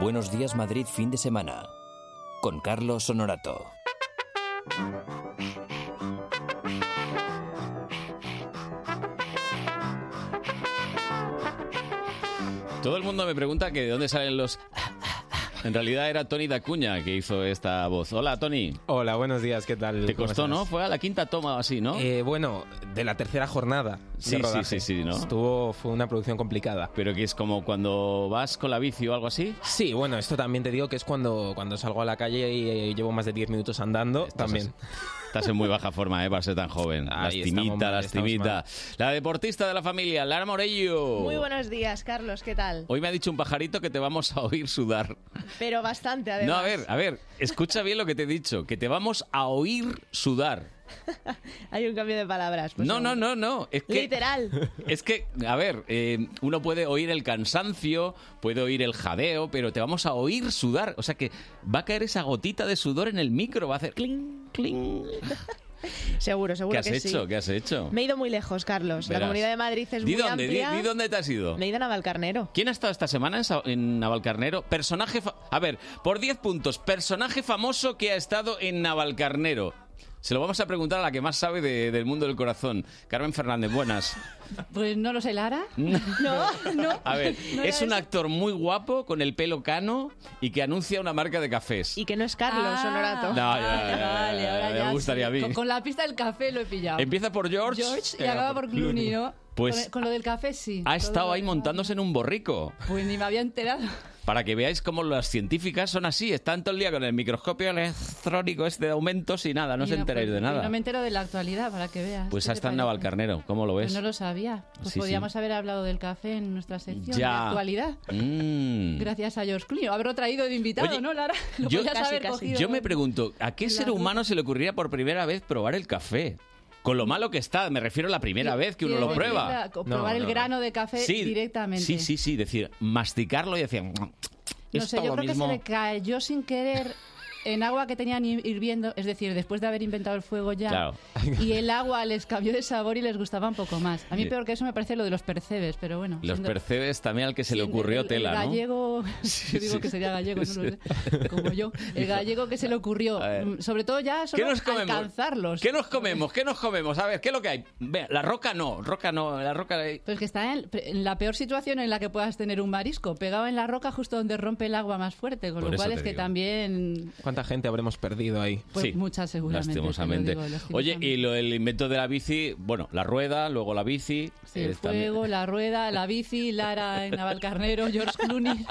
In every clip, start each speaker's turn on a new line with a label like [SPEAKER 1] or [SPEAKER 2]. [SPEAKER 1] Buenos días Madrid fin de semana con Carlos Honorato.
[SPEAKER 2] Todo el mundo me pregunta que de dónde salen los... "Ah, En realidad era Tony Dacuña que hizo esta voz. Hola, Tony.
[SPEAKER 3] Hola, buenos días, ¿qué tal?
[SPEAKER 2] Te
[SPEAKER 3] ¿Cómo
[SPEAKER 2] costó,
[SPEAKER 3] estás?
[SPEAKER 2] ¿no? Fue a la quinta toma o así, ¿no?
[SPEAKER 3] Eh, bueno, de la tercera jornada. de
[SPEAKER 2] Sí, sí,
[SPEAKER 3] rodaje.
[SPEAKER 2] sí, sí, ¿no?
[SPEAKER 3] Estuvo, fue una producción complicada.
[SPEAKER 2] Pero que es como cuando vas con la bici o algo así.
[SPEAKER 3] Sí, bueno, esto también te digo que es cuando, cuando salgo a la calle y eh, llevo más de 10 minutos andando. también.
[SPEAKER 2] Estás en muy baja forma, ¿eh? Para ser tan joven.
[SPEAKER 3] Ahí estamos
[SPEAKER 2] lastimita,
[SPEAKER 3] mal, estamos
[SPEAKER 2] lastimita. La deportista de la familia, Lara Morello.
[SPEAKER 4] Muy buenos días, Carlos, ¿qué tal?
[SPEAKER 2] Hoy me ha dicho un pajarito que te vamos a oír sudar.
[SPEAKER 4] Pero bastante, además.
[SPEAKER 2] No, a ver, a ver, escucha bien lo que te he dicho, que te vamos a oír sudar.
[SPEAKER 4] Hay un cambio de palabras. pues
[SPEAKER 2] No, no,
[SPEAKER 4] seguro.
[SPEAKER 2] no, no, es que...
[SPEAKER 4] Literal.
[SPEAKER 2] Es que, a ver, eh, uno puede oír el cansancio, puede oír el jadeo, pero te vamos a oír sudar. O sea que va a caer esa gotita de sudor en el micro, va a hacer cling, cling.
[SPEAKER 4] Seguro, seguro
[SPEAKER 2] ¿Qué has
[SPEAKER 4] que
[SPEAKER 2] hecho?
[SPEAKER 4] sí.
[SPEAKER 2] ¿Qué has hecho?
[SPEAKER 4] Me he ido muy lejos, Carlos.
[SPEAKER 2] Verás.
[SPEAKER 4] La Comunidad de Madrid es
[SPEAKER 2] Di
[SPEAKER 4] muy
[SPEAKER 2] dónde, di-
[SPEAKER 4] amplia.
[SPEAKER 2] di dónde te has ido.
[SPEAKER 4] Me he ido a Navalcarnero.
[SPEAKER 2] ¿Quién ha estado esta semana en, Sa- en Navalcarnero? Personaje. fa- a ver, por 10 puntos, personaje famoso que ha estado en Navalcarnero. Se lo vamos a preguntar a la que más sabe de- del mundo del corazón, Carmen Fernández. Buenas.
[SPEAKER 5] Pues no lo sé, Lara.
[SPEAKER 4] No, no.
[SPEAKER 2] A ver,
[SPEAKER 4] No era
[SPEAKER 2] es un
[SPEAKER 4] eso.
[SPEAKER 2] actor muy guapo, con el pelo cano y que anuncia una marca de cafés.
[SPEAKER 4] Y que no es Carlos,
[SPEAKER 5] Ah,
[SPEAKER 4] Honorato.
[SPEAKER 2] No, ya, ya,
[SPEAKER 5] Vale,
[SPEAKER 2] ya, ya,
[SPEAKER 5] vale, ahora
[SPEAKER 2] me
[SPEAKER 5] ya
[SPEAKER 2] gustaría
[SPEAKER 5] sí.
[SPEAKER 2] a mí.
[SPEAKER 5] Con, con la pista del café lo he pillado.
[SPEAKER 2] Empieza por George. eh,
[SPEAKER 5] George y acaba por Clooney, ¿no?
[SPEAKER 2] Pues-
[SPEAKER 5] con, con lo del café sí.
[SPEAKER 2] Ha
[SPEAKER 5] Todo
[SPEAKER 2] estado
[SPEAKER 5] lo
[SPEAKER 2] ahí
[SPEAKER 5] demás.
[SPEAKER 2] montándose en un borrico.
[SPEAKER 5] Pues ni me había enterado.
[SPEAKER 2] Para que veáis cómo las científicas son así. Están todo el día con el microscopio electrónico este de aumentos y nada. No
[SPEAKER 5] Y
[SPEAKER 2] os enteréis
[SPEAKER 5] pues,
[SPEAKER 2] de
[SPEAKER 5] y No
[SPEAKER 2] nada.
[SPEAKER 5] me entero de la actualidad, para que veas.
[SPEAKER 2] Pues
[SPEAKER 5] ¿Qué
[SPEAKER 2] ha
[SPEAKER 5] te
[SPEAKER 2] estado en
[SPEAKER 5] parece?
[SPEAKER 2] Navalcarnero. ¿Cómo lo
[SPEAKER 5] Pues
[SPEAKER 2] ves?
[SPEAKER 5] no lo sabía. Pues
[SPEAKER 2] Sí,
[SPEAKER 5] podíamos
[SPEAKER 2] sí.
[SPEAKER 5] haber hablado del café en nuestra sección de
[SPEAKER 2] Ya.
[SPEAKER 5] actualidad.
[SPEAKER 2] Mm.
[SPEAKER 5] Gracias a George Clooney. Haberlo traído de invitado,
[SPEAKER 2] Oye,
[SPEAKER 5] ¿no, Lara? Lo
[SPEAKER 2] yo-
[SPEAKER 5] podías
[SPEAKER 2] Casi,
[SPEAKER 5] haber
[SPEAKER 4] casi.
[SPEAKER 5] cogido.
[SPEAKER 2] Yo me pregunto, ¿a qué
[SPEAKER 5] La
[SPEAKER 2] ser
[SPEAKER 5] duda.
[SPEAKER 2] humano se le ocurriría por primera vez probar el café? Con lo malo que está, me refiero a la primera vez que uno lo
[SPEAKER 5] Quiero decir, la-
[SPEAKER 2] prueba.
[SPEAKER 5] co-
[SPEAKER 3] No,
[SPEAKER 5] Probar el
[SPEAKER 3] no, no.
[SPEAKER 5] grano de café directamente.
[SPEAKER 2] Sí, sí, sí, decir, masticarlo y decir, "Mm,
[SPEAKER 5] No
[SPEAKER 2] es
[SPEAKER 5] sé,
[SPEAKER 2] todo
[SPEAKER 5] yo
[SPEAKER 2] lo
[SPEAKER 5] creo
[SPEAKER 2] mismo.
[SPEAKER 5] que se le cayó sin querer en agua que tenían hi- hirviendo, es decir, después de haber inventado el fuego ya.
[SPEAKER 2] Claro.
[SPEAKER 5] Y el agua les cambió de sabor y les gustaba un poco más. A mí
[SPEAKER 2] Sí.
[SPEAKER 5] peor que eso me parece lo de los percebes, pero bueno.
[SPEAKER 2] Los
[SPEAKER 5] siendo-
[SPEAKER 2] percebes también al que se le
[SPEAKER 5] siendo
[SPEAKER 2] ocurrió
[SPEAKER 5] el-
[SPEAKER 2] tela,
[SPEAKER 5] el
[SPEAKER 2] ¿no?
[SPEAKER 5] gallego,
[SPEAKER 2] Sí,
[SPEAKER 5] yo digo
[SPEAKER 2] sí.
[SPEAKER 5] que sería gallego, no lo
[SPEAKER 2] Sí.
[SPEAKER 5] sé, como yo. El gallego que se le ocurrió,
[SPEAKER 2] A ver.
[SPEAKER 5] mm, sobre todo ya
[SPEAKER 2] ¿Qué
[SPEAKER 5] solo
[SPEAKER 2] nos comemos?
[SPEAKER 5] alcanzarlos.
[SPEAKER 2] ¿Qué nos comemos? ¿Qué nos comemos? A ver, ¿qué es lo que hay? Vea, la roca no, roca no, la roca...
[SPEAKER 5] Pues que está en, en la peor situación en la que puedas tener un marisco, pegado en la roca justo donde rompe el agua más fuerte, con
[SPEAKER 2] Por
[SPEAKER 5] lo
[SPEAKER 2] eso
[SPEAKER 5] cual
[SPEAKER 2] te
[SPEAKER 5] es que
[SPEAKER 2] digo.
[SPEAKER 5] también
[SPEAKER 3] ¿Cuánta gente habremos perdido ahí?
[SPEAKER 5] Pues muchas seguramente, te lo
[SPEAKER 2] Lastimosamente.
[SPEAKER 5] digo, lastimosamente.
[SPEAKER 2] Oye, y lo, el invento de la bici, bueno, la rueda, luego la bici.
[SPEAKER 5] Sí, el
[SPEAKER 2] eh, también-
[SPEAKER 5] fuego, la rueda, la bici, Lara en Navalcarnero, George Clooney.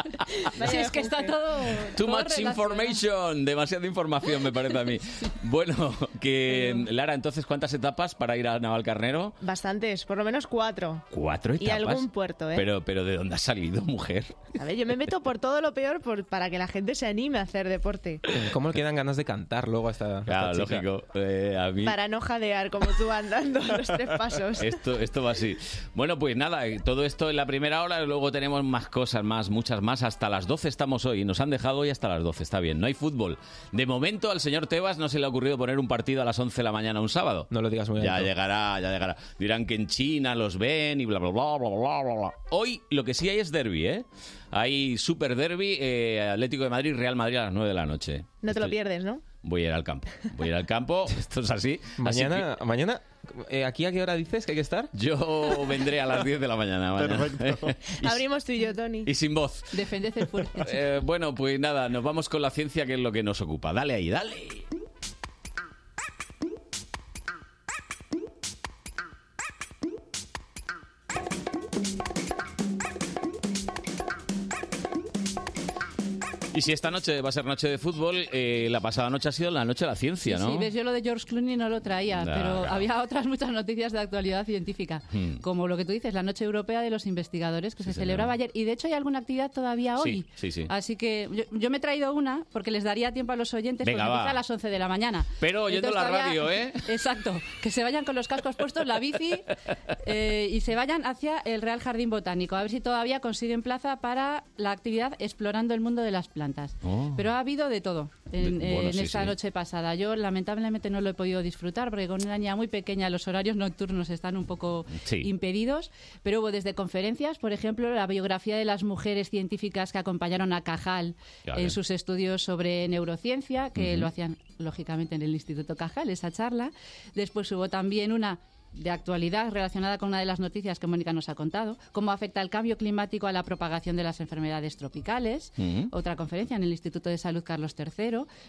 [SPEAKER 5] Sí, es que está todo.
[SPEAKER 2] Too
[SPEAKER 5] todo
[SPEAKER 2] much
[SPEAKER 5] relacionado.
[SPEAKER 2] information, demasiada información me parece a mí. Bueno, que Lara, entonces, ¿cuántas etapas para ir a Navalcarnero?
[SPEAKER 4] Bastantes, por lo menos cuatro.
[SPEAKER 2] Cuatro
[SPEAKER 4] Y
[SPEAKER 2] etapas.
[SPEAKER 4] algún puerto, ¿eh?
[SPEAKER 2] Pero, pero ¿de dónde ha salido, mujer?
[SPEAKER 4] A ver, yo me meto por todo lo peor por- para que la gente se anime a hacer deporte.
[SPEAKER 3] ¿Cómo le quedan ganas de cantar luego a esta, a
[SPEAKER 2] Claro,
[SPEAKER 5] Pues
[SPEAKER 3] esta chica?
[SPEAKER 2] Ah, lógico. Eh, a mí
[SPEAKER 4] Para no jadear como tú andando los tres pasos.
[SPEAKER 2] Esto, esto va así. Bueno, pues nada, eh, todo esto en la primera hora, luego tenemos más cosas, más, muchas más. Hasta las 12 estamos hoy, nos han dejado hoy hasta las 12, está bien, no hay fútbol. De momento al señor Tebas no se le ha ocurrido poner un partido a las 11 de la mañana un sábado.
[SPEAKER 3] No lo digas muy
[SPEAKER 2] Ya
[SPEAKER 3] alto.
[SPEAKER 2] llegará, ya llegará. Dirán que en China los ven y bla, bla, bla, bla, bla, bla, bla. Hoy lo que sí hay es derby, ¿eh? Hay super derby, eh, Atlético de Madrid, Real Madrid a las 9 de la noche.
[SPEAKER 4] No te lo
[SPEAKER 2] Estoy-
[SPEAKER 4] pierdes, ¿no?
[SPEAKER 2] Voy a ir al campo. Voy a ir al campo. Esto es así. Así que-
[SPEAKER 3] Mañana, mañana eh, ¿aquí a qué hora dices que hay que estar?
[SPEAKER 2] yo vendré a las 10 de la mañana. mañana. Y-
[SPEAKER 4] Abrimos tú y yo, Tony.
[SPEAKER 2] y, sin voz.
[SPEAKER 5] Defended el fuerte.
[SPEAKER 2] Eh, bueno, pues nada, nos vamos con la ciencia que es lo que nos ocupa. Dale ahí, dale. Y si esta noche va a ser noche de fútbol, eh, la pasada noche ha sido la noche de la ciencia, ¿no?
[SPEAKER 5] Sí, ves, yo lo de George Clooney no lo traía,
[SPEAKER 2] Ya,
[SPEAKER 5] pero
[SPEAKER 2] claro.
[SPEAKER 5] había otras muchas noticias de actualidad científica,
[SPEAKER 2] Hmm.
[SPEAKER 5] como lo que tú dices, la Noche Europea de los Investigadores, que se
[SPEAKER 2] señor.
[SPEAKER 5] celebraba ayer, y de hecho hay alguna actividad todavía
[SPEAKER 2] Sí,
[SPEAKER 5] hoy.
[SPEAKER 2] sí, sí.
[SPEAKER 5] Así que yo, yo me he traído una, porque les daría tiempo a los oyentes,
[SPEAKER 2] Venga,
[SPEAKER 5] porque
[SPEAKER 2] va.
[SPEAKER 5] empieza a las 11 de la mañana.
[SPEAKER 2] Pero oyendo la
[SPEAKER 5] todavía-
[SPEAKER 2] radio, ¿eh?
[SPEAKER 5] Exacto, que se vayan con los cascos puestos, la bici, eh, y se vayan hacia el Real Jardín Botánico, a ver si todavía consiguen plaza para la actividad Explorando el Mundo de las Plantas. plantas.
[SPEAKER 2] Oh.
[SPEAKER 5] Pero ha habido de todo en, eh,
[SPEAKER 2] De- bueno,
[SPEAKER 5] en
[SPEAKER 2] sí,
[SPEAKER 5] esta
[SPEAKER 2] sí.
[SPEAKER 5] noche pasada. Yo lamentablemente no lo he podido disfrutar porque con una niña muy pequeña los horarios nocturnos están un poco
[SPEAKER 2] Sí.
[SPEAKER 5] impedidos, pero hubo desde conferencias, por ejemplo, la biografía de las mujeres científicas que acompañaron a Cajal
[SPEAKER 2] Ya
[SPEAKER 5] en
[SPEAKER 2] ves.
[SPEAKER 5] sus estudios sobre neurociencia, que
[SPEAKER 2] Ujú.
[SPEAKER 5] lo hacían lógicamente en el Instituto Cajal, esa charla. Después hubo también una de actualidad relacionada con una de las noticias que Mónica nos ha contado, cómo afecta el cambio climático a la propagación de las enfermedades tropicales,
[SPEAKER 2] Ujú.
[SPEAKER 5] otra conferencia en el Instituto de Salud Carlos III,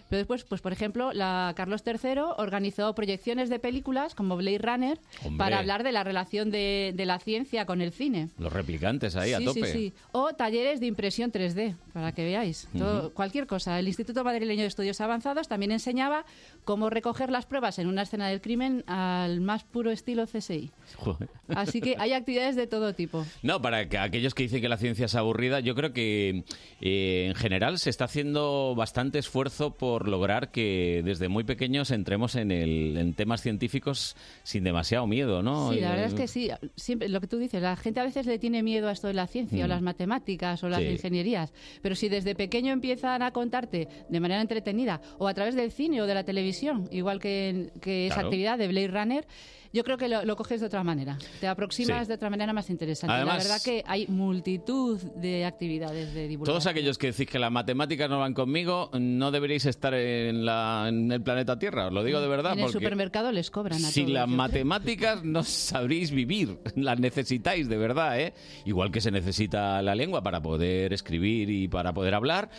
[SPEAKER 5] pero después, pues por ejemplo, la Carlos III organizó proyecciones de películas como Blade Runner
[SPEAKER 2] Hombre.
[SPEAKER 5] para hablar de la relación de, de la ciencia con el cine.
[SPEAKER 2] Los replicantes ahí a
[SPEAKER 5] Sí,
[SPEAKER 2] tope.
[SPEAKER 5] sí, sí. O talleres de impresión 3D, para que veáis. Todo- Cualquier cosa. El Instituto Madrileño de Estudios Avanzados también enseñaba cómo recoger las pruebas en una escena del crimen al más puro estilo CSI.
[SPEAKER 2] Joder.
[SPEAKER 5] Así que hay actividades de todo tipo.
[SPEAKER 2] No, para que aquellos que dicen que la ciencia es aburrida, yo creo que eh, en general se está haciendo bastante esfuerzo por lograr que desde muy pequeños entremos en, el, en temas científicos sin demasiado miedo, ¿no?
[SPEAKER 5] Sí,
[SPEAKER 2] Eh,
[SPEAKER 5] la verdad es que sí. Siempre lo que tú dices, la gente a veces le tiene miedo a esto de la ciencia o
[SPEAKER 2] Mm.
[SPEAKER 5] las matemáticas o las
[SPEAKER 2] Sí.
[SPEAKER 5] ingenierías, pero si desde pequeño empiezan a contarte de manera entretenida o a través del cine o de la televisión, igual que, en- que esa
[SPEAKER 2] Claro.
[SPEAKER 5] actividad de Blade Runner, yo creo que lo, lo coges de otra manera, te aproximas
[SPEAKER 2] Sí.
[SPEAKER 5] de otra manera más interesante. la
[SPEAKER 2] Además-
[SPEAKER 5] verdad que hay multitud de actividades de divulgación.
[SPEAKER 2] Todos aquellos que decís que las matemáticas no van conmigo, no deberéis estar en, la- en el planeta Tierra, os lo digo de verdad.
[SPEAKER 5] en el
[SPEAKER 2] porque
[SPEAKER 5] supermercado les cobran a
[SPEAKER 2] Sin
[SPEAKER 5] todos,
[SPEAKER 2] las
[SPEAKER 5] yo creo.
[SPEAKER 2] matemáticas no sabréis vivir, las necesitáis de verdad, ¿eh? Igual que se necesita la lengua para poder escribir y para poder hablar,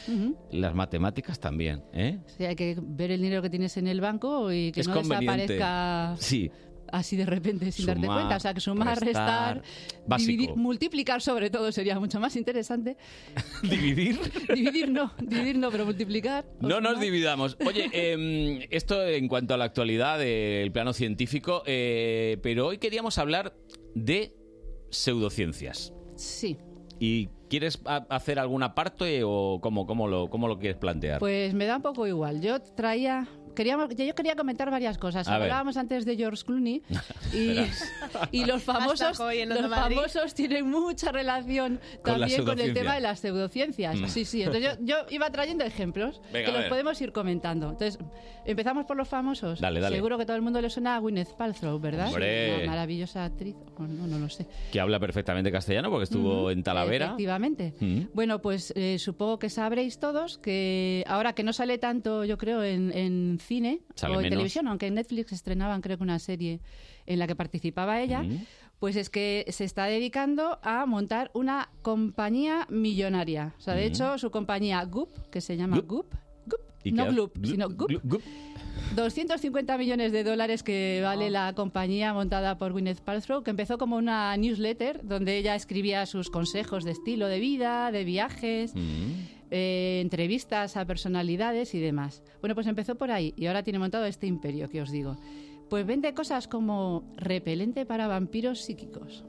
[SPEAKER 2] las matemáticas también, ¿eh?
[SPEAKER 5] O sea, hay que ver el dinero que tienes en el banco y que
[SPEAKER 2] es
[SPEAKER 5] no
[SPEAKER 2] conveniente.
[SPEAKER 5] desaparezca
[SPEAKER 2] Sí,
[SPEAKER 5] así de repente sin darte
[SPEAKER 2] Sumar,
[SPEAKER 5] cuenta. O sea, que sumar, restar,
[SPEAKER 2] restar, básico.
[SPEAKER 5] dividir, multiplicar sobre todo sería mucho más interesante.
[SPEAKER 2] dividir.
[SPEAKER 5] Dividir no, dividir no, pero multiplicar. o
[SPEAKER 2] No nos
[SPEAKER 5] sumar.
[SPEAKER 2] dividamos. Oye, em, esto en cuanto a la actualidad del plano científico, eh, pero hoy queríamos hablar de pseudociencias.
[SPEAKER 5] Sí.
[SPEAKER 2] ¿Y quieres ha- hacer alguna parte o cómo, cómo lo, cómo lo quieres plantear?
[SPEAKER 5] Pues me da un poco igual. Yo traía. Queríamos, yo yo quería comentar varias cosas.
[SPEAKER 2] A ver.
[SPEAKER 5] Hablábamos antes de George Clooney y,
[SPEAKER 2] Verás.
[SPEAKER 5] y los famosos,
[SPEAKER 4] Hashtag hoy en Onda
[SPEAKER 5] los
[SPEAKER 4] Madrid.
[SPEAKER 5] famosos tienen mucha relación
[SPEAKER 2] Con las
[SPEAKER 5] también con el
[SPEAKER 2] pseudociencias.
[SPEAKER 5] tema de las pseudociencias.
[SPEAKER 2] Mm.
[SPEAKER 5] Sí, sí. Entonces yo, yo iba trayendo ejemplos
[SPEAKER 2] Venga,
[SPEAKER 5] que
[SPEAKER 2] a
[SPEAKER 5] los
[SPEAKER 2] ver.
[SPEAKER 5] podemos ir comentando. Entonces empezamos por los famosos.
[SPEAKER 2] Dale, dale.
[SPEAKER 5] Seguro que todo el mundo le suena a Gwyneth Paltrow, ¿verdad?
[SPEAKER 2] Hombre.
[SPEAKER 5] Una maravillosa actriz. O No, no lo sé.
[SPEAKER 2] Que habla perfectamente castellano porque estuvo en Talavera.
[SPEAKER 5] Efectivamente.
[SPEAKER 2] Mm.
[SPEAKER 5] Bueno, pues eh, supongo que sabréis todos que ahora que no sale tanto, yo creo, en, en cine
[SPEAKER 2] Sale
[SPEAKER 5] o en
[SPEAKER 2] menos.
[SPEAKER 5] televisión, aunque en Netflix estrenaban creo que una serie en la que participaba ella,
[SPEAKER 2] Mm.
[SPEAKER 5] pues es que se está dedicando a montar una compañía millonaria. O sea, de
[SPEAKER 2] Mm.
[SPEAKER 5] hecho, su compañía Goop, que se llama
[SPEAKER 2] Goop.
[SPEAKER 5] Goop, Goop,
[SPEAKER 2] ¿Y
[SPEAKER 5] no
[SPEAKER 2] qué hace?
[SPEAKER 5] Gloop, sino Goop.
[SPEAKER 2] Glup, glup.
[SPEAKER 5] 250 millones de dólares que vale la compañía montada por Gwyneth Paltrow, que empezó como una newsletter donde ella escribía sus consejos de estilo de vida, de viajes,
[SPEAKER 2] Mm.
[SPEAKER 5] eh, entrevistas a personalidades y demás. Bueno, pues empezó por ahí y ahora tiene montado este imperio que os digo. Pues vende cosas como repelente para vampiros psíquicos.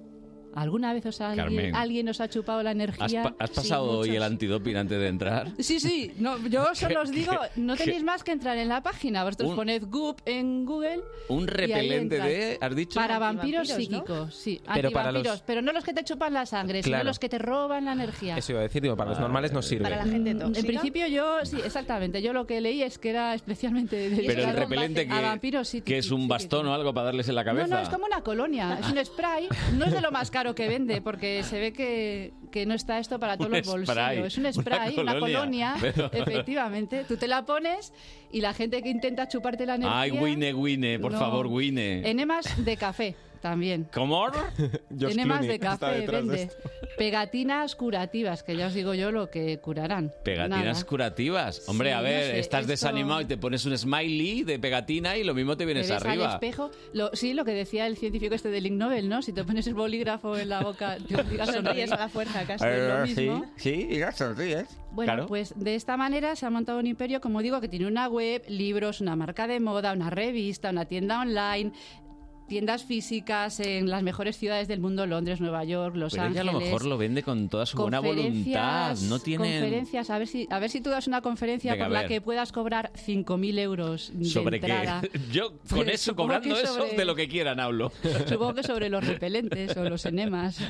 [SPEAKER 5] ¿Alguna vez os ha-
[SPEAKER 2] Carmen.
[SPEAKER 5] alguien, alguien os ha chupado la
[SPEAKER 2] ¿Has,
[SPEAKER 5] energía?
[SPEAKER 2] pa- has
[SPEAKER 5] Sí,
[SPEAKER 2] pasado hoy
[SPEAKER 5] muchos.
[SPEAKER 2] el antidoping antes de entrar?
[SPEAKER 5] Sí, sí, no, yo solo os digo, no
[SPEAKER 2] qué-
[SPEAKER 5] tenéis más que entrar en la página. Vosotros
[SPEAKER 2] Un-
[SPEAKER 5] poned Goop en Google
[SPEAKER 2] Un
[SPEAKER 5] ahí
[SPEAKER 2] repelente
[SPEAKER 5] entras.
[SPEAKER 2] de... ¿Has dicho?
[SPEAKER 5] para vampiros,
[SPEAKER 4] Antivampiros, ¿no?
[SPEAKER 5] psíquicos, sí,
[SPEAKER 3] Pero para
[SPEAKER 5] antivampiros,
[SPEAKER 3] los-
[SPEAKER 5] pero no los que te chupan la sangre, sino
[SPEAKER 3] Claro.
[SPEAKER 5] los que te roban la energía.
[SPEAKER 3] Eso iba a decir, digo,
[SPEAKER 2] Ah,
[SPEAKER 3] para los normales no sirve.
[SPEAKER 4] Para la gente
[SPEAKER 5] Mm,
[SPEAKER 4] tóxica.
[SPEAKER 5] En principio yo, sí, exactamente, yo lo que leí es que era especialmente dedicado
[SPEAKER 2] Pero el
[SPEAKER 4] Combate.
[SPEAKER 2] repelente que,
[SPEAKER 5] a vampiros psíquicos.
[SPEAKER 2] que es un bastón o algo para darles en la cabeza.
[SPEAKER 5] No, no, es como una colonia, es un spray, no es de lo más caro que vende, porque se ve que, que no está esto para todos
[SPEAKER 2] Un
[SPEAKER 5] los
[SPEAKER 2] spray,
[SPEAKER 5] bolsillos. Es un
[SPEAKER 2] una
[SPEAKER 5] spray, una colonia,
[SPEAKER 2] colonia. Pero-
[SPEAKER 5] efectivamente. Tú te la pones y la gente que intenta chuparte la energía...
[SPEAKER 2] Ay, Wine, Wine, por
[SPEAKER 5] No.
[SPEAKER 2] favor, Wine.
[SPEAKER 5] Enemas de café también.
[SPEAKER 2] ¿Cómo?
[SPEAKER 3] George
[SPEAKER 5] Enemas
[SPEAKER 3] Clooney
[SPEAKER 5] de
[SPEAKER 3] está
[SPEAKER 5] café,
[SPEAKER 3] detrás de
[SPEAKER 5] vende.
[SPEAKER 3] esto.
[SPEAKER 5] Pegatinas curativas, que ya os digo yo lo que curarán.
[SPEAKER 2] Pegatinas
[SPEAKER 5] Nada.
[SPEAKER 2] curativas. Hombre,
[SPEAKER 5] Sí,
[SPEAKER 2] a
[SPEAKER 5] no
[SPEAKER 2] ver,
[SPEAKER 5] sé,
[SPEAKER 2] estás
[SPEAKER 5] esto-
[SPEAKER 2] desanimado y te pones un smiley de pegatina y lo mismo te
[SPEAKER 5] Te
[SPEAKER 2] vienes
[SPEAKER 5] ves al
[SPEAKER 2] arriba.
[SPEAKER 5] espejo. Lo- sí, lo que decía el científico este del Ig Nobel, ¿no? Si te pones el bolígrafo en la boca, te obligas a sonreír.
[SPEAKER 4] Sonríes a la fuerza casi es lo mismo.
[SPEAKER 2] Ah, sí, y sonríes.
[SPEAKER 5] Bueno,
[SPEAKER 2] claro.
[SPEAKER 5] pues de esta manera se ha montado un imperio, como digo, que tiene una web, libros, una marca de moda, una revista, una tienda online, tiendas físicas en las mejores ciudades del mundo, Londres, Nueva York, Los
[SPEAKER 2] Pero ella a
[SPEAKER 5] Ángeles.
[SPEAKER 2] lo mejor lo vende con toda su buena voluntad.
[SPEAKER 5] Conferencias,
[SPEAKER 2] No tienen.
[SPEAKER 5] Conferencias, a ver si, a ver si tú das una conferencia
[SPEAKER 2] Venga,
[SPEAKER 5] por
[SPEAKER 2] a
[SPEAKER 5] la
[SPEAKER 2] ver.
[SPEAKER 5] que puedas cobrar 5.000 euros de
[SPEAKER 2] ¿Sobre
[SPEAKER 5] entrada.
[SPEAKER 2] qué? Yo con
[SPEAKER 5] Pues
[SPEAKER 2] eso,
[SPEAKER 5] supongo que
[SPEAKER 2] cobrando eso,
[SPEAKER 5] sobre-
[SPEAKER 2] de lo que quieran hablo.
[SPEAKER 5] Supongo que sobre los repelentes o los enemas.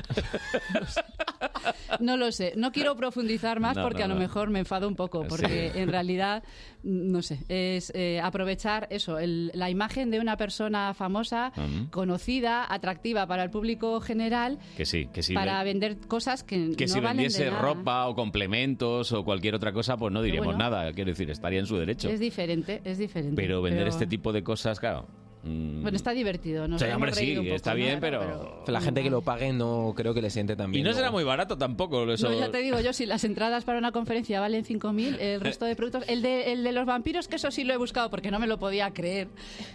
[SPEAKER 5] No lo sé. No quiero profundizar más
[SPEAKER 2] No,
[SPEAKER 5] porque
[SPEAKER 2] no,
[SPEAKER 5] a lo
[SPEAKER 2] no.
[SPEAKER 5] mejor me enfado un poco, porque
[SPEAKER 2] Sí.
[SPEAKER 5] en realidad, no sé, es eh, aprovechar eso, el- la imagen de una persona famosa,
[SPEAKER 2] Ujú.
[SPEAKER 5] conocida, atractiva para el público general,
[SPEAKER 2] Mm, Que sí, que sí.
[SPEAKER 5] para vender cosas que,
[SPEAKER 2] que
[SPEAKER 5] no
[SPEAKER 2] si
[SPEAKER 5] valen de
[SPEAKER 2] vendiese
[SPEAKER 5] nada.
[SPEAKER 2] ropa o complementos o cualquier otra cosa, pues no diríamos
[SPEAKER 5] bueno.
[SPEAKER 2] nada. Quiero decir, estaría en su derecho.
[SPEAKER 5] Es diferente, es diferente.
[SPEAKER 2] Pero vender este tipo de cosas, claro. mm,
[SPEAKER 5] Bueno, está divertido, ¿no?
[SPEAKER 2] Sí, hombre, sí, está bien, pero-
[SPEAKER 3] La gente que lo pague no creo que le siente tan
[SPEAKER 2] Y
[SPEAKER 3] bien.
[SPEAKER 2] no será
[SPEAKER 3] luego. Eh,
[SPEAKER 2] muy barato tampoco. Eso...
[SPEAKER 5] No, ya te digo yo, si las entradas para una conferencia valen 5.000, el resto de productos... El de, el de los vampiros, que eso sí lo he buscado porque no me lo podía creer,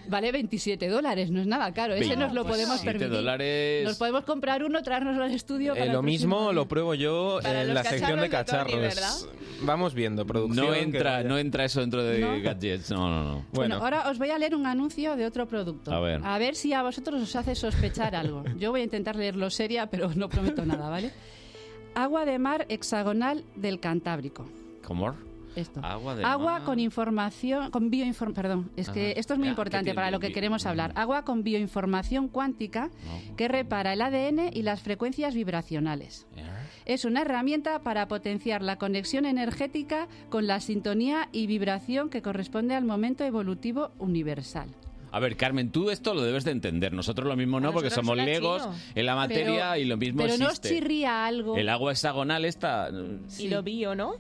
[SPEAKER 5] vale 27 dólares, no es nada caro. Ese nos lo podemos
[SPEAKER 2] 27
[SPEAKER 5] permitir.
[SPEAKER 2] pues dólares.
[SPEAKER 5] Nos podemos comprar uno, traérnoslo al estudio.
[SPEAKER 3] Eh,
[SPEAKER 5] para el
[SPEAKER 3] lo
[SPEAKER 5] próximo
[SPEAKER 3] mismo
[SPEAKER 5] año.
[SPEAKER 3] lo pruebo yo
[SPEAKER 4] Para
[SPEAKER 3] en
[SPEAKER 4] los
[SPEAKER 3] la sección de
[SPEAKER 4] cacharros de Tony,
[SPEAKER 3] cacharros. Vamos viendo, producción.
[SPEAKER 2] No
[SPEAKER 3] que
[SPEAKER 2] entra,
[SPEAKER 3] vaya.
[SPEAKER 2] no entra eso dentro de
[SPEAKER 5] No.
[SPEAKER 2] gadgets. No, no, no.
[SPEAKER 5] Bueno.
[SPEAKER 3] Bueno,
[SPEAKER 5] ahora os voy a leer un anuncio de otro producto.
[SPEAKER 2] A ver.
[SPEAKER 5] si a vosotros os hace sospechar algo. Yo voy a intentar leerlo seria, pero no prometo nada, ¿vale? Agua de mar hexagonal del Cantábrico.
[SPEAKER 2] ¿Cómo?
[SPEAKER 5] Esto.
[SPEAKER 2] Agua de mar.
[SPEAKER 5] con información, con bioinformación, perdón, es que
[SPEAKER 2] Ajá.
[SPEAKER 5] esto es muy
[SPEAKER 2] Ya, ¿qué
[SPEAKER 5] importante
[SPEAKER 2] tiene
[SPEAKER 5] para lo
[SPEAKER 2] bio-
[SPEAKER 5] que queremos hablar. Agua con bioinformación cuántica
[SPEAKER 2] No.
[SPEAKER 5] que repara el ADN y las frecuencias vibracionales. Es una herramienta para potenciar la conexión energética con la sintonía y vibración que corresponde al momento evolutivo universal.
[SPEAKER 2] A ver, Carmen, tú esto lo debes de entender. Nosotros lo mismo no,
[SPEAKER 6] A
[SPEAKER 2] porque
[SPEAKER 6] nosotros
[SPEAKER 2] somos
[SPEAKER 6] era
[SPEAKER 2] legos
[SPEAKER 6] chino.
[SPEAKER 2] en la materia
[SPEAKER 5] Pero-
[SPEAKER 2] y lo mismo
[SPEAKER 5] Pero no os
[SPEAKER 2] existe.
[SPEAKER 5] chirría algo
[SPEAKER 2] El agua hexagonal esta...
[SPEAKER 5] Sí.
[SPEAKER 6] Y lo vio, ¿no?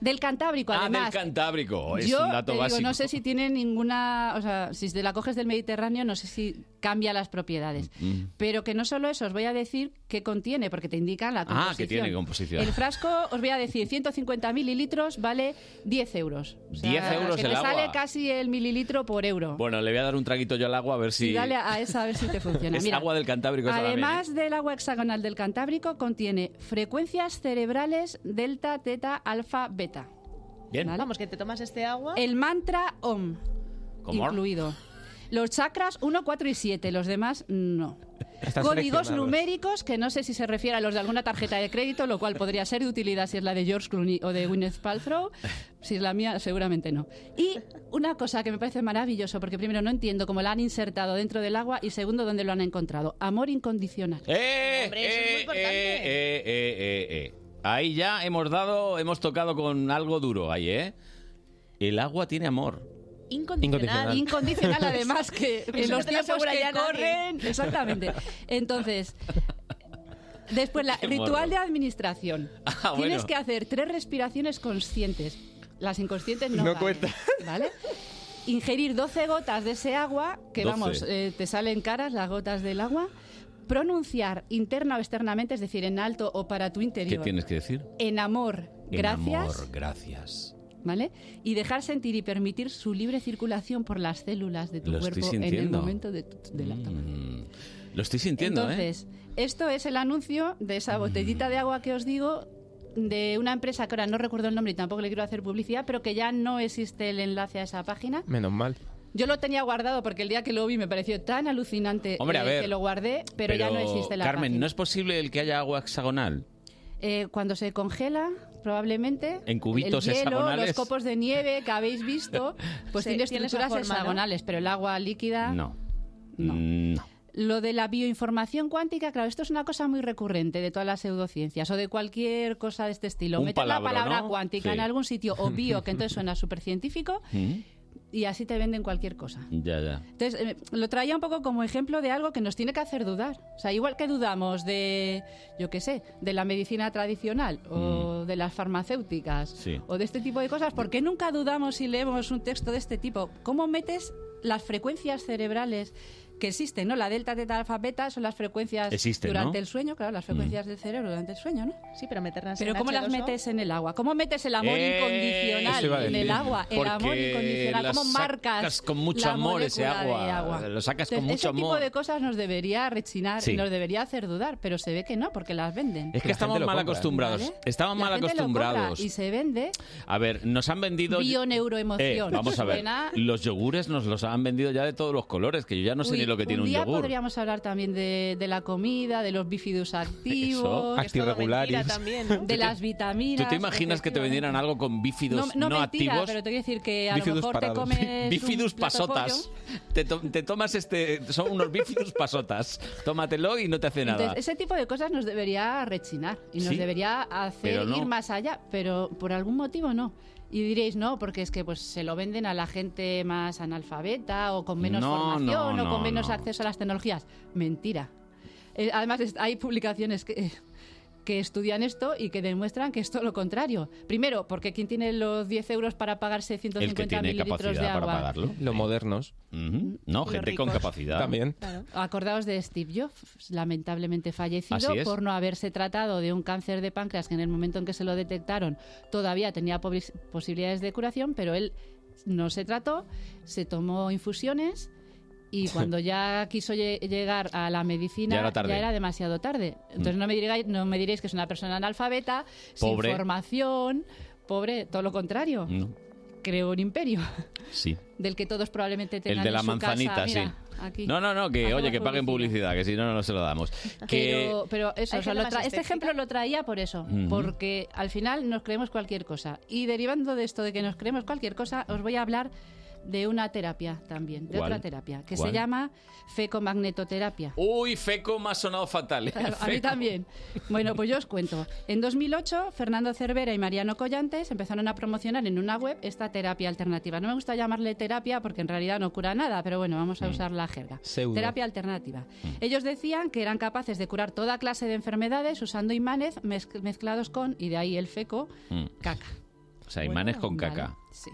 [SPEAKER 5] del Cantábrico,
[SPEAKER 2] Ah,
[SPEAKER 5] además.
[SPEAKER 2] del Cantábrico. Es
[SPEAKER 5] Yo
[SPEAKER 2] un
[SPEAKER 5] te
[SPEAKER 2] dato
[SPEAKER 5] digo,
[SPEAKER 2] básico.
[SPEAKER 5] no sé si tiene ninguna, o sea, si te la coges del Mediterráneo, no sé si cambia las propiedades.
[SPEAKER 2] Mm.
[SPEAKER 5] Pero que no solo eso, os voy a decir qué contiene, porque te indican la composición.
[SPEAKER 2] Ah, que tiene composición.
[SPEAKER 5] El frasco, os voy a decir, 150 mililitros vale 10 euros.
[SPEAKER 2] 10 euros
[SPEAKER 5] que
[SPEAKER 2] el
[SPEAKER 5] te
[SPEAKER 2] agua.
[SPEAKER 5] sale casi el mililitro por euro.
[SPEAKER 2] Bueno, le voy a dar un traguito yo al agua a ver si...
[SPEAKER 5] Y dale a esa a ver si te funciona.
[SPEAKER 2] es
[SPEAKER 5] Mira,
[SPEAKER 2] agua del Cantábrico. esa también, ¿eh?
[SPEAKER 5] Además del agua hexagonal del Cantábrico, contiene frecuencias cerebrales delta, teta, alfa, beta.
[SPEAKER 2] Bien.
[SPEAKER 5] ¿vale?
[SPEAKER 6] Vamos, que te tomas este agua.
[SPEAKER 5] El mantra OM.
[SPEAKER 2] ¿Cómo?
[SPEAKER 5] Incluido. Los chakras 1, 4 y 7, los demás no.
[SPEAKER 3] Están
[SPEAKER 5] Códigos
[SPEAKER 3] seleccionados.
[SPEAKER 5] numéricos que no sé si se refiere a los de alguna tarjeta de crédito, lo cual podría ser de utilidad si es la de George Clooney o de Gwyneth Paltrow. Si es la mía, seguramente no. Y una cosa que me parece maravilloso, porque primero no entiendo cómo la han insertado dentro del agua y segundo dónde lo han encontrado. Amor incondicional.
[SPEAKER 2] ¡Eh!
[SPEAKER 6] Hombre, eso es muy
[SPEAKER 2] eh,
[SPEAKER 6] importante.
[SPEAKER 2] eh, eh, eh, eh, eh. Ahí ya hemos dado, hemos tocado con algo duro ahí, ¿eh? El agua tiene amor.
[SPEAKER 6] Incondicional.
[SPEAKER 5] Incondicional, además, que en
[SPEAKER 6] Eso no
[SPEAKER 5] los
[SPEAKER 6] te lo
[SPEAKER 5] tiempos
[SPEAKER 6] asegura
[SPEAKER 5] que
[SPEAKER 6] ya nadie.
[SPEAKER 5] corren. Exactamente. Entonces, después, la,
[SPEAKER 2] Qué
[SPEAKER 5] ritual
[SPEAKER 2] morro.
[SPEAKER 5] de administración.
[SPEAKER 2] Ah,
[SPEAKER 5] Tienes
[SPEAKER 2] bueno.
[SPEAKER 5] que hacer tres respiraciones conscientes. Las inconscientes no.
[SPEAKER 3] No
[SPEAKER 5] valen,
[SPEAKER 3] cuentan.
[SPEAKER 5] ¿Vale? Ingerir 12 gotas de ese agua, que
[SPEAKER 2] 12.
[SPEAKER 5] vamos, eh, te salen caras las gotas del agua. Pronunciar interna o externamente, es decir, en alto o para tu
[SPEAKER 2] ¿Qué
[SPEAKER 5] interior.
[SPEAKER 2] tienes que decir?
[SPEAKER 5] En amor, gracias.
[SPEAKER 2] En amor, gracias.
[SPEAKER 5] ¿vale? Y dejar sentir y permitir su libre circulación por las células de tu
[SPEAKER 2] Lo estoy
[SPEAKER 5] cuerpo en el
[SPEAKER 2] sintiendo.
[SPEAKER 5] momento de, tu- de la toma.
[SPEAKER 2] Mm, Lo estoy sintiendo, ¿eh?
[SPEAKER 5] Entonces, esto es el anuncio de esa
[SPEAKER 2] Mm.
[SPEAKER 5] botellita de agua que os digo de una empresa que ahora no recuerdo el nombre y tampoco le quiero hacer publicidad, pero que ya no existe el enlace a esa página.
[SPEAKER 3] Menos mal.
[SPEAKER 5] Yo lo tenía guardado porque el día que lo vi me pareció tan alucinante
[SPEAKER 2] Hombre, a ver,
[SPEAKER 5] que lo guardé,
[SPEAKER 2] ¿eh?
[SPEAKER 5] pero, ya no existe la
[SPEAKER 2] Carmen,
[SPEAKER 5] página.
[SPEAKER 2] ¿no es posible el que haya agua hexagonal?
[SPEAKER 5] Eh, cuando se congela, probablemente.
[SPEAKER 2] En Eh, cubitos
[SPEAKER 5] el hielo,
[SPEAKER 2] hexagonales.
[SPEAKER 5] Los copos de nieve que habéis visto, pues
[SPEAKER 6] Sí,
[SPEAKER 5] tiene
[SPEAKER 6] tiene esa
[SPEAKER 5] estructuras
[SPEAKER 6] forma, ¿no?
[SPEAKER 5] hexagonales, pero el agua líquida.
[SPEAKER 2] No. Mm,
[SPEAKER 5] No.
[SPEAKER 2] No.
[SPEAKER 5] Lo de la bioinformación cuántica, claro, esto es una cosa muy recurrente de todas las pseudociencias o de cualquier cosa de este estilo.
[SPEAKER 2] Un
[SPEAKER 5] Meter
[SPEAKER 2] palabra,
[SPEAKER 5] la palabra
[SPEAKER 2] ¿no?
[SPEAKER 5] cuántica
[SPEAKER 2] Sí.
[SPEAKER 5] en algún sitio o bio, que entonces suena súper científico,
[SPEAKER 2] Mm,
[SPEAKER 5] y así te venden cualquier cosa.
[SPEAKER 2] Ya, ya.
[SPEAKER 5] Entonces, eh, lo traía un poco como ejemplo de algo que nos tiene que hacer dudar. O sea, igual que dudamos de, yo qué sé, de la medicina tradicional o de las farmacéuticas
[SPEAKER 2] Mm. Sí.
[SPEAKER 5] o de este tipo de cosas, ¿por qué nunca dudamos si leemos un texto de este tipo? ¿Cómo metes las frecuencias cerebrales que existen, no? La delta, teta, alfa, beta son las frecuencias
[SPEAKER 2] Existen,
[SPEAKER 5] durante
[SPEAKER 2] ¿no? Mm.
[SPEAKER 5] el sueño, claro, las frecuencias del cerebro durante el sueño, ¿no?
[SPEAKER 6] Sí, pero meterlas
[SPEAKER 5] Pero
[SPEAKER 6] en
[SPEAKER 5] ¿cómo las
[SPEAKER 6] H2O?
[SPEAKER 5] metes en el agua? ¿Cómo metes el amor
[SPEAKER 2] Eh,
[SPEAKER 3] eso iba a
[SPEAKER 5] incondicional en el
[SPEAKER 3] decir.
[SPEAKER 5] agua? El
[SPEAKER 2] Porque
[SPEAKER 5] amor incondicional. ¿Cómo
[SPEAKER 2] las
[SPEAKER 5] marcas?
[SPEAKER 2] sacas con mucho
[SPEAKER 5] la
[SPEAKER 2] amor ese
[SPEAKER 5] molécula
[SPEAKER 2] agua,
[SPEAKER 5] de
[SPEAKER 2] lo sacas con
[SPEAKER 5] Entonces, ese
[SPEAKER 2] mucho amor.
[SPEAKER 5] tipo de cosas nos debería rechinar
[SPEAKER 2] Sí.
[SPEAKER 5] y nos debería hacer dudar, pero se ve que no, porque las venden.
[SPEAKER 2] Es que
[SPEAKER 3] La
[SPEAKER 2] estamos
[SPEAKER 3] gente lo
[SPEAKER 2] mal
[SPEAKER 3] compra, ¿eh?
[SPEAKER 2] acostumbrados.
[SPEAKER 5] ¿Vale?
[SPEAKER 2] Estamos
[SPEAKER 5] La
[SPEAKER 2] mal
[SPEAKER 5] gente lo compra
[SPEAKER 2] acostumbrados.
[SPEAKER 5] Y se vende
[SPEAKER 2] A ver, nos han vendido...
[SPEAKER 5] bioneuroemoción.
[SPEAKER 2] Eh, vamos a ver.
[SPEAKER 5] Suena-
[SPEAKER 2] Los yogures nos los han vendido ya de todos los colores, que yo ya no sé
[SPEAKER 5] Uy,
[SPEAKER 2] ni lo que tiene un,
[SPEAKER 5] día
[SPEAKER 2] yogur.
[SPEAKER 5] podríamos hablar también de, de la comida, de los bífidos activos,
[SPEAKER 2] Eso.
[SPEAKER 3] Actirregularis.
[SPEAKER 6] mentira también, ¿no?
[SPEAKER 5] de las vitaminas.
[SPEAKER 2] ¿Tú te imaginas que te vendieran algo con
[SPEAKER 5] no,
[SPEAKER 2] bífidos no,
[SPEAKER 5] no, mentira,
[SPEAKER 2] activos?
[SPEAKER 5] pero te quiero decir que a lo
[SPEAKER 3] Bífidos
[SPEAKER 5] mejor
[SPEAKER 3] parados.
[SPEAKER 5] te comes
[SPEAKER 2] Bífidus
[SPEAKER 5] un plato de
[SPEAKER 2] pasotas.
[SPEAKER 5] pollo.
[SPEAKER 2] Te, to- te tomas este. Son unos bífidus pasotas. Tómatelo y no te hace nada.
[SPEAKER 5] Entonces, ese tipo de cosas nos debería rechinar y nos
[SPEAKER 2] Sí,
[SPEAKER 5] debería hacer
[SPEAKER 2] pero no.
[SPEAKER 5] ir más allá, pero por algún motivo no. Y diréis, no, porque es que pues se lo venden a la gente más analfabeta o con menos
[SPEAKER 2] No,
[SPEAKER 5] formación
[SPEAKER 2] no,
[SPEAKER 5] o con
[SPEAKER 2] no,
[SPEAKER 5] menos
[SPEAKER 2] no.
[SPEAKER 5] acceso a las tecnologías. Mentira. Eh, además, es- hay publicaciones que, que estudian esto y que demuestran que es todo lo contrario. Primero, porque ¿quién tiene los 10 euros para pagarse
[SPEAKER 2] El que
[SPEAKER 5] 150
[SPEAKER 2] tiene
[SPEAKER 5] mililitros de
[SPEAKER 2] capacidad para
[SPEAKER 5] agua?
[SPEAKER 2] pagarlo.
[SPEAKER 3] Los modernos
[SPEAKER 2] Ujú. No,
[SPEAKER 6] Los
[SPEAKER 2] gente con
[SPEAKER 6] ricos.
[SPEAKER 2] capacidad.
[SPEAKER 3] también.
[SPEAKER 6] Claro.
[SPEAKER 5] Acordaos de Steve Jobs, lamentablemente fallecido
[SPEAKER 2] Así es.
[SPEAKER 5] por no haberse tratado de un cáncer de páncreas que en el momento en que se lo detectaron todavía tenía pobres- posibilidades de curación, pero él no se trató, se tomó infusiones y cuando ya quiso lle- llegar a la medicina
[SPEAKER 2] Ya era tarde. Mm.
[SPEAKER 5] demasiado tarde. Entonces no, me diréis, no me diréis que es una persona analfabeta,
[SPEAKER 2] Pobre.
[SPEAKER 5] sin formación, pobre, todo lo contrario.
[SPEAKER 2] No,
[SPEAKER 5] Creó un imperio
[SPEAKER 2] Sí.
[SPEAKER 5] del que todos probablemente tengan
[SPEAKER 2] El de
[SPEAKER 5] en
[SPEAKER 2] la
[SPEAKER 5] su casa.
[SPEAKER 2] manzanita,
[SPEAKER 5] Mira,
[SPEAKER 2] sí.
[SPEAKER 5] aquí.
[SPEAKER 2] No, no, no, que
[SPEAKER 5] Hacemos
[SPEAKER 2] oye, que paguen publicidad, que si no, no se lo damos. Que
[SPEAKER 5] Pero, pero eso,
[SPEAKER 6] Hay
[SPEAKER 5] o sea,
[SPEAKER 6] gente
[SPEAKER 5] lo
[SPEAKER 6] más
[SPEAKER 5] tra- este
[SPEAKER 6] escéptica.
[SPEAKER 5] ejemplo lo traía por eso,
[SPEAKER 2] Ujú.
[SPEAKER 5] porque al final nos creemos cualquier cosa. Y derivando de esto de que nos creemos cualquier cosa, os voy a hablar de una terapia también, de
[SPEAKER 2] ¿Cuál?
[SPEAKER 5] otra terapia, que
[SPEAKER 2] ¿Cuál?
[SPEAKER 5] se llama fecomagnetoterapia.
[SPEAKER 2] Uy, Feco me ha sonado fatal. ¿eh?
[SPEAKER 5] A mí
[SPEAKER 2] Feco.
[SPEAKER 5] también. Bueno, pues yo os cuento. En 2008, Fernando Cervera y Mariano Collantes empezaron a promocionar en una web esta terapia alternativa. No me gusta llamarle terapia porque en realidad no cura nada, pero bueno, vamos a usar la jerga.
[SPEAKER 3] Pseudo.
[SPEAKER 5] Terapia alternativa. Ellos decían que eran capaces de curar toda clase de enfermedades usando imanes mezc- mezclados con, y de ahí el feco,
[SPEAKER 2] Mm.
[SPEAKER 5] caca.
[SPEAKER 2] O sea, imanes con
[SPEAKER 5] Vale,
[SPEAKER 2] caca. Mm.
[SPEAKER 5] sí.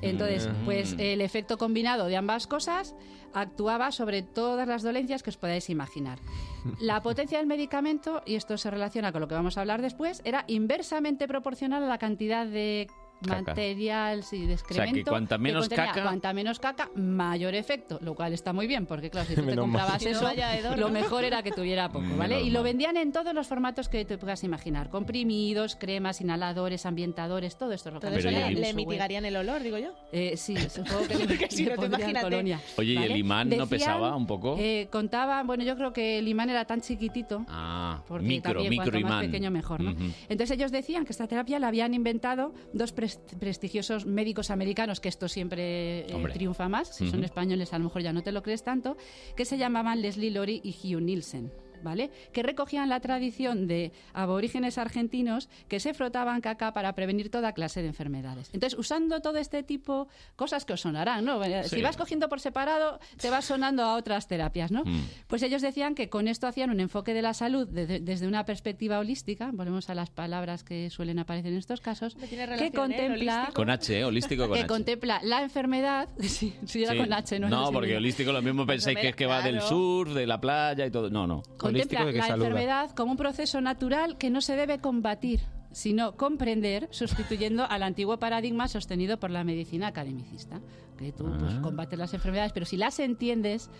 [SPEAKER 5] Entonces, pues el efecto combinado de ambas cosas actuaba sobre todas las dolencias que os podáis imaginar. La potencia del medicamento, y esto se relaciona con lo que vamos a hablar después, era inversamente proporcional a la cantidad de
[SPEAKER 2] Caca.
[SPEAKER 5] material y de excremento.
[SPEAKER 2] cuanta menos
[SPEAKER 5] contenía.
[SPEAKER 2] caca-
[SPEAKER 5] Cuanta menos caca, mayor efecto, lo cual está muy bien, porque claro, si tú te
[SPEAKER 3] Menos mal.
[SPEAKER 5] comprabas
[SPEAKER 6] Que no
[SPEAKER 5] eso,
[SPEAKER 6] vaya hedor,
[SPEAKER 5] lo
[SPEAKER 6] ¿no?
[SPEAKER 5] mejor era que tuviera poco, ¿vale?
[SPEAKER 2] Menos
[SPEAKER 5] Y lo
[SPEAKER 2] mal.
[SPEAKER 5] vendían en todos los formatos que te puedas imaginar, comprimidos, cremas, inhaladores, ambientadores, todo esto es lo que
[SPEAKER 6] Todo eso
[SPEAKER 2] Pero
[SPEAKER 5] han
[SPEAKER 2] y
[SPEAKER 6] le,
[SPEAKER 5] sacado
[SPEAKER 2] el-
[SPEAKER 5] en
[SPEAKER 6] le
[SPEAKER 5] su web.
[SPEAKER 6] mitigarían el olor, digo yo.
[SPEAKER 5] Eh, sí, supongo que le,
[SPEAKER 6] Porque si
[SPEAKER 5] le
[SPEAKER 6] no,
[SPEAKER 5] pondrían
[SPEAKER 6] tú pues imagínate.
[SPEAKER 5] colonia.
[SPEAKER 2] Oye, ¿y el
[SPEAKER 5] ¿vale?
[SPEAKER 2] imán no
[SPEAKER 5] Decían,
[SPEAKER 2] pesaba un poco?
[SPEAKER 5] eh, contaba, bueno, yo creo que el imán era tan chiquitito.
[SPEAKER 2] Ah,
[SPEAKER 5] Porque
[SPEAKER 2] micro,
[SPEAKER 5] también
[SPEAKER 2] micro
[SPEAKER 5] cuanto
[SPEAKER 2] imán.
[SPEAKER 5] más pequeño mejor, ¿no?
[SPEAKER 2] Ujú.
[SPEAKER 5] Entonces ellos decían que esta terapia la habían inventado dos pres- prestigiosos médicos americanos, que esto siempre eh,
[SPEAKER 2] Hombre.
[SPEAKER 5] triunfa más, si son
[SPEAKER 2] Ujú.
[SPEAKER 5] españoles a lo mejor ya no te lo crees tanto, que se llamaban Leslie Lori y Hugh Nielsen. ¿Vale? que recogían la tradición de aborígenes argentinos que se frotaban caca para prevenir toda clase de enfermedades. Entonces, usando todo este tipo, cosas que os sonarán, ¿no? Eh,
[SPEAKER 2] Sí.
[SPEAKER 5] Si vas cogiendo por separado, te vas sonando a otras terapias, ¿no?
[SPEAKER 2] Mm.
[SPEAKER 5] Pues ellos decían que con esto hacían un enfoque de la salud desde, desde una perspectiva holística, volvemos a las palabras que suelen aparecer en estos casos,
[SPEAKER 6] Hombre, tiene
[SPEAKER 5] que
[SPEAKER 6] relación, ¿eh?
[SPEAKER 5] contempla,
[SPEAKER 6] Holístico.
[SPEAKER 2] Con H, ¿eh? holístico con
[SPEAKER 5] que
[SPEAKER 2] H.
[SPEAKER 5] contempla la enfermedad, sí, sí, era
[SPEAKER 2] Sí.
[SPEAKER 5] con H, no,
[SPEAKER 2] No,
[SPEAKER 5] sé
[SPEAKER 2] porque
[SPEAKER 5] bien.
[SPEAKER 2] holístico lo mismo pensáis que es que va del
[SPEAKER 6] Claro.
[SPEAKER 2] sur, de la playa y todo. No, no.
[SPEAKER 5] contempla
[SPEAKER 3] Holístico de que
[SPEAKER 5] la
[SPEAKER 3] saluda.
[SPEAKER 5] enfermedad como un proceso natural que no se debe combatir, sino comprender, sustituyendo al antiguo paradigma sostenido por la medicina academicista. Que tú pues,
[SPEAKER 2] Ah.
[SPEAKER 5] combates las enfermedades, pero si las entiendes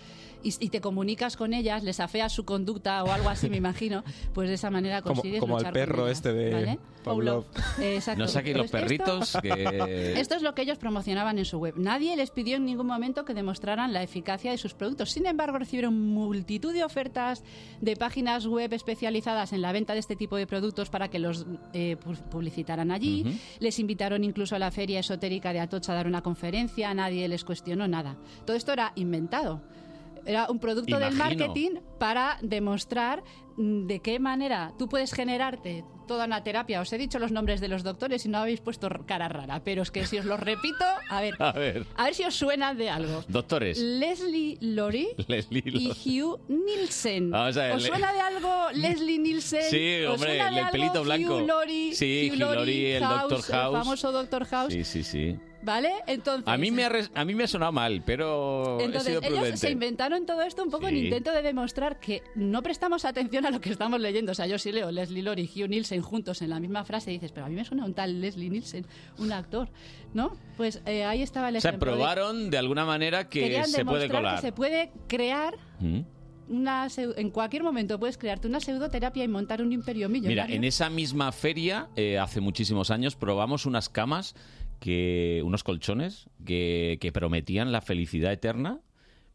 [SPEAKER 5] y, y te comunicas con ellas, les afeas su conducta o algo así, me imagino, pues de esa manera
[SPEAKER 3] Como-
[SPEAKER 5] consigues
[SPEAKER 3] como al
[SPEAKER 5] luchar con
[SPEAKER 3] perro
[SPEAKER 5] ellas,
[SPEAKER 3] este de
[SPEAKER 5] ¿vale?
[SPEAKER 3] Pavlov.
[SPEAKER 5] Eh, exacto.
[SPEAKER 2] No saquéis los
[SPEAKER 5] Pues esto-
[SPEAKER 2] perritos que...
[SPEAKER 5] esto es lo que ellos promocionaban en su web. Nadie les pidió en ningún momento que demostraran la eficacia de sus productos. Sin embargo, recibieron multitud de ofertas de páginas web especializadas en la venta de este tipo de productos para que los eh, pu- publicitaran allí.
[SPEAKER 2] Ujú.
[SPEAKER 5] Les invitaron incluso a la feria esotérica de Atocha a dar una conferencia. Nadie les cuestionó nada. Todo esto era inventado. Era un producto del
[SPEAKER 2] Imagino.
[SPEAKER 5] marketing para demostrar mm, de qué manera tú puedes generarte toda una terapia. Os he dicho los nombres de los doctores y no habéis puesto r- cara rara, pero es que si os los repito, a ver,
[SPEAKER 2] A ver,
[SPEAKER 5] a ver si os suena de algo.
[SPEAKER 2] doctores.
[SPEAKER 5] Leslie Lori
[SPEAKER 2] Leslie
[SPEAKER 5] y
[SPEAKER 2] Lord.
[SPEAKER 5] Hugh Nielsen.
[SPEAKER 2] Vamos a ver,
[SPEAKER 5] ¿Os
[SPEAKER 2] le-
[SPEAKER 5] suena de algo Leslie Nielsen?
[SPEAKER 2] Sí,
[SPEAKER 5] ¿Os
[SPEAKER 2] hombre,
[SPEAKER 5] suena de
[SPEAKER 2] el
[SPEAKER 5] algo
[SPEAKER 2] pelito blanco.
[SPEAKER 5] Hugh Laurie,
[SPEAKER 2] Sí,
[SPEAKER 5] Hugh
[SPEAKER 2] Hugh
[SPEAKER 5] Laurie,
[SPEAKER 2] Laurie, el Dr. House.
[SPEAKER 5] El famoso Doctor House.
[SPEAKER 2] Sí, sí, sí.
[SPEAKER 5] ¿Vale? Entonces.
[SPEAKER 2] A mí, me ha res- a mí me ha sonado mal, pero he
[SPEAKER 5] Pues, eh, Entonces,
[SPEAKER 2] sido prudente.
[SPEAKER 5] ellos se inventaron todo esto un poco en
[SPEAKER 2] Sí.
[SPEAKER 5] intento de demostrar que no prestamos atención a lo que estamos leyendo. O sea, yo sí leo Leslie Lori y Hugh Nielsen juntos en la misma frase y dices, pero a mí me suena un tal Leslie Nielsen, un actor, ¿no? Pues eh, ahí estaba el
[SPEAKER 2] o sea,
[SPEAKER 5] ejemplo de-
[SPEAKER 2] probaron de alguna manera que
[SPEAKER 5] querían
[SPEAKER 2] se puede
[SPEAKER 5] demostrar
[SPEAKER 2] colar.
[SPEAKER 5] que se puede crear
[SPEAKER 2] ¿Mm?
[SPEAKER 5] una... pseu- En cualquier momento puedes crearte una pseudoterapia y montar un imperio millonario.
[SPEAKER 2] Mira, en esa misma feria, eh, hace muchísimos años, probamos unas camas, que unos colchones que, que prometían la felicidad eterna,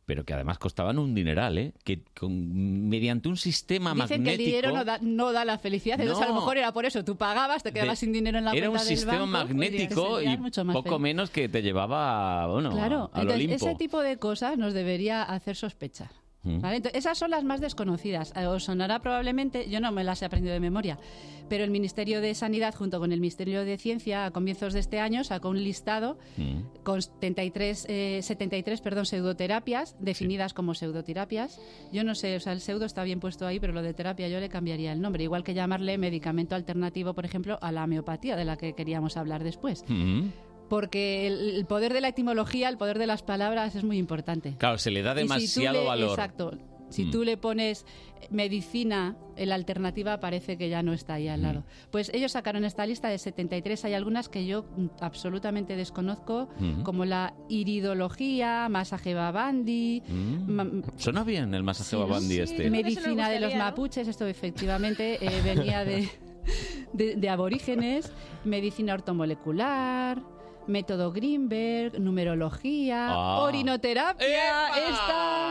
[SPEAKER 2] pero que además costaban un dineral, ¿eh? Que con- mediante un sistema
[SPEAKER 5] Dicen que el
[SPEAKER 2] magnético...
[SPEAKER 5] dinero no da, no da la felicidad, entonces a
[SPEAKER 2] No.
[SPEAKER 5] lo mejor era por eso. Tú pagabas, te quedabas
[SPEAKER 2] De-
[SPEAKER 5] sin dinero en la
[SPEAKER 2] Era un
[SPEAKER 5] cuenta del
[SPEAKER 2] sistema
[SPEAKER 5] banco, pues,
[SPEAKER 2] magnético
[SPEAKER 5] serías
[SPEAKER 2] y
[SPEAKER 5] mucho más
[SPEAKER 2] poco
[SPEAKER 5] feliz.
[SPEAKER 2] menos que te llevaba, bueno,
[SPEAKER 5] Claro,
[SPEAKER 2] al
[SPEAKER 5] entonces
[SPEAKER 2] Olimpo.
[SPEAKER 5] ese tipo de cosas nos debería hacer sospechar.
[SPEAKER 2] Mm.
[SPEAKER 5] ¿vale? Entonces, esas son las más desconocidas. Eh, Os sonará probablemente, yo no me las he aprendido de memoria, pero el Ministerio de Sanidad junto con el Ministerio de Ciencia a comienzos de este año sacó un listado
[SPEAKER 2] Mm.
[SPEAKER 5] con 73, eh, 73 perdón, pseudoterapias definidas como pseudoterapias. Yo no sé, o sea, el pseudo está bien puesto ahí, pero lo de terapia yo le cambiaría el nombre, igual que llamarle medicamento alternativo, por ejemplo, a la homeopatía, de la que queríamos hablar después.
[SPEAKER 2] Mm.
[SPEAKER 5] Porque el, el poder de la etimología, el poder de las palabras es muy importante.
[SPEAKER 2] Claro, se le da
[SPEAKER 5] Y si tú
[SPEAKER 2] demasiado
[SPEAKER 5] le-
[SPEAKER 2] valor.
[SPEAKER 5] Exacto. Si
[SPEAKER 2] Mm.
[SPEAKER 5] tú le pones medicina, en la alternativa parece que ya no está ahí al
[SPEAKER 2] Mm.
[SPEAKER 5] lado. Pues ellos sacaron esta lista de 73. Hay algunas que yo mm, absolutamente desconozco,
[SPEAKER 2] Mm.
[SPEAKER 5] como la iridología, masaje babandi,
[SPEAKER 2] Mm.
[SPEAKER 5] ma-
[SPEAKER 2] Suena bien el masaje
[SPEAKER 5] Sí, ¿no?
[SPEAKER 2] babandi
[SPEAKER 5] Sí,
[SPEAKER 2] este.
[SPEAKER 6] me-
[SPEAKER 5] medicina de los
[SPEAKER 6] gustaría, ¿no?
[SPEAKER 5] mapuches, esto efectivamente eh, venía de, de- de aborígenes, medicina ortomolecular, método Greenberg, numerología,
[SPEAKER 2] Ah.
[SPEAKER 5] orinoterapia,
[SPEAKER 2] ¡Epa!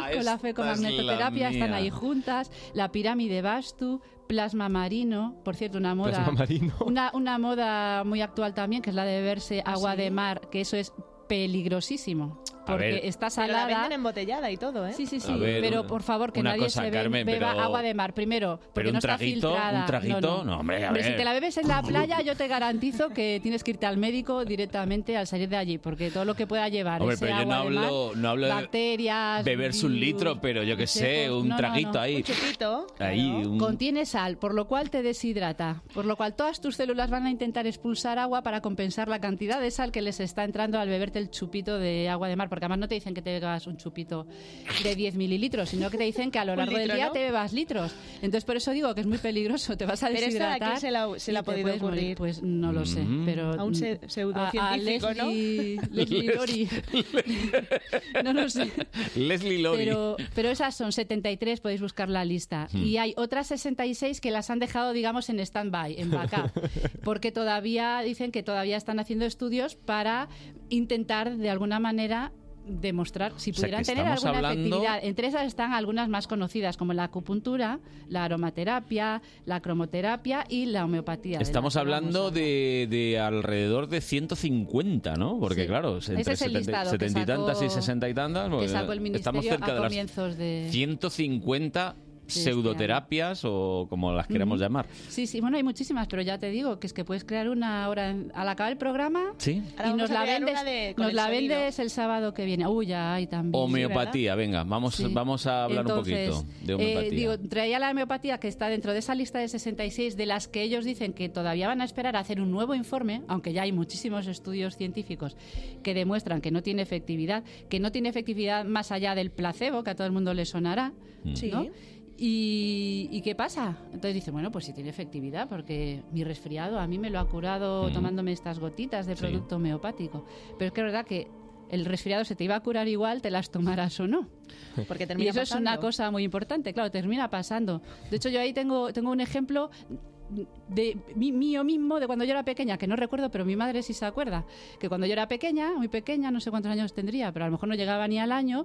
[SPEAKER 5] esta, con la fe con
[SPEAKER 2] Esta es la
[SPEAKER 5] magnetoterapia, están
[SPEAKER 2] mía.
[SPEAKER 5] ahí juntas, la pirámide Bastu, plasma marino, por cierto, una moda...
[SPEAKER 3] Plasma marino.
[SPEAKER 5] Una, una moda muy actual también, que es la de beberse
[SPEAKER 6] ¿Ah,
[SPEAKER 5] agua de mar, que eso es peligrosísimo, porque
[SPEAKER 2] ver.
[SPEAKER 5] está
[SPEAKER 6] Pero la
[SPEAKER 5] salada.
[SPEAKER 6] venden embotellada y todo, ¿eh?
[SPEAKER 5] Sí, sí, sí,
[SPEAKER 2] A ver,
[SPEAKER 5] pero por favor que
[SPEAKER 2] una
[SPEAKER 5] nadie
[SPEAKER 2] cosa,
[SPEAKER 5] se be-
[SPEAKER 2] Carmen,
[SPEAKER 5] beba
[SPEAKER 2] pero-
[SPEAKER 5] agua de mar primero, porque
[SPEAKER 2] Pero un
[SPEAKER 5] no está
[SPEAKER 2] traguito,
[SPEAKER 5] filtrada.
[SPEAKER 2] un traguito, no, hombre, a ver.
[SPEAKER 5] si te la bebes en la playa, yo te garantizo que tienes que irte al médico directamente al salir de allí, porque todo lo que pueda llevar
[SPEAKER 2] Hombre,
[SPEAKER 5] ese
[SPEAKER 2] pero yo no
[SPEAKER 5] agua de mar,
[SPEAKER 2] hablo, no hablo de
[SPEAKER 5] bacterias,
[SPEAKER 2] beberse un
[SPEAKER 5] virus,
[SPEAKER 2] litro, pero yo que sé,
[SPEAKER 5] insectos,
[SPEAKER 2] un
[SPEAKER 5] no, no,
[SPEAKER 2] traguito
[SPEAKER 5] no.
[SPEAKER 2] ahí.
[SPEAKER 6] Un chupito.
[SPEAKER 2] Ahí,
[SPEAKER 6] claro.
[SPEAKER 2] un-
[SPEAKER 5] Contiene sal, por lo cual te deshidrata, por lo cual todas tus células van a intentar expulsar agua para compensar la cantidad de sal que les está entrando al beberte el chupito de agua de mar, porque además no te dicen que te bebas un chupito de 10 mililitros, sino que te dicen que a lo
[SPEAKER 6] Un
[SPEAKER 5] largo
[SPEAKER 6] litro,
[SPEAKER 5] del día
[SPEAKER 6] ¿no?
[SPEAKER 5] te bebas litros. Entonces por eso digo que es muy peligroso, te vas a
[SPEAKER 6] Pero esta, ¿a quién
[SPEAKER 5] deshidratar.
[SPEAKER 6] se la- se
[SPEAKER 5] y
[SPEAKER 6] la ha
[SPEAKER 5] te
[SPEAKER 6] podido
[SPEAKER 5] puedes morir.
[SPEAKER 6] ocurrir?
[SPEAKER 5] Pues no lo sé,
[SPEAKER 2] Mm.
[SPEAKER 5] pero
[SPEAKER 6] A un se-
[SPEAKER 5] a- a
[SPEAKER 6] pseudocientífico, ¿no?
[SPEAKER 5] Leslie- Leslie Lori. no lo sé.
[SPEAKER 2] Leslie Lori.
[SPEAKER 5] Pero, pero esas son 73, podéis buscar la lista. Y hay otras 66 que las han dejado, digamos, en stand-by, en backup. Porque todavía dicen que todavía están haciendo estudios para intentar, de alguna manera, demostrar si
[SPEAKER 2] O sea, que
[SPEAKER 5] pudieran tener
[SPEAKER 2] estamos
[SPEAKER 5] alguna
[SPEAKER 2] hablando-
[SPEAKER 5] efectividad. Entre esas están algunas más conocidas, como la acupuntura, la aromaterapia, la cromoterapia y la homeopatía. de
[SPEAKER 2] Estamos
[SPEAKER 5] las que vamos a
[SPEAKER 2] hablando
[SPEAKER 5] hablar.
[SPEAKER 2] de, de alrededor de 150, ¿no? Porque
[SPEAKER 5] Sí.
[SPEAKER 2] claro,
[SPEAKER 5] Ese
[SPEAKER 2] entre
[SPEAKER 5] es el
[SPEAKER 2] 70,
[SPEAKER 5] listado que
[SPEAKER 2] 70 y tantas y
[SPEAKER 5] sacó-
[SPEAKER 2] 60 y tantas,
[SPEAKER 5] que
[SPEAKER 2] pues,
[SPEAKER 5] sacó el
[SPEAKER 2] estamos
[SPEAKER 5] ministerio
[SPEAKER 2] cerca
[SPEAKER 5] a
[SPEAKER 2] de las
[SPEAKER 5] comienzos de...
[SPEAKER 2] 150
[SPEAKER 5] este
[SPEAKER 2] pseudoterapias o como las queramos
[SPEAKER 5] Ujú.
[SPEAKER 2] llamar.
[SPEAKER 5] Sí, sí, bueno, hay muchísimas, pero ya te digo que es que puedes crear una hora en- al acabar el programa
[SPEAKER 2] ¿Sí?
[SPEAKER 6] Ahora
[SPEAKER 5] y
[SPEAKER 6] vamos
[SPEAKER 5] nos
[SPEAKER 6] a
[SPEAKER 5] la
[SPEAKER 6] crear
[SPEAKER 5] vendes,
[SPEAKER 6] una de- con
[SPEAKER 5] nos
[SPEAKER 6] el
[SPEAKER 5] la
[SPEAKER 6] sonido.
[SPEAKER 5] vendes el sábado que viene. Uy, ya hay también.
[SPEAKER 2] Homeopatía, venga, vamos,
[SPEAKER 5] Sí.
[SPEAKER 2] vamos a hablar
[SPEAKER 5] Entonces,
[SPEAKER 2] un poquito de
[SPEAKER 5] eh,
[SPEAKER 2] homeopatía.
[SPEAKER 5] digo, traía la homeopatía que está dentro de esa lista de 66 de las que ellos dicen que todavía van a esperar a hacer un nuevo informe, aunque ya hay muchísimos estudios científicos que demuestran que no tiene efectividad, que no tiene efectividad más allá del placebo, que a todo el mundo le sonará.
[SPEAKER 2] Mm.
[SPEAKER 6] Sí.
[SPEAKER 5] ¿no? ¿Y, y qué pasa? Entonces dice, bueno, pues si tiene efectividad, porque mi resfriado a mí me lo ha curado
[SPEAKER 2] Mm.
[SPEAKER 5] tomándome estas gotitas de
[SPEAKER 2] Sí.
[SPEAKER 5] producto homeopático. Pero es que es verdad que el resfriado se te iba a curar igual, te las tomaras o no.
[SPEAKER 6] Porque termina
[SPEAKER 5] Y eso es
[SPEAKER 6] pasando.
[SPEAKER 5] una cosa muy importante, claro, termina pasando. De hecho, yo ahí tengo, tengo un ejemplo de mí- mío mismo, de cuando yo era pequeña, que no recuerdo, pero mi madre sí se acuerda, que cuando yo era pequeña, muy pequeña, no sé cuántos años tendría, pero a lo mejor no llegaba ni al año,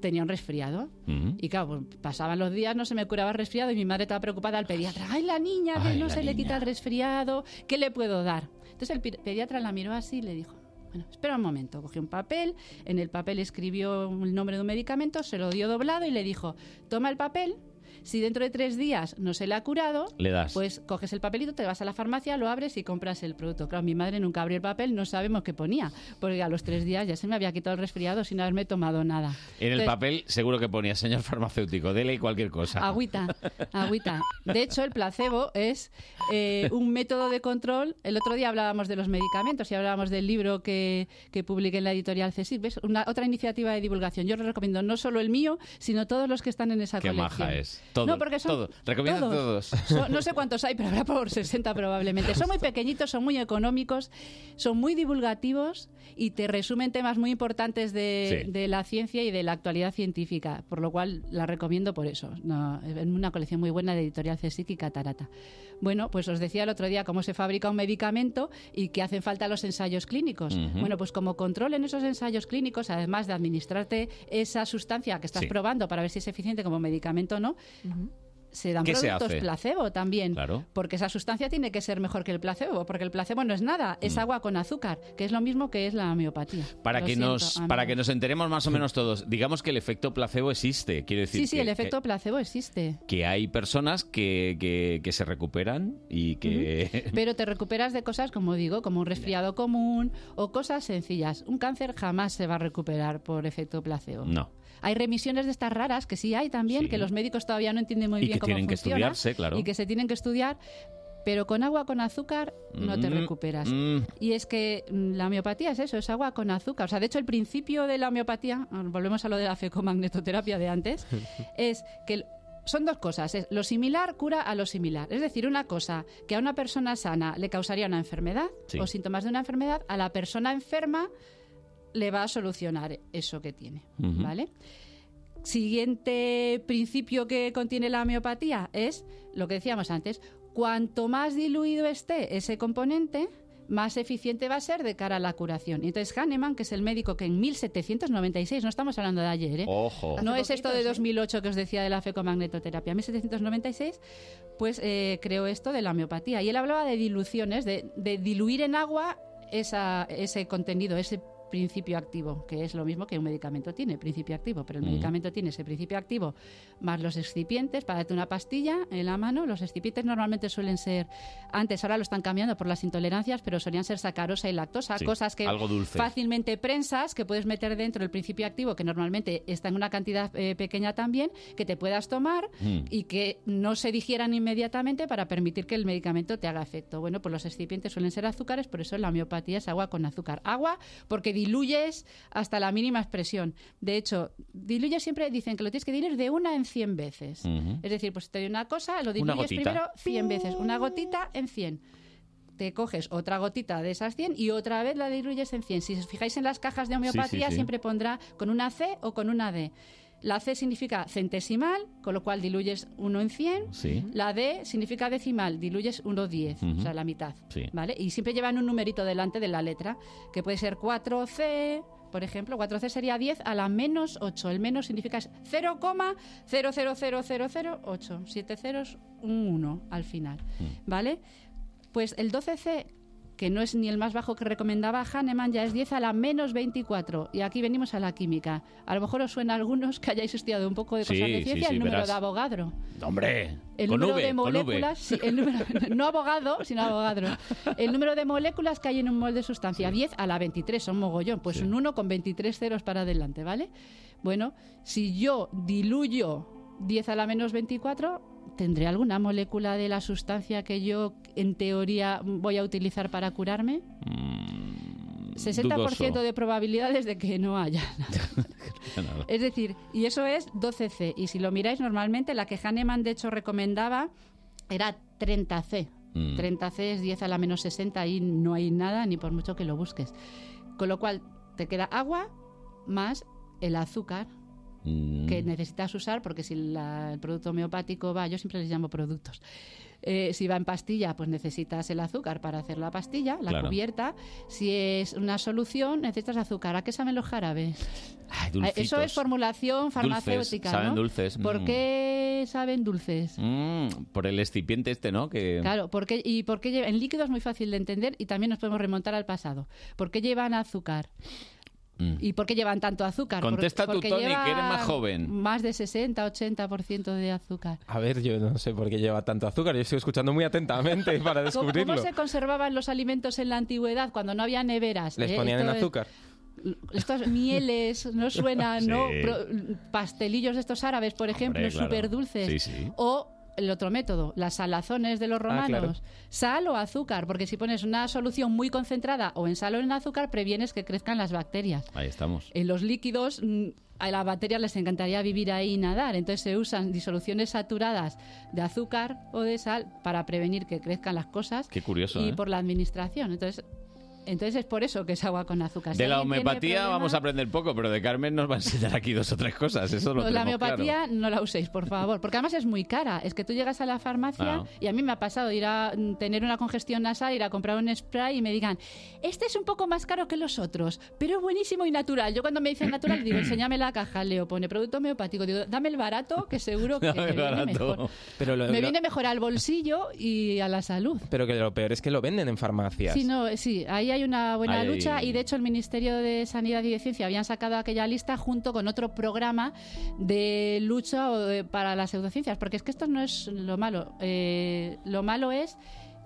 [SPEAKER 5] tenía un resfriado.
[SPEAKER 2] Mm.
[SPEAKER 5] Y claro, pues, pasaban los días, no se me curaba el resfriado y mi madre estaba preocupada al pediatra. ¡Ay, la niña! que
[SPEAKER 2] Ay,
[SPEAKER 5] no
[SPEAKER 2] la
[SPEAKER 5] se le
[SPEAKER 2] niña.
[SPEAKER 5] quita el resfriado. ¿Qué le puedo dar? Entonces el pi- pediatra la miró así y le dijo... Bueno, espera un momento. Cogió un papel, en el papel escribió el nombre de un medicamento, se lo dio doblado y le dijo, toma el papel, si dentro de tres días no se le ha curado,
[SPEAKER 2] Le das.
[SPEAKER 5] pues coges el papelito, te vas a la farmacia, lo abres y compras el producto. Claro, mi madre nunca abrió el papel, no sabemos qué ponía, porque a los tres días ya se me había quitado el resfriado sin haberme tomado nada.
[SPEAKER 2] en el
[SPEAKER 5] Entonces,
[SPEAKER 2] papel seguro que ponía señor farmacéutico, dele cualquier
[SPEAKER 5] Ah,
[SPEAKER 2] cosa.
[SPEAKER 5] Agüita, agüita. De hecho, el placebo es eh, un método de control. El otro día hablábamos de los medicamentos y hablábamos del libro que, que publiqué en la editorial CESIR. ¿Ves? Una, otra iniciativa de divulgación. Yo lo recomiendo no solo el mío, sino todos los que están en esa
[SPEAKER 2] Qué
[SPEAKER 5] colección.
[SPEAKER 2] maja es. Todo,
[SPEAKER 5] no, porque son
[SPEAKER 2] todo. Recomienda todos.
[SPEAKER 5] Son- no sé cuántos hay, pero habrá por 60 probablemente. Son muy pequeñitos, son muy económicos, son muy divulgativos y te resumen temas muy importantes de,
[SPEAKER 2] Sí.
[SPEAKER 5] de la ciencia y de la actualidad científica, por lo cual la recomiendo por eso. No, es una colección muy buena de editorial CSIC y Catarata. Bueno, pues os decía el otro día cómo se fabrica un medicamento y que hacen falta los ensayos clínicos.
[SPEAKER 2] Ujú.
[SPEAKER 5] Bueno, pues como control en esos ensayos clínicos, además de administrarte esa sustancia que estás
[SPEAKER 2] Sí.
[SPEAKER 5] probando para ver si es eficiente como medicamento o no, se dan
[SPEAKER 2] ¿Qué se
[SPEAKER 5] productos
[SPEAKER 2] hace?
[SPEAKER 5] placebo también.
[SPEAKER 2] Claro.
[SPEAKER 5] Porque esa sustancia tiene que ser mejor que el placebo, porque el placebo no es nada, es agua con azúcar, que es lo mismo que es la homeopatía.
[SPEAKER 2] Mm. Para
[SPEAKER 5] Lo
[SPEAKER 2] que,
[SPEAKER 5] siento,
[SPEAKER 2] nos,
[SPEAKER 5] amigo.
[SPEAKER 2] para que nos enteremos más o menos todos, digamos que el efecto placebo existe, quiero decir.
[SPEAKER 5] Sí, sí,
[SPEAKER 2] que-
[SPEAKER 5] el
[SPEAKER 2] que-
[SPEAKER 5] efecto placebo existe.
[SPEAKER 2] Que, hay personas que, que- que se recuperan y que...
[SPEAKER 5] Pero te recuperas de cosas, como digo, como un resfriado común o cosas sencillas. Un cáncer jamás se va a recuperar por efecto placebo.
[SPEAKER 2] Ah, No.
[SPEAKER 5] Hay remisiones de estas raras que sí hay también,
[SPEAKER 2] Sí.
[SPEAKER 5] que los médicos todavía no entienden muy
[SPEAKER 2] Y
[SPEAKER 5] bien
[SPEAKER 2] que
[SPEAKER 5] cómo
[SPEAKER 2] tienen que
[SPEAKER 5] funciona
[SPEAKER 2] estudiarse, claro.
[SPEAKER 5] Y que se tienen que estudiar, pero con agua con azúcar no te
[SPEAKER 2] Mm,
[SPEAKER 5] recuperas.
[SPEAKER 2] mm.
[SPEAKER 5] Y es que mm, la homeopatía es eso, es agua con azúcar. O sea, de hecho, el principio de la homeopatía, ah, volvemos a lo de la fecomagnetoterapia de antes, es que el- son dos cosas. es lo similar cura a lo similar. Es decir, una cosa que a una persona sana le causaría una enfermedad
[SPEAKER 2] Sí.
[SPEAKER 5] o síntomas de una enfermedad, a la persona enferma le va a solucionar eso que tiene.
[SPEAKER 2] Ujú.
[SPEAKER 5] ¿Vale? Siguiente principio que contiene la homeopatía es lo que decíamos antes. Cuanto más diluido esté ese componente, más eficiente va a ser de cara a la curación. Y Entonces Hahnemann, que es el médico que en 1796, no estamos hablando de ayer, ¿eh?
[SPEAKER 2] Ojo.
[SPEAKER 5] No
[SPEAKER 6] Hace
[SPEAKER 5] es esto
[SPEAKER 6] poquito,
[SPEAKER 5] de
[SPEAKER 6] sí.
[SPEAKER 5] 2008 que os decía de la fecomagnetoterapia. En 1796, pues eh, creó esto de la homeopatía. Y él hablaba de diluciones, de, de diluir en agua esa- ese contenido, ese principio activo, que es lo mismo que un medicamento tiene, principio activo, pero el
[SPEAKER 2] Mm.
[SPEAKER 5] medicamento tiene ese principio activo más los excipientes, para darte una pastilla en la mano, los excipientes normalmente suelen ser, antes ahora lo están cambiando por las intolerancias, pero solían ser sacarosa y lactosa,
[SPEAKER 2] Sí,
[SPEAKER 5] cosas que
[SPEAKER 2] algo dulce.
[SPEAKER 5] fácilmente prensas, que puedes meter dentro el principio activo, que normalmente está en una cantidad eh, pequeña también, que te puedas tomar
[SPEAKER 2] Mm.
[SPEAKER 5] y que no se digieran inmediatamente para permitir que el medicamento te haga efecto. Bueno, pues los excipientes suelen ser azúcares, por eso la homeopatía es agua con azúcar. Agua porque diluyes hasta la mínima expresión. De hecho, diluyes siempre, dicen que lo tienes que diluir de una en 100 veces.
[SPEAKER 2] Ujú.
[SPEAKER 5] Es decir, pues te doy una cosa, lo
[SPEAKER 2] Una
[SPEAKER 5] diluyes
[SPEAKER 2] gotita.
[SPEAKER 5] primero 100 veces, una gotita en 100. Te coges otra gotita de esas 100 y otra vez la diluyes en 100. Si os fijáis en las cajas de homeopatía,
[SPEAKER 2] sí.
[SPEAKER 5] siempre pondrá con una C o con una D. La C significa centesimal, con lo cual diluyes 1 en 100.
[SPEAKER 2] Sí.
[SPEAKER 5] La D significa decimal, diluyes 1,10,
[SPEAKER 2] Ujú.
[SPEAKER 5] o sea, la mitad.
[SPEAKER 2] Sí.
[SPEAKER 5] ¿Vale? Y siempre llevan un numerito delante de la letra, que puede ser 4C, por ejemplo. 4C sería 10 a la menos 8. El menos significa es 0,000008. 7 ceros, un 1 al final.
[SPEAKER 2] Mm.
[SPEAKER 5] ¿Vale? Pues el 12C que no es ni el más bajo que recomendaba Hahnemann, ya es 10 a la menos 24. Y aquí venimos a la química. A lo mejor os suena a algunos que hayáis estudiado un poco de cosas
[SPEAKER 2] Sí,
[SPEAKER 5] de
[SPEAKER 2] sí,
[SPEAKER 5] ciencia,
[SPEAKER 2] sí,
[SPEAKER 5] el número
[SPEAKER 2] verás.
[SPEAKER 5] de Avogadro.
[SPEAKER 2] Hombre.
[SPEAKER 5] El
[SPEAKER 2] con
[SPEAKER 5] número
[SPEAKER 2] V,
[SPEAKER 5] de
[SPEAKER 2] con V.
[SPEAKER 5] moléculas, sí, el número, no abogado, sino abogadro. El número de moléculas que hay en un molde de sustancia, 10 a la 23, son mogollón, pues
[SPEAKER 2] Sí.
[SPEAKER 5] un 1 con 23 ceros para adelante, ¿vale? Bueno, si yo diluyo 10 a la menos 24, ¿tendré alguna molécula de la sustancia que yo en teoría voy a utilizar para curarme?
[SPEAKER 2] Mm,
[SPEAKER 5] 60%
[SPEAKER 2] dudoso.
[SPEAKER 5] de probabilidades de que no haya.
[SPEAKER 2] Nada.
[SPEAKER 5] Es decir, y eso es 12C. Y si lo miráis normalmente, la que Hahnemann de hecho recomendaba era 30C.
[SPEAKER 2] Mm.
[SPEAKER 5] 30C es 10 a la menos 60 y no hay nada, ni por mucho que lo busques. Con lo cual, te queda agua más el azúcar
[SPEAKER 2] Mm.
[SPEAKER 5] que necesitas usar, porque si la- el producto homeopático va, yo siempre les llamo productos. Eh, si va en pastilla, pues necesitas el azúcar para hacer la pastilla, la
[SPEAKER 2] Claro.
[SPEAKER 5] cubierta. Si es una solución, necesitas azúcar. ¿A qué saben los jarabes?
[SPEAKER 2] Ay,
[SPEAKER 5] Ah, Eso
[SPEAKER 2] dulcitos.
[SPEAKER 5] es formulación
[SPEAKER 2] Dulces,
[SPEAKER 5] farmacéutica,
[SPEAKER 2] saben
[SPEAKER 5] ¿no?
[SPEAKER 2] dulces.
[SPEAKER 5] ¿Por
[SPEAKER 2] Mm.
[SPEAKER 5] qué saben dulces?
[SPEAKER 2] Mm, por el excipiente este, ¿no? Que...
[SPEAKER 5] Claro, ¿por qué- y por qué llevan, en líquido es muy fácil de entender y también nos podemos remontar al pasado. ¿Por qué llevan azúcar?
[SPEAKER 2] Mm.
[SPEAKER 5] ¿Y por qué llevan tanto azúcar? Por-
[SPEAKER 2] Contesta tú,
[SPEAKER 5] porque
[SPEAKER 2] Tony, que eres
[SPEAKER 5] llevan
[SPEAKER 2] más joven.
[SPEAKER 5] Más de 60, 80% de azúcar.
[SPEAKER 3] A ver, yo no sé por qué lleva tanto azúcar. Yo estoy escuchando muy atentamente para
[SPEAKER 5] ¿Cómo,
[SPEAKER 3] descubrirlo.
[SPEAKER 5] cómo se conservaban los alimentos en la antigüedad cuando no había neveras?
[SPEAKER 3] Les
[SPEAKER 5] eh?
[SPEAKER 3] ponían en
[SPEAKER 5] Esto es-
[SPEAKER 3] azúcar.
[SPEAKER 5] Estos mieles, no suenan, ¿no?
[SPEAKER 2] Sí.
[SPEAKER 5] Pro- pastelillos de estos árabes, por ejemplo,
[SPEAKER 2] Hombre, claro.
[SPEAKER 5] súper dulces.
[SPEAKER 2] Sí, sí.
[SPEAKER 5] O el otro método, las salazones de los
[SPEAKER 3] Ah, claro.
[SPEAKER 5] romanos. Sal o azúcar, porque si pones una solución muy concentrada o en sal o en azúcar, previenes que crezcan las bacterias.
[SPEAKER 2] Ahí estamos.
[SPEAKER 5] En los líquidos, mm, a las bacterias les encantaría vivir ahí y nadar, entonces se usan disoluciones saturadas de azúcar o de sal para prevenir que crezcan las cosas
[SPEAKER 2] Qué curioso.
[SPEAKER 5] y
[SPEAKER 2] ¿eh?
[SPEAKER 5] por la administración. Entonces, entonces es por eso que es agua con azúcar. Si
[SPEAKER 2] De la
[SPEAKER 5] alguien tiene
[SPEAKER 2] homeopatía vamos
[SPEAKER 5] problemas-
[SPEAKER 2] a aprender poco, pero de Carmen nos va a enseñar aquí dos o tres cosas. Eso lo
[SPEAKER 5] Pues la
[SPEAKER 2] tenemos claro.
[SPEAKER 5] homeopatía no la uséis, por favor, porque además es muy cara. Es que tú llegas a la farmacia
[SPEAKER 2] Ah.
[SPEAKER 5] y a mí me ha pasado ir a mm, tener una congestión nasal, ir a comprar un spray y me digan, este es un poco más caro que los otros, pero es buenísimo y natural. Yo cuando me dicen natural digo, enséñame la caja, Leo pone producto homeopático, digo, dame el barato que seguro que
[SPEAKER 2] Dame
[SPEAKER 5] me viene
[SPEAKER 2] barato.
[SPEAKER 5] mejor.
[SPEAKER 3] Pero lo,
[SPEAKER 5] Me
[SPEAKER 3] lo-
[SPEAKER 5] viene mejor al bolsillo y a la salud.
[SPEAKER 3] pero que lo peor es que lo venden en farmacias.
[SPEAKER 5] Sí, no, sí, ahí hay una buena
[SPEAKER 2] Ahí hay-
[SPEAKER 5] lucha y de hecho el Ministerio de Sanidad y de Ciencia habían sacado aquella lista junto con otro programa de lucha o de- para las pseudociencias, porque es que esto no es lo malo. Eh, lo malo es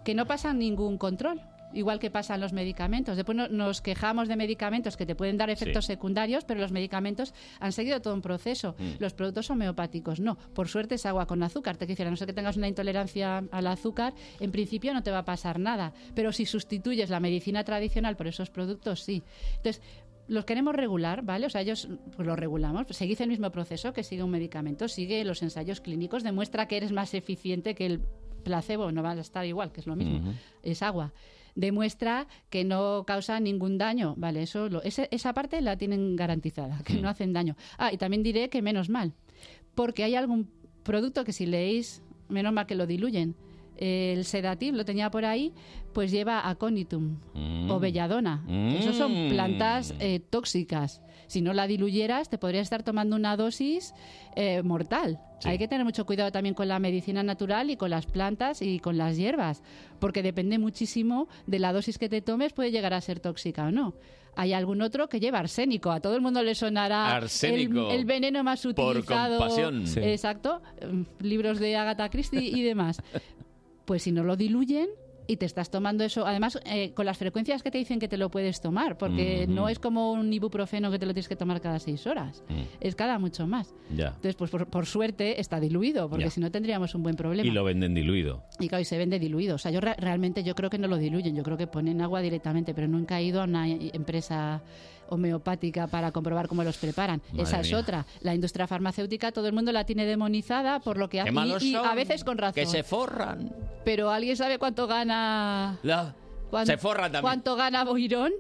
[SPEAKER 5] que no pasa ningún control. Igual que pasan los medicamentos. Después no- nos quejamos de medicamentos que te pueden dar efectos
[SPEAKER 2] Sí.
[SPEAKER 5] secundarios, pero los medicamentos han seguido todo un proceso.
[SPEAKER 2] Mm.
[SPEAKER 5] Los productos homeopáticos no. Por suerte es agua con azúcar. Te quisiera, a no ser que tengas una intolerancia al azúcar, en principio no te va a pasar nada. Pero si sustituyes la medicina tradicional por esos productos, sí. Entonces, los queremos regular, ¿vale? O sea, ellos pues, los regulamos. Pues, seguís el mismo proceso que sigue un medicamento, sigue los ensayos clínicos, demuestra que eres más eficiente que el placebo, no va a estar igual, que es lo mismo,
[SPEAKER 2] Ujú.
[SPEAKER 5] es agua. Demuestra que no causa ningún daño, ¿vale? Eso lo- ese- esa parte la tienen garantizada, que no hacen daño. Ah, y también diré que menos mal, porque hay algún producto que si leéis, menos mal que lo diluyen. El sedativ lo tenía por ahí, pues lleva aconitum,
[SPEAKER 2] Mm.
[SPEAKER 5] o belladona. Esos son
[SPEAKER 2] Mm.
[SPEAKER 5] plantas eh, tóxicas. Si no la diluyeras, te podrías estar tomando una dosis eh, mortal.
[SPEAKER 2] Sí.
[SPEAKER 5] Hay que tener mucho cuidado también con la medicina natural y con las plantas y con las hierbas, porque depende muchísimo de la dosis que te tomes, puede llegar a ser tóxica o no. Hay algún otro que lleva arsénico. A todo el mundo le sonará el-
[SPEAKER 2] Arsénico.
[SPEAKER 5] El, veneno más
[SPEAKER 2] Por
[SPEAKER 5] utilizado.
[SPEAKER 2] compasión.
[SPEAKER 3] Sí.
[SPEAKER 5] Exacto. Mm, Libros de Agatha Christie y demás. Pues si no lo diluyen y te estás tomando eso, además eh, con las frecuencias que te dicen que te lo puedes tomar, porque
[SPEAKER 2] Ujú.
[SPEAKER 5] no es como un ibuprofeno que te lo tienes que tomar cada seis horas,
[SPEAKER 2] Mm,
[SPEAKER 5] es cada mucho más.
[SPEAKER 2] Ya.
[SPEAKER 5] Entonces, pues por, por suerte está diluido, porque
[SPEAKER 2] Ya.
[SPEAKER 5] si no tendríamos un buen problema.
[SPEAKER 2] Y lo venden diluido.
[SPEAKER 5] Y claro, y se vende diluido. O sea, yo re- realmente yo creo que no lo diluyen, yo creo que ponen agua directamente, pero nunca he ido a una i- empresa homeopática para comprobar cómo los preparan.
[SPEAKER 2] Madre
[SPEAKER 5] Esa es
[SPEAKER 2] mía.
[SPEAKER 5] otra. La industria farmacéutica todo el mundo la tiene demonizada por lo que hace
[SPEAKER 2] Qué malos
[SPEAKER 5] y, y a
[SPEAKER 2] son,
[SPEAKER 5] veces con razón.
[SPEAKER 2] Que se forran.
[SPEAKER 5] Pero alguien sabe cuánto gana
[SPEAKER 2] La-
[SPEAKER 5] ¿Cuán-
[SPEAKER 2] Se forran también.
[SPEAKER 5] ¿Cuánto gana Boirón?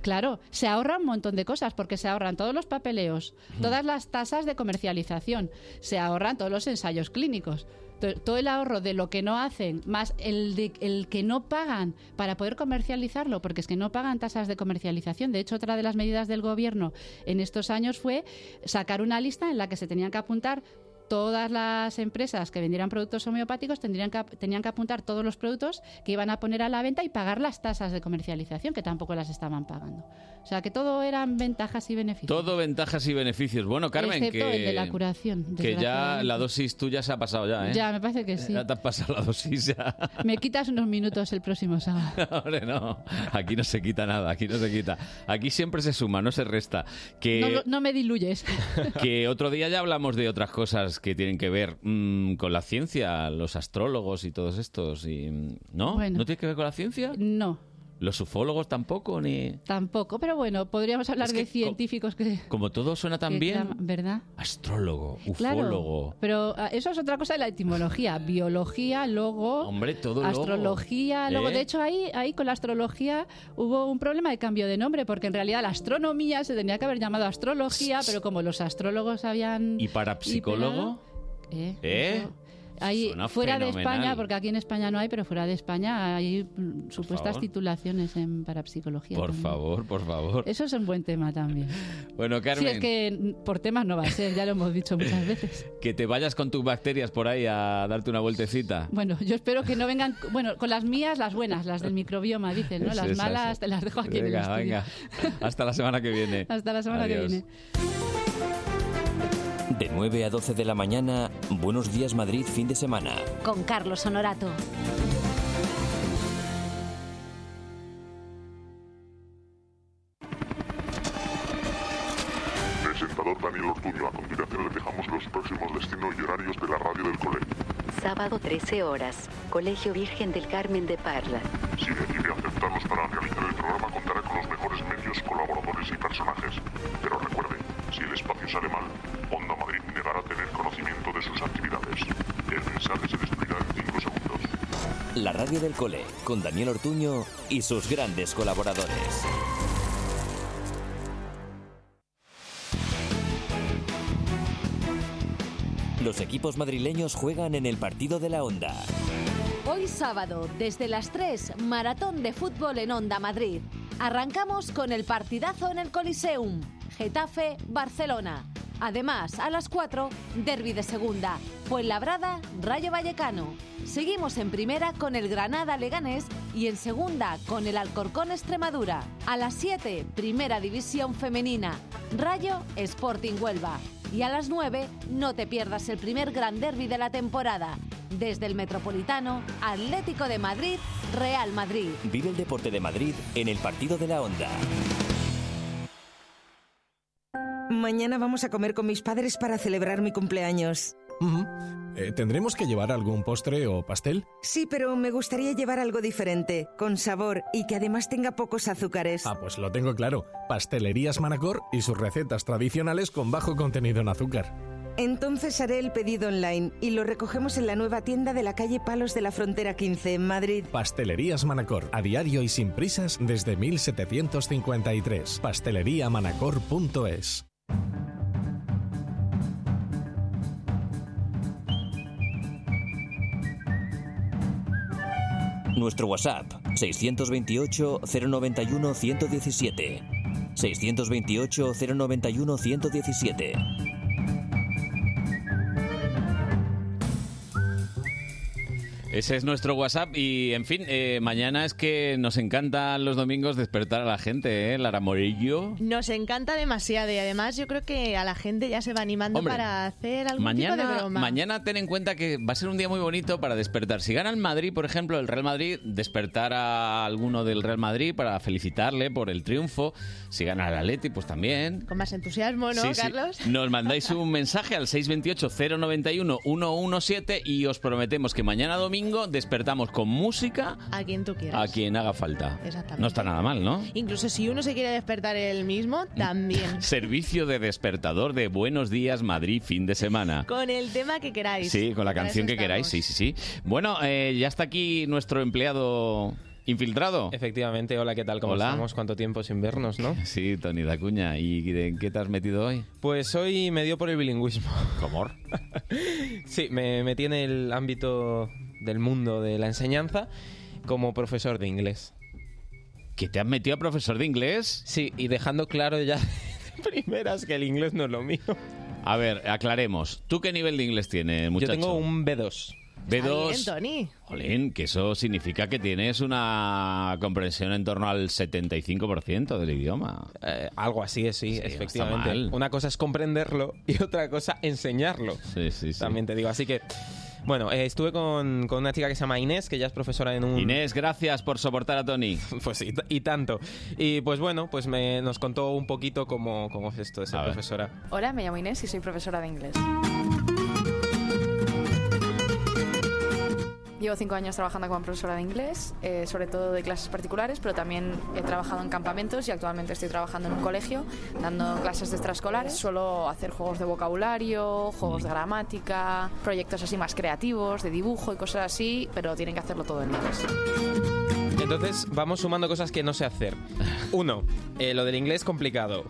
[SPEAKER 5] Claro, se ahorra un montón de cosas porque se ahorran todos los papeleos, todas las tasas de comercialización, se ahorran todos los ensayos clínicos. To- Todo el ahorro de lo que no hacen, más el, de- el que no pagan para poder comercializarlo, porque es que no pagan tasas de comercialización. De hecho, otra de las medidas del gobierno en estos años fue sacar una lista en la que se tenían que apuntar todas las empresas que vendieran productos homeopáticos tendrían que, ap- tenían que apuntar todos los productos que iban a poner a la venta y pagar las tasas de comercialización, que tampoco las estaban pagando. O sea, que todo eran ventajas y beneficios.
[SPEAKER 2] Todo ventajas y beneficios. Bueno, Carmen,
[SPEAKER 5] Excepto
[SPEAKER 2] que,
[SPEAKER 5] el de la curación.
[SPEAKER 2] que ya
[SPEAKER 5] desgraciadamente.
[SPEAKER 2] la dosis tuya se ha pasado ya, ¿eh?
[SPEAKER 5] Ya, me parece que sí.
[SPEAKER 2] Ya te has pasado la dosis ya.
[SPEAKER 5] Me quitas unos minutos el próximo sábado.
[SPEAKER 2] Hombre, no. Aquí no se quita nada, aquí no se quita. Aquí siempre se suma, no se resta. Que,
[SPEAKER 5] No, lo- no me diluyes.
[SPEAKER 2] que otro día ya hablamos de otras cosas que tienen que ver mm, con la ciencia, los astrólogos y todos estos. Y, mm, ¿No?
[SPEAKER 5] Bueno.
[SPEAKER 2] ¿No tiene que ver con la ciencia?
[SPEAKER 5] No,
[SPEAKER 2] Los ufólogos tampoco, ni...
[SPEAKER 5] tampoco. Pero bueno, podríamos hablar
[SPEAKER 2] Es que
[SPEAKER 5] de
[SPEAKER 2] co-
[SPEAKER 5] científicos que...
[SPEAKER 2] Como todo suena tan
[SPEAKER 5] que
[SPEAKER 2] bien...
[SPEAKER 5] claman, ¿Verdad?
[SPEAKER 2] Astrólogo,
[SPEAKER 5] Claro,
[SPEAKER 2] ufólogo...
[SPEAKER 5] pero ah, eso es otra cosa de la etimología. Biología, logo,
[SPEAKER 2] Hombre, todo logo.
[SPEAKER 5] astrología, logo.
[SPEAKER 2] ¿Eh?
[SPEAKER 5] De hecho, ahí, ahí con la astrología hubo un problema de cambio de nombre, porque en realidad la astronomía se tenía que haber llamado astrología, pero como los astrólogos habían...
[SPEAKER 2] ¿Y parapsicólogo?
[SPEAKER 5] Eh,
[SPEAKER 2] ¿Eh?
[SPEAKER 5] eso- ahí,
[SPEAKER 2] Suena
[SPEAKER 5] fuera de
[SPEAKER 2] fenomenal.
[SPEAKER 5] España, porque aquí en España no hay, pero fuera de España hay mm, supuestas
[SPEAKER 2] favor.
[SPEAKER 5] titulaciones en parapsicología.
[SPEAKER 2] Por
[SPEAKER 5] también.
[SPEAKER 2] favor, por favor.
[SPEAKER 5] Eso es un buen tema también.
[SPEAKER 2] Bueno,
[SPEAKER 5] Si
[SPEAKER 2] Carmen,
[SPEAKER 5] es
[SPEAKER 2] que...
[SPEAKER 5] que mm, por temas no va a ser, ya lo hemos dicho muchas veces.
[SPEAKER 2] te vayas con tus bacterias por ahí a darte una vueltecita.
[SPEAKER 5] Bueno, yo espero que no vengan, bueno, con las mías las buenas, las del microbioma, dicen, ¿no?
[SPEAKER 2] Es
[SPEAKER 5] Las
[SPEAKER 2] esa,
[SPEAKER 5] malas
[SPEAKER 2] esa.
[SPEAKER 5] te las dejo aquí en el
[SPEAKER 2] Venga,
[SPEAKER 5] estudio.
[SPEAKER 2] venga. Hasta la semana que viene.
[SPEAKER 5] Hasta la semana que
[SPEAKER 2] Adiós.
[SPEAKER 5] viene.
[SPEAKER 1] De 9 a 12 de la mañana, Buenos Días Madrid, fin de semana.
[SPEAKER 7] Con Carlos Honorato.
[SPEAKER 8] Presentador Daniel Ortuño. A continuación les dejamos los próximos destinos y horarios de la radio del colegio.
[SPEAKER 9] Sábado 13 horas, Colegio Virgen del Carmen de Parla.
[SPEAKER 10] Si decide aceptarnos para realizar el programa, contará con los mejores medios, colaboradores y personajes. Pero recuerde, si el espacio sale mal, Onda Madrid negará tener conocimiento de sus actividades. El mensaje se despliega en 5 segundos.
[SPEAKER 11] La radio del cole, con Daniel Ortuño y sus grandes colaboradores. Los equipos madrileños juegan en el partido de la onda.
[SPEAKER 12] Hoy sábado, desde las 3, maratón de fútbol en Onda Madrid. Arrancamos con el partidazo en el Coliseum, Getafe, Barcelona. Además, a las 4, derby de segunda, Fuenlabrada, Rayo Vallecano. Seguimos en primera con el Granada Leganés y en segunda con el Alcorcón Extremadura. A las 7, primera división femenina, Rayo Sporting Huelva. Y a las 9, no te pierdas el primer gran derby de la temporada. Desde el Metropolitano, Atlético de Madrid, Real Madrid.
[SPEAKER 11] Vive el deporte de Madrid en el partido de la onda.
[SPEAKER 13] Mañana vamos a comer con mis padres para celebrar mi cumpleaños.
[SPEAKER 14] Ujú. Eh, ¿Tendremos que llevar algún postre o pastel?
[SPEAKER 13] Sí, pero me gustaría llevar algo diferente, con sabor y que además tenga pocos azúcares.
[SPEAKER 14] Ah, pues lo tengo claro. Pastelerías Manacor y sus recetas tradicionales con bajo contenido en azúcar.
[SPEAKER 13] Entonces haré el pedido online y lo recogemos en la nueva tienda de la calle Palos de la Frontera 15 en Madrid.
[SPEAKER 14] Pastelerías Manacor, a diario y sin prisas desde 1753. Pasteleriamanacor.es.
[SPEAKER 11] Nuestro WhatsApp 628 091 117. 628 091 117.
[SPEAKER 2] Ese es nuestro WhatsApp y, en fin, eh, mañana es que nos encantan los domingos despertar a la gente, ¿eh? Lara Morillo.
[SPEAKER 4] Nos encanta demasiado y además yo creo que a la gente ya se va animando
[SPEAKER 2] Hombre,
[SPEAKER 4] para hacer algún tipo de
[SPEAKER 2] Mañana,
[SPEAKER 4] broma.
[SPEAKER 2] mañana ten en cuenta que va a ser un día muy bonito para despertar. Si gana el Madrid, por ejemplo, el Real Madrid, despertar a alguno del Real Madrid para felicitarle por el triunfo. Si gana el Atleti, pues también.
[SPEAKER 4] Con más entusiasmo, ¿no,
[SPEAKER 2] Sí, sí.
[SPEAKER 4] Carlos?
[SPEAKER 2] Nos mandáis un mensaje al 628-091-117 y os prometemos que mañana domingo despertamos con música
[SPEAKER 4] A quien tú quieras.
[SPEAKER 2] a quien haga falta.
[SPEAKER 4] Exactamente.
[SPEAKER 2] No está nada mal, ¿no?
[SPEAKER 4] Incluso si uno se quiere despertar él mismo,
[SPEAKER 2] Mm.
[SPEAKER 4] también.
[SPEAKER 2] Servicio de despertador de Buenos Días Madrid fin de semana.
[SPEAKER 4] Con el tema que queráis.
[SPEAKER 2] Sí, con la
[SPEAKER 4] Para
[SPEAKER 2] canción
[SPEAKER 4] eso
[SPEAKER 2] que queráis, sí, sí, sí. Bueno, eh, ya está aquí nuestro empleado infiltrado.
[SPEAKER 3] Efectivamente, hola, ¿qué tal? ¿Cómo
[SPEAKER 2] Hola.
[SPEAKER 3] estamos? ¿Cuánto tiempo sin vernos, no?
[SPEAKER 2] Sí, Tony Dacuña. ¿Y de- en qué te has metido hoy?
[SPEAKER 3] Pues hoy me dio por el bilingüismo.
[SPEAKER 2] ¿Comor?
[SPEAKER 3] sí, me metí en el ámbito del mundo de la enseñanza como profesor de inglés.
[SPEAKER 2] ¿Que te has metido a profesor de inglés?
[SPEAKER 3] Sí, y dejando claro ya de primeras que el inglés no es lo mío.
[SPEAKER 2] A ver, aclaremos. ¿Tú qué nivel de inglés tienes, muchacho?
[SPEAKER 3] tengo un B2.
[SPEAKER 2] B2.
[SPEAKER 4] Está bien, Tony.
[SPEAKER 2] Jolín, que eso significa que tienes una comprensión en torno al 75% del idioma.
[SPEAKER 3] Eh, algo así es, sí, Efectivamente. Una cosa es comprenderlo y otra cosa enseñarlo.
[SPEAKER 2] Sí, sí, sí.
[SPEAKER 3] También te digo, así que... Bueno, eh, estuve con, con una chica que se llama Inés, que ya es profesora en un...
[SPEAKER 2] Inés, gracias por soportar a Tony.
[SPEAKER 3] Pues y, t- y tanto. Y pues bueno, pues me, nos contó un poquito cómo, cómo es esto de ser profesora.
[SPEAKER 15] Hola, me llamo Inés y soy profesora de inglés. Llevo cinco años trabajando como profesora de inglés, eh, sobre todo de clases particulares, pero también he trabajado en campamentos y actualmente estoy trabajando en un colegio dando clases de extraescolares. Suelo hacer juegos de vocabulario, juegos de gramática, proyectos así más creativos, de dibujo y cosas así, pero tienen que hacerlo todo en inglés.
[SPEAKER 3] Entonces vamos sumando cosas que no sé hacer. Uno, eh, lo del inglés complicado.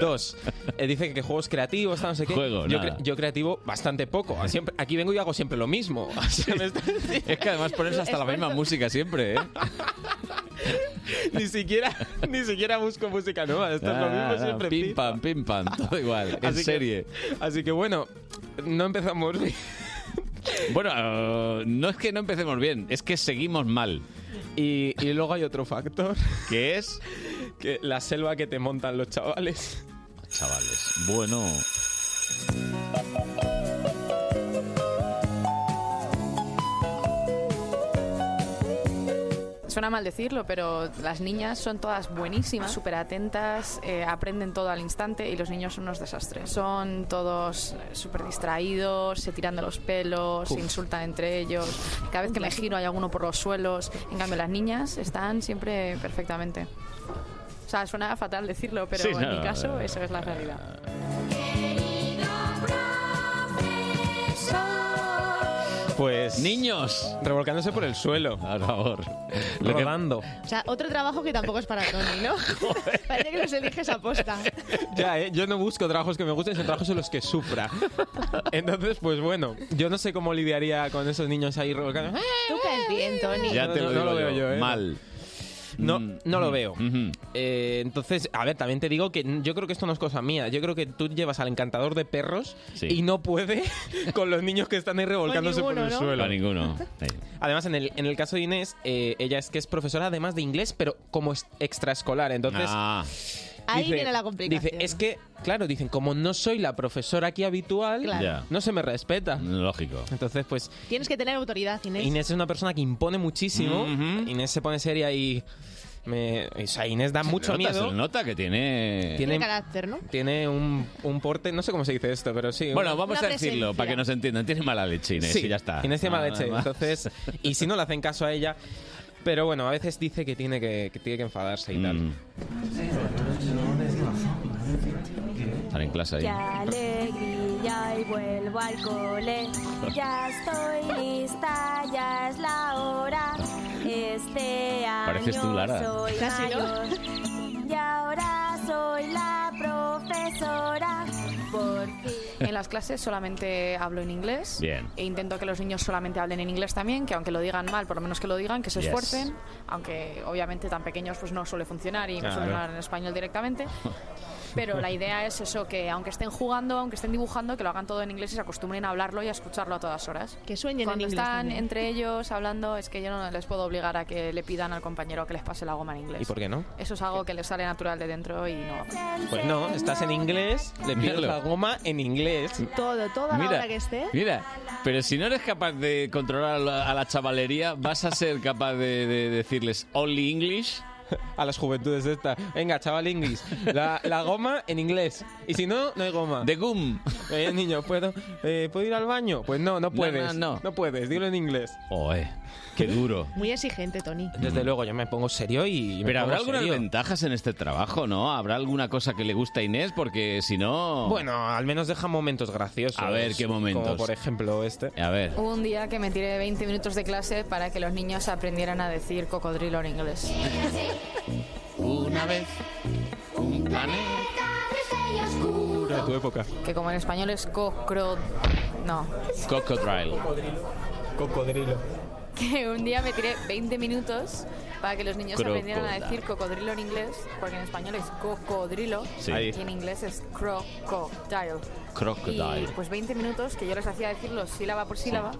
[SPEAKER 3] Dos, eh, dice que juegos creativos, tal, no sé qué.
[SPEAKER 2] Juego,
[SPEAKER 3] yo,
[SPEAKER 2] nada. Eh.
[SPEAKER 3] yo creativo bastante poco. Siempre, aquí vengo y hago siempre lo mismo.
[SPEAKER 2] Es que además pones hasta la misma música siempre, ¿eh?
[SPEAKER 3] ni siquiera, ni siquiera busco música nueva. Esto es lo
[SPEAKER 2] Ah,
[SPEAKER 3] mismo siempre.
[SPEAKER 2] Pim pam, pim pam, todo igual, en
[SPEAKER 3] Así que-
[SPEAKER 2] serie.
[SPEAKER 3] así que bueno, no empezamos bien.
[SPEAKER 2] Bueno, eh, no es que no empecemos bien, es que seguimos mal.
[SPEAKER 3] Y, y luego hay otro factor.
[SPEAKER 2] ¿Qué es?
[SPEAKER 3] Que la selva que te montan los chavales.
[SPEAKER 2] Chavales, bueno.
[SPEAKER 15] Suena mal decirlo, pero las niñas son todas buenísimas, súper atentas, eh, aprenden todo al instante y los niños son unos desastres. Son todos eh, súper distraídos, se tiran de los pelos, se
[SPEAKER 16] Uf.
[SPEAKER 15] insultan entre ellos. Cada vez que me giro hay alguno por los suelos. En cambio, las niñas están siempre perfectamente. O sea, suena fatal decirlo, pero
[SPEAKER 16] Sí,
[SPEAKER 15] en
[SPEAKER 16] no,
[SPEAKER 15] mi caso
[SPEAKER 16] eh,
[SPEAKER 15] eso es la realidad.
[SPEAKER 3] Pues.
[SPEAKER 2] Niños.
[SPEAKER 3] Revolcándose por el suelo.
[SPEAKER 2] Por favor.
[SPEAKER 3] Rodando.
[SPEAKER 4] O sea, otro trabajo que tampoco es para Tony, ¿no? Parece que los eliges a posta.
[SPEAKER 3] Ya, ¿eh? yo no busco trabajos que me gusten, sino trabajos en los que sufra. Entonces, pues bueno, yo no sé cómo lidiaría con esos niños ahí revolcando.
[SPEAKER 4] Tú caes bien, Tony.
[SPEAKER 2] Ya te
[SPEAKER 3] No, no,
[SPEAKER 2] lo
[SPEAKER 3] no
[SPEAKER 2] digo
[SPEAKER 3] lo veo
[SPEAKER 2] yo.
[SPEAKER 3] yo, ¿eh?
[SPEAKER 2] Mal. Mm,
[SPEAKER 3] No, no lo veo. Eh, entonces, a ver, también te digo que yo creo que esto no es cosa mía. Yo creo que tú llevas al encantador de perros y no puede con los niños que están ahí revolcándose por el suelo.
[SPEAKER 2] A ninguno. Sí.
[SPEAKER 3] Además, en el, en el caso de Inés, eh, ella es que es profesora además de inglés, pero como es- extraescolar. Entonces,
[SPEAKER 2] Ah.
[SPEAKER 4] Ahí viene la complicación.
[SPEAKER 3] Dice, es que, claro, dicen, como no soy la profesora aquí habitual,
[SPEAKER 4] Claro. Ya.
[SPEAKER 3] no se me respeta.
[SPEAKER 2] Lógico.
[SPEAKER 3] Entonces, pues,
[SPEAKER 4] Tienes que tener autoridad, Inés.
[SPEAKER 3] Inés es una persona que impone muchísimo. Inés se pone seria y... me- o sea, Inés da mucho
[SPEAKER 2] Se nota,
[SPEAKER 3] miedo.
[SPEAKER 2] se nota que tiene.
[SPEAKER 4] Tiene carácter, ¿no?
[SPEAKER 3] Tiene un, un porte, no sé cómo se dice esto, pero sí.
[SPEAKER 2] Bueno, vamos a decirlo para que nos entiendan. Tiene mala leche, Inés,
[SPEAKER 3] Sí,
[SPEAKER 2] y ya está.
[SPEAKER 3] Inés tiene mala
[SPEAKER 2] Ah,
[SPEAKER 3] leche,
[SPEAKER 2] más.
[SPEAKER 3] entonces... Y si no le hacen caso a ella... Pero bueno, a veces dice que tiene que, que tiene que enfadarse y
[SPEAKER 2] Mm.
[SPEAKER 3] tal.
[SPEAKER 2] Están en clase Pues ahí.
[SPEAKER 16] Qué alegría y vuelvo al cole. Ya estoy lista, ya es la hora. Este año
[SPEAKER 2] Pareces tú, Lara.
[SPEAKER 16] soy
[SPEAKER 2] Casi, ¿no?
[SPEAKER 16] mayor. Y ahora soy la profesora. Por
[SPEAKER 15] En las clases solamente hablo en inglés.
[SPEAKER 16] Bien.
[SPEAKER 15] E intento que los niños solamente hablen en inglés también, que aunque lo digan mal, por lo menos que lo digan, que se
[SPEAKER 16] Yes.
[SPEAKER 15] esfuercen. Aunque obviamente tan pequeños pues no suele funcionar y
[SPEAKER 16] Claro.
[SPEAKER 15] suelen hablar en español directamente. Pero la idea es eso, que aunque estén jugando, aunque estén dibujando, que lo hagan todo en inglés y se acostumbren a hablarlo y a escucharlo a todas horas.
[SPEAKER 4] Que sueñen
[SPEAKER 15] Cuando
[SPEAKER 4] en inglés
[SPEAKER 15] están
[SPEAKER 4] también.
[SPEAKER 15] entre ellos hablando, es que yo no les puedo obligar a que le pidan al compañero que les pase la goma en inglés.
[SPEAKER 3] ¿Y por qué no?
[SPEAKER 15] Eso es algo que les sale natural de dentro y no.
[SPEAKER 3] Pues no, estás en inglés, le pides
[SPEAKER 2] Míralo.
[SPEAKER 3] la goma en inglés.
[SPEAKER 15] ¿Eh?
[SPEAKER 4] Todo, toda la
[SPEAKER 2] Mira,
[SPEAKER 4] hora que esté.
[SPEAKER 2] mira, pero si no eres capaz de controlar a la, a la chavalería, ¿vas a ser capaz de, de decirles only English?
[SPEAKER 3] A las juventudes esta. Venga, chaval inglés. La, la goma en inglés. Y si no, no hay goma. De
[SPEAKER 2] gum.
[SPEAKER 3] Eh, niño, ¿puedo, eh, ¿puedo ir al baño? Pues no, no
[SPEAKER 2] No,
[SPEAKER 3] puedes.
[SPEAKER 2] no,
[SPEAKER 3] no puedes, dilo en inglés.
[SPEAKER 2] Oe, qué duro.
[SPEAKER 4] Muy exigente, Tony.
[SPEAKER 3] Desde luego, yo me pongo serio y. me
[SPEAKER 2] Pero habrá
[SPEAKER 3] pongo
[SPEAKER 2] algunas
[SPEAKER 3] serio.
[SPEAKER 2] ventajas en este trabajo, ¿no? ¿Habrá alguna cosa que le gusta a Inés? Porque si no...
[SPEAKER 3] Bueno, al menos deja momentos graciosos.
[SPEAKER 2] A ver, ¿qué momentos?
[SPEAKER 3] Pues, Como por ejemplo este.
[SPEAKER 2] A ver.
[SPEAKER 15] Hubo un día que me tiré 20 minutos de clase para que los niños aprendieran a decir cocodrilo en inglés.
[SPEAKER 2] Una vez, un
[SPEAKER 3] Dura tu época.
[SPEAKER 15] Que como en español es cocro... No.
[SPEAKER 2] Cocodrile.
[SPEAKER 3] Cocodrilo.
[SPEAKER 15] Que un día me tiré 20 minutos para que los niños
[SPEAKER 2] Crocodile.
[SPEAKER 15] aprendieran a decir cocodrilo en inglés, porque en español es cocodrilo
[SPEAKER 2] Sí. Ahí.
[SPEAKER 15] y en inglés es crocodile.
[SPEAKER 2] Crocodile.
[SPEAKER 15] Y pues 20 minutos que yo les hacía decirlo sílaba por sílaba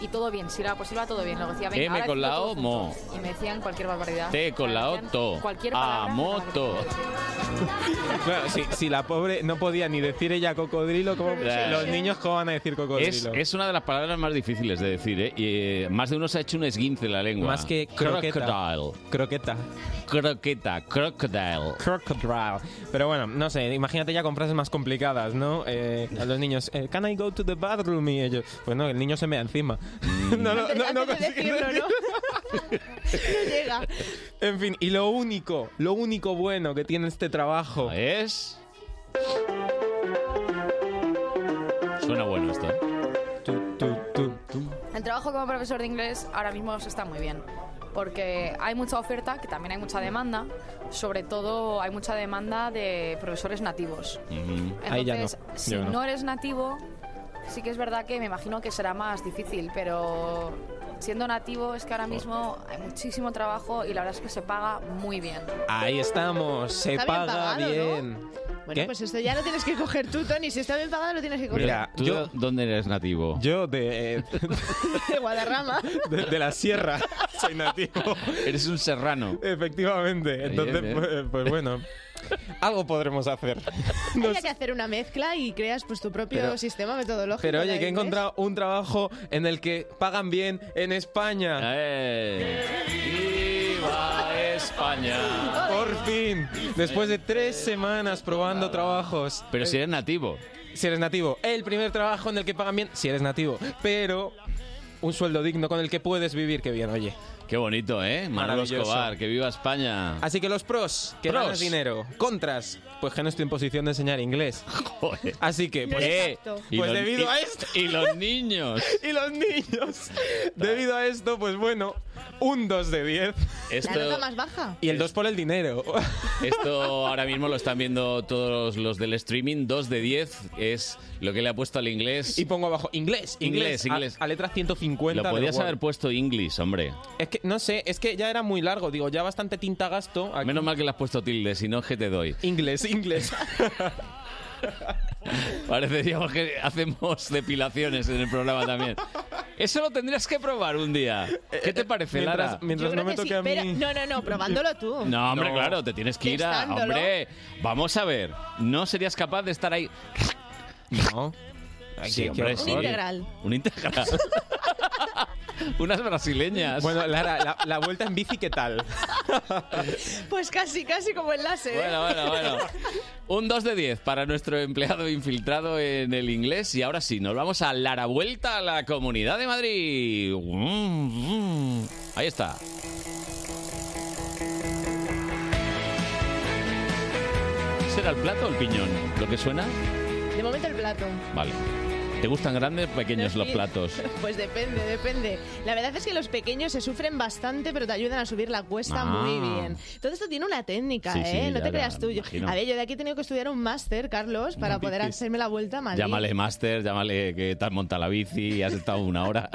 [SPEAKER 15] y todo bien, sílaba por sílaba, todo bien. Luego decía, venga,
[SPEAKER 2] M
[SPEAKER 15] ahora
[SPEAKER 2] con la
[SPEAKER 15] decirlo
[SPEAKER 2] O,
[SPEAKER 15] todo
[SPEAKER 2] mo.
[SPEAKER 15] junto. Y me decían cualquier barbaridad.
[SPEAKER 2] T con la O, to.
[SPEAKER 15] Cualquier
[SPEAKER 2] A
[SPEAKER 15] palabra.
[SPEAKER 2] moto.
[SPEAKER 3] Claro, si, si la pobre no podía ni decir ella cocodrilo, ¿cómo-
[SPEAKER 2] Ya.
[SPEAKER 3] los niños, ¿cómo van a decir cocodrilo?
[SPEAKER 2] Es, es una de las palabras más difíciles de decir, ¿eh? Y, eh, más de uno se ha hecho un esguince en la lengua.
[SPEAKER 3] Más que croqueta.
[SPEAKER 2] Crocodile.
[SPEAKER 3] Croqueta.
[SPEAKER 2] Croqueta. Crocodile.
[SPEAKER 3] Crocodile. Pero bueno, no sé, imagínate ya con frases más complicadas, ¿no? Eh, a los niños, eh, ¿can I go to the bathroom? Y ellos, pues no, el niño se mea encima. no, no, no, no
[SPEAKER 16] Antes de
[SPEAKER 3] consigue
[SPEAKER 16] decirlo,
[SPEAKER 3] decir-
[SPEAKER 4] llega.
[SPEAKER 3] En fin, y lo único, lo único bueno que tiene este trabajo
[SPEAKER 2] es. Suena bueno esto. ¿eh?
[SPEAKER 15] El trabajo como profesor de inglés ahora mismo se está muy bien. Porque hay mucha oferta, que también hay mucha demanda. Sobre todo hay mucha demanda de profesores nativos.
[SPEAKER 2] Mm-hmm.
[SPEAKER 16] Ahí ya
[SPEAKER 15] Entonces,
[SPEAKER 16] no.
[SPEAKER 15] si
[SPEAKER 16] Yo
[SPEAKER 15] no.
[SPEAKER 16] no.
[SPEAKER 15] eres nativo, sí que es verdad que me imagino que será más difícil, pero siendo nativo es que ahora mismo hay muchísimo trabajo y la verdad es que se paga muy bien.
[SPEAKER 3] Ahí estamos, se
[SPEAKER 4] Está bien
[SPEAKER 3] paga
[SPEAKER 4] pagado, ¿no?
[SPEAKER 3] bien.
[SPEAKER 4] Bueno,
[SPEAKER 3] ¿Qué?
[SPEAKER 4] pues esto ya lo tienes que coger tú, Tony. Si está bien pagado, lo tienes que coger.
[SPEAKER 3] Mira,
[SPEAKER 2] ¿Tú
[SPEAKER 3] yo-
[SPEAKER 2] dónde eres nativo?
[SPEAKER 3] Yo de, eh,
[SPEAKER 4] De Guadarrama.
[SPEAKER 3] de, de la sierra soy nativo.
[SPEAKER 2] Eres un serrano.
[SPEAKER 3] Efectivamente, entonces,
[SPEAKER 2] bien.
[SPEAKER 3] pues, pues bueno, algo podremos hacer.
[SPEAKER 4] Habría que hacer una mezcla y creas pues tu propio
[SPEAKER 3] Pero-
[SPEAKER 4] sistema metodológico.
[SPEAKER 3] Pero oye,
[SPEAKER 4] de
[SPEAKER 3] que he
[SPEAKER 4] inglés.
[SPEAKER 3] encontrado un trabajo en el que pagan bien en España.
[SPEAKER 2] Eh. a España.
[SPEAKER 3] Por fin, después de tres semanas probando trabajos.
[SPEAKER 2] Pero si eres nativo.
[SPEAKER 3] Si eres nativo. El primer trabajo en el que pagan bien, si eres nativo. Pero un sueldo digno con el que puedes vivir, qué bien, oye.
[SPEAKER 2] Qué bonito, ¿eh? Manolo
[SPEAKER 3] Maravilloso.
[SPEAKER 2] Escobar, que viva España.
[SPEAKER 3] Así que los pros, que
[SPEAKER 2] Pros.
[SPEAKER 3] ganas dinero. Contras, pues que no estoy en posición de enseñar inglés. Así que, pues,
[SPEAKER 2] Eh, y
[SPEAKER 3] pues
[SPEAKER 2] los-
[SPEAKER 3] debido
[SPEAKER 2] y-
[SPEAKER 3] a esto...
[SPEAKER 2] Y los niños.
[SPEAKER 3] Y los niños. Debido a esto, pues bueno, un 2 de 10.
[SPEAKER 4] La nota más baja.
[SPEAKER 3] Y el 2 por el dinero.
[SPEAKER 2] Esto ahora mismo lo están viendo todos los del streaming. 2 de 10 es lo que le ha puesto al inglés.
[SPEAKER 3] Y pongo abajo inglés, inglés,
[SPEAKER 2] Inglés,
[SPEAKER 3] Ah,
[SPEAKER 2] inglés.
[SPEAKER 3] A, a letra 150.
[SPEAKER 2] Lo
[SPEAKER 3] del
[SPEAKER 2] podías
[SPEAKER 3] Word.
[SPEAKER 2] haber puesto English, hombre.
[SPEAKER 3] Es que, no sé, es que ya era muy largo. Digo, ya bastante tinta gasto. aquí.
[SPEAKER 2] Menos mal que le has puesto tilde, si no es que te doy.
[SPEAKER 3] Inglés, inglés.
[SPEAKER 2] Pareceríamos que hacemos depilaciones en el programa también. Eso lo tendrías que probar un día. ¿Qué te parece,
[SPEAKER 3] Eh, mientras-
[SPEAKER 2] Lara?
[SPEAKER 3] mientras
[SPEAKER 4] Yo creo que sí, pero- No, no, no, probándolo tú.
[SPEAKER 2] No, hombre, claro, te tienes que ir a...
[SPEAKER 4] Testándolo.
[SPEAKER 2] Hombre, vamos a ver. ¿No serías capaz de estar ahí?
[SPEAKER 3] No. qué-
[SPEAKER 2] Sí,
[SPEAKER 3] qué
[SPEAKER 2] hombre,
[SPEAKER 3] horror.
[SPEAKER 2] sí.
[SPEAKER 3] Un integral.
[SPEAKER 2] Un integral. Unas brasileñas.
[SPEAKER 3] Bueno, Lara, la, la vuelta en bici, ¿qué tal?
[SPEAKER 4] Pues casi, casi como enlace. ¿eh?
[SPEAKER 2] Bueno, bueno, bueno. Un 2 de 10 para nuestro empleado infiltrado en el inglés. Y ahora sí, nos vamos a la vuelta a la Comunidad de Madrid. Mm, mm. Ahí está. ¿Será el plato o el piñón? ¿Lo que suena?
[SPEAKER 4] De momento el plato.
[SPEAKER 2] Vale. ¿Te gustan grandes o pequeños
[SPEAKER 4] No,
[SPEAKER 2] los
[SPEAKER 4] sí.
[SPEAKER 2] platos?
[SPEAKER 4] Pues depende, depende. La verdad es que los pequeños se sufren bastante, pero te ayudan a subir la cuesta
[SPEAKER 2] Ah.
[SPEAKER 4] muy bien. Todo esto tiene una técnica,
[SPEAKER 2] Sí, sí,
[SPEAKER 4] ¿eh? no
[SPEAKER 2] ya,
[SPEAKER 4] te
[SPEAKER 2] ya,
[SPEAKER 4] creas
[SPEAKER 2] me
[SPEAKER 4] tú. Yo-
[SPEAKER 2] imagino.
[SPEAKER 4] A ver, yo de aquí he tenido que estudiar un máster, Carlos, para poder hacerme la vuelta a Madrid.
[SPEAKER 2] Llámale máster, llámale que te has montado la bici, has estado una hora.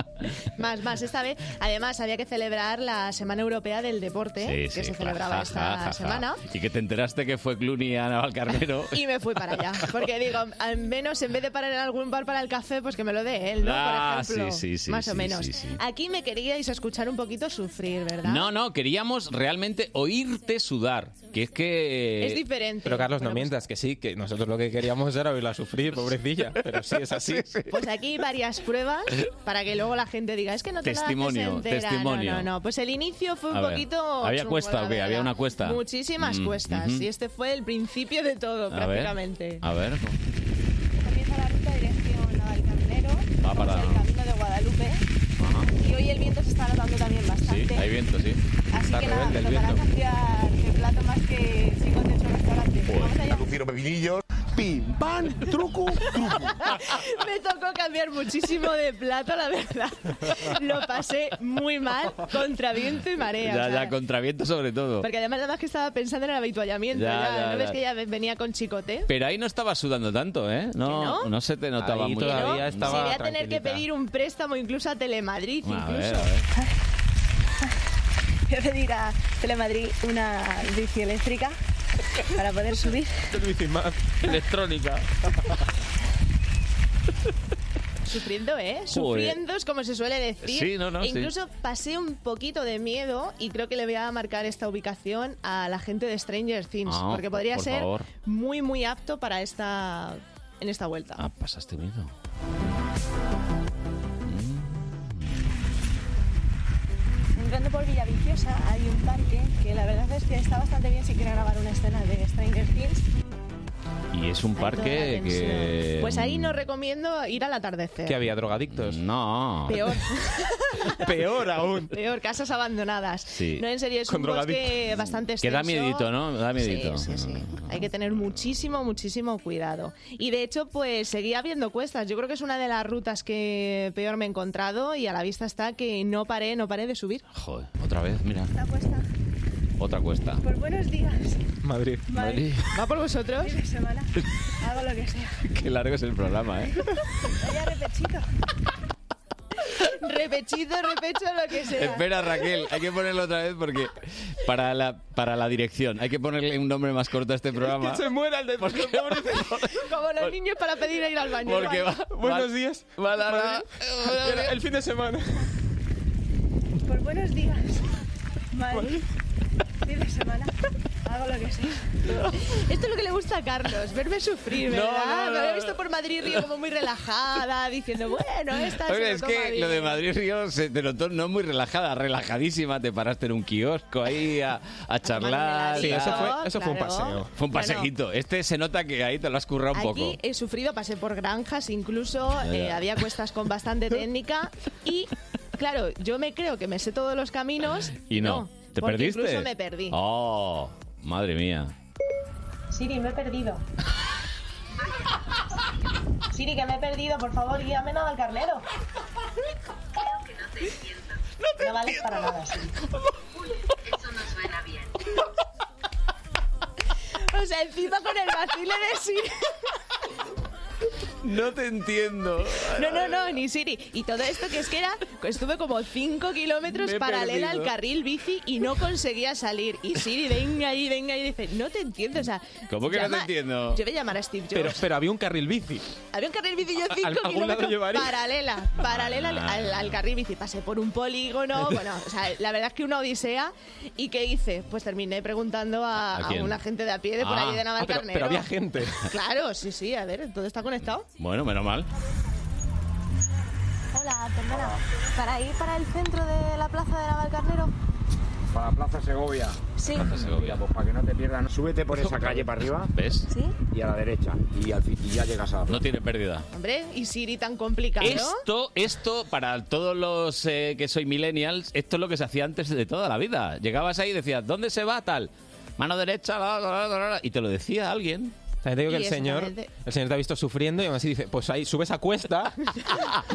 [SPEAKER 4] Más, más. Esta vez, además, había que celebrar la Semana Europea del Deporte, ¿eh? que
[SPEAKER 2] Sí, sí,
[SPEAKER 4] se
[SPEAKER 2] ja,
[SPEAKER 4] celebraba
[SPEAKER 2] ja,
[SPEAKER 4] esta
[SPEAKER 2] ja, ja, ja.
[SPEAKER 4] semana.
[SPEAKER 2] Y que te enteraste que fue Clooney a Navalcarnero.
[SPEAKER 4] Y me fui para allá, porque digo, al menos en vez de parar en algún bar para el café, pues que me lo dé él, ¿no?
[SPEAKER 2] Ah,
[SPEAKER 4] Por ejemplo.
[SPEAKER 2] sí, sí, sí,
[SPEAKER 4] Más o
[SPEAKER 2] sí,
[SPEAKER 4] menos.
[SPEAKER 2] sí, sí.
[SPEAKER 4] Aquí me queríais escuchar un poquito sufrir, ¿verdad?
[SPEAKER 2] No, no, queríamos realmente oírte sudar, que es que...
[SPEAKER 4] Es diferente.
[SPEAKER 3] Pero Carlos, no
[SPEAKER 4] Bueno, pues-
[SPEAKER 3] mientas, que sí, que nosotros lo que queríamos era oírla sufrir, pobrecilla. Pero sí, es así.
[SPEAKER 4] Pues aquí varias pruebas para que luego la gente diga, es que no te
[SPEAKER 3] Testimonio,
[SPEAKER 4] la haces entera.
[SPEAKER 2] testimonio.
[SPEAKER 4] No, no, no. Pues el inicio fue un
[SPEAKER 2] A ver,
[SPEAKER 4] poquito...
[SPEAKER 2] ¿había
[SPEAKER 4] chungo,
[SPEAKER 2] cuesta
[SPEAKER 4] la
[SPEAKER 2] o qué? ¿Había
[SPEAKER 4] verdad.
[SPEAKER 2] una cuesta?
[SPEAKER 4] Muchísimas
[SPEAKER 2] Mm,
[SPEAKER 4] cuestas.
[SPEAKER 2] ujú.
[SPEAKER 4] Y este fue el principio de todo,
[SPEAKER 2] A ver,
[SPEAKER 4] prácticamente.
[SPEAKER 2] a ver,
[SPEAKER 6] Dirección Navalcarnero,
[SPEAKER 2] va para...
[SPEAKER 6] camino de Guadalupe. Y hoy el viento se está notando también
[SPEAKER 2] Sí,
[SPEAKER 6] bastante.
[SPEAKER 2] hay viento, sí.
[SPEAKER 6] Así
[SPEAKER 2] Está
[SPEAKER 6] que nada,
[SPEAKER 2] rebelde el
[SPEAKER 6] tocará
[SPEAKER 2] viento.
[SPEAKER 6] cambiar el plato más que chicos de hecho restaurantes. Vamos allá.
[SPEAKER 17] Luciro Pepinillos, pim, pan, truco, truco.
[SPEAKER 4] Me tocó cambiar muchísimo de plato, la verdad. Lo pasé muy mal, contra viento y marea. o
[SPEAKER 2] Ya,
[SPEAKER 4] sea,
[SPEAKER 2] ya, contraviento sobre todo.
[SPEAKER 4] Porque además nada más que estaba pensando en el habituallamiento.
[SPEAKER 2] Ya,
[SPEAKER 4] ya,
[SPEAKER 2] ya,
[SPEAKER 4] ¿No ves
[SPEAKER 2] ya.
[SPEAKER 4] que ya venía con chicote?
[SPEAKER 2] Pero ahí no estaba sudando tanto, ¿eh? No,
[SPEAKER 4] no?
[SPEAKER 2] no se te notaba
[SPEAKER 3] Ahí
[SPEAKER 2] mucho.
[SPEAKER 3] todavía
[SPEAKER 2] No.
[SPEAKER 4] Se voy a tener que pedir un préstamo incluso a Telemadrid.
[SPEAKER 2] A
[SPEAKER 4] incluso.
[SPEAKER 2] ver, a ver.
[SPEAKER 6] Voy a pedir a Telemadrid una bici eléctrica para poder subir.
[SPEAKER 3] Electrónica.
[SPEAKER 4] Sufriendo, ¿eh? Sufriendo es como se suele decir.
[SPEAKER 2] Sí, no, no,
[SPEAKER 4] E
[SPEAKER 2] sí.
[SPEAKER 4] incluso pasé un poquito de miedo y creo que le voy a marcar esta ubicación a la gente de Stranger Things.
[SPEAKER 2] Ah,
[SPEAKER 4] porque podría
[SPEAKER 2] por
[SPEAKER 4] ser
[SPEAKER 2] favor.
[SPEAKER 4] muy, muy apto para esta. en esta vuelta.
[SPEAKER 2] Ah, pasaste miedo.
[SPEAKER 6] Entrando por Villaviciosa hay un parque que la verdad es que está bastante bien si quiere grabar una escena de Stranger Things.
[SPEAKER 2] Y es un parque que...
[SPEAKER 4] Pues ahí no recomiendo ir al atardecer.
[SPEAKER 2] ¿Que había drogadictos? No.
[SPEAKER 4] Peor,
[SPEAKER 3] Peor aún.
[SPEAKER 4] peor, casas abandonadas.
[SPEAKER 2] Sí.
[SPEAKER 4] No, en serio, es
[SPEAKER 2] Con
[SPEAKER 4] un bosque
[SPEAKER 2] drogadictos.
[SPEAKER 4] bastante
[SPEAKER 2] Que
[SPEAKER 4] extenso.
[SPEAKER 2] da miedito, ¿no? Da miedito.
[SPEAKER 4] Sí, sí, sí. Hay que tener muchísimo, muchísimo cuidado. Y de hecho, pues seguía habiendo cuestas. Yo creo que es una de las rutas que peor me he encontrado y a la vista está que no paré, no paré de subir.
[SPEAKER 2] Joder, otra vez, mira.
[SPEAKER 6] Esta cuesta.
[SPEAKER 2] Otra cuesta.
[SPEAKER 6] Pues buenos días.
[SPEAKER 3] Madrid.
[SPEAKER 2] Madrid.
[SPEAKER 4] Va por vosotros.
[SPEAKER 6] Fin de semana. Hago lo que sea.
[SPEAKER 2] Qué largo es el programa, ¿eh?
[SPEAKER 6] Vaya repechito.
[SPEAKER 4] Repechito, repecho, lo que sea.
[SPEAKER 2] Espera, Raquel, hay que ponerlo otra vez porque para la, para la dirección hay que ponerle un nombre más corto a este programa.
[SPEAKER 3] muera el de
[SPEAKER 4] Como los niños para pedir ir al baño.
[SPEAKER 2] Porque va-
[SPEAKER 3] Buenos días. Madrid. El fin de semana.
[SPEAKER 6] Pues buenos días. Madrid. Fin de semana. hago lo que sea.
[SPEAKER 4] Esto es lo que le gusta a Carlos, verme sufrir,
[SPEAKER 2] No,
[SPEAKER 4] ¿verdad?
[SPEAKER 2] no, no,
[SPEAKER 4] Me había
[SPEAKER 2] no.
[SPEAKER 4] visto por Madrid Río como muy relajada, diciendo, bueno, esta
[SPEAKER 2] Oye,
[SPEAKER 4] se lo
[SPEAKER 2] es
[SPEAKER 4] toma
[SPEAKER 2] que
[SPEAKER 4] bien.
[SPEAKER 2] lo de Madrid Río se te notó no muy relajada, relajadísima. Te paraste en un kiosco ahí a, a charlar.
[SPEAKER 3] Sí, eso fue- eso fue un
[SPEAKER 4] Claro.
[SPEAKER 3] paseo.
[SPEAKER 2] Fue un
[SPEAKER 4] Bueno.
[SPEAKER 2] pasejito. Este se nota que ahí te lo has currado un
[SPEAKER 4] Aquí
[SPEAKER 2] poco.
[SPEAKER 4] he sufrido, pasé por granjas incluso,
[SPEAKER 2] Ya, ya.
[SPEAKER 4] eh, había cuestas con bastante técnica y, claro, yo me creo que me sé todos los caminos.
[SPEAKER 2] Y no. ¿Te
[SPEAKER 4] porque
[SPEAKER 2] perdiste?
[SPEAKER 4] Incluso me perdí.
[SPEAKER 2] Oh, madre mía.
[SPEAKER 6] Siri, me he perdido. Siri, que me he perdido, por favor, guíame nada al carnero. No vales para nada, Siri.
[SPEAKER 7] Eso no suena bien.
[SPEAKER 4] O sea, encima con el vacile de Siri.
[SPEAKER 2] No te entiendo.
[SPEAKER 4] No, no, no, ni Siri. Y todo esto que es que era, estuve como 5 kilómetros
[SPEAKER 2] Me he
[SPEAKER 4] paralela al
[SPEAKER 2] perdido.
[SPEAKER 4] carril bici y no conseguía salir. Y Siri, venga ahí, venga ahí, dice, no te entiendo. O sea,
[SPEAKER 3] ¿Cómo que no te entiendo?
[SPEAKER 4] Yo voy a llamar a Steve Jobs.
[SPEAKER 3] Pero, pero había un carril bici.
[SPEAKER 4] Había un carril bici yo
[SPEAKER 3] ¿Al-
[SPEAKER 4] 5
[SPEAKER 3] algún lado
[SPEAKER 4] kilómetros
[SPEAKER 3] llevaría?
[SPEAKER 4] paralela, paralela al,
[SPEAKER 3] Ah.
[SPEAKER 4] al- al carril bici. Pasé por un polígono, bueno, o sea, la verdad es que una odisea. ¿Y qué hice? Pues terminé preguntando a,
[SPEAKER 2] ¿A
[SPEAKER 4] a
[SPEAKER 2] quién?
[SPEAKER 4] un agente de a pie de por
[SPEAKER 2] Ah.
[SPEAKER 4] allí de
[SPEAKER 2] Ah, pero-
[SPEAKER 4] Navalcarnero.
[SPEAKER 2] pero había gente.
[SPEAKER 4] Claro, sí, sí, a ver, todo está conectado.
[SPEAKER 2] Bueno, menos mal.
[SPEAKER 6] Hola, perdona. ¿Para ir para el centro de la plaza de Navalcarnero?
[SPEAKER 18] Para Plaza Segovia.
[SPEAKER 6] Sí.
[SPEAKER 2] Plaza Segovia.
[SPEAKER 18] Pues para que no te pierdan, súbete por esa calle para arriba.
[SPEAKER 2] ¿Ves?
[SPEAKER 6] Sí.
[SPEAKER 18] Y a la derecha. Y, al fin- y ya llegas a.
[SPEAKER 2] No tiene pérdida.
[SPEAKER 4] Hombre, y Siri tan complicado.
[SPEAKER 2] Esto, esto, para todos los eh, que soy millennials, esto es lo que se hacía antes de toda la vida. Llegabas ahí y decías, ¿dónde se va tal? Mano derecha, la, la, la, la, la", y te lo decía alguien.
[SPEAKER 3] También te digo
[SPEAKER 2] Y
[SPEAKER 3] que el señor,
[SPEAKER 2] exactamente.
[SPEAKER 3] el señor te ha visto sufriendo y aún así dice, pues ahí subes a cuesta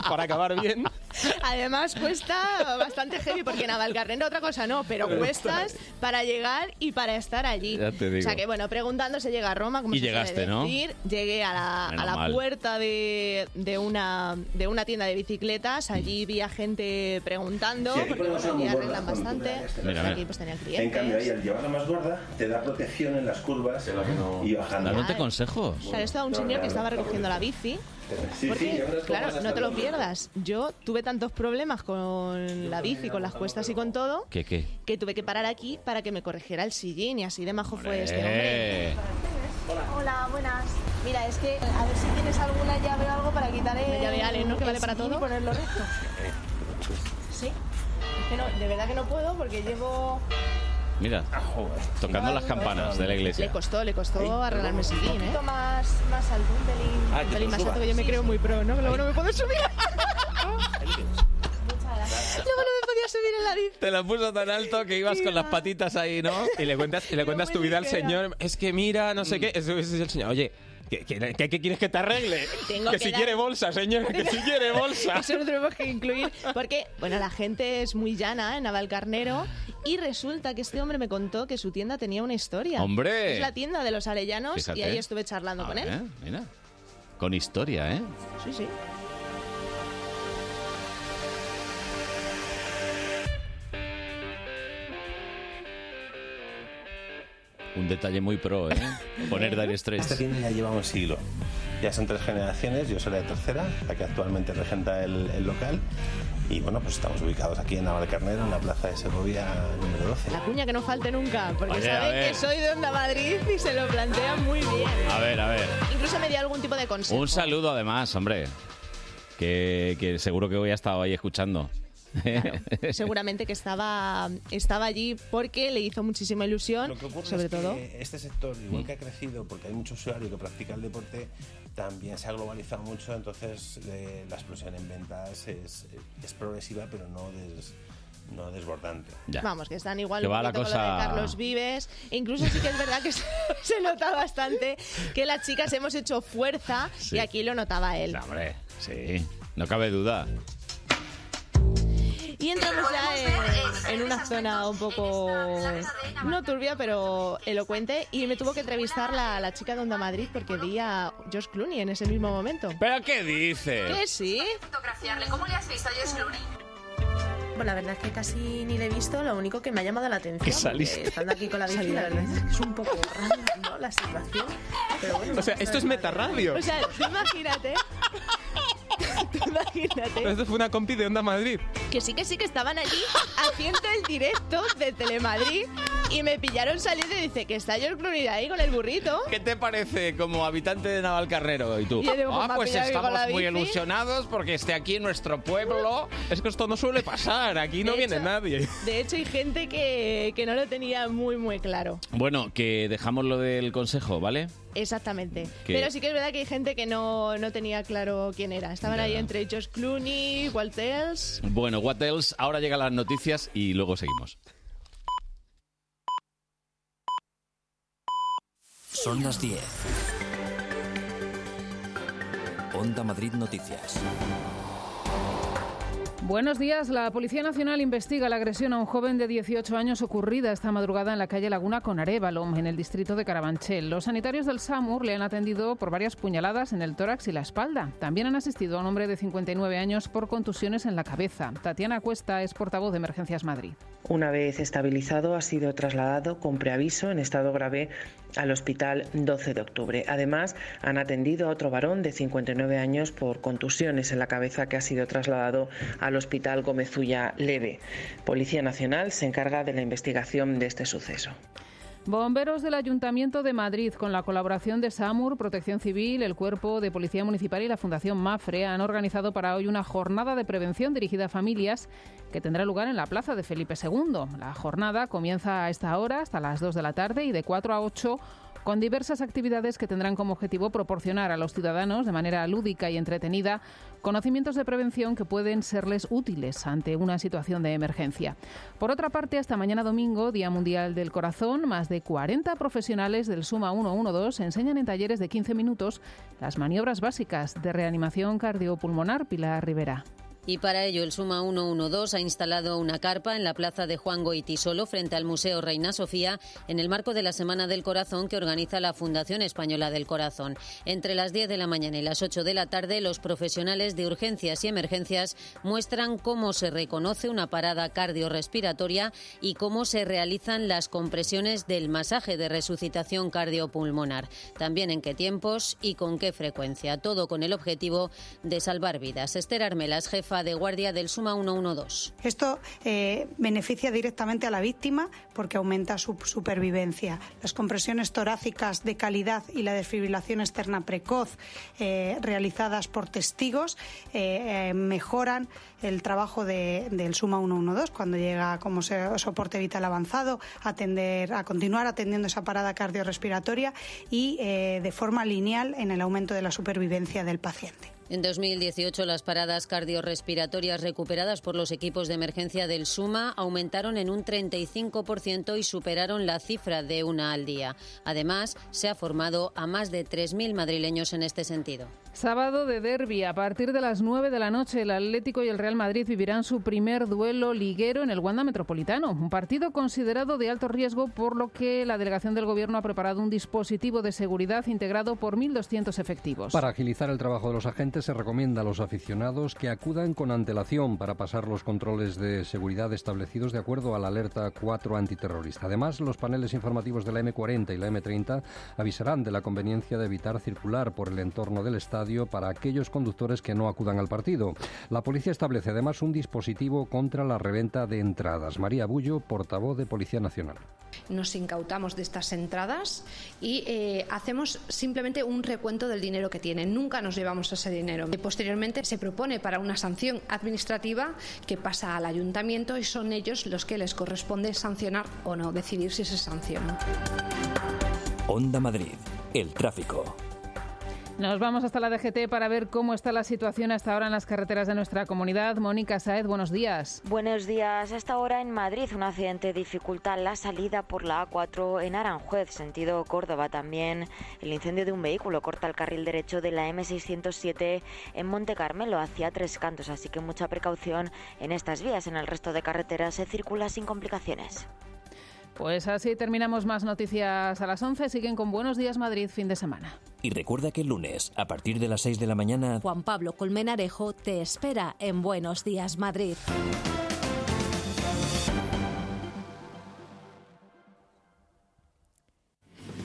[SPEAKER 3] para acabar bien.
[SPEAKER 4] Además cuesta bastante heavy porque Navalcarnero otra cosa no, pero
[SPEAKER 3] Pero
[SPEAKER 4] cuestas para llegar y para estar allí.
[SPEAKER 2] Ya te digo.
[SPEAKER 4] O sea que bueno, preguntando se llega a Roma, como
[SPEAKER 2] Y
[SPEAKER 4] se suele
[SPEAKER 2] llegaste, ¿no?
[SPEAKER 4] decir. Llegué a la, a
[SPEAKER 2] Menos
[SPEAKER 4] la
[SPEAKER 2] mal.
[SPEAKER 4] puerta de, de una, de una tienda de bicicletas. Allí vi a gente preguntando
[SPEAKER 19] Sí, aquí
[SPEAKER 4] porque
[SPEAKER 19] podemos hacer
[SPEAKER 4] bueno, allí
[SPEAKER 19] un buen
[SPEAKER 4] arreglan
[SPEAKER 19] razón,
[SPEAKER 4] bastante.
[SPEAKER 19] mira, mira.
[SPEAKER 4] Aquí pues tenía clientes.
[SPEAKER 19] En cambio, ahí al llevarla más gorda te da protección en las curvas y bajando.
[SPEAKER 2] Dándote consejos.
[SPEAKER 4] Claro, esto a un señor que estaba recogiendo la bici.
[SPEAKER 19] Sí, sí,
[SPEAKER 4] Porque,
[SPEAKER 19] ya verás cómo vas
[SPEAKER 4] claro,
[SPEAKER 19] hasta
[SPEAKER 4] no te lo
[SPEAKER 19] el-
[SPEAKER 4] pierdas. Yo tuve tantos problemas con la bici, con las cuestas y con todo,
[SPEAKER 2] ¿Qué, qué?
[SPEAKER 4] que tuve que parar aquí para que me corrigiera el sillín y así de majo fue este hombre.
[SPEAKER 2] Eh,
[SPEAKER 6] Hola, buenas. Mira, es que a ver si tienes alguna llave o algo para quitar el...
[SPEAKER 4] Una llave Allen, ¿no? Que
[SPEAKER 6] el
[SPEAKER 4] vale para
[SPEAKER 6] sillín
[SPEAKER 4] todo.
[SPEAKER 6] Y ponerlo recto.
[SPEAKER 2] eh,
[SPEAKER 6] Sí. Es que no, de verdad que no puedo porque llevo...
[SPEAKER 2] Mira, tocando las campanas de la
[SPEAKER 4] Le
[SPEAKER 2] iglesia.
[SPEAKER 4] costó, le costó arreglarme el
[SPEAKER 6] Un
[SPEAKER 4] sillín, ¿eh?
[SPEAKER 6] poquito más, más alto, un pelín,
[SPEAKER 4] Ah,
[SPEAKER 6] un
[SPEAKER 4] que te
[SPEAKER 6] pelín más
[SPEAKER 4] subas.
[SPEAKER 6] alto, que yo me creo muy pro, ¿no? Que Luego no me puedo subir.
[SPEAKER 4] Luego no me podía subir en la bici.
[SPEAKER 2] Te la puso tan alto que ibas con las patitas ahí, ¿no?
[SPEAKER 3] Y le cuentas, y le cuentas tu vida al
[SPEAKER 4] ligera.
[SPEAKER 3] señor, es que mira, no
[SPEAKER 2] Mm.
[SPEAKER 3] sé qué, eso es el señor, oye, ¿qué, qué, qué- qué quieres que te arregle?
[SPEAKER 4] Tengo
[SPEAKER 3] que
[SPEAKER 4] que
[SPEAKER 3] si
[SPEAKER 4] dar-
[SPEAKER 3] quiere bolsa, señor, que si quiere bolsa.
[SPEAKER 4] Eso lo tenemos que incluir. Porque, bueno, la gente es muy llana en Navalcarnero. Y resulta que este hombre me contó que su tienda tenía una historia.
[SPEAKER 2] ¡Hombre!
[SPEAKER 4] Es la tienda de los arellanos
[SPEAKER 2] Fíjate.
[SPEAKER 4] y ahí estuve charlando
[SPEAKER 2] A
[SPEAKER 4] con
[SPEAKER 2] ver,
[SPEAKER 4] él.
[SPEAKER 2] mira. Con historia, ¿eh?
[SPEAKER 4] Sí, sí.
[SPEAKER 2] Un detalle muy pro, ¿eh? Poner Dire
[SPEAKER 19] Esta
[SPEAKER 2] Straits.
[SPEAKER 19] tienda ya lleva un siglo. Ya son tres generaciones, yo soy la tercera, la que actualmente regenta el, el local. Y bueno, pues estamos ubicados aquí en Navalcarnero, en la plaza de Segovia número 12.
[SPEAKER 4] La cuña que no falte nunca. Porque
[SPEAKER 19] Oye, a
[SPEAKER 4] saben
[SPEAKER 19] ver.
[SPEAKER 4] que soy de Onda Madrid y se lo plantean muy bien.
[SPEAKER 2] A ver, a ver.
[SPEAKER 4] Incluso me dio algún tipo de consejo.
[SPEAKER 2] Un saludo además, hombre. Que, que seguro que hoy ha estado ahí escuchando.
[SPEAKER 4] Seguramente que estaba, estaba allí porque le hizo muchísima ilusión,
[SPEAKER 19] Lo que ocurre
[SPEAKER 4] sobre
[SPEAKER 19] es que
[SPEAKER 4] todo.
[SPEAKER 19] este sector,
[SPEAKER 15] Mm.
[SPEAKER 19] igual que ha crecido, porque hay mucho usuario que practica el deporte, también se ha globalizado mucho, entonces eh, la explosión en ventas es, eh, es progresiva, pero no, des- no desbordante.
[SPEAKER 4] Vamos, que están igual
[SPEAKER 19] Que
[SPEAKER 4] un
[SPEAKER 19] va la
[SPEAKER 4] poquito con lo de
[SPEAKER 19] cosa-
[SPEAKER 4] Carlos Vives. E incluso sí que es verdad que se, se nota bastante que las chicas hemos hecho fuerza
[SPEAKER 2] Sí.
[SPEAKER 4] y aquí lo notaba él.
[SPEAKER 2] Hombre, sí. No cabe duda.
[SPEAKER 4] Y entramos ya en, en una zona un poco, no turbia, pero elocuente. Y me tuvo que entrevistar la, la chica de Onda Madrid porque vi a George Clooney en ese mismo momento.
[SPEAKER 2] ¿Pero qué dices?
[SPEAKER 4] ¿Qué sí?
[SPEAKER 6] ¿Cómo le has visto a George Clooney? Bueno, Pues la verdad es que casi ni le he visto, lo único que me ha llamado la atención.
[SPEAKER 3] Que saliste.
[SPEAKER 6] porque Estando aquí con la bici, la verdad es que es un poco raro ¿no? la situación. Pero bueno,
[SPEAKER 3] O sea, esto es metarradio.
[SPEAKER 4] O sea, tú imagínate. tú imagínate.
[SPEAKER 3] Esto fue una compi de Onda Madrid.
[SPEAKER 4] Que sí, que sí, que estaban allí haciendo el directo de Telemadrid. Y me pillaron saliendo y dice que está George Clooney ahí con el burrito.
[SPEAKER 2] ¿Qué te parece como habitante de Navalcarrero y tú?
[SPEAKER 4] Yo digo, pues
[SPEAKER 2] ah,
[SPEAKER 4] me ha
[SPEAKER 2] pues
[SPEAKER 4] pillado aquí con
[SPEAKER 2] estamos
[SPEAKER 4] la
[SPEAKER 2] muy
[SPEAKER 4] bici".
[SPEAKER 2] ilusionados porque esté aquí en nuestro pueblo. Es que esto no suele pasar, aquí no
[SPEAKER 4] De
[SPEAKER 2] viene
[SPEAKER 4] hecho-
[SPEAKER 2] nadie.
[SPEAKER 4] De hecho, hay gente que, que no lo tenía muy, muy claro.
[SPEAKER 2] Bueno, que dejamos lo del consejo, ¿vale?
[SPEAKER 4] Exactamente.
[SPEAKER 2] Que-
[SPEAKER 4] Pero sí que es verdad que hay gente que no, no tenía claro quién era. Estaban ahí entre George Clooney, Walters.
[SPEAKER 2] Bueno, what else, ahora llegan las noticias y luego seguimos.
[SPEAKER 11] Son las 10. Onda Madrid Noticias.
[SPEAKER 8] Buenos días. La Policía Nacional investiga la agresión a un joven de 18 años ocurrida esta madrugada en la calle Laguna con Arevalo, en el distrito de Carabanchel. Los sanitarios del SAMUR le han atendido por varias puñaladas en el tórax y la espalda. También han asistido a un hombre de 59 años por contusiones en la cabeza. Tatiana Cuesta es portavoz de Emergencias Madrid.
[SPEAKER 20] Una vez estabilizado, ha sido trasladado con preaviso en estado grave al hospital 12 de octubre. Además, han atendido a otro varón de 59 años por contusiones en la cabeza que ha sido trasladado al hospital Gómezulla Leve. Policía Nacional se encarga de la investigación de este suceso.
[SPEAKER 8] Bomberos del Ayuntamiento de Madrid, con la colaboración de SAMUR, Protección Civil, el Cuerpo de Policía Municipal y la Fundación MAFRE, han organizado para hoy una jornada de prevención dirigida a familias que tendrá lugar en la plaza de Felipe II. La jornada comienza a esta hora, hasta las 2 de la tarde, y de 4 a 8 con diversas actividades que tendrán como objetivo proporcionar a los ciudadanos de manera lúdica y entretenida conocimientos de prevención que pueden serles útiles ante una situación de emergencia. Por otra parte, hasta mañana domingo, Día Mundial del Corazón, más de 40 profesionales del Suma 112 enseñan en talleres de 15 minutos las maniobras básicas de reanimación cardiopulmonar Pilar Rivera.
[SPEAKER 21] Y para ello, el Suma 112 ha instalado una carpa en la plaza de Juan Goitisolo frente al Museo Reina Sofía en el marco de la Semana del Corazón que organiza la Fundación Española del Corazón. Entre las 10 de la mañana y las 8 de la tarde, los profesionales de urgencias y emergencias muestran cómo se reconoce una parada cardiorrespiratoria y cómo se realizan las compresiones del masaje de resucitación cardiopulmonar. También en qué tiempos y con qué frecuencia. Todo con el objetivo de salvar vidas. Esther Armelas, jefa de guardia del Suma 112.
[SPEAKER 22] Esto eh, beneficia directamente a la víctima porque aumenta su supervivencia. Las compresiones torácicas de calidad y la desfibrilación externa precoz eh, realizadas por testigos eh, eh, mejoran el trabajo de- del Suma 112 cuando llega como se- soporte vital avanzado, atender, a continuar atendiendo esa parada cardiorrespiratoria y eh, de forma lineal en el aumento de la supervivencia del paciente.
[SPEAKER 21] En 2018, las paradas cardiorrespiratorias recuperadas por los equipos de emergencia del SUMA aumentaron en un 35% y superaron la cifra de una al día. Además, se ha formado a más de 3.000 madrileños en este sentido.
[SPEAKER 8] Sábado de derby. A partir de las 9 de la noche, el Atlético y el Real Madrid vivirán su primer duelo liguero en el Wanda Metropolitano. Un partido considerado de alto riesgo, por lo que la delegación del Gobierno ha preparado un dispositivo de seguridad integrado por 1.200 efectivos.
[SPEAKER 23] Para agilizar el trabajo de los agentes se recomienda a los aficionados que acudan con antelación para pasar los controles de seguridad establecidos de acuerdo a la alerta 4 antiterrorista. Además, los paneles informativos de la M40 y la M30 avisarán de la conveniencia de evitar circular por el entorno del estadio para aquellos conductores que no acudan al partido. La policía establece además un dispositivo contra la reventa de entradas. María Bullo, portavoz de Policía Nacional.
[SPEAKER 24] nos incautamos de estas entradas y eh, hacemos simplemente un recuento del dinero que tienen. Nunca nos llevamos ese dinero. Eh, Posteriormente se propone para una sanción administrativa que pasa al ayuntamiento y son ellos los que les corresponde sancionar o no, decidir si se sanciona.
[SPEAKER 11] Onda Madrid. El tráfico.
[SPEAKER 8] Nos vamos hasta la DGT para ver cómo está la situación hasta ahora en las carreteras de nuestra comunidad. Mónica Saez, buenos días.
[SPEAKER 7] Buenos días. Hasta ahora en Madrid un accidente dificulta la salida por la A4 en Aranjuez, sentido Córdoba también. El incendio de un vehículo corta el carril derecho de la M607 en Monte Carmelo hacia Tres Cantos, así que mucha precaución en estas vías. En el resto de carreteras se circula sin complicaciones.
[SPEAKER 8] Pues así terminamos más noticias a las 11. Siguen con Buenos Días Madrid, fin de semana.
[SPEAKER 11] Y recuerda que el lunes, a partir de las 6 de la mañana,
[SPEAKER 12] Juan Pablo Colmenarejo te espera en Buenos Días Madrid.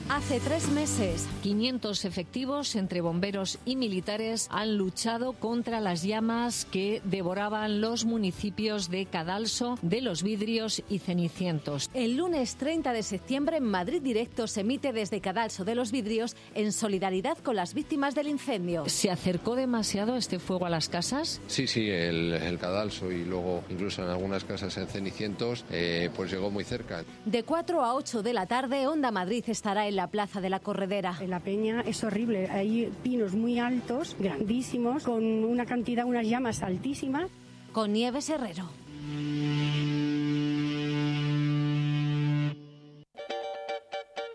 [SPEAKER 12] Hace Durante tres meses, 500 efectivos entre bomberos y militares han luchado contra las llamas que devoraban los municipios de Cadalso, de Los Vidrios y Cenicientos. El lunes 30 de septiembre en Madrid Directo se emite desde Cadalso de Los Vidrios en solidaridad con las víctimas del incendio. ¿Se acercó demasiado este fuego a las casas?
[SPEAKER 25] Sí, sí, el, el cadalso y luego incluso en algunas casas en Cenicientos, eh, pues llegó muy cerca.
[SPEAKER 12] De 4 a 8 de la tarde, Onda Madrid estará en la Plaza de la Corredera.
[SPEAKER 26] La peña es horrible. Hay pinos muy altos, grandísimos, con una cantidad, unas llamas altísimas.
[SPEAKER 12] Con Nieves Herrero.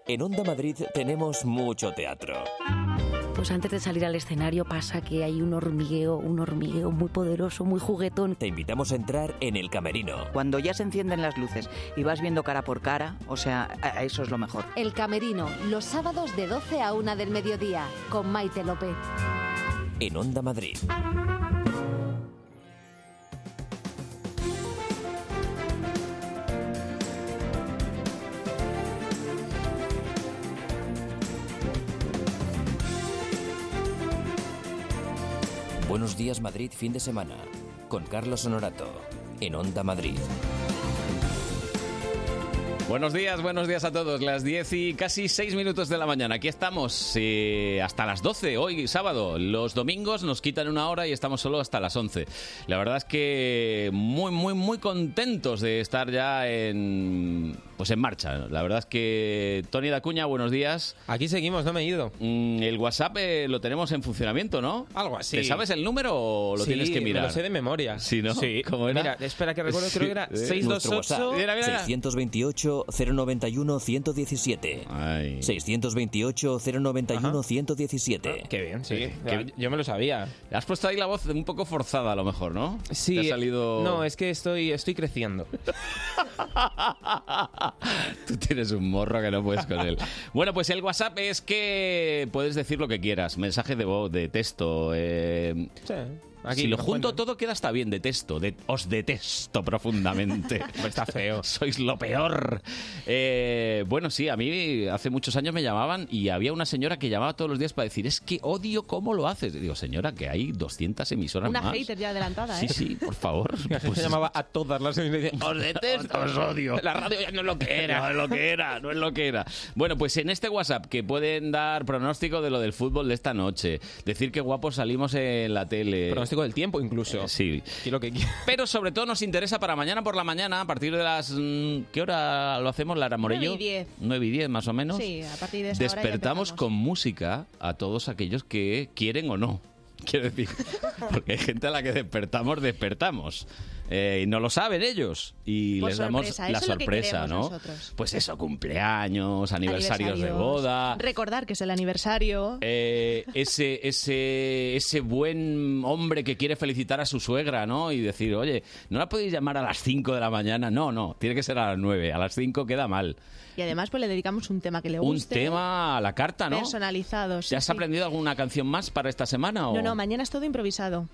[SPEAKER 11] En Onda Madrid tenemos mucho teatro.
[SPEAKER 24] Pues antes de salir al escenario pasa que hay un hormigueo, un hormigueo muy poderoso, muy juguetón.
[SPEAKER 11] Te invitamos a entrar en el camerino.
[SPEAKER 27] Cuando ya se encienden las luces y vas viendo cara por cara, o sea, a- a eso es lo mejor.
[SPEAKER 12] El Camerino, los sábados de 12 a 1 del mediodía, con Maite López.
[SPEAKER 11] En Onda Madrid. Buenos días Madrid, fin de semana. Con Carlos Honorato. En Onda Madrid.
[SPEAKER 2] Buenos días, buenos días a todos. Las 10 y casi 6 minutos de la mañana. Aquí estamos eh, hasta las 12, hoy sábado. Los domingos nos quitan una hora y estamos solo hasta las 11. La verdad es que muy, muy, muy contentos de estar ya en, pues en marcha. La verdad es que Tony Dacuña, buenos días.
[SPEAKER 3] Aquí seguimos, no me he ido.
[SPEAKER 2] el WhatsApp eh, lo tenemos en funcionamiento, ¿no?
[SPEAKER 3] Algo así.
[SPEAKER 2] ¿Te sabes el número o lo
[SPEAKER 3] Sí,
[SPEAKER 2] tienes que
[SPEAKER 3] me
[SPEAKER 2] mirar?
[SPEAKER 3] lo sé de memoria.
[SPEAKER 2] Sí, ¿no?
[SPEAKER 3] Sí.
[SPEAKER 2] ¿Cómo era?
[SPEAKER 3] Mira, espera que recuerdo, creo que era
[SPEAKER 2] eh.
[SPEAKER 3] 628.
[SPEAKER 11] Nuestro WhatsApp,
[SPEAKER 3] Mira, mira, mira.
[SPEAKER 11] 628 091 117. 628 091 117.
[SPEAKER 3] Qué bien, sí.
[SPEAKER 11] Qué-
[SPEAKER 3] Yo- Yo me lo sabía.
[SPEAKER 2] Has puesto ahí la voz un poco forzada, a lo mejor, ¿no?
[SPEAKER 3] Sí.
[SPEAKER 2] Te ha salido...
[SPEAKER 3] No, es que estoy, estoy creciendo.
[SPEAKER 2] Tú tienes un morro que no puedes con él. Bueno, pues el WhatsApp es que puedes decir lo que quieras. Mensaje de voz, de texto. eh,
[SPEAKER 3] aquí
[SPEAKER 2] si lo
[SPEAKER 3] nos
[SPEAKER 2] junto todo queda hasta bien, detesto. de- os detesto profundamente. Está feo. Sois lo peor. Eh, bueno, sí, a mí hace muchos años me llamaban y había una señora que llamaba todos los días para decir, es que odio cómo lo haces. Y digo, señora, que hay 200 emisoras
[SPEAKER 4] Una
[SPEAKER 2] más.
[SPEAKER 4] hater ya adelantada,
[SPEAKER 2] Sí,
[SPEAKER 4] ¿eh?
[SPEAKER 2] sí, por favor. Pues
[SPEAKER 3] se llamaba a todas las
[SPEAKER 2] Os detesto, os odio.
[SPEAKER 3] La radio ya no es lo que
[SPEAKER 2] No
[SPEAKER 3] era.
[SPEAKER 2] es lo que era, no es lo que era. Bueno, pues en este WhatsApp que pueden dar pronóstico de lo del fútbol de esta noche, decir que guapos salimos en la tele. Eh,
[SPEAKER 3] Pronóstico del tiempo incluso.
[SPEAKER 2] sí. Pero sobre todo nos interesa para mañana por la mañana, a partir de las... mm, ¿Qué hora lo hacemos, Lara Morello?
[SPEAKER 4] 9 y 10.
[SPEAKER 2] 9 y 10 más o menos.
[SPEAKER 4] Sí, a partir de esa hora ya
[SPEAKER 2] Despertamos con música a todos aquellos que quieren o no. Quiero decir, porque hay gente a la que despertamos, despertamos. Eh, y no lo saben ellos. Y
[SPEAKER 4] Por
[SPEAKER 2] les damos
[SPEAKER 4] sorpresa,
[SPEAKER 2] la
[SPEAKER 4] eso es lo que
[SPEAKER 2] sorpresa,
[SPEAKER 4] queremos
[SPEAKER 2] ¿no?
[SPEAKER 4] nosotros.
[SPEAKER 2] Pues eso, cumpleaños, aniversarios, de
[SPEAKER 4] Aniversarios.
[SPEAKER 2] boda.
[SPEAKER 4] Recordar que es el aniversario.
[SPEAKER 2] eh, ese, ese, ese buen hombre que quiere felicitar a su suegra, ¿no? Y decir, oye, ¿no la podéis llamar a las 5 de la mañana? No, no, tiene que ser a las 9. A las 5 queda mal.
[SPEAKER 4] Y además, pues le dedicamos un tema que le
[SPEAKER 2] Un
[SPEAKER 4] guste.
[SPEAKER 2] tema a la carta, ¿no?
[SPEAKER 4] Personalizado. sí,
[SPEAKER 2] ¿Te has
[SPEAKER 4] sí.
[SPEAKER 2] aprendido alguna canción más para esta semana? O...
[SPEAKER 4] No, no, mañana es todo improvisado.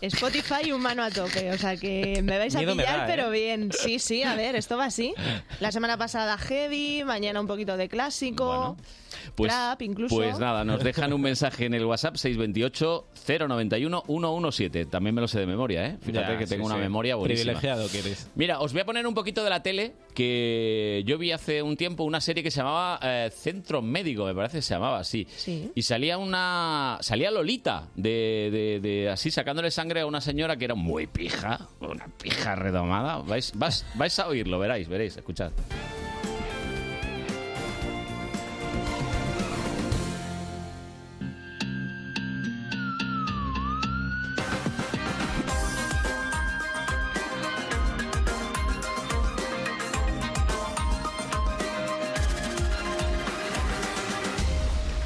[SPEAKER 4] Spotify humano a tope, o sea que me vais a
[SPEAKER 2] Miedo me
[SPEAKER 4] pillar,
[SPEAKER 2] da, ¿eh?
[SPEAKER 4] pero bien. Sí, sí, a ver, esto va así. La semana pasada heavy, mañana un poquito de clásico, trap incluso.
[SPEAKER 2] Pues nada, nos dejan un mensaje en el WhatsApp 628-091-117. También me lo sé de memoria, ¿eh? Fíjate
[SPEAKER 3] Ya,
[SPEAKER 2] que
[SPEAKER 3] sí,
[SPEAKER 2] tengo una
[SPEAKER 3] sí.
[SPEAKER 2] memoria buenísima.
[SPEAKER 3] Privilegiado que eres.
[SPEAKER 2] Mira, os voy a poner un poquito de la tele que yo vi hace un tiempo una serie que se llamaba eh, Centro Médico, me parece que se llamaba así.
[SPEAKER 4] Sí.
[SPEAKER 2] Y salía una. salía Lolita, de, de- de- así sacándole sangre a una señora que era muy pija, una pija redomada. Vais, vas- vais a oírlo, veréis, veréis, escuchad.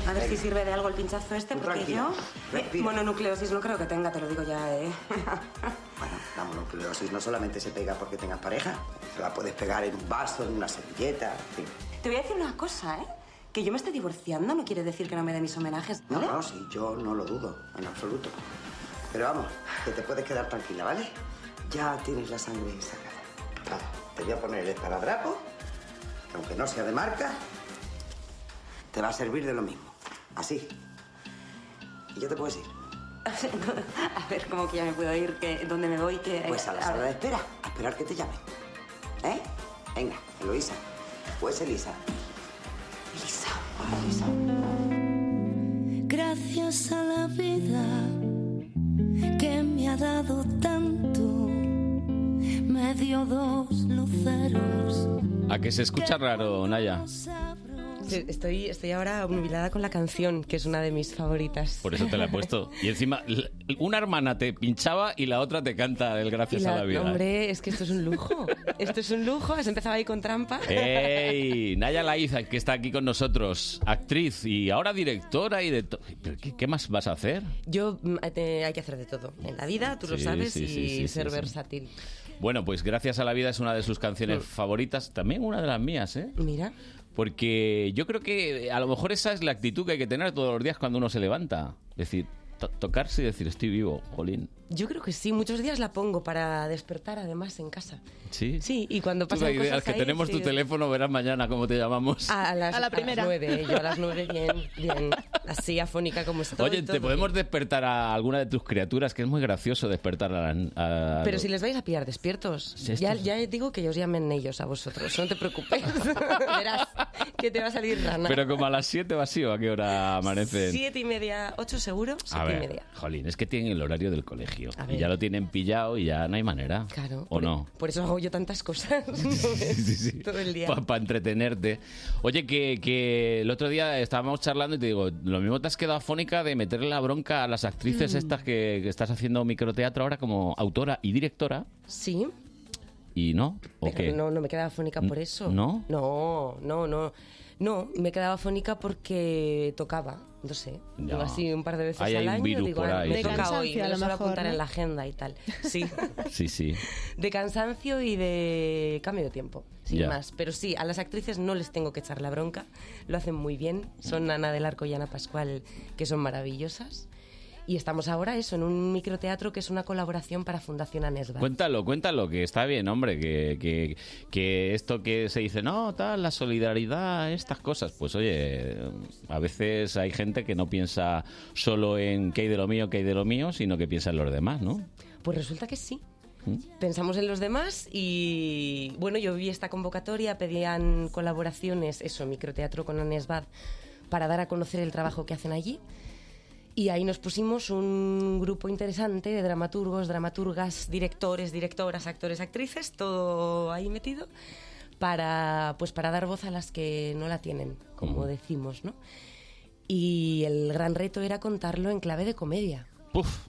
[SPEAKER 28] A ver si sirve de algo el pinchazo este, porque
[SPEAKER 29] Tranquila,
[SPEAKER 28] yo... Eh,
[SPEAKER 29] respira.
[SPEAKER 28] mononucleosis no creo que tenga, te lo digo ya, ¿eh?
[SPEAKER 29] La mononucleosis no solamente se pega porque tengas pareja, se la puedes pegar en un vaso, en una servilleta, en fin.
[SPEAKER 28] te voy a decir una cosa, ¿eh? Que yo me estoy divorciando no quiere decir que no me dé mis homenajes,
[SPEAKER 29] No,
[SPEAKER 28] ¿vale?
[SPEAKER 29] no, sí, yo no lo dudo, en absoluto. Pero vamos, que te puedes quedar tranquila, ¿vale? Ya tienes la sangre sacada. Vale, te voy a poner el esparadrapo, que aunque no sea de marca,
[SPEAKER 30] Te va a servir de lo mismo. Así. Y ya te puedes ir.
[SPEAKER 14] A ver, ¿cómo que ya me puedo ir? ¿Qué- ¿Dónde me voy?
[SPEAKER 28] eh,
[SPEAKER 14] ¿Qué-
[SPEAKER 30] Pues a la sala de espera, a esperar que te llamen. ¿Eh? Venga, Eloisa. Pues Elisa.
[SPEAKER 7] Gracias a la vida que me ha dado tanto, me dio dos luceros.
[SPEAKER 2] A que se escucha raro, Naya.
[SPEAKER 28] Estoy, estoy ahora obnubilada con la canción, que es una de mis favoritas.
[SPEAKER 2] Por eso te la he puesto. Y encima, l- una hermana te pinchaba y la otra te canta el gracias
[SPEAKER 28] Y la-
[SPEAKER 2] a la vida. ¿eh?
[SPEAKER 28] Hombre, es que esto es un lujo. Esto es un lujo. Has empezado ahí con trampa.
[SPEAKER 2] Eh. ¡Ey! Naya Laiza, que está aquí con nosotros, actriz y ahora directora y de todo. ¿Qué, qué más vas a hacer?
[SPEAKER 28] Yo mm, te- hay que hacer de todo en la vida, tú lo
[SPEAKER 2] Sí,
[SPEAKER 28] sabes,
[SPEAKER 2] sí, sí,
[SPEAKER 28] y
[SPEAKER 2] sí, sí,
[SPEAKER 28] ser
[SPEAKER 2] sí.
[SPEAKER 28] versátil.
[SPEAKER 2] Bueno, pues Gracias a la Vida es una de sus canciones
[SPEAKER 28] Mm.
[SPEAKER 2] favoritas, también una de las mías, ¿eh?
[SPEAKER 28] Mira.
[SPEAKER 2] Porque yo creo que a lo mejor esa es la actitud que hay que tener todos los días cuando uno se levanta. Es decir, to- tocarse y decir, estoy vivo, jolín.
[SPEAKER 28] Yo creo que sí, muchos días la pongo para despertar además en casa.
[SPEAKER 2] Sí.
[SPEAKER 28] Sí, y cuando
[SPEAKER 2] Tú
[SPEAKER 28] pasan
[SPEAKER 2] da idea,
[SPEAKER 28] cosas
[SPEAKER 2] al que
[SPEAKER 28] ahí,
[SPEAKER 2] tenemos
[SPEAKER 28] sí. Ah,
[SPEAKER 2] tu teléfono, verás mañana cómo te llamamos.
[SPEAKER 28] A las,
[SPEAKER 4] A la
[SPEAKER 28] las
[SPEAKER 4] primera.
[SPEAKER 28] nueve, yo a las nueve bien, bien, así afónica como estoy.
[SPEAKER 2] Oye,
[SPEAKER 28] todo
[SPEAKER 2] te podemos despertar a alguna de tus criaturas, que es muy gracioso despertar a, la- a
[SPEAKER 28] Pero
[SPEAKER 2] los-
[SPEAKER 28] si les vais a pillar despiertos,
[SPEAKER 2] Sí,
[SPEAKER 28] ya,
[SPEAKER 2] estos-
[SPEAKER 28] ya digo que os llamen ellos a vosotros, no te preocupes. Verás que te va a salir rana.
[SPEAKER 2] Pero como a las 7 vacío, ¿a qué hora amanecen?
[SPEAKER 28] Siete y media, ocho seguro, siete
[SPEAKER 2] a
[SPEAKER 28] y
[SPEAKER 2] ver,
[SPEAKER 28] media.
[SPEAKER 2] jolín, es que tienen el horario del colegio.
[SPEAKER 28] A
[SPEAKER 2] Y
[SPEAKER 28] ver.
[SPEAKER 2] ya lo tienen pillado y ya no hay manera.
[SPEAKER 28] Claro.
[SPEAKER 2] ¿O
[SPEAKER 28] por,
[SPEAKER 2] no?
[SPEAKER 28] Por eso hago yo tantas cosas todo el día.
[SPEAKER 2] Para entretenerte. Oye, que, que el otro día estábamos charlando y te digo, lo mismo te has quedado afónica de meterle la bronca a las actrices
[SPEAKER 28] Mm.
[SPEAKER 2] estas que, que estás haciendo microteatro ahora como autora y directora.
[SPEAKER 28] Sí,
[SPEAKER 2] ¿Y no? ¿O
[SPEAKER 28] pero
[SPEAKER 2] qué?
[SPEAKER 28] no, no me quedaba fónica por eso.
[SPEAKER 2] ¿No?
[SPEAKER 28] No, no, no. No, me quedaba fónica porque tocaba, no sé.
[SPEAKER 2] Ya.
[SPEAKER 28] Digo así un par de veces
[SPEAKER 2] Ahí hay
[SPEAKER 28] al
[SPEAKER 2] un
[SPEAKER 28] año.
[SPEAKER 2] virus
[SPEAKER 28] digo,
[SPEAKER 2] por
[SPEAKER 28] "Ah,
[SPEAKER 2] ahí,
[SPEAKER 28] me
[SPEAKER 2] sí. De
[SPEAKER 28] toca hoy,
[SPEAKER 4] cansancio, a
[SPEAKER 28] me lo
[SPEAKER 4] lo
[SPEAKER 28] suelo
[SPEAKER 4] mejor,
[SPEAKER 28] apuntar
[SPEAKER 4] ¿no?
[SPEAKER 28] en la agenda y tal. Sí.
[SPEAKER 2] Sí, sí.
[SPEAKER 28] De cansancio y de cambio de tiempo, sin
[SPEAKER 2] Ya.
[SPEAKER 28] más. Pero sí, a las actrices no les tengo que echar la bronca, lo hacen muy bien. Son Ana del Arco y Ana Pascual, que son maravillosas. Y estamos ahora eso, en un microteatro que es una colaboración para Fundación Anesba.
[SPEAKER 2] Cuéntalo, cuéntalo, que está bien, hombre, que, que, que esto que se dice, no, tal, la solidaridad, estas cosas, pues oye, a veces hay gente que no piensa solo en qué hay de lo mío, qué hay de lo mío, sino que piensa en los demás, ¿no?
[SPEAKER 28] Pues resulta que sí.
[SPEAKER 2] ¿Mm?
[SPEAKER 28] Pensamos en los demás y bueno, yo vi esta convocatoria, pedían colaboraciones, eso, microteatro con Anesbad, para dar a conocer el trabajo que hacen allí. Y ahí nos pusimos un grupo interesante de dramaturgos, dramaturgas, directores, directoras, actores, actrices, todo ahí metido, para, pues para dar voz a las que no la tienen, como
[SPEAKER 2] Ujú.
[SPEAKER 28] decimos, ¿no? Y el gran reto era contarlo en clave de comedia.
[SPEAKER 2] Puf,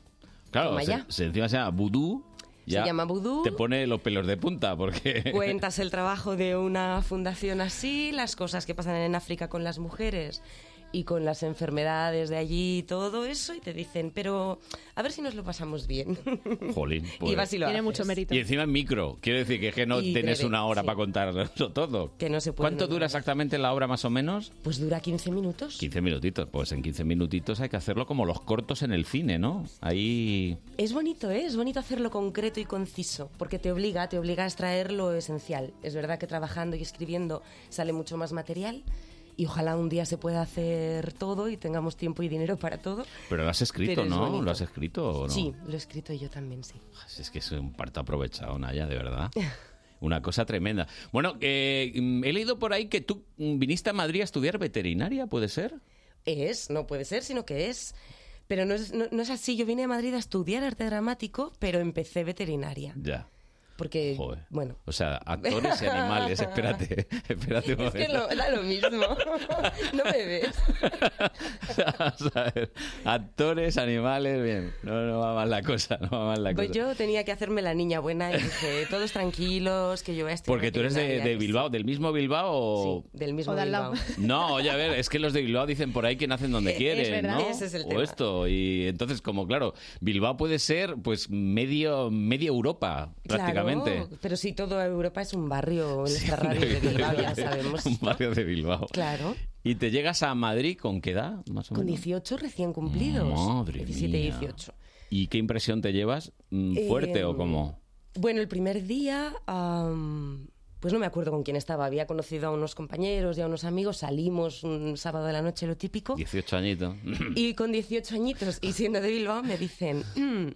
[SPEAKER 2] claro,
[SPEAKER 28] Toma
[SPEAKER 2] se,
[SPEAKER 28] ya.
[SPEAKER 2] se- encima se llama vudú.
[SPEAKER 28] Se llama vudú.
[SPEAKER 2] Te pone los pelos de punta, porque...
[SPEAKER 28] cuentas el trabajo de una fundación así, las cosas que pasan en África con las mujeres y con las enfermedades de allí y todo eso, y te dicen, pero a ver si nos lo pasamos bien.
[SPEAKER 2] Jolín, pues.
[SPEAKER 28] Y vas y lo Tiene haces. mucho mérito.
[SPEAKER 2] Y encima en micro. Quiero decir que, es que no
[SPEAKER 28] Y
[SPEAKER 2] tenés
[SPEAKER 28] breve,
[SPEAKER 2] una hora
[SPEAKER 28] sí.
[SPEAKER 2] para contarlo todo.
[SPEAKER 28] Que no se puede
[SPEAKER 2] ¿Cuánto
[SPEAKER 28] en una
[SPEAKER 2] dura exactamente la obra más o menos?
[SPEAKER 28] Pues dura 15 minutos.
[SPEAKER 2] 15 minutitos. Pues en 15 minutitos hay que hacerlo como los cortos en el cine, ¿no? Ahí...
[SPEAKER 28] Es bonito, ¿eh? Es bonito hacerlo concreto y conciso, porque te obliga, te obliga a extraer lo esencial. Es verdad que trabajando y escribiendo sale mucho más material y ojalá un día se pueda hacer todo y tengamos tiempo y dinero para todo.
[SPEAKER 2] Pero lo has escrito,
[SPEAKER 28] Pero es
[SPEAKER 2] ¿no?
[SPEAKER 28] bonito.
[SPEAKER 2] ¿Lo has escrito o no?
[SPEAKER 28] Sí, lo he escrito yo también, sí.
[SPEAKER 2] Es que es un parto aprovechado, Naya, de verdad. Una cosa tremenda. Bueno, eh, mm, he leído por ahí que tú mm, viniste a Madrid a estudiar veterinaria, ¿puede ser?
[SPEAKER 28] Es, no puede ser, sino que es. Pero no es, no, no es así. Yo vine a Madrid a estudiar arte dramático, pero empecé veterinaria.
[SPEAKER 2] Ya.
[SPEAKER 28] Porque,
[SPEAKER 2] Joder.
[SPEAKER 28] bueno.
[SPEAKER 2] O sea, actores y animales, espérate, espérate un
[SPEAKER 28] Es que
[SPEAKER 2] momento.
[SPEAKER 28] lo- da lo mismo. No me ves.
[SPEAKER 2] Vamos a ver. Actores, animales, bien. No, no va mal la cosa, no va mal la
[SPEAKER 28] Pues
[SPEAKER 2] cosa.
[SPEAKER 28] yo tenía que hacerme la niña buena y dije, todos tranquilos, que yo voy a estudiar.
[SPEAKER 2] Porque tú eres de,
[SPEAKER 28] veterinaria,
[SPEAKER 2] de Bilbao, del mismo Bilbao o...
[SPEAKER 28] Del mismo O de al lado. Bilbao.
[SPEAKER 2] No, oye, a ver, es que los de Bilbao dicen por ahí que nacen donde
[SPEAKER 28] Eh, es
[SPEAKER 2] quieren,
[SPEAKER 28] verdad.
[SPEAKER 2] ¿no?
[SPEAKER 28] Ese es el
[SPEAKER 2] o
[SPEAKER 28] tema.
[SPEAKER 2] esto, y entonces como claro, Bilbao puede ser pues medio media Europa prácticamente.
[SPEAKER 28] Claro, pero sí, toda Europa es un barrio, el extrarradio de Bilbao, ya sabemos.
[SPEAKER 2] Un barrio de Bilbao.
[SPEAKER 28] Claro.
[SPEAKER 2] Y te llegas a Madrid con qué edad, más o
[SPEAKER 28] Con
[SPEAKER 2] menos.
[SPEAKER 28] 18 recién cumplidos.
[SPEAKER 2] Madre
[SPEAKER 28] 17 y
[SPEAKER 2] mía.
[SPEAKER 28] 18.
[SPEAKER 2] ¿Y qué
[SPEAKER 28] Em,
[SPEAKER 2] impresión te llevas? Mm, ¿Fuerte
[SPEAKER 28] Eh,
[SPEAKER 2] o cómo?
[SPEAKER 28] Bueno, el primer día am, pues no me acuerdo con quién estaba. Había conocido a unos compañeros y a unos amigos, salimos un sábado de la noche, lo típico.
[SPEAKER 2] 18 añitos.
[SPEAKER 28] Y con 18 añitos y siendo de Bilbao me dicen, "Mm,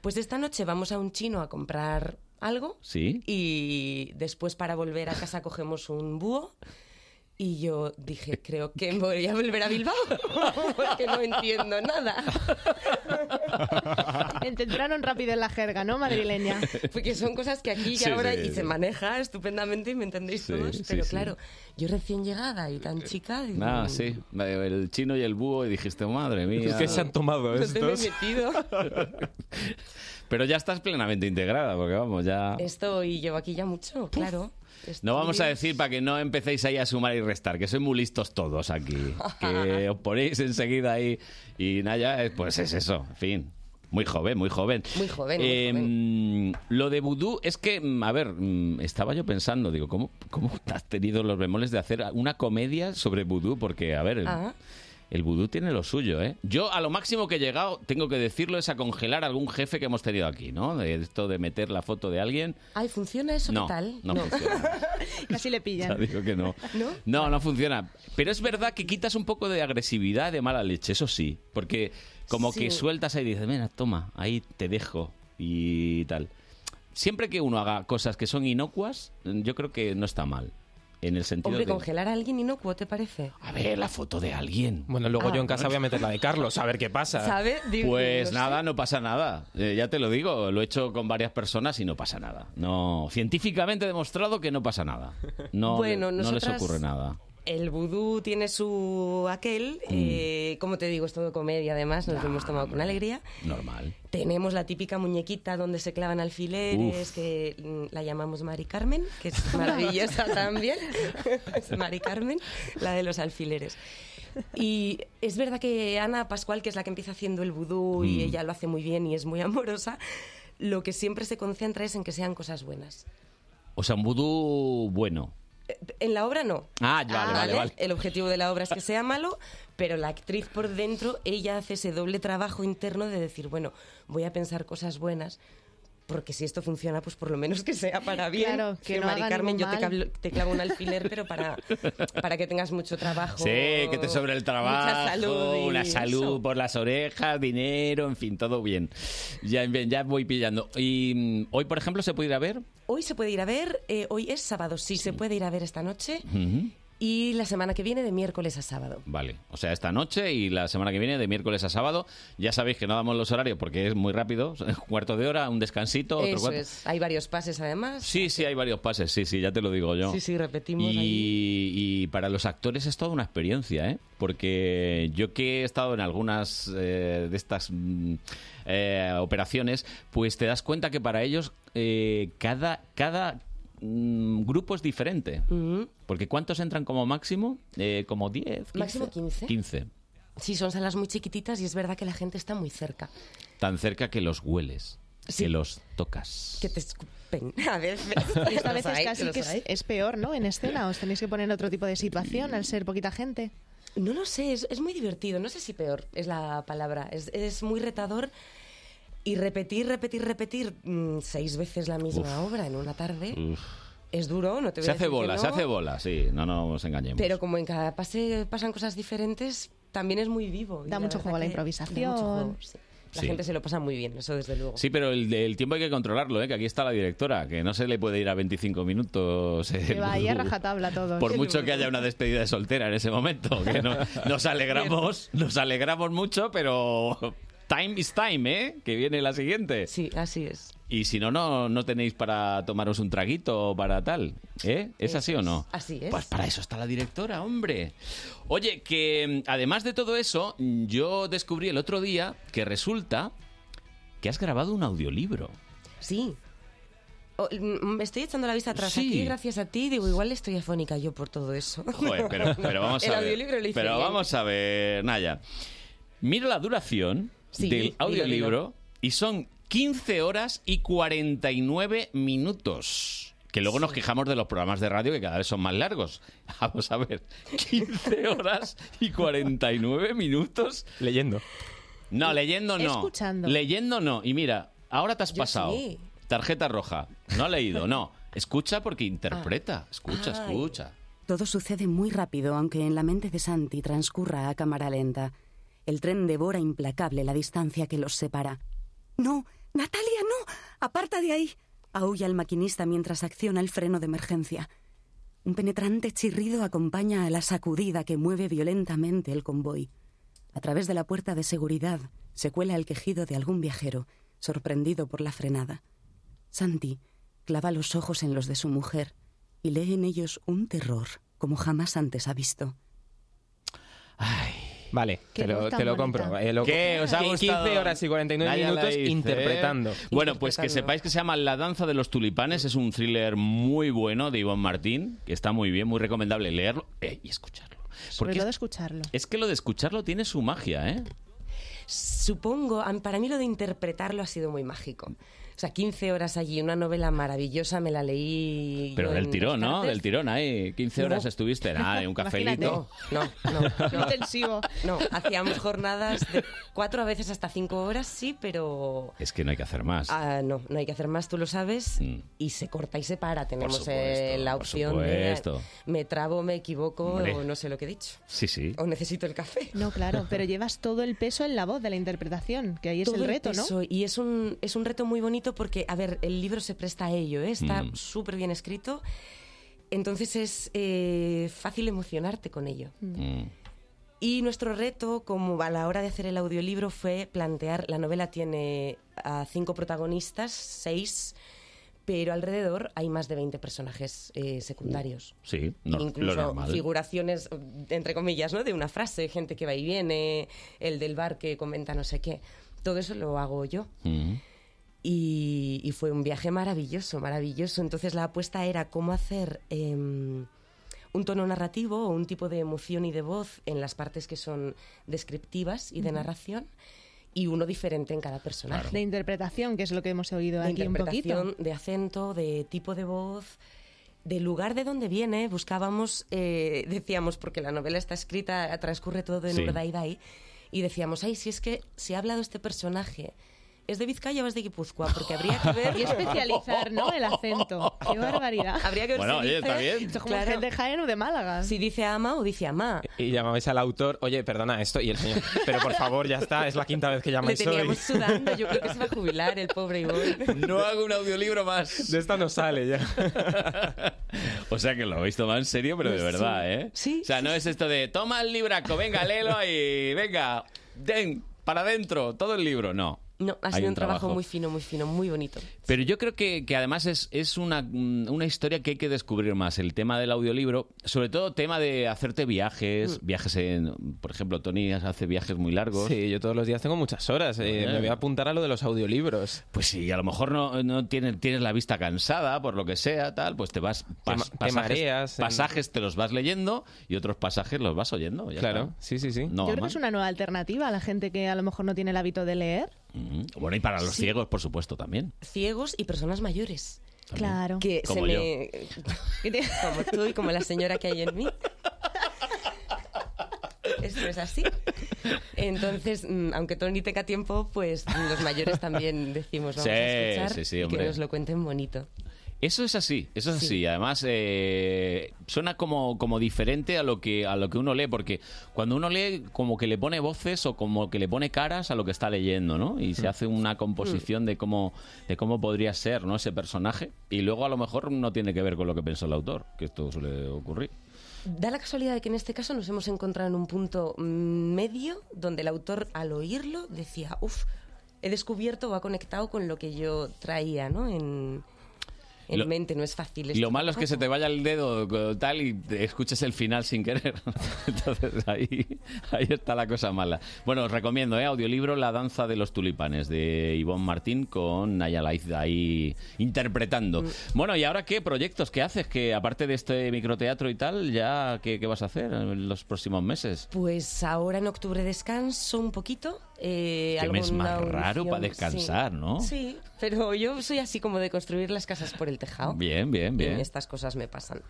[SPEAKER 28] pues esta noche vamos a un chino a comprar algo
[SPEAKER 2] Sí.
[SPEAKER 28] y después para volver a casa cogemos un búho. Y yo dije, creo que voy a volver a Bilbao porque no entiendo nada.
[SPEAKER 4] Entraron rápido en la jerga, ¿no? Madrileña.
[SPEAKER 28] Porque son cosas que aquí y
[SPEAKER 4] Sí,
[SPEAKER 28] ahora
[SPEAKER 4] sí,
[SPEAKER 28] y
[SPEAKER 4] sí.
[SPEAKER 28] se maneja estupendamente y me entendéis
[SPEAKER 2] Sí,
[SPEAKER 28] todos.
[SPEAKER 2] sí,
[SPEAKER 28] pero
[SPEAKER 2] sí.
[SPEAKER 28] claro, yo recién llegada y tan chica. digo, "Mm,
[SPEAKER 2] Ah, sí. El chino y el búho y dijiste, madre mía.
[SPEAKER 3] ¿Qué se han tomado
[SPEAKER 28] ¿Dónde me he
[SPEAKER 3] estos?
[SPEAKER 28] metido?
[SPEAKER 2] Pero ya estás plenamente integrada, porque vamos, ya...
[SPEAKER 28] Esto y llevo aquí ya mucho, claro.
[SPEAKER 2] No vamos a
[SPEAKER 28] Estudios.
[SPEAKER 2] decir para que no empecéis ahí a sumar y restar, que sois muy listos todos aquí. Que os ponéis enseguida ahí y Naya, eh, pues es eso, en fin. Muy joven, muy joven.
[SPEAKER 28] Muy joven, muy
[SPEAKER 2] Eh, Lo de vudú es que, mm, a ver, mm, estaba yo pensando, digo, ¿cómo, cómo has tenido los bemoles de hacer una comedia sobre vudú? Porque, a ver, el-
[SPEAKER 28] Ah.
[SPEAKER 2] el vudú tiene lo suyo, ¿eh? Yo a lo máximo que he llegado, tengo que decirlo, es a congelar a algún jefe que hemos tenido aquí, ¿no? De esto de meter la foto de alguien.
[SPEAKER 28] Ay, ¿funciona eso?
[SPEAKER 2] No,
[SPEAKER 28] ¿Qué tal?
[SPEAKER 2] no funciona.
[SPEAKER 4] Casi le
[SPEAKER 2] Ya
[SPEAKER 4] pillan.
[SPEAKER 2] digo que no.
[SPEAKER 28] ¿No?
[SPEAKER 2] No, no funciona. Pero es verdad que quitas un poco de agresividad, de mala leche, eso sí. Porque como
[SPEAKER 28] Sí.
[SPEAKER 2] que sueltas ahí y dices, mira, toma, ahí te dejo y tal. Siempre que uno haga cosas que son inocuas, yo creo que no está mal. En el sentido
[SPEAKER 28] Hombre,
[SPEAKER 2] de...
[SPEAKER 28] congelar a alguien inocuo, ¿te parece?
[SPEAKER 2] A ver, la foto de alguien.
[SPEAKER 3] Bueno, luego
[SPEAKER 2] Ah.
[SPEAKER 3] yo en casa voy a meter la de Carlos, a ver qué pasa.
[SPEAKER 28] ¿Sabe? Digo,
[SPEAKER 2] Pues
[SPEAKER 28] no
[SPEAKER 2] nada, no pasa nada. Eh, ya te lo digo, lo he hecho con varias personas y no pasa nada. No, científicamente demostrado que no pasa nada. No,
[SPEAKER 28] Bueno,
[SPEAKER 2] no les
[SPEAKER 28] nosotras-
[SPEAKER 2] ocurre nada.
[SPEAKER 28] El vudú tiene su aquel,
[SPEAKER 2] Mm.
[SPEAKER 28] eh, como te digo, es todo comedia además, nos lo
[SPEAKER 2] Ah,
[SPEAKER 28] hemos tomado con alegría.
[SPEAKER 2] Normal.
[SPEAKER 28] Tenemos la típica muñequita donde se clavan alfileres,
[SPEAKER 2] Uf.
[SPEAKER 28] que mm, la llamamos Mari Carmen, que es maravillosa también. Es Mari Carmen, la de los alfileres. Y es verdad que Ana Pascual, que es la que empieza haciendo el vudú y
[SPEAKER 2] Mm.
[SPEAKER 28] ella lo hace muy bien y es muy amorosa, lo que siempre se concentra es en que sean cosas buenas.
[SPEAKER 2] O sea, un vudú bueno.
[SPEAKER 28] En la obra no.
[SPEAKER 2] Ah, vale, vale, vale.
[SPEAKER 28] El objetivo de la obra es que sea malo, pero la actriz por dentro, ella hace ese doble trabajo interno de decir, bueno, voy a pensar cosas buenas, porque si esto funciona, pues por lo menos que sea para bien.
[SPEAKER 4] Claro, que no
[SPEAKER 28] Mari
[SPEAKER 4] haga
[SPEAKER 28] Carmen, yo
[SPEAKER 4] ningún
[SPEAKER 28] te
[SPEAKER 4] mal.
[SPEAKER 28] cablo- te clavo un alfiler, pero para, para que tengas mucho trabajo.
[SPEAKER 2] Sí, que te sobre el trabajo,
[SPEAKER 28] mucha salud y
[SPEAKER 2] una
[SPEAKER 28] eso.
[SPEAKER 2] salud por las orejas, dinero, en fin, todo bien. Ya, bien, ya voy pillando. Y mm, hoy, por ejemplo, se puede ir a ver.
[SPEAKER 28] Hoy se puede ir a ver, eh, hoy es sábado, sí, se puede ir a ver esta noche.
[SPEAKER 2] Ujú.
[SPEAKER 28] Y la semana que viene de miércoles a sábado.
[SPEAKER 2] Vale, o sea, esta noche y la semana que viene, de miércoles a sábado. Ya sabéis que no damos los horarios porque es muy rápido. Cuarto de hora, un descansito, otro
[SPEAKER 28] Eso
[SPEAKER 2] cuarto.
[SPEAKER 28] es. Hay varios pases además.
[SPEAKER 2] Sí, sí, hay varios pases, sí, sí, ya te lo digo yo.
[SPEAKER 28] Sí, sí, repetimos.
[SPEAKER 2] Y,
[SPEAKER 28] ahí.
[SPEAKER 2] y para los actores es toda una experiencia, ¿eh? Porque yo que he estado en algunas eh, de estas mm, eh, operaciones, pues te das cuenta que para ellos eh, cada, cada mm, grupo es diferente.
[SPEAKER 28] Ujú.
[SPEAKER 2] Porque ¿cuántos entran como máximo? Eh, como 10. 15,
[SPEAKER 28] Máximo 15.
[SPEAKER 2] 15.
[SPEAKER 28] Sí, son salas muy chiquititas y es verdad que la gente está muy cerca.
[SPEAKER 2] Tan cerca que los hueles,
[SPEAKER 28] Sí.
[SPEAKER 2] que los tocas.
[SPEAKER 28] Que te escupen. A ver,
[SPEAKER 4] Y esta vez
[SPEAKER 28] Los
[SPEAKER 4] es
[SPEAKER 28] hay,
[SPEAKER 4] casi
[SPEAKER 28] los
[SPEAKER 4] que es,
[SPEAKER 28] hay.
[SPEAKER 4] es peor, ¿no? En escena. Os tenéis que poner en otro tipo de situación al ser poquita gente.
[SPEAKER 28] No lo sé, es, es muy divertido. No sé si peor es la palabra. Es, es muy retador. Y repetir, repetir, repetir mm, seis veces la misma
[SPEAKER 2] Uf.
[SPEAKER 28] obra en una tarde
[SPEAKER 2] Uf.
[SPEAKER 28] es duro, no te voy
[SPEAKER 2] Se
[SPEAKER 28] a
[SPEAKER 2] hace
[SPEAKER 28] decir que
[SPEAKER 2] bola,
[SPEAKER 28] no,
[SPEAKER 2] se hace bola, sí, no, no nos engañemos.
[SPEAKER 28] Pero como en cada pase pasan cosas diferentes, también es muy vivo.
[SPEAKER 4] Da mucho juego a la improvisación.
[SPEAKER 28] La
[SPEAKER 2] Sí.
[SPEAKER 28] gente se lo pasa muy bien, eso desde luego.
[SPEAKER 2] Sí, pero el, el tiempo hay que controlarlo, ¿eh? que aquí está la directora, que no se le puede ir a 25 minutos. el
[SPEAKER 4] Que vaya a
[SPEAKER 2] vudú.
[SPEAKER 4] rajatabla todo.
[SPEAKER 2] Por mucho que haya una despedida de soltera en ese momento, que no- nos alegramos, nos alegramos mucho, pero time is time, ¿eh? Que viene la siguiente.
[SPEAKER 28] Sí, así es.
[SPEAKER 2] Y si no, no, no tenéis para tomaros un traguito o para tal, ¿eh? ¿Es así o no?
[SPEAKER 28] Así es.
[SPEAKER 2] Pues para eso está la directora, hombre. Oye, que mm, además de todo eso, mm, yo descubrí el otro día que resulta que has grabado un audiolibro.
[SPEAKER 28] Sí. O- mm, me estoy echando la vista atrás
[SPEAKER 2] Sí.
[SPEAKER 28] aquí, gracias a ti. Digo, igual estoy afónica yo por todo eso.
[SPEAKER 2] Joder, pero, pero vamos a
[SPEAKER 28] El
[SPEAKER 2] ver.
[SPEAKER 28] audiolibro lo hice
[SPEAKER 2] pero
[SPEAKER 28] bien.
[SPEAKER 2] vamos a ver, Naya. Mira la duración
[SPEAKER 28] Sí,
[SPEAKER 2] del
[SPEAKER 28] dilo,
[SPEAKER 2] audiolibro
[SPEAKER 28] dilo.
[SPEAKER 2] y son 15 horas y 49 minutos. Que luego nos quejamos de los programas de radio que cada vez son más largos. Vamos a ver, 15 horas y 49 minutos. Leyendo. No, leyendo no.
[SPEAKER 4] Escuchando.
[SPEAKER 2] Leyendo no. Y mira, ahora te has pasado.
[SPEAKER 4] sí.
[SPEAKER 2] Tarjeta roja. No ha leído, no. Escucha
[SPEAKER 28] Ah.
[SPEAKER 2] porque interpreta. Escucha,
[SPEAKER 6] Ay.
[SPEAKER 2] escucha.
[SPEAKER 6] Todo sucede muy rápido, aunque en la mente de Santi transcurra a cámara lenta. El tren devora implacable la distancia que los separa. No, Natalia, no. Aparta de ahí. Aúlla el maquinista mientras acciona el freno de emergencia. Un penetrante chirrido acompaña a la sacudida que mueve violentamente el convoy. A través de la puerta de seguridad se cuela el quejido de algún viajero, sorprendido por la frenada. Santi clava los ojos en los de su mujer y lee en ellos un terror como jamás antes ha visto.
[SPEAKER 3] Vale,
[SPEAKER 6] Qué
[SPEAKER 3] te lo,
[SPEAKER 6] voz tan
[SPEAKER 3] te lo
[SPEAKER 6] bonita.
[SPEAKER 3] compro. Eh, lo-
[SPEAKER 2] ¿Qué os ha
[SPEAKER 3] Qu-
[SPEAKER 2] gustado?
[SPEAKER 3] 15 horas y 49
[SPEAKER 2] Naya la
[SPEAKER 3] minutos
[SPEAKER 2] dice, ¿eh?
[SPEAKER 3] interpretando.
[SPEAKER 2] Bueno, pues que sepáis que se llama La danza de los tulipanes. Es un thriller muy bueno de Iván Martín, que está muy bien, muy recomendable leerlo eh, y escucharlo.
[SPEAKER 4] Sobre
[SPEAKER 2] Porque
[SPEAKER 4] todo
[SPEAKER 2] es,
[SPEAKER 4] escucharlo.
[SPEAKER 2] es que lo de escucharlo tiene su magia, ¿eh?
[SPEAKER 28] Supongo, a- para mí lo de interpretarlo ha sido muy mágico. O sea, 15 horas allí, una novela maravillosa, me la leí.
[SPEAKER 2] Pero
[SPEAKER 28] yo
[SPEAKER 2] del
[SPEAKER 28] en
[SPEAKER 2] tirón,
[SPEAKER 28] dos
[SPEAKER 2] ¿no?
[SPEAKER 28] tardes.
[SPEAKER 2] Del tirón ahí. 15
[SPEAKER 28] No.
[SPEAKER 2] horas estuviste, nada, en un cafelito.
[SPEAKER 28] No, no, no.
[SPEAKER 4] Intensivo.
[SPEAKER 28] No, hacíamos jornadas de cuatro a veces hasta cinco horas, sí, pero
[SPEAKER 2] Es que no hay que hacer más. Mm.
[SPEAKER 28] Ah, no, no hay que hacer más, tú lo sabes. Y se corta y se para. Tenemos
[SPEAKER 2] supuesto,
[SPEAKER 28] eh, la
[SPEAKER 2] por
[SPEAKER 28] opción de
[SPEAKER 2] supuesto.
[SPEAKER 28] me trabo, me equivoco
[SPEAKER 2] Hombre.
[SPEAKER 28] o no sé lo que he dicho.
[SPEAKER 2] Sí, sí.
[SPEAKER 28] O necesito el café.
[SPEAKER 4] No, claro, pero llevas todo el peso en la voz de la interpretación, que ahí es
[SPEAKER 28] Todo
[SPEAKER 4] el reto, ¿no?
[SPEAKER 28] peso, Y es un, es un reto muy bonito porque, a ver, el libro se presta a ello, ¿eh? está
[SPEAKER 2] Mm.
[SPEAKER 28] súper bien escrito. Entonces es eh, fácil emocionarte con ello.
[SPEAKER 2] Mm.
[SPEAKER 28] Y nuestro reto, como a la hora de hacer el audiolibro, fue plantear, la novela tiene a cinco protagonistas, seis, pero alrededor hay más de 20 personajes eh, secundarios.
[SPEAKER 2] Sí, Mm, no-
[SPEAKER 28] Incluso
[SPEAKER 2] lo normal.
[SPEAKER 28] figuraciones, entre comillas, ¿no? De una frase, gente que va y viene, el del bar que comenta no sé qué. Todo eso lo hago yo.
[SPEAKER 2] Mm.
[SPEAKER 28] Y, y fue un viaje maravilloso, maravilloso. Entonces la apuesta era cómo hacer em, un tono narrativo o un tipo de emoción y de voz en las partes que son descriptivas y de
[SPEAKER 4] Ujú.
[SPEAKER 28] narración y uno diferente en cada personaje.
[SPEAKER 4] De interpretación, que es lo que hemos oído
[SPEAKER 28] De
[SPEAKER 4] aquí un
[SPEAKER 28] interpretación,
[SPEAKER 4] poquito.
[SPEAKER 28] de acento, de tipo de voz, de lugar de donde viene. Buscábamos, eh, decíamos, porque la novela está escrita, transcurre todo en
[SPEAKER 2] Sí.
[SPEAKER 28] Urdaibai, y decíamos, ay, si es que se ha hablado este personaje. ¿Es de Vizcaya o es de Guipúzcoa? Porque habría que ver...
[SPEAKER 4] Y especializar, ¿no? El acento. Qué barbaridad.
[SPEAKER 28] Habría que ver
[SPEAKER 3] Bueno,
[SPEAKER 28] si
[SPEAKER 3] oye,
[SPEAKER 28] dice-
[SPEAKER 3] está bien.
[SPEAKER 4] Esto es como gente de Jaén o de Málaga.
[SPEAKER 28] Si dice ama o dice ama.
[SPEAKER 3] Y llamabais al autor, oye, perdona esto, y el señor, pero por favor, ya está, es la quinta vez que
[SPEAKER 28] Le
[SPEAKER 3] llamáis hoy.
[SPEAKER 28] teníamos sudando, yo creo que se va a jubilar el pobre Ivón.
[SPEAKER 2] No hago un audiolibro más.
[SPEAKER 3] De esta no sale ya.
[SPEAKER 2] O sea que lo habéis tomado en serio, pero de
[SPEAKER 3] Sí.
[SPEAKER 2] verdad, ¿eh? Sí. O sea, no es esto de toma el libraco, venga, léelo y venga, den, para adentro, todo el libro. No.
[SPEAKER 28] No, ha
[SPEAKER 2] Hay
[SPEAKER 28] sido
[SPEAKER 2] un
[SPEAKER 28] un trabajo,
[SPEAKER 2] trabajo.
[SPEAKER 28] muy fino, muy fino, muy bonito.
[SPEAKER 2] Pero yo creo que, que además es, es una, mm, una historia que hay que descubrir más. El tema del audiolibro, sobre todo tema de hacerte viajes,
[SPEAKER 3] Mm.
[SPEAKER 2] viajes en. Por ejemplo, Tony hace viajes muy largos.
[SPEAKER 3] Sí, yo todos los días tengo muchas horas. eh, me voy a apuntar a lo de los audiolibros.
[SPEAKER 2] Pues sí, a lo mejor no, no tienes, tienes la vista cansada, por lo que sea, tal, pues te vas. pas-
[SPEAKER 3] te
[SPEAKER 2] pasajes,
[SPEAKER 3] mareas en-
[SPEAKER 2] pasajes te los vas leyendo y otros pasajes los vas oyendo.
[SPEAKER 3] Claro,
[SPEAKER 2] sí, sí, sí.
[SPEAKER 4] Yo
[SPEAKER 2] No, va
[SPEAKER 4] creo que
[SPEAKER 2] mal.
[SPEAKER 4] es una nueva alternativa a la gente que a lo mejor no tiene el hábito de leer.
[SPEAKER 2] Mm. Bueno, y para los
[SPEAKER 28] Sí.
[SPEAKER 2] ciegos, por supuesto, también.
[SPEAKER 28] Ciegos y personas mayores.
[SPEAKER 4] Claro.
[SPEAKER 28] Que se
[SPEAKER 2] Como yo.
[SPEAKER 28] me... Como tú y como la señora que hay en mí. Eso es así. Entonces, mm, aunque Tony tenga tiempo, pues los mayores también decimos vamos a
[SPEAKER 2] Sí,
[SPEAKER 28] escuchar
[SPEAKER 2] sí, sí,
[SPEAKER 28] y
[SPEAKER 2] hombre.
[SPEAKER 28] que nos lo cuenten bonito.
[SPEAKER 2] Eso es así, eso es
[SPEAKER 28] Sí.
[SPEAKER 2] así. Además, eh, suena como, como diferente a lo, que, a lo que uno lee, porque cuando uno lee, como que le pone voces o como que le pone caras a lo que está leyendo, ¿no? Y se hace una composición de cómo, de cómo podría ser ¿no? ese personaje. Y luego a lo mejor no tiene que ver con lo que pensó el autor, que esto suele ocurrir.
[SPEAKER 28] Da la casualidad de que en este caso nos hemos encontrado en un punto mm, medio donde el autor al oírlo decía, uff, he descubierto o ha conectado con lo que yo traía, ¿no? En, en
[SPEAKER 2] Lo-
[SPEAKER 28] mente, no es fácil.
[SPEAKER 2] Y lo
[SPEAKER 28] esto
[SPEAKER 2] malo es que se
[SPEAKER 28] tampoco.
[SPEAKER 2] te vaya el dedo co- tal y te escuches el final sin querer. Entonces ahí, ahí está la cosa mala. Bueno, os recomiendo, ¿eh? Audiolibro La danza de los tulipanes de Ivonne Martín con Naya Laiz ahí interpretando.
[SPEAKER 28] Mm.
[SPEAKER 2] Bueno, ¿y ahora qué proyectos? ¿Qué haces? Que aparte de este microteatro y tal, ya ¿qué, qué vas a hacer en los próximos meses?
[SPEAKER 28] Pues ahora en octubre descanso un poquito. Eh,
[SPEAKER 2] Qué mes
[SPEAKER 28] alguna
[SPEAKER 2] más raro
[SPEAKER 28] audición,
[SPEAKER 2] para descansar,
[SPEAKER 28] sí.
[SPEAKER 2] ¿no?
[SPEAKER 28] Sí, pero yo soy así como de construir las casas por el tejado.
[SPEAKER 2] Bien, bien,
[SPEAKER 28] Y
[SPEAKER 2] bien.
[SPEAKER 28] estas cosas me pasan.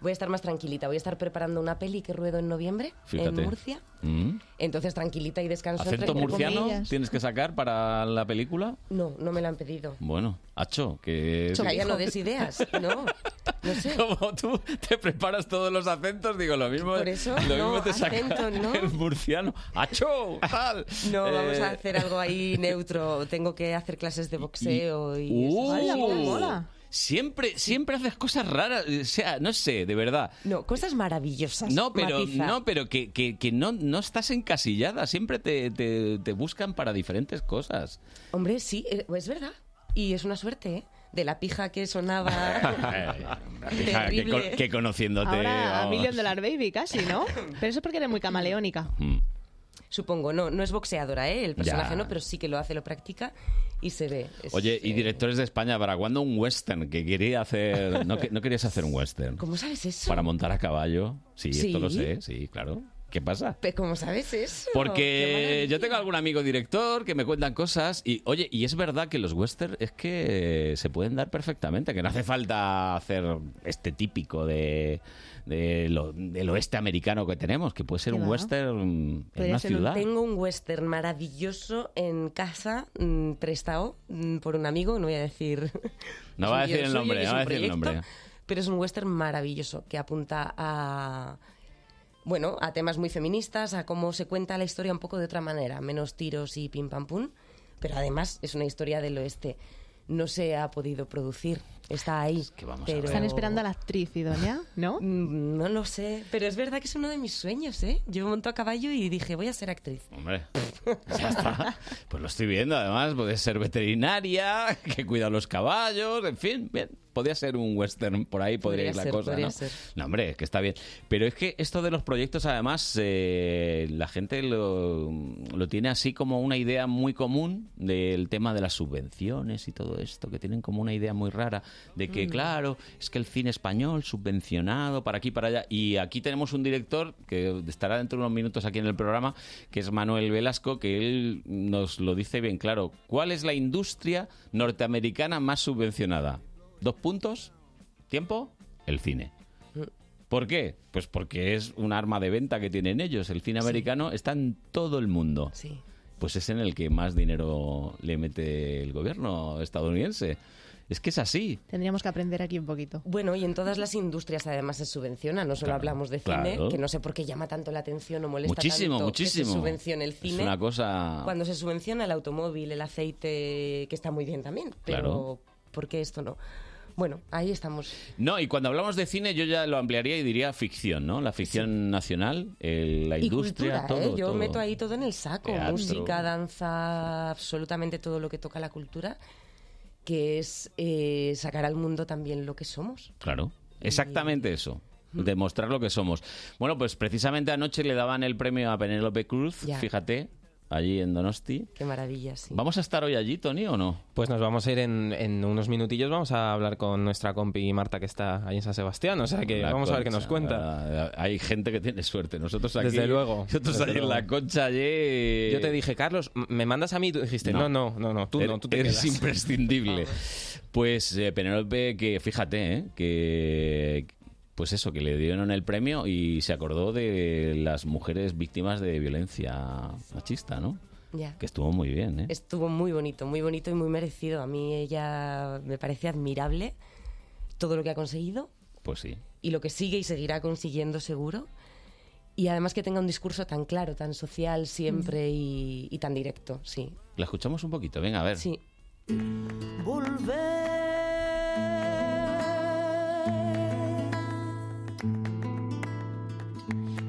[SPEAKER 28] voy a estar más tranquilita. Voy a estar preparando una peli que ruedo en noviembre
[SPEAKER 2] Fíjate.
[SPEAKER 28] en Murcia.
[SPEAKER 2] Mm.
[SPEAKER 28] Entonces, tranquilita y descanso. entre
[SPEAKER 2] ¿Acento murciano
[SPEAKER 28] comillas.
[SPEAKER 2] tienes que sacar para la película?
[SPEAKER 28] No, no me la han pedido.
[SPEAKER 2] Bueno, Acho, que...
[SPEAKER 28] Choca, ya no des ideas, ¿no? No sé.
[SPEAKER 2] Como tú te preparas todos los acentos, digo, lo mismo,
[SPEAKER 28] Por eso,
[SPEAKER 2] lo
[SPEAKER 28] no,
[SPEAKER 2] mismo te saca
[SPEAKER 28] acento, ¿no?
[SPEAKER 2] el murciano. ¡Acho! ¡Tal!
[SPEAKER 28] No, vamos
[SPEAKER 2] Eh,
[SPEAKER 28] a hacer algo ahí neutro. Tengo que hacer clases de boxeo y...
[SPEAKER 2] ¡Uh!
[SPEAKER 28] esas cosas.
[SPEAKER 2] Siempre, siempre haces cosas raras, o sea, no sé, de verdad.
[SPEAKER 28] No, cosas maravillosas.
[SPEAKER 2] No, pero,
[SPEAKER 28] Matiza.
[SPEAKER 2] no, pero que, que- que no, no estás encasillada, siempre te, te- te buscan para diferentes cosas.
[SPEAKER 28] Hombre, sí, eh, es verdad. Y es una suerte, ¿eh? De la pija que sonaba...
[SPEAKER 2] Hija, que,
[SPEAKER 28] Terrible.
[SPEAKER 2] con- que conociéndote...
[SPEAKER 4] Ahora a
[SPEAKER 2] vamos.
[SPEAKER 4] Million Dollar Baby casi, ¿no? Pero eso es porque eres muy camaleónica.
[SPEAKER 28] Supongo, no, no es boxeadora, ¿eh? El personaje
[SPEAKER 2] Mm. Ya.
[SPEAKER 28] no, pero sí que lo hace, lo practica y se ve. Es-
[SPEAKER 2] Oye, y directores de España, ¿para cuándo un western? Que quería hacer... No, que- no querías hacer un western.
[SPEAKER 28] ¿Cómo sabes eso?
[SPEAKER 2] Para montar a caballo. Sí,
[SPEAKER 28] Sí.
[SPEAKER 2] esto lo sé, sí, claro. ¿Qué pasa?
[SPEAKER 28] Pe- ¿Cómo sabes eso?
[SPEAKER 2] Porque yo tengo algún amigo director que me cuentan cosas y, oye, y es verdad que los western es que se pueden dar perfectamente, que no hace falta hacer este típico de, de lo- del oeste americano que tenemos, que puede ser
[SPEAKER 28] ¿Qué
[SPEAKER 2] un
[SPEAKER 28] va?
[SPEAKER 2] western en
[SPEAKER 28] Podría
[SPEAKER 2] una
[SPEAKER 28] ser un-
[SPEAKER 2] ciudad.
[SPEAKER 28] Tengo un western maravilloso en casa, mm, prestado mm, por un amigo, no voy a decir...
[SPEAKER 2] No
[SPEAKER 28] es
[SPEAKER 2] va a
[SPEAKER 28] un
[SPEAKER 2] decir
[SPEAKER 28] guion
[SPEAKER 2] el
[SPEAKER 28] suyo y
[SPEAKER 2] nombre, no va
[SPEAKER 28] es un
[SPEAKER 2] a decir el
[SPEAKER 28] proyecto,
[SPEAKER 2] nombre.
[SPEAKER 28] Pero es un western maravilloso que apunta a... Bueno, a temas muy feministas, a cómo se cuenta la historia un poco de otra manera, menos tiros y pim pam pum. Pero además es una historia del oeste. No se ha podido producir, está ahí. pero-
[SPEAKER 4] Están esperando a la actriz idónea, Mm, ¿no?
[SPEAKER 28] No lo sé, pero es verdad que es uno de mis sueños, ¿eh? Yo monto a caballo y dije, voy a ser actriz.
[SPEAKER 2] Hombre, ya está. Pues lo estoy viendo, además, puede ser veterinaria, que cuida los caballos, en fin, bien. Podría ser un western por ahí, podría,
[SPEAKER 28] Podría
[SPEAKER 2] ir la
[SPEAKER 28] ser,
[SPEAKER 2] cosa,
[SPEAKER 28] podría
[SPEAKER 2] ¿no?
[SPEAKER 28] ser.
[SPEAKER 2] No, hombre, es que está bien. Pero es que esto de los proyectos, además, eh, la gente lo, lo tiene así como una idea muy común del tema de las subvenciones y todo esto, que tienen como una idea muy rara de que,
[SPEAKER 15] Mm.
[SPEAKER 2] claro, es que el cine español subvencionado para aquí para allá. Y aquí tenemos un director que estará dentro de unos minutos aquí en el programa, que es Manuel Velasco, que él nos lo dice bien claro. ¿Cuál es la industria norteamericana más subvencionada? ¿Dos puntos? ¿Tiempo? El cine. ¿Por qué? Pues porque es un arma de venta que tienen ellos. El cine americano está en todo el mundo. Pues es en el que más dinero le mete el gobierno estadounidense. Es que es así.
[SPEAKER 28] Tendríamos que aprender aquí un poquito. Bueno, y en todas las industrias además se subvenciona, no solo
[SPEAKER 2] Claro,
[SPEAKER 28] hablamos de cine,
[SPEAKER 2] claro.
[SPEAKER 28] que no sé por qué llama tanto la atención o molesta
[SPEAKER 2] Muchísimo,
[SPEAKER 28] tanto que
[SPEAKER 2] muchísimo.
[SPEAKER 28] se subvencione el cine.
[SPEAKER 2] Es una cosa...
[SPEAKER 28] Cuando se subvenciona el automóvil, el aceite, que está muy bien también, pero
[SPEAKER 2] Claro.
[SPEAKER 28] ¿por qué esto no? Bueno, ahí estamos.
[SPEAKER 2] No, y cuando hablamos de cine yo ya lo ampliaría y diría ficción, ¿no? La ficción nacional, el- la
[SPEAKER 28] y
[SPEAKER 2] industria,
[SPEAKER 28] cultura,
[SPEAKER 2] todo.
[SPEAKER 28] ¿eh? Yo
[SPEAKER 2] todo.
[SPEAKER 28] meto ahí todo en el saco.
[SPEAKER 2] Teatro.
[SPEAKER 28] Música, danza, absolutamente todo lo que toca la cultura, que es eh, sacar al mundo también lo que somos.
[SPEAKER 2] Claro, exactamente eso.
[SPEAKER 28] Mm.
[SPEAKER 2] Demostrar lo que somos. Bueno, pues precisamente anoche le daban el premio a Penélope Cruz,
[SPEAKER 28] Ya.
[SPEAKER 2] fíjate, allí en Donosti.
[SPEAKER 28] Qué maravilla, sí.
[SPEAKER 2] ¿Vamos a estar hoy allí, Tony, o no?
[SPEAKER 3] Pues nos vamos a ir en, en unos minutillos, vamos a hablar con nuestra compi Marta que está ahí en San Sebastián, o sea que
[SPEAKER 2] La
[SPEAKER 3] vamos a ver qué
[SPEAKER 2] concha,
[SPEAKER 3] nos cuenta.
[SPEAKER 2] la- Hay gente que tiene suerte. Nosotros aquí.
[SPEAKER 3] Desde luego.
[SPEAKER 2] Nosotros
[SPEAKER 3] desde
[SPEAKER 2] allí en
[SPEAKER 3] luego.
[SPEAKER 2] la eh, concha ayer.
[SPEAKER 3] Yo te dije, Carlos, m- ¿me mandas a mí? Y tú dijiste, no, no, no, no, tú no, tú te
[SPEAKER 2] Eres
[SPEAKER 3] quedas.
[SPEAKER 2] imprescindible. Pues eh, Penélope, que fíjate, ¿eh? que pues eso, que le dieron el premio y se acordó de las mujeres víctimas de violencia machista, ¿no?
[SPEAKER 28] Ya.
[SPEAKER 2] Que estuvo muy bien, ¿eh?
[SPEAKER 28] Estuvo muy bonito, muy bonito y muy merecido. A mí ella me parece admirable todo lo que ha conseguido
[SPEAKER 2] Pues sí.
[SPEAKER 28] y lo que sigue y seguirá consiguiendo seguro. Y además que tenga un discurso tan claro, tan social siempre
[SPEAKER 2] Mm.
[SPEAKER 28] y, y tan directo, sí.
[SPEAKER 2] La escuchamos un poquito, venga, a ver.
[SPEAKER 28] Sí.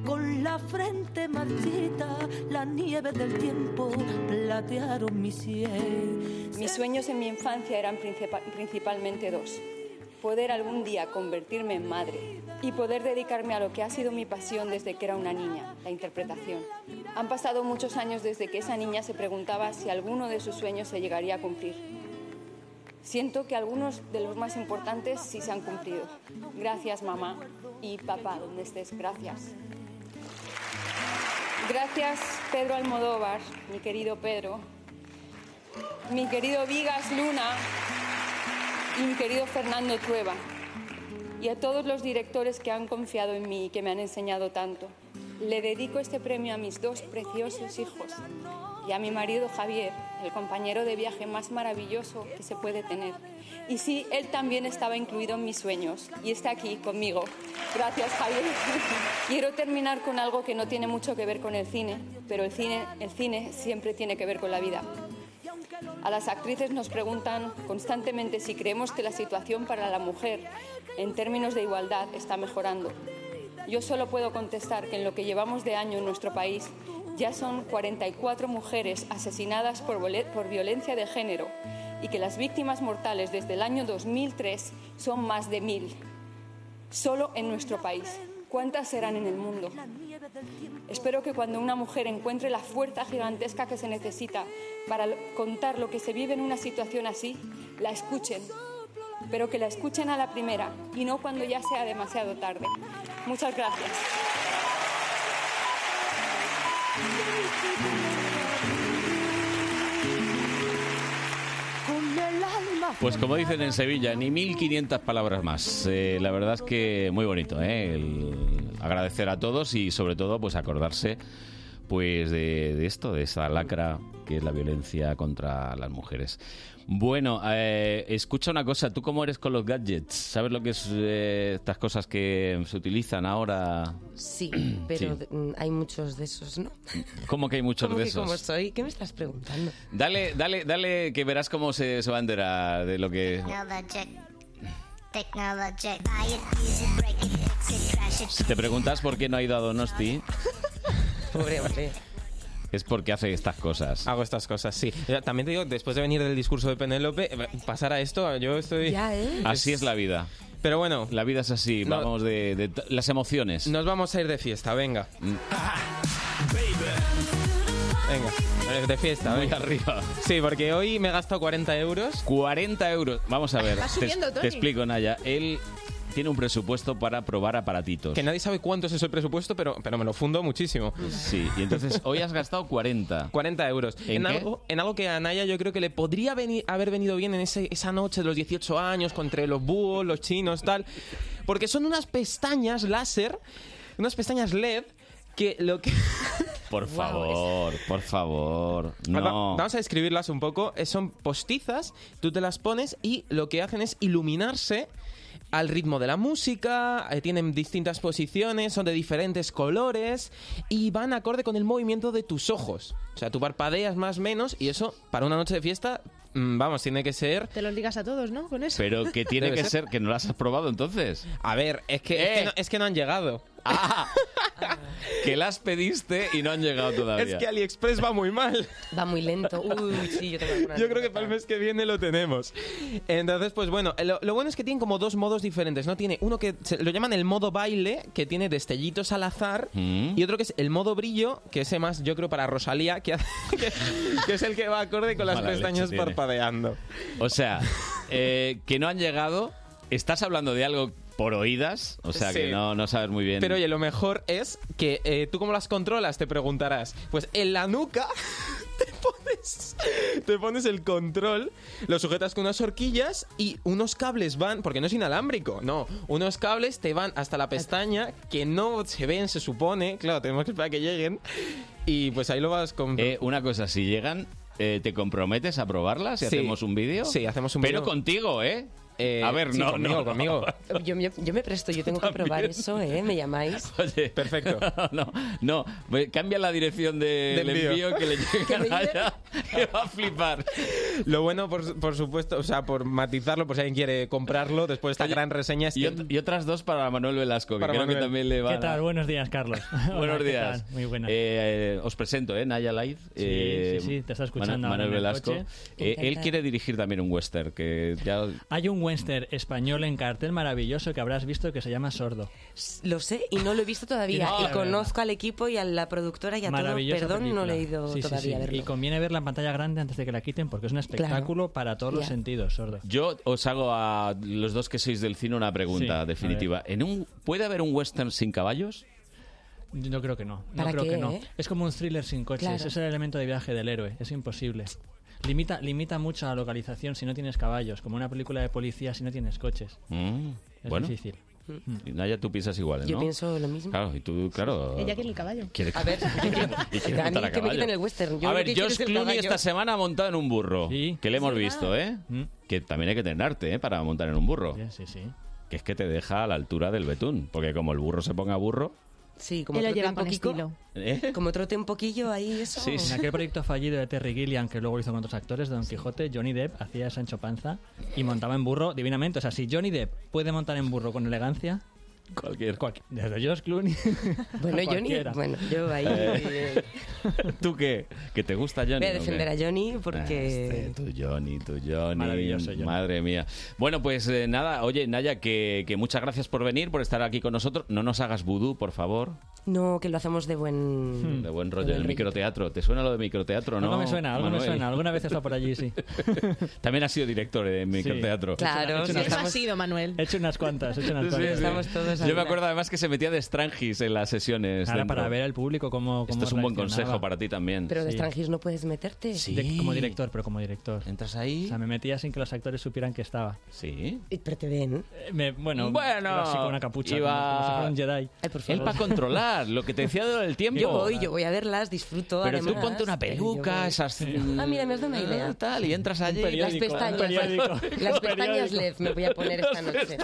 [SPEAKER 16] Con la frente marchita, la nieve del tiempo platearon mi cielo.
[SPEAKER 17] Mis sueños en mi infancia eran principa- principalmente dos. Poder algún día convertirme en madre y poder dedicarme a lo que ha sido mi pasión desde que era una niña, la interpretación. Han pasado muchos años desde que esa niña se preguntaba si alguno de sus sueños se llegaría a cumplir. Siento que algunos de los más importantes sí se han cumplido. Gracias mamá y papá, donde estés, gracias. Gracias Pedro Almodóvar, mi querido Pedro, mi querido Vigas Luna y mi querido Fernando Trueba. y a todos los directores que han confiado en mí y que me han enseñado tanto. Le dedico este premio a mis dos preciosos hijos y a mi marido Javier, el compañero de viaje más maravilloso que se puede tener. Y sí, él también estaba incluido en mis sueños y está aquí conmigo. Gracias, Javier. Quiero terminar con algo que no tiene mucho que ver con el cine, pero el cine, el cine siempre tiene que ver con la vida. A las actrices nos preguntan constantemente si creemos que la situación para la mujer en términos de igualdad está mejorando. Yo solo puedo contestar que en lo que llevamos de año en nuestro país ya son 44 mujeres asesinadas por, vole- por violencia de género y que las víctimas mortales desde el año 2003 son más de mil. Solo en nuestro país. ¿Cuántas serán en el mundo? Espero que cuando una mujer encuentre la fuerza gigantesca que se necesita para lo- contar lo que se vive en una situación así, la escuchen, pero que la escuchen a la primera y no cuando ya sea demasiado tarde. Muchas gracias.
[SPEAKER 16] Con el alma
[SPEAKER 2] Pues como dicen en Sevilla, ni 1500 palabras más. Eh, la verdad es que muy bonito, ¿eh? El agradecer a todos y sobre todo pues acordarse pues de, de esto, de esa lacra que es la violencia contra las mujeres. Bueno, eh, escucha una cosa, ¿tú cómo eres con los gadgets? ¿Sabes lo que es eh, estas cosas que se utilizan ahora?
[SPEAKER 28] Sí, pero de- mm, hay muchos de esos, ¿no?
[SPEAKER 2] ¿Cómo que hay muchos
[SPEAKER 28] ¿Cómo
[SPEAKER 2] de
[SPEAKER 28] que
[SPEAKER 2] esos?
[SPEAKER 28] cómo soy? ¿Qué me estás preguntando?
[SPEAKER 2] Dale, dale, dale, que verás cómo se, se va a enterar de lo que...
[SPEAKER 15] Technology. Technology. Buy it, use it, break it, fix it, crash it.
[SPEAKER 2] Si te preguntas por qué no ha ido a Donosti,
[SPEAKER 28] Pobre hombre.
[SPEAKER 2] es porque hace estas cosas.
[SPEAKER 3] Hago estas cosas, sí. Eh, También te digo, después de venir del discurso de Penélope, eh, pasar a esto, yo estoy...
[SPEAKER 28] Ya, ¿eh?
[SPEAKER 2] Así es la vida.
[SPEAKER 3] Pero bueno.
[SPEAKER 2] La vida es así,
[SPEAKER 3] No.
[SPEAKER 2] vamos de, de t- las emociones. Mm.
[SPEAKER 3] Nos vamos a ir de fiesta, venga. Venga, eh, de fiesta,
[SPEAKER 2] Muy
[SPEAKER 3] venga.
[SPEAKER 2] arriba.
[SPEAKER 3] Sí, porque hoy me he gastado 40 euros.
[SPEAKER 2] 40 euros. Vamos a ver.
[SPEAKER 3] Va subiendo,
[SPEAKER 2] te, te
[SPEAKER 3] Tony.
[SPEAKER 2] explico, Naya. Él tiene un presupuesto para probar aparatitos.
[SPEAKER 3] Que nadie sabe cuánto es ese presupuesto, pero, pero me lo fundo muchísimo.
[SPEAKER 2] Sí, y entonces hoy has gastado 40.
[SPEAKER 3] 40 euros.
[SPEAKER 2] ¿En qué?
[SPEAKER 3] algo, en algo que a Naya yo creo que le podría veni- haber venido bien en ese- esa noche de los 18 años, contra los búhos, los chinos, tal. Porque son unas pestañas láser, unas pestañas LED, que lo que...
[SPEAKER 2] Por favor, por favor.
[SPEAKER 3] Va-
[SPEAKER 2] No.
[SPEAKER 3] Vamos a describirlas un poco. Eh, Son postizas, tú te las pones y lo que hacen es iluminarse al ritmo de la música, eh, tienen distintas posiciones, son de diferentes colores y van acorde con el movimiento de tus ojos. O sea, tú parpadeas más o menos y eso para una noche de fiesta, mm, vamos, tiene que ser...
[SPEAKER 4] Te los digas a todos, ¿no? Con eso.
[SPEAKER 2] Pero que tiene
[SPEAKER 3] Debe
[SPEAKER 2] que ser que no las has probado entonces. ¡Eh!
[SPEAKER 3] A ver, es que, es que no, es que no han llegado.
[SPEAKER 2] Que las pediste y no han llegado todavía.
[SPEAKER 3] Es que AliExpress va muy mal.
[SPEAKER 28] Va muy lento. Uy, sí, yo tengo alguna
[SPEAKER 3] Yo creo que para el mes que viene lo tenemos. Entonces, pues bueno, lo, lo bueno es que tienen como dos modos diferentes, ¿no? Tiene uno que se- lo llaman el modo baile, que tiene destellitos al azar,
[SPEAKER 2] Mm.
[SPEAKER 3] y otro que es el modo brillo, que ese más yo creo para Rosalía, que, hace- que, que es el que va acorde con las
[SPEAKER 2] Mala leche
[SPEAKER 3] pestañas
[SPEAKER 2] tiene.
[SPEAKER 3] parpadeando.
[SPEAKER 2] O sea, eh, que no han llegado. Estás hablando de algo por oídas. O sea, que
[SPEAKER 3] Sí.
[SPEAKER 2] no, no sabes muy bien.
[SPEAKER 3] Pero oye, lo mejor es que eh, tú cómo las controlas, te preguntarás. Pues en la nuca te pones, te pones el control, lo sujetas con unas horquillas y unos cables van, porque no es inalámbrico, no, unos cables te van hasta la pestaña que no se ven, se supone. Claro, tenemos que esperar a que lleguen. Y pues ahí lo vas con...
[SPEAKER 2] Eh, una cosa, si llegan, eh, ¿te comprometes a probarlas y
[SPEAKER 3] Sí.
[SPEAKER 2] hacemos un vídeo?
[SPEAKER 3] Sí, hacemos un
[SPEAKER 2] Pero
[SPEAKER 3] vídeo.
[SPEAKER 2] contigo, ¿eh? a ver,
[SPEAKER 3] sí,
[SPEAKER 2] no,
[SPEAKER 3] conmigo,
[SPEAKER 2] no.
[SPEAKER 3] conmigo.
[SPEAKER 28] Yo, me- yo me presto, yo tengo que probar eso, ¿eh? Me llamáis.
[SPEAKER 2] Oye,
[SPEAKER 3] perfecto.
[SPEAKER 2] No, no, pues cambia la dirección del
[SPEAKER 3] Del
[SPEAKER 2] envío.
[SPEAKER 3] envío.
[SPEAKER 2] que le llega allá. Que va a flipar.
[SPEAKER 3] Lo bueno, por, por supuesto, o sea, por matizarlo, por si alguien quiere comprarlo después de esta gran reseña. Es
[SPEAKER 2] Y,
[SPEAKER 3] que-
[SPEAKER 2] ot- y otras dos para Manuel Velasco, que
[SPEAKER 3] Para
[SPEAKER 2] creo que
[SPEAKER 3] Manuel.
[SPEAKER 2] también le va.
[SPEAKER 18] ¿Qué tal? Buenos días, Carlos. Hola,
[SPEAKER 2] Buenos
[SPEAKER 18] ¿qué
[SPEAKER 2] días.
[SPEAKER 18] tal? Muy buenas.
[SPEAKER 2] Eh, eh, os presento, ¿eh? Naya Light.
[SPEAKER 18] Sí,
[SPEAKER 2] eh,
[SPEAKER 18] sí, sí, te está escuchando
[SPEAKER 2] Manu-
[SPEAKER 18] ahora
[SPEAKER 2] Manuel
[SPEAKER 18] en el
[SPEAKER 2] Velasco.
[SPEAKER 18] coche.
[SPEAKER 2] Eh, él
[SPEAKER 18] Encantada.
[SPEAKER 2] quiere dirigir también un western, que ya...
[SPEAKER 18] Hay un western español en cartel maravilloso que habrás visto que se llama Sordo.
[SPEAKER 28] Lo sé y no lo he visto todavía.
[SPEAKER 18] Ah,
[SPEAKER 28] y
[SPEAKER 18] verdad.
[SPEAKER 28] conozco al equipo y a la productora y a todo.
[SPEAKER 18] Maravillosa
[SPEAKER 28] Perdón,
[SPEAKER 18] película.
[SPEAKER 28] no le he ido
[SPEAKER 18] Sí, sí,
[SPEAKER 28] todavía
[SPEAKER 18] sí.
[SPEAKER 28] a verlo.
[SPEAKER 18] Y conviene verla en pantalla grande antes de que la quiten porque es un espectáculo para todos los
[SPEAKER 28] Ya.
[SPEAKER 18] sentidos, Sordo.
[SPEAKER 2] Yo os hago a los dos que sois del cine una pregunta
[SPEAKER 18] Sí,
[SPEAKER 2] definitiva. ¿En un, ¿Puede haber un western sin caballos?
[SPEAKER 18] Yo creo que no. No
[SPEAKER 28] ¿Para
[SPEAKER 18] creo
[SPEAKER 28] qué,
[SPEAKER 18] que no.
[SPEAKER 28] eh?
[SPEAKER 18] Es como un thriller sin coches.
[SPEAKER 28] Claro.
[SPEAKER 18] Es el elemento de viaje del héroe. Es imposible. Limita, limita mucho la localización si no tienes caballos, como una película de policía si no tienes coches.
[SPEAKER 2] Mm,
[SPEAKER 18] Es
[SPEAKER 2] bueno,
[SPEAKER 18] difícil. Mm.
[SPEAKER 2] Y Naya, tú piensas igual, ¿no?
[SPEAKER 28] Yo pienso lo mismo.
[SPEAKER 2] Claro, y tú, claro...
[SPEAKER 4] Ella quiere el caballo.
[SPEAKER 2] quieres-
[SPEAKER 28] A ver,
[SPEAKER 2] y quieres
[SPEAKER 28] a mí
[SPEAKER 2] montar a
[SPEAKER 28] que me
[SPEAKER 2] caballo.
[SPEAKER 28] quiten el western. Yo
[SPEAKER 2] a
[SPEAKER 28] lo
[SPEAKER 2] ver,
[SPEAKER 28] que quiero
[SPEAKER 2] Josh
[SPEAKER 28] es el
[SPEAKER 2] Clooney
[SPEAKER 28] caballo.
[SPEAKER 2] esta semana ha montado en un burro. Que le hemos visto, ¿eh? Que también hay que tener arte, ¿eh? Para montar en un burro.
[SPEAKER 18] Mm. Sí, sí.
[SPEAKER 2] Que es que te deja a la altura del betún. Porque como el burro se ponga burro...
[SPEAKER 28] Sí, como
[SPEAKER 4] Y lo
[SPEAKER 28] trote
[SPEAKER 4] llevan
[SPEAKER 28] un
[SPEAKER 4] con
[SPEAKER 28] poquillo.
[SPEAKER 4] estilo.
[SPEAKER 28] Como trote un poquillo ahí, eso.
[SPEAKER 18] En aquel proyecto fallido de Terry Gilliam, que luego hizo con otros actores, de Don Quijote, Johnny Depp hacía Sancho Panza y montaba en burro divinamente. O sea, si Johnny Depp puede montar en burro con elegancia...
[SPEAKER 2] Cualquier.
[SPEAKER 18] Desde Josh Clooney.
[SPEAKER 28] Bueno,
[SPEAKER 18] a
[SPEAKER 28] Johnny,
[SPEAKER 18] cualquiera.
[SPEAKER 28] bueno, yo ahí...
[SPEAKER 2] Eh, ¿Tú qué? ¿Que te gusta Johnny?
[SPEAKER 28] Voy a
[SPEAKER 2] o qué?
[SPEAKER 28] defender a Johnny porque...
[SPEAKER 2] Ah, Este, tu Johnny, tu Johnny.
[SPEAKER 18] Maravilloso, Johnny.
[SPEAKER 2] Madre mía. Bueno, pues eh, nada, oye, Naya, que, que muchas gracias por venir, por estar aquí con nosotros. No nos hagas vudú, por favor.
[SPEAKER 28] No, que lo hacemos de buen...
[SPEAKER 2] Hmm. De buen rollo,
[SPEAKER 28] Con el
[SPEAKER 2] el
[SPEAKER 28] rollito.
[SPEAKER 2] microteatro. ¿Te suena lo de microteatro, no?
[SPEAKER 18] Mm. Algo me suena, algo me
[SPEAKER 2] Manuel?
[SPEAKER 18] suena. Alguna vez está por allí, sí.
[SPEAKER 2] También has sido director de microteatro.
[SPEAKER 28] Claro,
[SPEAKER 4] Eso ha sido, Manuel.
[SPEAKER 18] He hecho unas cuantas, he hecho unas
[SPEAKER 2] Sí, sí.
[SPEAKER 18] cuantas.
[SPEAKER 2] Yo me acuerdo además que se metía de strangis en las sesiones.
[SPEAKER 18] Ahora
[SPEAKER 2] dentro.
[SPEAKER 18] para ver al público cómo, cómo
[SPEAKER 2] Esto es un buen
[SPEAKER 18] reaccionaba.
[SPEAKER 2] consejo para ti también.
[SPEAKER 28] Pero de
[SPEAKER 18] Sí.
[SPEAKER 28] extranjis no puedes meterte.
[SPEAKER 18] De- como director, pero como director.
[SPEAKER 2] ¿Entras ahí?
[SPEAKER 18] O sea, me metía sin que los actores supieran que estaba. Eh,
[SPEAKER 2] Sí.
[SPEAKER 28] Y- Pero te ven.
[SPEAKER 18] Me, bueno,
[SPEAKER 2] Bueno,
[SPEAKER 18] iba así con una capucha,
[SPEAKER 2] iba-
[SPEAKER 18] como, como si fuera un Jedi.
[SPEAKER 2] Él para controlar, lo que te decía de lo del tiempo.
[SPEAKER 28] Yo voy, yo voy a verlas, disfruto.
[SPEAKER 2] Pero tú
[SPEAKER 28] además.
[SPEAKER 2] ponte una
[SPEAKER 28] Pero yo
[SPEAKER 2] peluca,
[SPEAKER 28] voy.
[SPEAKER 2] esas...
[SPEAKER 28] Ah, mira, me has dado una idea.
[SPEAKER 2] Tal, y entras allí.
[SPEAKER 28] Las pestañas, las pestañas LED me voy a poner esta
[SPEAKER 2] Las
[SPEAKER 28] noche.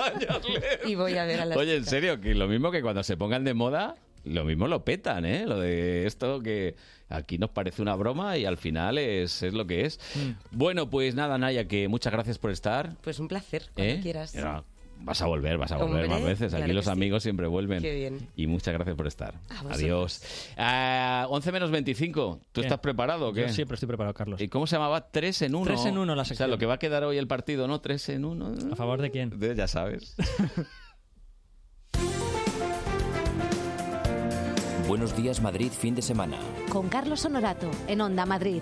[SPEAKER 28] Y voy a ver a las
[SPEAKER 2] Oye, en serio, que lo mismo que cuando se pongan de moda, lo mismo lo petan, ¿eh? Lo de esto que aquí nos parece una broma y al final es, es lo que es. Bueno, pues nada, Naya, que muchas gracias por estar.
[SPEAKER 28] Pues un placer, cuando
[SPEAKER 2] ¿Eh?
[SPEAKER 28] quieras.
[SPEAKER 2] Era- Vas a volver, vas a volver
[SPEAKER 28] Hombre,
[SPEAKER 2] más veces. Aquí
[SPEAKER 28] claro
[SPEAKER 2] los
[SPEAKER 28] que sí.
[SPEAKER 2] amigos siempre vuelven.
[SPEAKER 28] Qué bien.
[SPEAKER 2] Y muchas gracias por estar.
[SPEAKER 28] vosotros.
[SPEAKER 2] Adiós. Ah, 11 menos 25. ¿Tú
[SPEAKER 18] ¿Qué?
[SPEAKER 2] estás preparado o qué?
[SPEAKER 18] Yo siempre estoy preparado, Carlos.
[SPEAKER 2] ¿Y cómo se llamaba? Tres en uno.
[SPEAKER 18] Tres en uno la
[SPEAKER 2] O sea,
[SPEAKER 18] sección.
[SPEAKER 2] lo que va a quedar hoy el partido, ¿no? Tres en uno. ¿A favor de quién? ya sabes.
[SPEAKER 1] Buenos días Madrid fin de semana.
[SPEAKER 12] Con Carlos Honorato en Onda Madrid.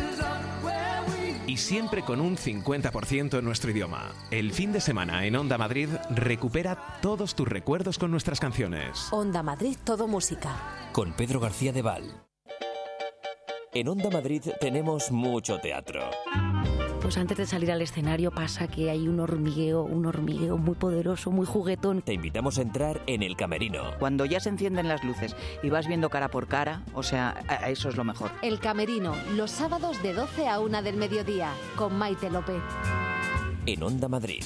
[SPEAKER 19] Y siempre con un 50% en nuestro idioma. El fin de semana en Onda Madrid recupera todos tus recuerdos con nuestras canciones.
[SPEAKER 12] Onda Madrid, todo música.
[SPEAKER 1] Con Pedro García de Val. En Onda Madrid tenemos mucho teatro.
[SPEAKER 31] Pues antes de salir al escenario pasa que hay un hormigueo, un hormigueo muy poderoso, muy juguetón.
[SPEAKER 1] Te invitamos a entrar en el camerino.
[SPEAKER 32] Cuando ya se encienden las luces y vas viendo cara por cara, o sea, a- a eso es lo mejor.
[SPEAKER 12] El Camerino, los sábados de 12 a 1 del mediodía, con Maite López.
[SPEAKER 1] En Onda Madrid.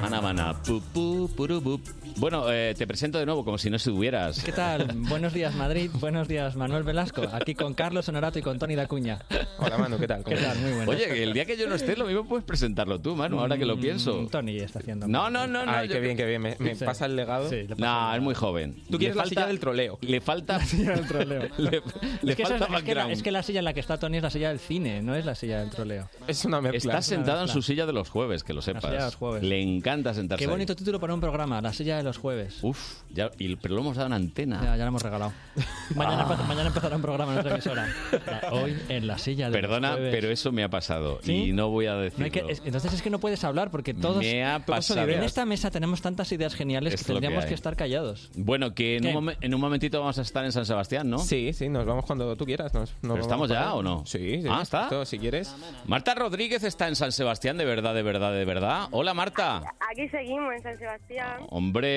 [SPEAKER 2] Mana, mana. Pu, pu, puru, bu. Bueno, eh, te presento de nuevo como si no estuvieras.
[SPEAKER 18] ¿Qué tal? Buenos días, Madrid. Buenos días, Manuel Velasco. Aquí con Carlos Honorato y con Tony Dacuña.
[SPEAKER 3] Hola, Manu, ¿qué tal?
[SPEAKER 18] ¿Qué tal? Muy bueno.
[SPEAKER 2] Oye, que el día que yo no esté, lo mismo puedes presentarlo tú, Manu, ahora que lo pienso.
[SPEAKER 18] Mm, Tony está haciendo.
[SPEAKER 2] No, no, no, no.
[SPEAKER 18] Ay, qué bien,
[SPEAKER 3] qué bien. Me, me
[SPEAKER 2] Sí.
[SPEAKER 3] pasa el legado.
[SPEAKER 18] Sí, le
[SPEAKER 2] No, es muy joven.
[SPEAKER 3] Tú quieres la silla del
[SPEAKER 2] troleo. Le falta.
[SPEAKER 18] del troleo.
[SPEAKER 2] le le
[SPEAKER 18] es, que esa es
[SPEAKER 2] falta
[SPEAKER 18] la- es que la,
[SPEAKER 2] background.
[SPEAKER 18] es que la silla en la que está Tony es la silla del cine, no es la silla del troleo.
[SPEAKER 3] Es una Ah, mezcla.
[SPEAKER 2] Está
[SPEAKER 18] Es una
[SPEAKER 2] sentado en
[SPEAKER 18] mezcla.
[SPEAKER 2] su silla de los jueves, que lo
[SPEAKER 18] silla de
[SPEAKER 2] sepas.
[SPEAKER 18] los jueves.
[SPEAKER 2] Le encanta sentarse.
[SPEAKER 18] Qué
[SPEAKER 2] ahí.
[SPEAKER 18] bonito título para un programa, La silla de los jueves.
[SPEAKER 2] Uf, ya, y- pero lo hemos dado en antena.
[SPEAKER 18] Ya, ya lo hemos regalado.
[SPEAKER 2] Ah.
[SPEAKER 18] Mañana, empe- mañana empezará un programa en otra emisora. La- Hoy en la silla de
[SPEAKER 2] Perdona,
[SPEAKER 18] los jueves.
[SPEAKER 2] pero eso me ha pasado
[SPEAKER 18] ¿Sí?
[SPEAKER 2] y no voy a
[SPEAKER 18] No hay
[SPEAKER 2] decirlo.
[SPEAKER 18] que- es- entonces es que no puedes hablar porque todos.
[SPEAKER 2] Me ha
[SPEAKER 18] todos son
[SPEAKER 2] pasado.
[SPEAKER 18] ideas. En esta mesa tenemos tantas ideas geniales
[SPEAKER 2] Es
[SPEAKER 18] que
[SPEAKER 2] lo que
[SPEAKER 18] tendríamos
[SPEAKER 2] hay.
[SPEAKER 18] que, estar callados.
[SPEAKER 2] Bueno, que en
[SPEAKER 18] ¿Qué?
[SPEAKER 2] un, momen- en un momentito vamos a estar en San Sebastián, ¿no?
[SPEAKER 3] Sí, sí, nos vamos cuando tú quieras. Nos, nos
[SPEAKER 2] ¿Pero
[SPEAKER 3] vamos
[SPEAKER 2] estamos
[SPEAKER 3] para-
[SPEAKER 2] ya o no?
[SPEAKER 3] Sí, sí.
[SPEAKER 2] Ah, ¿está?
[SPEAKER 3] Esto, si quieres.
[SPEAKER 2] Marta Rodríguez está en San Sebastián, de verdad, de verdad, de verdad. Hola, Marta.
[SPEAKER 33] Aquí seguimos en San Sebastián.
[SPEAKER 2] Hombre.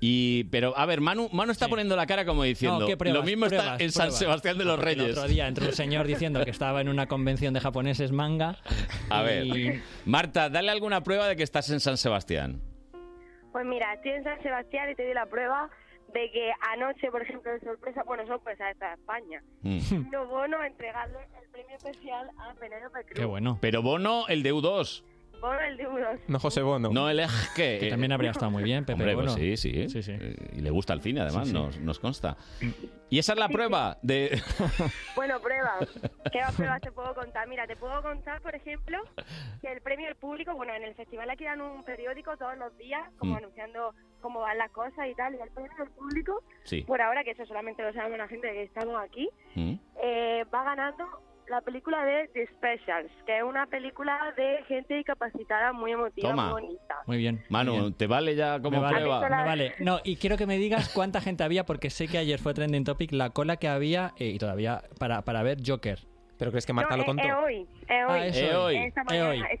[SPEAKER 2] Y, pero, a ver, Manu, Manu está poniendo la cara como diciendo,
[SPEAKER 18] No, ¿qué pruebas?
[SPEAKER 2] lo mismo
[SPEAKER 18] Pruebas,
[SPEAKER 2] está en San
[SPEAKER 18] pruebas.
[SPEAKER 2] Sebastián de los
[SPEAKER 18] Porque
[SPEAKER 2] Reyes.
[SPEAKER 18] El otro día entró un señor diciendo que estaba en una convención de japoneses manga.
[SPEAKER 2] A
[SPEAKER 18] y-
[SPEAKER 2] ver, Marta, dale alguna prueba de que estás en San Sebastián.
[SPEAKER 33] Pues mira, estoy en San Sebastián y te doy la prueba de que anoche, por ejemplo, de sorpresa, bueno, sorpresa esta España,
[SPEAKER 2] Mm.
[SPEAKER 33] no bono a entregarle el premio especial a Penélope Cruz.
[SPEAKER 2] Pero Bono, el de U2.
[SPEAKER 33] Bono el de unos.
[SPEAKER 2] No José Bono. No, el es que... eh,
[SPEAKER 18] Que también habría estado muy bien, Pepe
[SPEAKER 2] Hombre, pues
[SPEAKER 18] Bono.
[SPEAKER 2] sí, sí. Eh, Y le gusta el cine, además,
[SPEAKER 18] Sí, sí.
[SPEAKER 2] Nos, nos consta. Y esa es la prueba de...
[SPEAKER 33] Bueno, pruebas. ¿Qué más pruebas te puedo contar? Mira, te puedo contar, por ejemplo, que el premio del público, bueno, en el festival aquí dan un periódico todos los días, como
[SPEAKER 2] Mm.
[SPEAKER 33] anunciando cómo van las cosas y tal, y el premio del público,
[SPEAKER 2] Sí.
[SPEAKER 33] por ahora, que eso solamente lo sabemos la gente que estamos aquí, eh, va ganando la película de The Specials, que es una película de gente discapacitada muy emotiva,
[SPEAKER 2] Toma.
[SPEAKER 33] muy bonita.
[SPEAKER 18] Muy bien.
[SPEAKER 2] Manu, ¿te vale ya como
[SPEAKER 18] Me vale,
[SPEAKER 2] prueba?
[SPEAKER 18] me vale. No, y quiero que me digas cuánta gente había, porque sé que ayer fue trending topic la cola que había eh, y todavía para, para ver Joker.
[SPEAKER 3] ¿Pero crees que
[SPEAKER 33] No, es- es eh, hoy, es
[SPEAKER 18] Ah,
[SPEAKER 33] hoy.
[SPEAKER 18] es Eh, hoy.
[SPEAKER 33] Esta
[SPEAKER 18] eh,
[SPEAKER 33] mañana
[SPEAKER 18] hoy.
[SPEAKER 33] es-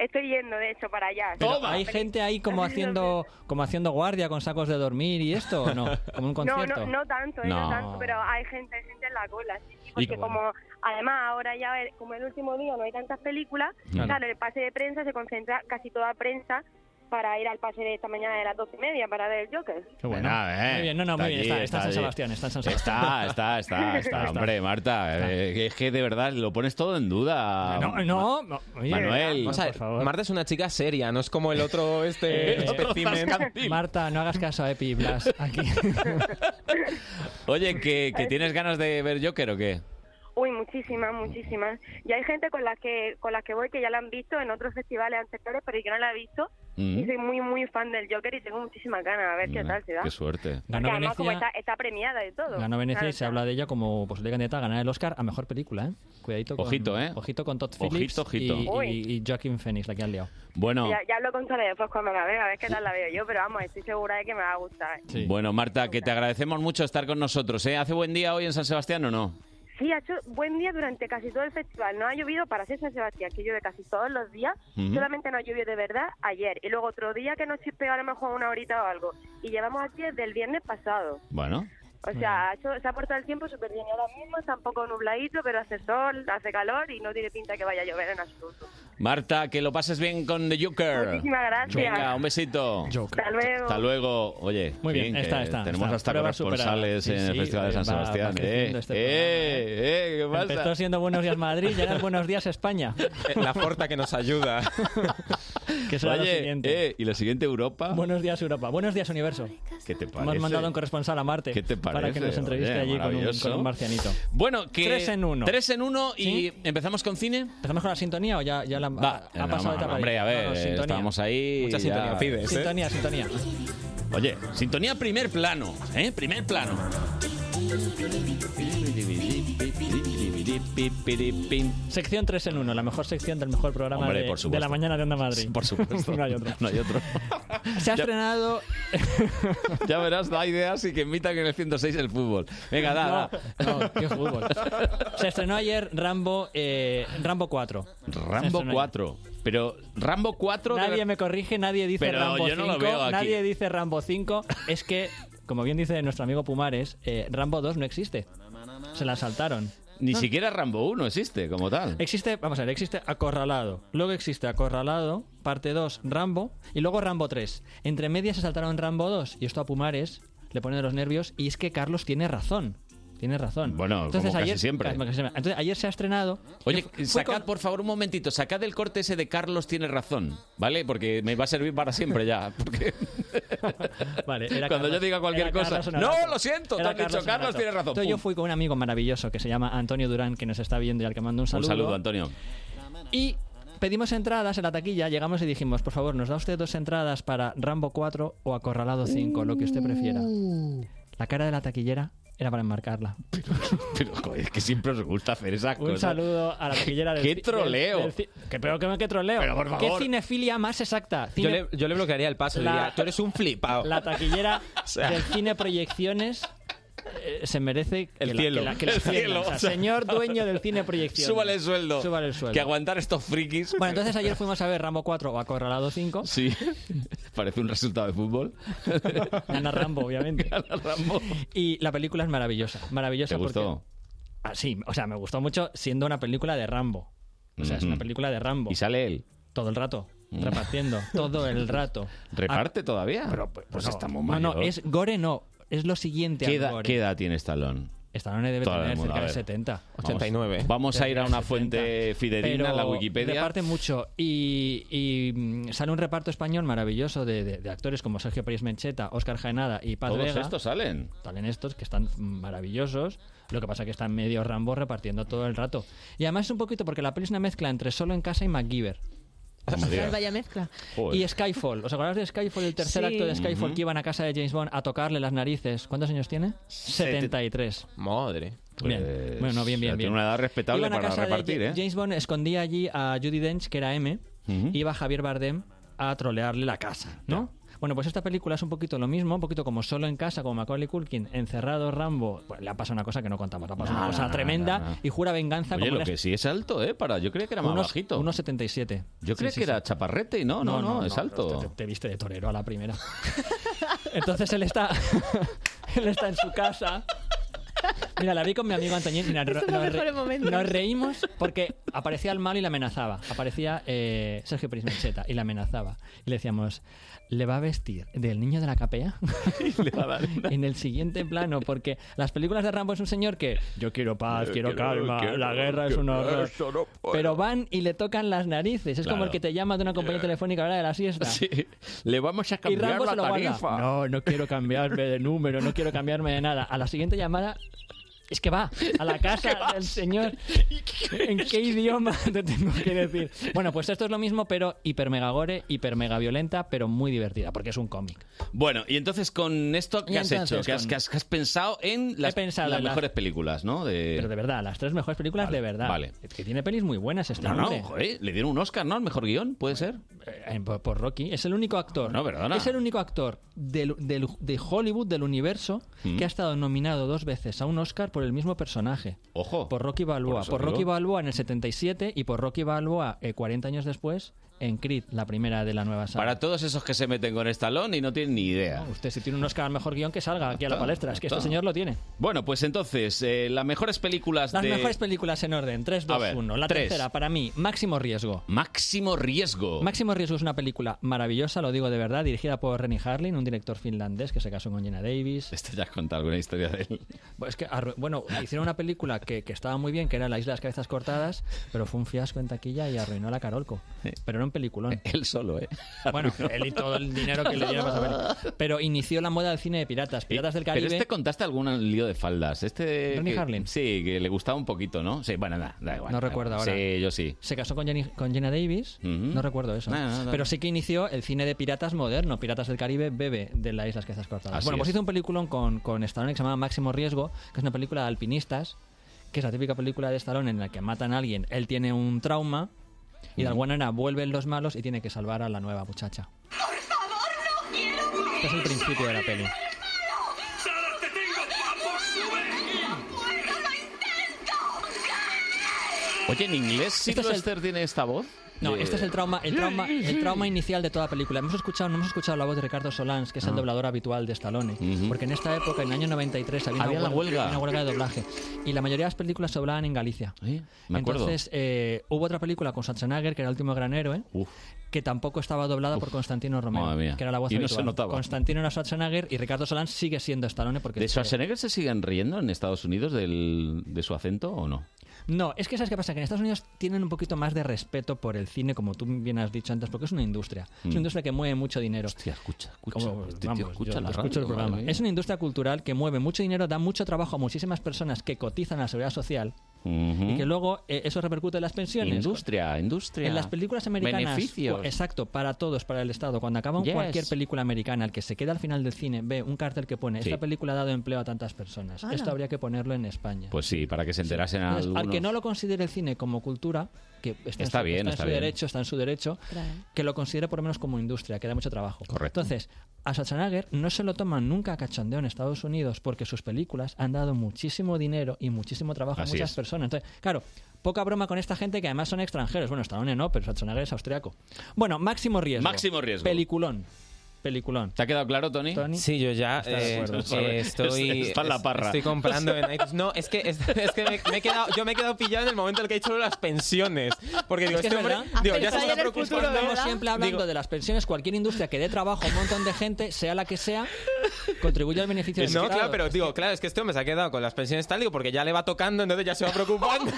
[SPEAKER 33] Estoy yendo, de hecho, para allá.
[SPEAKER 18] Pero
[SPEAKER 33] Toma.
[SPEAKER 18] hay gente ahí como haciendo como haciendo guardia con sacos de dormir y esto, ¿o no? Como un concierto.
[SPEAKER 33] No, no, no tanto, eh, no.
[SPEAKER 18] No.
[SPEAKER 33] tanto, pero hay gente, hay gente en la cola, sí, sí,
[SPEAKER 18] Y-
[SPEAKER 33] porque como además ahora ya el- como el último día no hay tantas películas,
[SPEAKER 18] Claro.
[SPEAKER 33] claro, el pase de prensa se concentra casi toda prensa para ir al pase de esta mañana de las doce y media para ver el Joker.
[SPEAKER 2] Nada, ¿eh?
[SPEAKER 18] Muy bien, no, no, muy bien, está- está en San
[SPEAKER 2] allí.
[SPEAKER 18] Sebastián, está en San Sebastián.
[SPEAKER 2] Está, está, está, está,
[SPEAKER 18] Está.
[SPEAKER 2] hombre, Marta, eh, es que de verdad lo pones todo en duda.
[SPEAKER 18] No, no, no, oye,
[SPEAKER 2] Manuel.
[SPEAKER 18] vamos a ver,
[SPEAKER 3] Marta es una chica seria, no es como el otro este
[SPEAKER 18] Eh,
[SPEAKER 3] espécimen.
[SPEAKER 18] Marta, no hagas caso a Epi y Blas. Aquí.
[SPEAKER 2] Oye, ¿que, que tienes ganas de ver Joker o qué?
[SPEAKER 33] Uy, muchísimas, muchísimas. Y hay gente con la que con las que voy que ya la han visto en otros festivales anteriores, pero yo no la he visto.
[SPEAKER 2] Mm.
[SPEAKER 33] Y soy muy, muy fan del Joker y tengo muchísimas ganas a ver qué tal se da.
[SPEAKER 2] Qué suerte.
[SPEAKER 33] Porque
[SPEAKER 18] Ganó
[SPEAKER 33] además como
[SPEAKER 18] Venecia,
[SPEAKER 33] está, está premiada y todo.
[SPEAKER 18] ganó Venecia
[SPEAKER 33] Claro,
[SPEAKER 18] y se habla de ella como posible candidata a ganar el Oscar a mejor película, ¿eh? Cuidadito con,
[SPEAKER 2] Ojito, ¿eh?
[SPEAKER 18] Ojito con Todd
[SPEAKER 2] Ojito,
[SPEAKER 18] Phillips
[SPEAKER 2] ojito.
[SPEAKER 18] y-
[SPEAKER 33] Uy.
[SPEAKER 18] Y, y Joaquin Phoenix, la que han liado.
[SPEAKER 2] Bueno,
[SPEAKER 33] Ya, ya hablo con Sara después cuando la veo, a ver qué tal la veo yo, pero vamos, estoy segura de que me va a gustar.
[SPEAKER 2] bueno, Marta, que te agradecemos mucho estar con nosotros, ¿eh? ¿Hace buen día hoy en San Sebastián o no?
[SPEAKER 33] Sí, ha hecho buen día durante casi todo el festival. No ha llovido para ser San Sebastián, que llueve casi todos los días.
[SPEAKER 2] Ujú.
[SPEAKER 33] Solamente no llovió de verdad ayer. Y luego otro día que nos chispeó a lo mejor una horita o algo. Y llevamos aquí desde el viernes pasado.
[SPEAKER 2] Bueno.
[SPEAKER 33] O sea, ha hecho- se ha portado el tiempo súper bien Y ahora mismo, está un poco nubladito, pero hace sol, hace calor y no tiene pinta que vaya a llover en absoluto.
[SPEAKER 2] Ah. Marta, que lo pases bien con The Joker.
[SPEAKER 33] Muchísimas gracias.
[SPEAKER 2] Venga, un besito.
[SPEAKER 33] Hasta luego.
[SPEAKER 2] Hasta luego. Oye,
[SPEAKER 18] Muy bien,
[SPEAKER 2] que
[SPEAKER 18] está, está,
[SPEAKER 2] tenemos
[SPEAKER 18] está.
[SPEAKER 2] hasta
[SPEAKER 18] Prueba
[SPEAKER 2] corresponsales
[SPEAKER 18] superada. Sí,
[SPEAKER 2] en el
[SPEAKER 18] sí,
[SPEAKER 2] Festival de San
[SPEAKER 18] va- va
[SPEAKER 2] Sebastián.
[SPEAKER 18] creciendo
[SPEAKER 2] eh,
[SPEAKER 18] este
[SPEAKER 2] eh, eh, ¿qué pasa?
[SPEAKER 18] Empezó siendo Buenos Días Madrid y ahora es Buenos Días España.
[SPEAKER 3] eh, La forta que nos ayuda.
[SPEAKER 18] Que será lo
[SPEAKER 2] Oye,
[SPEAKER 18] siguiente.
[SPEAKER 2] eh, y la siguiente Europa.
[SPEAKER 18] Buenos días Europa, buenos días universo.
[SPEAKER 2] ¿Qué te
[SPEAKER 18] Hemos
[SPEAKER 2] parece?
[SPEAKER 18] mandado a un corresponsal a Marte
[SPEAKER 2] ¿Qué te
[SPEAKER 18] para
[SPEAKER 2] parece?
[SPEAKER 18] que nos entreviste
[SPEAKER 2] Oye,
[SPEAKER 18] allí con un,
[SPEAKER 2] maravilloso.
[SPEAKER 18] con un marcianito.
[SPEAKER 2] Bueno, que...
[SPEAKER 18] Tres en uno.
[SPEAKER 2] Tres en uno y
[SPEAKER 18] ¿Sí?
[SPEAKER 2] empezamos con cine.
[SPEAKER 18] ¿Empezamos con la sintonía o ya, ya la
[SPEAKER 2] Va,
[SPEAKER 18] ha, ha
[SPEAKER 2] no,
[SPEAKER 18] pasado
[SPEAKER 2] no,
[SPEAKER 18] etapa?
[SPEAKER 2] hombre, a ver,
[SPEAKER 18] No, no, sintonía.
[SPEAKER 2] estábamos ahí.
[SPEAKER 18] Mucha
[SPEAKER 2] ya.
[SPEAKER 18] sintonía pides, ¿eh? Sintonía, sintonía.
[SPEAKER 2] Oye, sintonía primer plano, ¿eh? Primer plano.
[SPEAKER 18] Sección 3 en 1, la mejor sección del mejor programa
[SPEAKER 2] Hombre,
[SPEAKER 18] de,
[SPEAKER 2] por supuesto.
[SPEAKER 18] de la mañana de Onda Madrid.
[SPEAKER 2] Por supuesto.
[SPEAKER 18] no hay otro.
[SPEAKER 2] No hay otro.
[SPEAKER 18] Se ha
[SPEAKER 2] Ya-
[SPEAKER 18] estrenado
[SPEAKER 2] Ya verás, da ideas y que invitan en el 106 el fútbol. Venga, da, da.
[SPEAKER 18] No, no, qué fútbol. Se estrenó ayer Rambo, eh, Rambo 4.
[SPEAKER 2] Rambo 4. Pero Rambo 4... de-
[SPEAKER 18] Nadie me corrige, nadie dice
[SPEAKER 2] Pero
[SPEAKER 18] Rambo
[SPEAKER 2] yo no
[SPEAKER 18] 5.
[SPEAKER 2] lo veo aquí.
[SPEAKER 18] Nadie dice Rambo 5. Es que, como bien dice nuestro amigo Pumares, eh, Rambo 2 no existe. Se la saltaron.
[SPEAKER 2] Ni siquiera Rambo 1 existe como tal.
[SPEAKER 18] Existe, vamos a ver, existe Acorralado. Luego existe Acorralado, parte 2, Rambo. Y luego Rambo 3. Entre medias se saltaron Rambo 2. Y esto a Pumares le pone de los nervios. Y es que Carlos tiene razón. Tiene razón.
[SPEAKER 2] Bueno, como casi
[SPEAKER 18] ayer,
[SPEAKER 2] siempre.
[SPEAKER 18] casi siempre. Entonces, ayer se ha estrenado.
[SPEAKER 2] Oye,
[SPEAKER 18] Yo fui
[SPEAKER 2] sacad
[SPEAKER 18] con-
[SPEAKER 2] por favor un momentito, sacad el corte ese de Carlos tiene razón, ¿vale? Porque me va a servir para siempre ya. porque
[SPEAKER 18] Vale, era
[SPEAKER 2] cuando yo
[SPEAKER 18] Carlos-
[SPEAKER 2] diga cualquier
[SPEAKER 18] era
[SPEAKER 2] cosa,
[SPEAKER 18] Carlos
[SPEAKER 2] no,
[SPEAKER 18] Honorato.
[SPEAKER 2] lo siento, te
[SPEAKER 18] Era
[SPEAKER 2] han dicho
[SPEAKER 18] Honorato.
[SPEAKER 2] Carlos tiene razón.
[SPEAKER 18] Entonces, yo
[SPEAKER 2] Pum.
[SPEAKER 18] fui con un amigo maravilloso que se llama Antonio Durán, que nos está viendo y al que mando un
[SPEAKER 2] Un
[SPEAKER 18] saludo.
[SPEAKER 2] saludo, Antonio.
[SPEAKER 18] Y pedimos entradas en la taquilla, llegamos y dijimos, por favor, nos da usted dos entradas para Rambo 4 o Acorralado 5, lo que usted prefiera. La cara de la taquillera era para enmarcarla.
[SPEAKER 2] Pero joder, es que siempre os gusta hacer esas
[SPEAKER 18] Un
[SPEAKER 2] cosas.
[SPEAKER 18] saludo a la taquillera del
[SPEAKER 2] ¡Qué
[SPEAKER 18] ci- del-
[SPEAKER 2] troleo!
[SPEAKER 18] del ci- que, pero que, que troleo.
[SPEAKER 2] Pero, por favor.
[SPEAKER 18] ¿Qué cinefilia más exacta?
[SPEAKER 3] Yo
[SPEAKER 18] Cine-
[SPEAKER 3] le, yo le bloquearía el paso.
[SPEAKER 18] La-
[SPEAKER 3] Le diría, tú eres un flipado.
[SPEAKER 18] La taquillera
[SPEAKER 3] sea.
[SPEAKER 2] Ah.
[SPEAKER 18] del cine proyecciones eh, se merece que
[SPEAKER 2] El
[SPEAKER 18] la-
[SPEAKER 2] cielo.
[SPEAKER 18] que la- que la
[SPEAKER 2] El
[SPEAKER 18] defiendan.
[SPEAKER 2] cielo,
[SPEAKER 18] O sea,
[SPEAKER 2] o sea.
[SPEAKER 18] señor dueño del cine proyecciones.
[SPEAKER 2] Súbale el sueldo.
[SPEAKER 18] Súbale el sueldo.
[SPEAKER 2] Que aguantar estos frikis.
[SPEAKER 18] Bueno, entonces ayer fuimos a ver Rambo 4 o Acorralado 5.
[SPEAKER 2] Sí, parece un resultado de fútbol.
[SPEAKER 18] Gana Rambo, obviamente.
[SPEAKER 2] Rambo.
[SPEAKER 18] Y la película es maravillosa. Maravillosa.
[SPEAKER 2] ¿Te gustó?
[SPEAKER 18] Porque... Ah, sí, o sea, me gustó mucho siendo una película de Rambo. O sea, es una
[SPEAKER 2] Ujú.
[SPEAKER 18] película de Rambo.
[SPEAKER 2] Y sale él. Mm.
[SPEAKER 18] Todo el rato. Repartiendo. todo el rato.
[SPEAKER 2] ¿Reparte
[SPEAKER 18] Ah,
[SPEAKER 2] todavía?
[SPEAKER 18] Pero, pues,
[SPEAKER 2] pues
[SPEAKER 18] no.
[SPEAKER 2] estamos
[SPEAKER 18] No, no,
[SPEAKER 2] mayor.
[SPEAKER 18] es gore no. Es lo siguiente
[SPEAKER 2] ¿Qué
[SPEAKER 18] al
[SPEAKER 2] edad,
[SPEAKER 18] gore.
[SPEAKER 2] qué edad tiene Stallone?
[SPEAKER 18] Stallone debe
[SPEAKER 2] Todo el
[SPEAKER 18] tener
[SPEAKER 2] mundo,
[SPEAKER 18] cerca
[SPEAKER 2] a
[SPEAKER 18] de
[SPEAKER 2] ver.
[SPEAKER 18] 70.
[SPEAKER 2] Vamos- Vamos a ir a una fuente fidedigna,
[SPEAKER 18] Pero
[SPEAKER 2] la Wikipedia.
[SPEAKER 18] reparte mucho y, y, mm, sale un reparto español maravilloso de, de- de actores como Sergio Pérez Mencheta, Óscar Jaenada y Paz
[SPEAKER 2] Todos
[SPEAKER 18] Vega.
[SPEAKER 2] estos salen.
[SPEAKER 18] Salen estos que están maravillosos. Lo que pasa que están medio Rambo repartiendo todo el rato. Y además es un poquito porque la peli es una mezcla entre Solo en casa y MacGyver.
[SPEAKER 4] Ostras, Vaya mezcla.
[SPEAKER 18] Y Skyfall. ¿Os acordáis de Skyfall? El tercer
[SPEAKER 4] Sí.
[SPEAKER 18] acto de Skyfall
[SPEAKER 4] Ujú.
[SPEAKER 18] que iban a casa de James Bond a tocarle las narices. ¿Cuántos años tiene? 73.
[SPEAKER 3] Madre. Pues,
[SPEAKER 18] Bien. Bueno, no, bien, bien, bien.
[SPEAKER 2] eh, Tiene una edad respetable
[SPEAKER 18] Iban a
[SPEAKER 2] para
[SPEAKER 18] casa de
[SPEAKER 2] repartir,
[SPEAKER 18] Ja-
[SPEAKER 2] ¿eh?
[SPEAKER 18] James Bond escondía allí a Judy Dench, que era M. Iba Javier Bardem a trolearle la casa, ¿no? Bueno, pues esta película es un poquito lo mismo, un poquito como solo en casa, como Macaulay Culkin, encerrado Rambo. Pues le ha pasado una cosa que no contamos, le ha pasado
[SPEAKER 2] No,
[SPEAKER 18] una
[SPEAKER 2] no,
[SPEAKER 18] cosa
[SPEAKER 2] no,
[SPEAKER 18] tremenda
[SPEAKER 2] no, no.
[SPEAKER 18] y jura venganza
[SPEAKER 2] Oye,
[SPEAKER 18] como
[SPEAKER 2] lo
[SPEAKER 18] unas-
[SPEAKER 2] que sí es alto, ¿eh? Para, yo creía que era más
[SPEAKER 18] unos,
[SPEAKER 2] bajito.
[SPEAKER 18] Unos 77.
[SPEAKER 2] Yo
[SPEAKER 18] Sí,
[SPEAKER 2] creía
[SPEAKER 18] sí,
[SPEAKER 2] que era
[SPEAKER 18] sí.
[SPEAKER 2] chaparrete y no, no, no, es
[SPEAKER 18] Te,
[SPEAKER 2] alto.
[SPEAKER 18] te viste de torero a la primera. Entonces él está, él está en su casa. Mira, la vi con mi amigo Antoñín y nos,
[SPEAKER 4] Es uno de los
[SPEAKER 18] nos
[SPEAKER 4] mejores momentos.
[SPEAKER 18] nos reímos porque aparecía el malo y le amenazaba. Aparecía eh, Sergio Prismacheta y le amenazaba. Y le decíamos, ¿le va a vestir del niño de la capea? en el siguiente plano, porque las películas de Rambo es un señor que yo quiero paz,
[SPEAKER 24] Eh,
[SPEAKER 18] quiero
[SPEAKER 24] quiero-
[SPEAKER 18] calma,
[SPEAKER 24] quiero-
[SPEAKER 18] la guerra es un
[SPEAKER 24] quiero
[SPEAKER 18] horror.
[SPEAKER 24] esto, no puedo.
[SPEAKER 18] Pero van y le tocan las narices. Es como
[SPEAKER 2] Claro.
[SPEAKER 18] el que te llama de una compañía telefónica a la hora de la siesta.
[SPEAKER 2] Le vamos a
[SPEAKER 18] Y
[SPEAKER 2] cambiar
[SPEAKER 18] Rambo
[SPEAKER 2] la
[SPEAKER 18] se lo guarda.
[SPEAKER 2] tarifa.
[SPEAKER 18] No, no quiero cambiarme de número, no quiero cambiarme de nada. A la siguiente llamada es que va a la casa del señor. ¿En qué idioma te tengo que decir? Bueno, pues esto es lo mismo, pero hiper mega gore, hiper mega violenta, pero muy divertida, porque es un cómic.
[SPEAKER 2] Bueno, y entonces con esto,
[SPEAKER 18] Y
[SPEAKER 2] ¿qué has
[SPEAKER 18] entonces
[SPEAKER 2] hecho? ¿Qué has,
[SPEAKER 18] con-
[SPEAKER 2] qué has- qué has pensado en las,
[SPEAKER 18] pensado
[SPEAKER 2] las
[SPEAKER 18] en las-
[SPEAKER 2] mejores películas, no? De-
[SPEAKER 18] Pero de verdad, las tres mejores películas de verdad.
[SPEAKER 2] vale.
[SPEAKER 18] Que tiene pelis muy buenas este
[SPEAKER 2] No, no,
[SPEAKER 18] hombre.
[SPEAKER 2] joder, le dieron un Oscar, ¿no? Al mejor guión, ¿puede ser?
[SPEAKER 18] Eh, por, por Rocky. Es el único actor.
[SPEAKER 2] No, perdona.
[SPEAKER 18] Es el único actor del- del- de Hollywood, del universo,
[SPEAKER 2] Mm.
[SPEAKER 18] que ha estado nominado dos veces a un Oscar por el mismo personaje.
[SPEAKER 2] Ojo.
[SPEAKER 18] Por Rocky Balboa.
[SPEAKER 2] eso
[SPEAKER 18] Por, Rocky
[SPEAKER 2] digo.
[SPEAKER 18] Balboa en el 77 y por Rocky Balboa eh, 40 años después en Creed, la primera de la nueva saga.
[SPEAKER 2] Para todos esos que se meten con Stallone y no tienen ni idea.
[SPEAKER 18] Usted si tiene un Oscar al mejor guión que salga aquí a la
[SPEAKER 2] Está,
[SPEAKER 18] palestra. Es que este
[SPEAKER 2] está.
[SPEAKER 18] señor lo tiene.
[SPEAKER 2] Bueno, pues entonces, eh, las mejores películas
[SPEAKER 18] Las
[SPEAKER 2] de...
[SPEAKER 18] mejores películas en orden. 3,
[SPEAKER 2] A
[SPEAKER 18] 2,
[SPEAKER 2] ver,
[SPEAKER 18] 1. La
[SPEAKER 2] tres.
[SPEAKER 18] tercera, para mí, Máximo Riesgo.
[SPEAKER 2] Máximo riesgo.
[SPEAKER 18] Máximo Riesgo es una película maravillosa, lo digo de verdad, dirigida por Renny Harlin, un director finlandés que se casó con Gina Davis.
[SPEAKER 2] Esto ya has contado alguna historia Este de él.
[SPEAKER 18] Pues es que, arru- bueno, hicieron una película que, que estaba muy bien, que era La Isla de las Cabezas Cortadas, pero fue un fiasco en taquilla y arruinó la Carolco. Pero era un peliculón.
[SPEAKER 2] Él solo, ¿eh?
[SPEAKER 18] Bueno, él y todo el dinero que le dieron para esa película. Pero inició la moda del cine de piratas, Piratas del Caribe.
[SPEAKER 2] Pero este contaste algún lío de faldas. Este
[SPEAKER 18] Renny
[SPEAKER 2] que-
[SPEAKER 18] Harlin.
[SPEAKER 2] Sí, que le gustaba un poquito, ¿no? Sí, bueno, nada, da igual.
[SPEAKER 18] No
[SPEAKER 2] da
[SPEAKER 18] recuerdo
[SPEAKER 2] igual.
[SPEAKER 18] ahora.
[SPEAKER 2] Sí, yo sí.
[SPEAKER 18] Se casó con, Jenny- con Gina Davis. No recuerdo eso.
[SPEAKER 2] No, no, no.
[SPEAKER 18] Pero sí que inició el cine de piratas moderno. Piratas del Caribe bebe de la Isla Cabezas Cortadas.
[SPEAKER 2] Así
[SPEAKER 18] bueno, pues
[SPEAKER 2] es.
[SPEAKER 18] hizo un peliculón con, con Stallone que se llama Máximo Riesgo, que es una película de alpinistas, que es la típica película de Stallone en la que matan a alguien. Él tiene un trauma y de
[SPEAKER 2] Ujú.
[SPEAKER 18] alguna manera vuelven los malos y tiene que salvar a la nueva muchacha. Este es el principio de la peli.
[SPEAKER 2] Oye, en inglés
[SPEAKER 18] Este es el-
[SPEAKER 2] Sylvester tiene esta voz. Eh,
[SPEAKER 18] No,
[SPEAKER 2] De-
[SPEAKER 18] este es el trauma, el trauma, el trauma inicial de toda película. Hemos escuchado, no hemos escuchado la voz de Ricardo Solans, que es el
[SPEAKER 2] Ah.
[SPEAKER 18] doblador habitual de Stallone, porque en esta época, en el año 93, había,
[SPEAKER 2] Había
[SPEAKER 18] una,
[SPEAKER 2] la huelga.
[SPEAKER 18] había una huelga de doblaje y la mayoría de las películas se doblaban en Galicia.
[SPEAKER 2] me acuerdo.
[SPEAKER 18] Entonces eh, hubo otra película con Schwarzenegger, que era el último gran héroe, que tampoco estaba doblada por Constantino Romero,
[SPEAKER 2] madre mía.
[SPEAKER 18] que era la voz
[SPEAKER 2] Y no
[SPEAKER 18] habitual.
[SPEAKER 2] se notaba.
[SPEAKER 18] Constantino era Schwarzenegger y Ricardo Solans sigue siendo Stallone porque
[SPEAKER 2] ¿De
[SPEAKER 18] es eh, que-
[SPEAKER 2] Schwarzenegger se siguen riendo en Estados Unidos del, de su acento o no?
[SPEAKER 18] No, es que sabes qué pasa, que en Estados Unidos tienen un poquito más de respeto por el cine, como tú bien has dicho antes, porque es una industria. Es
[SPEAKER 2] Mm.
[SPEAKER 18] una industria que mueve mucho dinero.
[SPEAKER 2] escucha, Este
[SPEAKER 18] escucha.
[SPEAKER 2] tío, escucha la
[SPEAKER 18] escucho el
[SPEAKER 2] radio, madre
[SPEAKER 18] programa.
[SPEAKER 2] mía.
[SPEAKER 18] Es una industria cultural que mueve mucho dinero, da mucho trabajo a muchísimas personas que cotizan a la seguridad social y que luego eh, eso repercute en las pensiones.
[SPEAKER 2] Mm. Industria, industria.
[SPEAKER 18] En las películas americanas,
[SPEAKER 2] Beneficios.
[SPEAKER 18] o- exacto, para todos, para el Estado, cuando acaban
[SPEAKER 2] Yes.
[SPEAKER 18] cualquier película americana, el que se queda al final del cine ve un cartel que pone,
[SPEAKER 2] Sí.
[SPEAKER 18] esta película ha dado empleo a tantas personas,
[SPEAKER 2] Ala.
[SPEAKER 18] esto habría que ponerlo en España.
[SPEAKER 2] Pues sí, para que se enterasen
[SPEAKER 18] Entonces,
[SPEAKER 2] algunos.
[SPEAKER 18] al que no lo considere el cine como cultura, que está, en
[SPEAKER 2] Está
[SPEAKER 18] su-
[SPEAKER 2] bien,
[SPEAKER 18] está en
[SPEAKER 2] está
[SPEAKER 18] su
[SPEAKER 2] bien.
[SPEAKER 18] derecho, está en su derecho, que lo considere por lo menos como industria, que da mucho trabajo.
[SPEAKER 2] Correcto.
[SPEAKER 18] Entonces, a Schwarzenegger no se lo toman nunca a cachondeo en Estados Unidos porque sus películas han dado muchísimo dinero y muchísimo trabajo
[SPEAKER 2] Así
[SPEAKER 18] a muchas
[SPEAKER 2] es.
[SPEAKER 18] personas. Entonces, claro, poca broma con esta gente que además son extranjeros. Bueno, Stallone no, pero Schwarzenegger es austriaco. Bueno, máximo riesgo.
[SPEAKER 2] Máximo riesgo.
[SPEAKER 18] Peliculón. Peliculón.
[SPEAKER 2] ¿Te ha quedado claro, Tony?
[SPEAKER 3] Sí, yo ya
[SPEAKER 18] Está de
[SPEAKER 3] eh,
[SPEAKER 18] acuerdo.
[SPEAKER 3] eh, estoy.
[SPEAKER 2] Está en la parra.
[SPEAKER 3] Estoy comprando
[SPEAKER 2] O sea-
[SPEAKER 3] en iTunes. No, es que, es, es que me, me he quedado, yo me he quedado pillado en el momento en el que he dicho lo de las pensiones. Porque digo,
[SPEAKER 18] Es que
[SPEAKER 3] este
[SPEAKER 18] es
[SPEAKER 3] hombre.
[SPEAKER 18] verdad.
[SPEAKER 3] Digo, ya
[SPEAKER 18] Pensaba
[SPEAKER 3] se
[SPEAKER 18] en
[SPEAKER 3] está
[SPEAKER 18] el futuro,
[SPEAKER 3] preocupando.
[SPEAKER 18] Estamos siempre hablando
[SPEAKER 3] Digo,
[SPEAKER 18] de las pensiones, cualquier industria que dé trabajo a un montón de gente, sea la que sea, Contribuye al beneficio del
[SPEAKER 3] No,
[SPEAKER 18] Estado.
[SPEAKER 3] claro, pero digo, claro, es que este hombre se ha quedado con las pensiones tal, digo, porque ya le va tocando, entonces ya se va preocupando.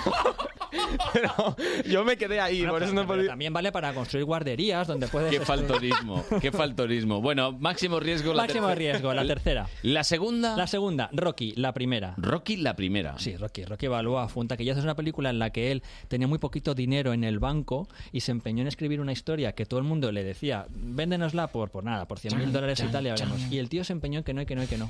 [SPEAKER 3] pero yo me quedé ahí,
[SPEAKER 18] Bueno,
[SPEAKER 3] por
[SPEAKER 18] pero-
[SPEAKER 3] eso no
[SPEAKER 18] pero También vale para construir guarderías donde puedes...
[SPEAKER 2] Qué
[SPEAKER 18] este,
[SPEAKER 2] faltonismo, qué faltonismo. Bueno, máximo riesgo la
[SPEAKER 18] Máximo
[SPEAKER 2] tercera.
[SPEAKER 18] riesgo, la tercera.
[SPEAKER 2] La segunda.
[SPEAKER 18] La segunda, Rocky, la primera.
[SPEAKER 2] Rocky, la primera.
[SPEAKER 18] Sí, Rocky, Rocky Balboa, Funta, que ya es una película en la que él tenía muy poquito dinero en el banco y se empeñó en escribir una historia que todo el mundo le decía, véndenosla por, por nada, por 100 mil
[SPEAKER 2] Chan,
[SPEAKER 18] dólares y
[SPEAKER 2] chan,
[SPEAKER 18] tal, y
[SPEAKER 2] chan.
[SPEAKER 18] hablamos. Y el tío se empeñó en que no, y que no, y que no.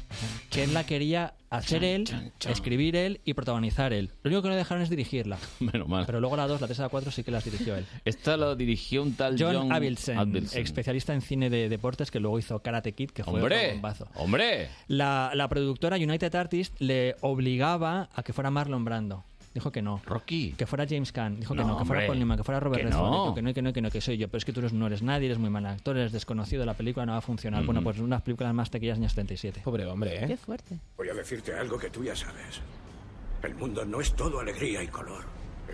[SPEAKER 18] Que él la quería hacer
[SPEAKER 2] Chan,
[SPEAKER 18] él,
[SPEAKER 2] chan, chan.
[SPEAKER 18] escribir él y protagonizar él. Lo único que no dejaron es dirigirla.
[SPEAKER 2] Menos mal.
[SPEAKER 18] Pero luego la 2, la 3, la 4 sí que las dirigió él.
[SPEAKER 2] Esta lo dirigió un tal
[SPEAKER 18] John,
[SPEAKER 2] John,
[SPEAKER 18] Avildsen,
[SPEAKER 2] Avildsen.
[SPEAKER 18] especialista en cine de deportes que luego hizo Karate Kid, que fue otro
[SPEAKER 2] Hombre,
[SPEAKER 18] bombazo.
[SPEAKER 2] hombre.
[SPEAKER 18] La, la productora United Artists le obligaba a que fuera Marlon Brando. Dijo que no.
[SPEAKER 2] Rocky.
[SPEAKER 18] Que fuera James Caan. Dijo que
[SPEAKER 2] No,
[SPEAKER 18] no. Que fuera
[SPEAKER 2] hombre.
[SPEAKER 18] Paul Newman. Que fuera Robert
[SPEAKER 2] Que
[SPEAKER 18] Redford.
[SPEAKER 2] no.
[SPEAKER 18] Dijo que no, que no, que no, que soy yo. Pero es que tú eres- no eres nadie, eres muy mal actor, eres desconocido, la película no va a funcionar. Bueno,
[SPEAKER 24] Ujú.
[SPEAKER 18] pues unas películas más tequillas en el 77.
[SPEAKER 3] Pobre hombre, ¿eh?
[SPEAKER 4] Qué fuerte.
[SPEAKER 24] Voy a decirte algo que tú ya sabes. El mundo no es todo alegría y color.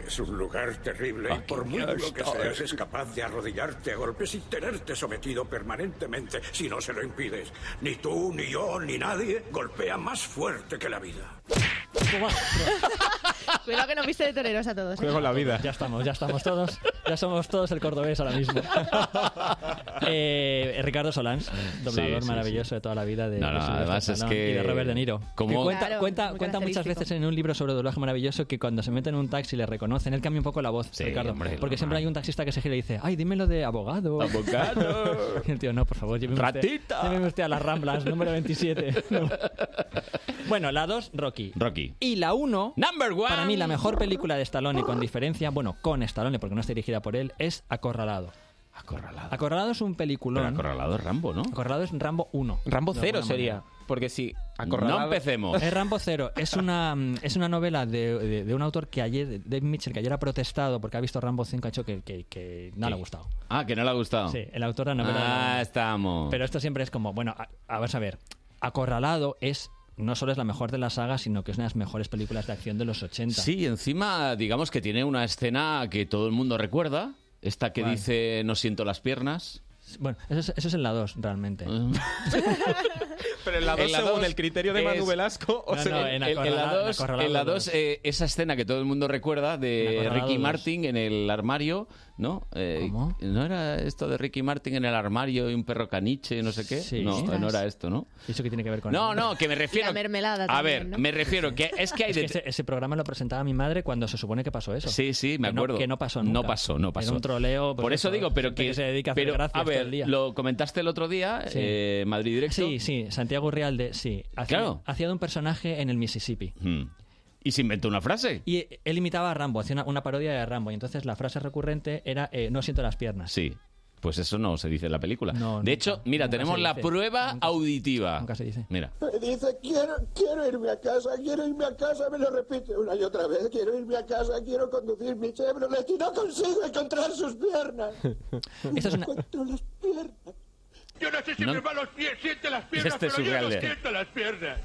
[SPEAKER 24] Es un lugar terrible y por muy duro que
[SPEAKER 21] estoy.
[SPEAKER 24] seas es capaz de arrodillarte a golpes y tenerte sometido permanentemente si no se lo impides. Ni tú, ni yo, ni nadie golpea más fuerte que la vida.
[SPEAKER 4] Cuidado que nos viste de toreros a todos. ¿eh?
[SPEAKER 18] la vida. Ya estamos, ya estamos todos. Ya somos todos el cordobés ahora mismo. Eh, Ricardo Solans, doblador
[SPEAKER 2] Sí, sí,
[SPEAKER 18] maravilloso
[SPEAKER 2] sí.
[SPEAKER 18] de toda la vida de,
[SPEAKER 2] No, no,
[SPEAKER 18] de Sylvester
[SPEAKER 2] además es
[SPEAKER 18] Stallone
[SPEAKER 2] que-
[SPEAKER 18] y de Robert De Niro.
[SPEAKER 2] como-
[SPEAKER 18] Que cuenta
[SPEAKER 2] Claro,
[SPEAKER 18] cuenta,
[SPEAKER 2] muy
[SPEAKER 18] cuenta muchas
[SPEAKER 2] característico.
[SPEAKER 18] veces en un libro sobre doblaje maravilloso que cuando se mete en un taxi le reconocen, él cambia un poco la voz, Ricardo,
[SPEAKER 2] hombre,
[SPEAKER 18] porque siempre hay un taxista que se gira y dice, ay, dímelo de abogado.
[SPEAKER 2] Abogado.
[SPEAKER 18] Y el tío, no, por favor, lléveme usted-
[SPEAKER 2] Ratita.
[SPEAKER 18] lléveme usted a las Ramblas, número 27. bueno, la 2, Rocky.
[SPEAKER 2] Rocky.
[SPEAKER 18] Y la 1,
[SPEAKER 2] Number one.
[SPEAKER 18] para mí la mejor película de Stallone con diferencia, bueno, con Stallone porque no está dirigida por él, es Acorralado.
[SPEAKER 2] Acorralado.
[SPEAKER 18] Acorralado es un peliculón.
[SPEAKER 2] Pero Acorralado es Rambo, ¿no?
[SPEAKER 18] Acorralado es Rambo 1.
[SPEAKER 3] Rambo
[SPEAKER 18] De
[SPEAKER 3] cero
[SPEAKER 18] alguna
[SPEAKER 3] sería,
[SPEAKER 18] manera.
[SPEAKER 3] porque sí, acorralado.
[SPEAKER 2] No empecemos.
[SPEAKER 18] Es Rambo Cero. Es una, mm, es una novela de, de- de un autor que ayer, Dave Mitchell, que ayer ha protestado porque ha visto Rambo 5, ha dicho que, que- que no le ha gustado.
[SPEAKER 2] Ah, que no le ha gustado.
[SPEAKER 18] Sí, el autor de la novela.
[SPEAKER 2] Ah, estamos.
[SPEAKER 18] Pero esto siempre es como, bueno, a, a- vamos a ver, Acorralado es no solo es la mejor de la saga, sino que es una de las mejores películas de acción de los 80.
[SPEAKER 2] Sí, y encima, digamos que tiene una escena que todo el mundo recuerda. Esta que
[SPEAKER 18] ¿Cuál?
[SPEAKER 2] dice, no siento las piernas.
[SPEAKER 18] Bueno, eso es, eso es en la 2, realmente.
[SPEAKER 3] Pero en la dos,
[SPEAKER 2] En la
[SPEAKER 3] según
[SPEAKER 2] dos
[SPEAKER 3] el criterio de Manu
[SPEAKER 2] es-
[SPEAKER 3] Velasco, o
[SPEAKER 18] No,
[SPEAKER 3] sea,
[SPEAKER 18] no,
[SPEAKER 2] En,
[SPEAKER 18] en
[SPEAKER 2] en la
[SPEAKER 18] Acorralado-
[SPEAKER 2] 2,
[SPEAKER 18] en Acorralado
[SPEAKER 2] en la dos,
[SPEAKER 18] dos.
[SPEAKER 2] eh, esa escena que todo el mundo recuerda
[SPEAKER 18] En
[SPEAKER 2] de
[SPEAKER 18] Acorralado
[SPEAKER 2] Ricky
[SPEAKER 18] dos.
[SPEAKER 2] Martin en el armario, ¿no? Eh, ¿No era esto de Ricky Martin en el armario y un perro caniche, no sé qué?
[SPEAKER 18] Sí.
[SPEAKER 2] no,
[SPEAKER 18] Ostras.
[SPEAKER 2] no era esto, ¿no?
[SPEAKER 18] ¿Y eso qué tiene que ver con
[SPEAKER 2] No,
[SPEAKER 18] el-
[SPEAKER 2] no, que me refiero...
[SPEAKER 4] La mermelada
[SPEAKER 2] A
[SPEAKER 4] también,
[SPEAKER 2] ver,
[SPEAKER 4] ¿no?
[SPEAKER 2] me refiero que es que hay...
[SPEAKER 18] Es que
[SPEAKER 2] de-
[SPEAKER 18] ese, ese programa lo presentaba mi madre cuando se supone que pasó eso.
[SPEAKER 2] Sí, sí, me
[SPEAKER 18] Que no-
[SPEAKER 2] acuerdo.
[SPEAKER 18] que no pasó nunca.
[SPEAKER 2] No pasó, no pasó.
[SPEAKER 18] Era un troleo. pues,
[SPEAKER 2] Por eso digo, pero
[SPEAKER 18] gente
[SPEAKER 2] que,
[SPEAKER 18] se dedica a hacer
[SPEAKER 2] pero,
[SPEAKER 18] gracias
[SPEAKER 2] a ver,
[SPEAKER 18] todo el día.
[SPEAKER 2] lo comentaste el otro día,
[SPEAKER 18] Sí.
[SPEAKER 2] eh, Madrid Directo.
[SPEAKER 18] Sí, sí, Santiago Rialde, sí. Hacía,
[SPEAKER 2] Claro.
[SPEAKER 18] hacía de un personaje en el Mississippi.
[SPEAKER 2] Hmm. Y se inventó una frase.
[SPEAKER 18] Y eh, él imitaba a Rambo, hacía una, una parodia de Rambo. Y entonces la frase recurrente era, eh, no siento las piernas.
[SPEAKER 2] Sí. Pues eso no se dice en la película.
[SPEAKER 18] No,
[SPEAKER 2] de
[SPEAKER 18] nunca,
[SPEAKER 2] hecho, mira,
[SPEAKER 18] nunca
[SPEAKER 2] tenemos
[SPEAKER 18] se
[SPEAKER 2] la
[SPEAKER 18] dice.
[SPEAKER 2] prueba auditiva.
[SPEAKER 18] Nunca se dice.
[SPEAKER 2] Mira.
[SPEAKER 34] Dice, quiero, quiero irme a casa, quiero irme a casa, me lo repite una y otra vez, quiero irme a casa, quiero conducir mi Chevrolet y no consigo encontrar sus piernas.
[SPEAKER 18] Esta es una-
[SPEAKER 34] Encuentro las piernas.
[SPEAKER 21] Yo no sé si
[SPEAKER 2] No-
[SPEAKER 21] me van los pies, siente las piernas,
[SPEAKER 2] Este es
[SPEAKER 21] pero yo no
[SPEAKER 2] surreal.
[SPEAKER 21] siento las piernas.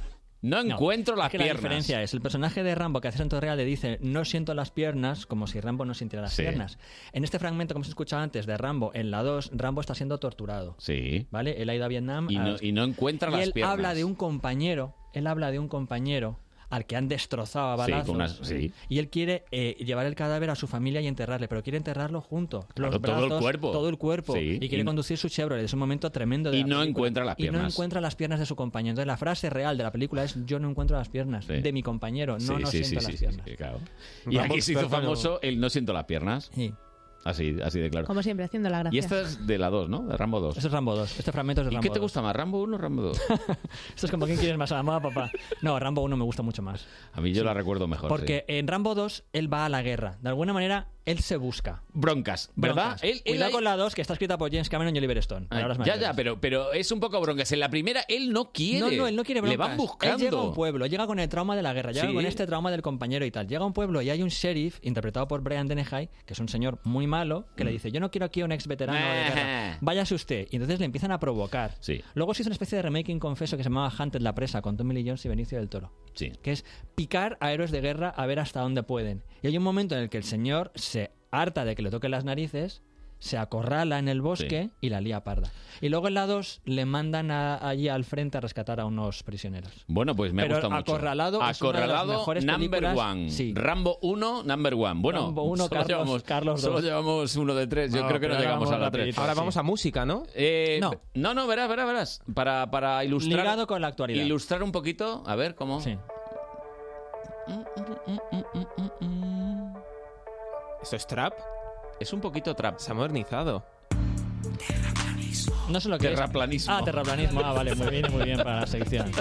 [SPEAKER 2] No encuentro las
[SPEAKER 18] es que
[SPEAKER 2] piernas.
[SPEAKER 18] La diferencia es, el personaje de Rambo que hace Santo Real le dice no siento las piernas, como si Rambo no sintiera las
[SPEAKER 2] Sí.
[SPEAKER 18] piernas. En este fragmento, como se escuchaba antes, de Rambo en la 2, Rambo está siendo torturado.
[SPEAKER 2] Sí.
[SPEAKER 18] ¿Vale? Él ha ido a Vietnam.
[SPEAKER 2] Y
[SPEAKER 18] a-
[SPEAKER 2] no, y no encuentra
[SPEAKER 18] y
[SPEAKER 2] las
[SPEAKER 18] él
[SPEAKER 2] piernas.
[SPEAKER 18] habla de un compañero, él habla de un compañero al que han destrozado a
[SPEAKER 2] Sí,
[SPEAKER 18] balazos.
[SPEAKER 2] con unas- sí.
[SPEAKER 18] Y él quiere eh, llevar el cadáver a su familia y enterrarle, pero quiere enterrarlo junto.
[SPEAKER 2] Claro,
[SPEAKER 18] los
[SPEAKER 2] todo el
[SPEAKER 18] brazos,
[SPEAKER 2] cuerpo.
[SPEAKER 18] Todo el cuerpo.
[SPEAKER 2] Sí,
[SPEAKER 18] Y quiere
[SPEAKER 2] y-
[SPEAKER 18] conducir su Chevrolet. Es un momento tremendo de
[SPEAKER 2] Y
[SPEAKER 18] la
[SPEAKER 2] no
[SPEAKER 18] película.
[SPEAKER 2] encuentra las
[SPEAKER 18] Y no
[SPEAKER 2] piernas.
[SPEAKER 18] encuentra las piernas de su compañero. Entonces la frase real de la película es yo no encuentro las piernas de mi compañero. No,
[SPEAKER 2] Sí,
[SPEAKER 18] no
[SPEAKER 2] sí, sí,
[SPEAKER 18] siento
[SPEAKER 2] sí,
[SPEAKER 18] las
[SPEAKER 2] sí,
[SPEAKER 18] piernas.
[SPEAKER 2] sí, claro. Y
[SPEAKER 18] Rambo
[SPEAKER 2] aquí se hizo
[SPEAKER 18] experto, no.
[SPEAKER 2] famoso el no siento las piernas. Así, así de claro.
[SPEAKER 4] Como siempre, haciendo la gracia.
[SPEAKER 2] Y esta es de la 2, ¿no? De Rambo 2.
[SPEAKER 18] Eso es Rambo 2. Este fragmento es de
[SPEAKER 2] ¿Y
[SPEAKER 18] Rambo
[SPEAKER 2] qué te
[SPEAKER 18] 2.
[SPEAKER 2] gusta más, Rambo 1 o Rambo 2?
[SPEAKER 18] Esto es como ¿quién quieres más? ¿A mamá o a papá? No, Rambo 1 me gusta mucho más.
[SPEAKER 2] A mí yo la recuerdo mejor.
[SPEAKER 18] Porque en Rambo 2 él va a la guerra. De alguna manera, él se busca.
[SPEAKER 2] sí. Broncas, ¿verdad?
[SPEAKER 18] Broncas.
[SPEAKER 2] Él- él
[SPEAKER 18] Cuidado
[SPEAKER 2] ahí-
[SPEAKER 18] con la 2, que está escrita por James Cameron y Oliver Stone.
[SPEAKER 2] Ay,
[SPEAKER 18] Palabras
[SPEAKER 2] ya,
[SPEAKER 18] mayores.
[SPEAKER 2] ya, pero, pero es un poco broncas. En la primera él no quiere.
[SPEAKER 18] No, no, él no quiere broncas.
[SPEAKER 2] Le van buscando.
[SPEAKER 18] Él llega a un pueblo, llega con el trauma de la guerra, llega
[SPEAKER 2] Sí.
[SPEAKER 18] con este trauma del compañero y tal. Llega a un pueblo y hay un sheriff, interpretado por Brian Dennehy, que es un señor muy malo, que
[SPEAKER 2] Mm.
[SPEAKER 18] le dice, yo no quiero aquí a un ex veterano de guerra. Váyase usted. Y entonces le empiezan a provocar. Luego se hizo una especie de remake confeso que se llamaba Hunted la presa, con Tommy Lee Jones y Benicio del Toro. Que es picar a héroes de guerra a ver hasta dónde pueden. Y hay un momento en el que el señor se harta de que le toquen las narices se acorrala en el bosque y la lía parda. Y luego en la 2 le mandan a- allí al frente a rescatar a unos prisioneros.
[SPEAKER 2] Bueno, pues me ha
[SPEAKER 18] Pero
[SPEAKER 2] gustado mucho.
[SPEAKER 18] Acorralado es una de las
[SPEAKER 2] Acorralado,
[SPEAKER 18] mejores
[SPEAKER 2] number
[SPEAKER 18] películas.
[SPEAKER 2] one. Rambo 1, number one. Bueno,
[SPEAKER 18] Rambo 1,
[SPEAKER 2] solo,
[SPEAKER 18] Carlos-
[SPEAKER 2] llevamos,
[SPEAKER 18] Carlos
[SPEAKER 2] solo
[SPEAKER 18] dos.
[SPEAKER 2] llevamos uno de tres. Yo
[SPEAKER 18] No,
[SPEAKER 2] creo que
[SPEAKER 18] pero
[SPEAKER 2] no
[SPEAKER 18] ahora
[SPEAKER 2] llegamos
[SPEAKER 18] vamos
[SPEAKER 2] a la
[SPEAKER 18] rapidito,
[SPEAKER 2] tres.
[SPEAKER 18] Ahora sí. vamos
[SPEAKER 2] a música, ¿no? no. Eh, No, no, verás, verás, verás. Para, para ilustrar.
[SPEAKER 18] Ligado con la actualidad.
[SPEAKER 2] Ilustrar un poquito, a ver cómo. Sí.
[SPEAKER 3] ¿Esto es trap?
[SPEAKER 2] Es un poquito trap.
[SPEAKER 3] Se ha modernizado.
[SPEAKER 18] No sé lo que es.
[SPEAKER 2] Terraplanismo.
[SPEAKER 18] Ah, terraplanismo. Ah, vale, muy bien, muy bien para la sección.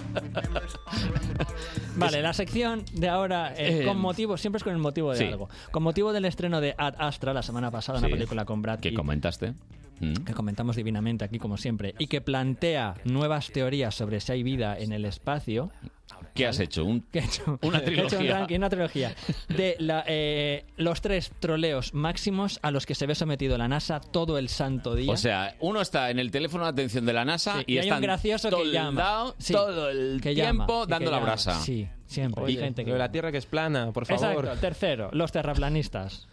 [SPEAKER 18] Vale, la sección de ahora, eh,
[SPEAKER 2] Eh,
[SPEAKER 18] con motivo, siempre es con el motivo de
[SPEAKER 2] sí.
[SPEAKER 18] algo. Con motivo del estreno de Ad Astra la semana pasada, una
[SPEAKER 2] Sí.
[SPEAKER 18] película con Brad
[SPEAKER 2] Que
[SPEAKER 18] Pitt,
[SPEAKER 2] comentaste. Mm.
[SPEAKER 18] que comentamos divinamente aquí como siempre, y que plantea nuevas teorías sobre si hay vida en el espacio.
[SPEAKER 2] ¿Qué has hecho? Un-
[SPEAKER 18] que ha hecho-
[SPEAKER 2] Una
[SPEAKER 18] que ha hecho un
[SPEAKER 2] trilogía.
[SPEAKER 18] ranking, una trilogía de la, eh, los tres troleos máximos a los que se ve sometido la NASA todo el santo día.
[SPEAKER 2] O sea, uno está en el teléfono de atención de la NASA
[SPEAKER 18] Sí,
[SPEAKER 2] y,
[SPEAKER 18] y hay
[SPEAKER 2] están
[SPEAKER 18] un gracioso que llama.
[SPEAKER 2] toldao
[SPEAKER 18] Sí,
[SPEAKER 2] todo el
[SPEAKER 18] que llama,
[SPEAKER 2] tiempo
[SPEAKER 18] y que
[SPEAKER 2] dando la
[SPEAKER 18] llama.
[SPEAKER 2] brasa.
[SPEAKER 18] Sí, siempre. hay
[SPEAKER 3] Oye,
[SPEAKER 18] gente que
[SPEAKER 3] lo de la Tierra que es plana, por favor.
[SPEAKER 18] Exacto. Tercero, los terraplanistas.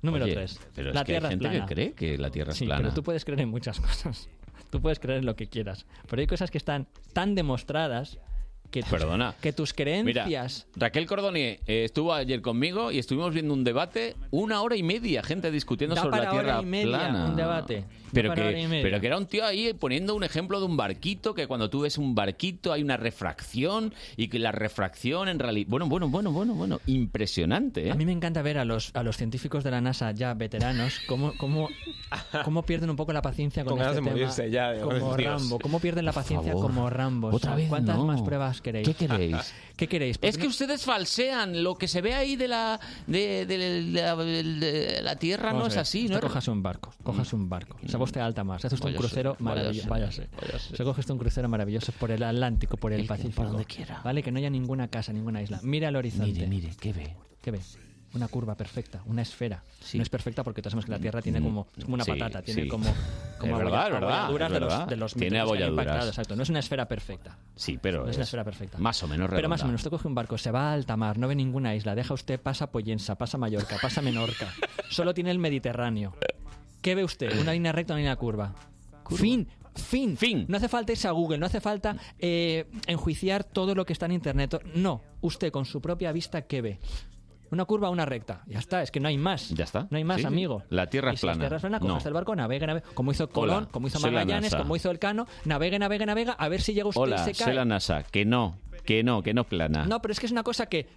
[SPEAKER 18] Número
[SPEAKER 2] Oye,
[SPEAKER 18] tres.
[SPEAKER 2] Pero
[SPEAKER 18] la
[SPEAKER 2] es que
[SPEAKER 18] Tierra
[SPEAKER 2] hay gente
[SPEAKER 18] es plana.
[SPEAKER 2] que cree que la Tierra
[SPEAKER 18] sí,
[SPEAKER 2] es plana.
[SPEAKER 18] pero tú puedes creer en muchas cosas. Tú puedes creer en lo que quieras. Pero hay cosas que están tan demostradas que tus,
[SPEAKER 2] Perdona.
[SPEAKER 18] que tus
[SPEAKER 2] Mira,
[SPEAKER 18] creencias...
[SPEAKER 2] Raquel Cordonier eh, estuvo ayer conmigo y estuvimos viendo un debate, una hora y media, gente discutiendo
[SPEAKER 18] Da
[SPEAKER 2] sobre
[SPEAKER 18] para
[SPEAKER 2] la Tierra
[SPEAKER 18] hora y media
[SPEAKER 2] plana.
[SPEAKER 18] un debate. Da
[SPEAKER 2] Pero
[SPEAKER 18] para hora y
[SPEAKER 2] que,
[SPEAKER 18] media.
[SPEAKER 2] pero que era un tío ahí poniendo un ejemplo de un barquito, que cuando tú ves un barquito hay una refracción y que la refracción en realidad... Bueno, bueno, bueno, bueno, bueno, impresionante. ¿eh?
[SPEAKER 18] A mí me encanta ver a los, a los científicos de la NASA ya veteranos cómo, cómo, cómo pierden un poco la paciencia con,
[SPEAKER 3] Con ganas
[SPEAKER 18] este
[SPEAKER 3] de
[SPEAKER 18] tema,
[SPEAKER 3] morirse ya, de-
[SPEAKER 18] Como
[SPEAKER 3] Dios.
[SPEAKER 18] Rambo. ¿Cómo pierden la paciencia
[SPEAKER 2] favor.
[SPEAKER 18] como Rambo?
[SPEAKER 2] Otra vez
[SPEAKER 18] ¿Cuántas
[SPEAKER 2] no.
[SPEAKER 18] más pruebas queréis?
[SPEAKER 2] ¿Qué queréis?
[SPEAKER 18] ¿Qué queréis?
[SPEAKER 2] Es que ustedes falsean lo que se ve ahí de la de, de- de- de- de la Tierra
[SPEAKER 18] Vamos
[SPEAKER 2] no
[SPEAKER 18] a
[SPEAKER 2] es
[SPEAKER 18] ver,
[SPEAKER 2] así,
[SPEAKER 18] usted
[SPEAKER 2] ¿no?
[SPEAKER 18] Cojas un barco, cojas un barco. Se va usted a alta mar, se hace usted un
[SPEAKER 2] Váyase,
[SPEAKER 18] crucero maravilloso.
[SPEAKER 2] váyase,
[SPEAKER 18] Váyase. Se coge usted un crucero maravilloso por el Atlántico, por el
[SPEAKER 2] El que- por
[SPEAKER 18] Pacífico.
[SPEAKER 2] donde quiera.
[SPEAKER 18] Vale, que no haya ninguna casa, ninguna isla. Mira al horizonte.
[SPEAKER 2] Mire, mire, ¿qué ve?
[SPEAKER 18] ¿Qué ve? Una curva perfecta, una esfera. No es perfecta porque todos sabemos que la Tierra tiene como, es como una
[SPEAKER 2] Mm. Sí,
[SPEAKER 18] patata, tiene
[SPEAKER 2] sí.
[SPEAKER 18] como, como
[SPEAKER 2] Es verdad, es verdad,
[SPEAKER 18] abolladuras
[SPEAKER 2] es
[SPEAKER 18] de los,
[SPEAKER 2] verdad.
[SPEAKER 18] de los
[SPEAKER 2] Tiene
[SPEAKER 18] meteoritos que han
[SPEAKER 2] abolladuras.
[SPEAKER 18] impactado, Exacto, no es una esfera perfecta.
[SPEAKER 2] Sí, pero
[SPEAKER 18] No es una esfera perfecta.
[SPEAKER 2] Más o menos redonda.
[SPEAKER 18] Pero más o menos, usted coge un barco, se va a alta mar, no ve ninguna isla, deja usted, pasa Poyensa, pasa Mallorca, pasa Menorca. Solo tiene el Mediterráneo. ¿Qué ve usted? Una línea recta, una línea curva. Fin, fin, fin. No hace falta irse a Google, no hace falta eh, enjuiciar todo lo que está en Internet. No, usted con su propia vista, ¿qué ve? Una curva, una recta. Ya está, es que no hay más. Ya está. No hay más,
[SPEAKER 2] Sí, sí.
[SPEAKER 18] amigo.
[SPEAKER 2] La Tierra
[SPEAKER 18] Y
[SPEAKER 2] es
[SPEAKER 18] si la
[SPEAKER 2] plana.
[SPEAKER 18] Tierra es plana, coges
[SPEAKER 2] No.
[SPEAKER 18] el barco, navega, navega. Como hizo Colón,
[SPEAKER 2] Hola,
[SPEAKER 18] como hizo
[SPEAKER 2] soy la
[SPEAKER 18] Magallanes,
[SPEAKER 2] NASA.
[SPEAKER 18] como hizo Elcano. Navega, navega, navega. A ver si llega usted
[SPEAKER 2] Hola,
[SPEAKER 18] y se
[SPEAKER 2] soy
[SPEAKER 18] cae.
[SPEAKER 2] la NASA, que no, que no, que no plana.
[SPEAKER 18] No, pero es que es una cosa que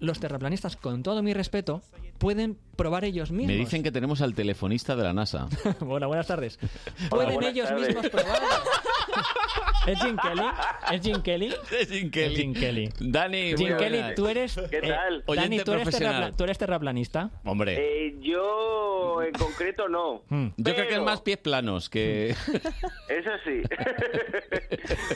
[SPEAKER 18] los terraplanistas, con todo mi respeto, pueden probar ellos mismos.
[SPEAKER 2] Me dicen que tenemos al telefonista de la NASA.
[SPEAKER 18] Hola, buenas tardes. Pueden
[SPEAKER 2] buenas
[SPEAKER 18] ellos
[SPEAKER 2] tardes.
[SPEAKER 18] mismos probar. ¿Es Jim Kelly? ¿Es Jim Kelly?
[SPEAKER 2] Es Jim Kelly.
[SPEAKER 18] Jim Kelly.
[SPEAKER 2] Dani, muy
[SPEAKER 18] Jim Kelly,
[SPEAKER 2] buenas.
[SPEAKER 18] tú eres. eh,
[SPEAKER 35] ¿Qué tal?
[SPEAKER 18] Dani,
[SPEAKER 35] Oyente
[SPEAKER 18] tú eres,
[SPEAKER 35] profesional.
[SPEAKER 18] terrapla- tú eres terraplanista.
[SPEAKER 2] Hombre,
[SPEAKER 35] Eh, yo en concreto no.
[SPEAKER 18] Hmm.
[SPEAKER 2] yo creo que es
[SPEAKER 35] pero-
[SPEAKER 2] más pies planos que...
[SPEAKER 35] Eso sí.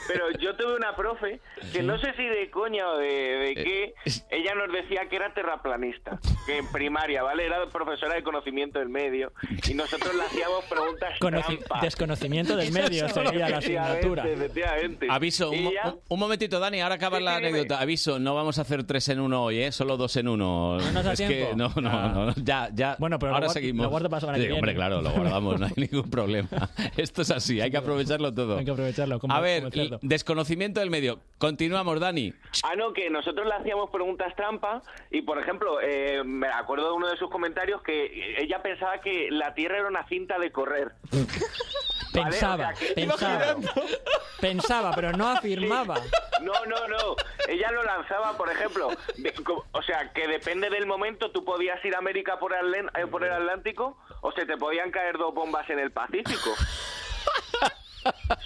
[SPEAKER 35] Pero yo tuve una profe que no sé si de coña o de,
[SPEAKER 2] Eh,
[SPEAKER 35] de qué, ella nos decía que era terraplanista, que en primaria, ¿vale? Era profesora de conocimiento del medio y nosotros le hacíamos preguntas
[SPEAKER 18] Conoci-
[SPEAKER 35] trampa.
[SPEAKER 18] desconocimiento del medio sería la asignatura.
[SPEAKER 35] Efectivamente, efectivamente.
[SPEAKER 2] Aviso, un,
[SPEAKER 35] Y
[SPEAKER 2] mo-
[SPEAKER 35] ya-
[SPEAKER 2] un- un momentito, Dani, ahora acaba la anécdota. Aviso, no vamos a hacer tres en uno hoy, ¿eh? Solo dos en uno.
[SPEAKER 18] No nos da
[SPEAKER 2] es
[SPEAKER 18] tiempo.
[SPEAKER 2] que no, no,
[SPEAKER 18] Ah.
[SPEAKER 2] no, no, ya, ya. Bueno,
[SPEAKER 18] pero lo
[SPEAKER 2] ahora
[SPEAKER 18] guar-
[SPEAKER 2] seguimos.
[SPEAKER 18] lo guardo para la semana
[SPEAKER 2] Sí,
[SPEAKER 18] que viene.
[SPEAKER 2] hombre, claro, lo guardamos, no hay ningún problema. Esto es así, hay que aprovecharlo todo.
[SPEAKER 18] Hay que aprovecharlo. como-
[SPEAKER 2] A ver,
[SPEAKER 18] como el cerdo.
[SPEAKER 2] l- desconocimiento del medio. Continuamos, Dani.
[SPEAKER 35] Ah, no, que nosotros le hacíamos preguntas trampa y, por ejemplo, eh, me acuerdo de uno de sus comentarios que ella pensaba que la Tierra era una cinta de correr. Vale,
[SPEAKER 18] pensaba,
[SPEAKER 35] o sea, que-
[SPEAKER 18] pensaba. Pensaba, pero no afirmaba.
[SPEAKER 35] No, no, no. Ella lo lanzaba, por ejemplo. de- co- o sea, que depende del momento, tú podías ir a América por, Atlen- eh, por el Atlántico o se te podían caer dos bombas en el Pacífico.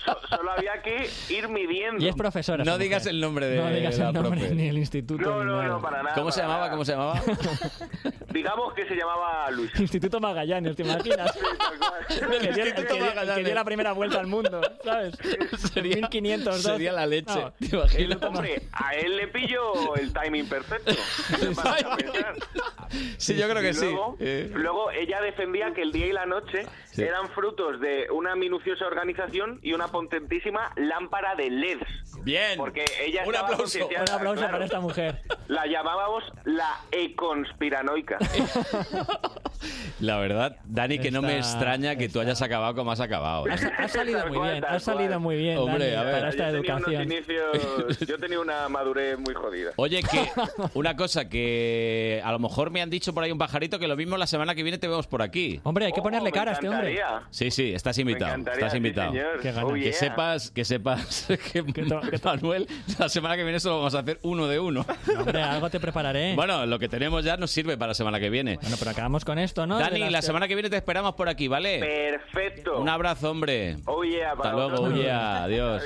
[SPEAKER 35] So- solo había que ir midiendo.
[SPEAKER 18] Y es profesora.
[SPEAKER 2] No
[SPEAKER 18] esa
[SPEAKER 2] digas
[SPEAKER 18] mujer.
[SPEAKER 2] el nombre de
[SPEAKER 18] No digas
[SPEAKER 2] la
[SPEAKER 18] el nombre
[SPEAKER 2] profe.
[SPEAKER 18] ni el instituto.
[SPEAKER 35] No,
[SPEAKER 18] ni
[SPEAKER 35] no,
[SPEAKER 18] nada.
[SPEAKER 35] no, para nada.
[SPEAKER 2] ¿Cómo se
[SPEAKER 35] para
[SPEAKER 2] llamaba?
[SPEAKER 35] nada.
[SPEAKER 2] ¿Cómo se llamaba?
[SPEAKER 35] Digamos que se llamaba Luis.
[SPEAKER 18] Instituto Magallanes, ¿te imaginas? que, dio,
[SPEAKER 35] Instituto
[SPEAKER 18] que dio-
[SPEAKER 35] Magallanes.
[SPEAKER 18] que dio la primera vuelta al mundo, ¿sabes? 1500
[SPEAKER 35] sería la leche,
[SPEAKER 18] ¿te imaginas?
[SPEAKER 35] Hombre, a él le pillo el timing perfecto. ¿Qué vas a pensar?
[SPEAKER 2] Sí, yo creo que
[SPEAKER 35] Y
[SPEAKER 2] sí.
[SPEAKER 35] luego-
[SPEAKER 2] Eh.
[SPEAKER 35] Luego ella defendía que el día y la noche
[SPEAKER 2] Sí.
[SPEAKER 35] eran frutos de una minuciosa organización y una potentísima lámpara de LEDs.
[SPEAKER 2] Bien.
[SPEAKER 35] Porque ella
[SPEAKER 2] Un
[SPEAKER 35] estaba
[SPEAKER 2] aplauso.
[SPEAKER 35] concienciada,
[SPEAKER 18] Un aplauso
[SPEAKER 35] claro.
[SPEAKER 18] para esta mujer.
[SPEAKER 35] La llamábamos la e-conspiranoica.
[SPEAKER 2] La verdad, Dani, que no me
[SPEAKER 18] Está-
[SPEAKER 2] extraña que tú hayas acabado como has acabado. ¿eh?
[SPEAKER 18] Ha salido muy bien, ha salido muy bien.
[SPEAKER 2] Hombre, a ver.
[SPEAKER 18] para esta
[SPEAKER 5] Yo tenía unos
[SPEAKER 18] educación.
[SPEAKER 5] inicios- yo tenía una madurez muy jodida.
[SPEAKER 2] Oye, que una cosa que a lo mejor me han dicho por ahí un pajarito que lo mismo la semana que viene te vemos por aquí.
[SPEAKER 18] Hombre, hay que ponerle
[SPEAKER 5] Oh, me
[SPEAKER 18] cara a este hombre.
[SPEAKER 5] encantaría.
[SPEAKER 2] Sí, sí, estás
[SPEAKER 5] Me
[SPEAKER 2] invitado.
[SPEAKER 5] encantaría,
[SPEAKER 2] Estás
[SPEAKER 5] sí,
[SPEAKER 2] invitado.
[SPEAKER 5] señor. Qué ganas. Oh,
[SPEAKER 2] Que
[SPEAKER 5] yeah.
[SPEAKER 2] sepas, que sepas que, Manuel, la semana que viene solo vamos a hacer uno de uno.
[SPEAKER 18] Hombre, algo te prepararé.
[SPEAKER 2] Bueno, lo que tenemos ya nos sirve para la semana que viene.
[SPEAKER 18] Bueno, pero acabamos con esto, ¿no? De
[SPEAKER 2] Dani,
[SPEAKER 18] las-
[SPEAKER 2] la semana que viene te esperamos por aquí, ¿vale?
[SPEAKER 5] Perfecto.
[SPEAKER 2] Un abrazo, hombre.
[SPEAKER 5] Oh, yeah,
[SPEAKER 2] Hasta
[SPEAKER 5] para
[SPEAKER 2] luego,
[SPEAKER 5] vosotros.
[SPEAKER 2] Uya, adiós.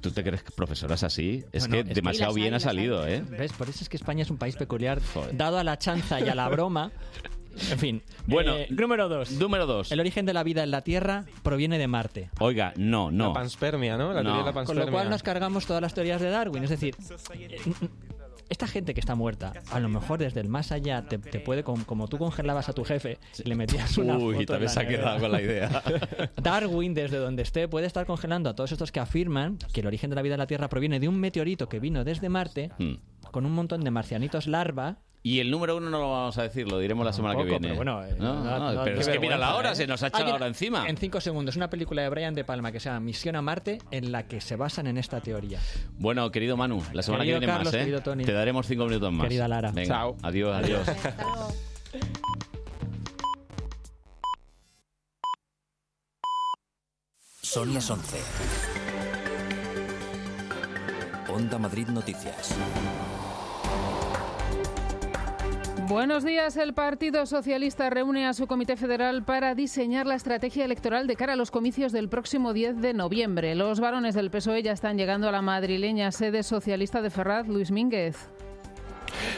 [SPEAKER 2] ¿Tú te crees que profesoras así? Es que demasiado bien ha salido, ¿eh?
[SPEAKER 18] ¿Ves? Por eso es que España es un país peculiar, dado a la chanza y a la broma. En fin.
[SPEAKER 2] Bueno,
[SPEAKER 18] eh, número dos.
[SPEAKER 2] Número dos.
[SPEAKER 18] El origen de la vida en la Tierra proviene de Marte.
[SPEAKER 2] Oiga, no, no.
[SPEAKER 18] La
[SPEAKER 3] panspermia, ¿no? La teoría de la
[SPEAKER 18] Con lo cual nos cargamos todas las teorías de Darwin. Es decir, eh, esta gente que está muerta, a lo mejor desde el más allá te, te puede, com- como tú congelabas a tu jefe, le metías una foto
[SPEAKER 2] Uy,
[SPEAKER 18] en
[SPEAKER 2] también
[SPEAKER 18] la
[SPEAKER 2] se ha
[SPEAKER 18] nevera.
[SPEAKER 2] quedado con la idea.
[SPEAKER 18] Darwin, desde donde esté, puede estar congelando a todos estos que afirman que el origen de la vida en la Tierra proviene de un meteorito que vino desde Marte
[SPEAKER 2] Hmm.
[SPEAKER 18] con un montón de marcianitos larva.
[SPEAKER 2] Y el número uno no lo vamos a decir, lo diremos la semana que
[SPEAKER 18] Tampoco,
[SPEAKER 2] viene.
[SPEAKER 18] pero bueno, eh,
[SPEAKER 2] no,
[SPEAKER 18] no,
[SPEAKER 2] no,
[SPEAKER 18] no,
[SPEAKER 2] pero
[SPEAKER 18] qué
[SPEAKER 2] es que mira la
[SPEAKER 18] vergüenza,
[SPEAKER 2] hora,
[SPEAKER 18] ¿eh?
[SPEAKER 2] se nos ha echado
[SPEAKER 18] Hay
[SPEAKER 2] la
[SPEAKER 18] una-
[SPEAKER 2] hora encima.
[SPEAKER 18] En cinco segundos, una película de Brian De Palma que se llama Misión a Marte, en la que se basan en esta teoría.
[SPEAKER 2] Bueno, querido Manu, la semana
[SPEAKER 18] Querido
[SPEAKER 2] que viene
[SPEAKER 18] Carlos,
[SPEAKER 2] más, ¿eh?
[SPEAKER 18] querido Tony.
[SPEAKER 2] Te daremos cinco minutos más.
[SPEAKER 18] Querida Lara.
[SPEAKER 2] Venga,
[SPEAKER 18] Chao.
[SPEAKER 2] Adiós, adiós.
[SPEAKER 1] Son las 11. Onda Madrid Noticias.
[SPEAKER 8] Buenos días. El Partido Socialista reúne a su Comité Federal para diseñar la estrategia electoral de cara a los comicios del próximo 10 de noviembre. Los varones del PSOE E ya están llegando a la madrileña sede socialista de Ferraz, Luis Mínguez.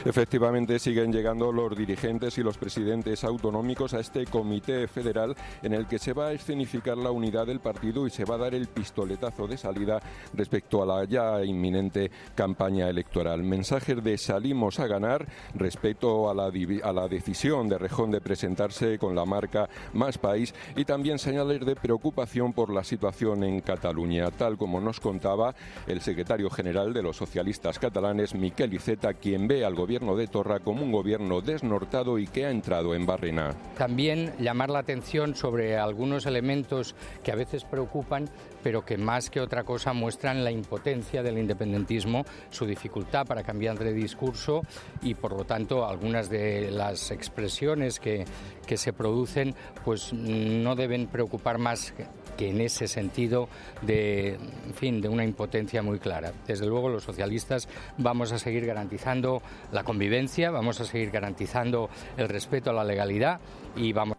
[SPEAKER 36] Efectivamente, siguen llegando los dirigentes y los presidentes autonómicos a este comité federal en el que se va a escenificar la unidad del partido y se va a dar el pistoletazo de salida respecto a la ya inminente campaña electoral. Mensajes de salimos a ganar respecto a la, divi- a la decisión de Rejón de presentarse con la marca Más País y también señales de preocupación por la situación en Cataluña, tal como nos contaba el secretario general de los socialistas catalanes, Miquel Iceta, quien ve al gobierno de Torra como un gobierno desnortado y que ha entrado en barrena.
[SPEAKER 37] También llamar la atención sobre algunos elementos que a veces preocupan, pero que más que otra cosa muestran la impotencia del independentismo, su dificultad para cambiar de discurso y, por lo tanto, algunas de las expresiones que, que se producen pues no deben preocupar más que en ese sentido de, en fin, de una impotencia muy clara. Desde luego los socialistas vamos a seguir garantizando la convivencia, vamos a seguir garantizando el respeto a la legalidad y vamos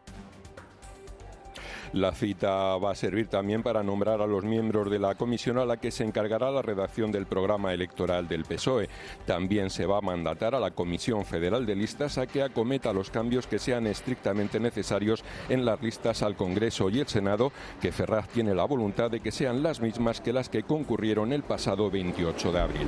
[SPEAKER 36] La cita va a servir también para nombrar a los miembros de la comisión a la que se encargará la redacción del programa electoral del PSOE. E. También se va a mandatar a la Comisión Federal de Listas a que acometa los cambios que sean estrictamente necesarios en las listas al Congreso y el Senado, que Ferraz tiene la voluntad de que sean las mismas que las que concurrieron el pasado 28 de abril.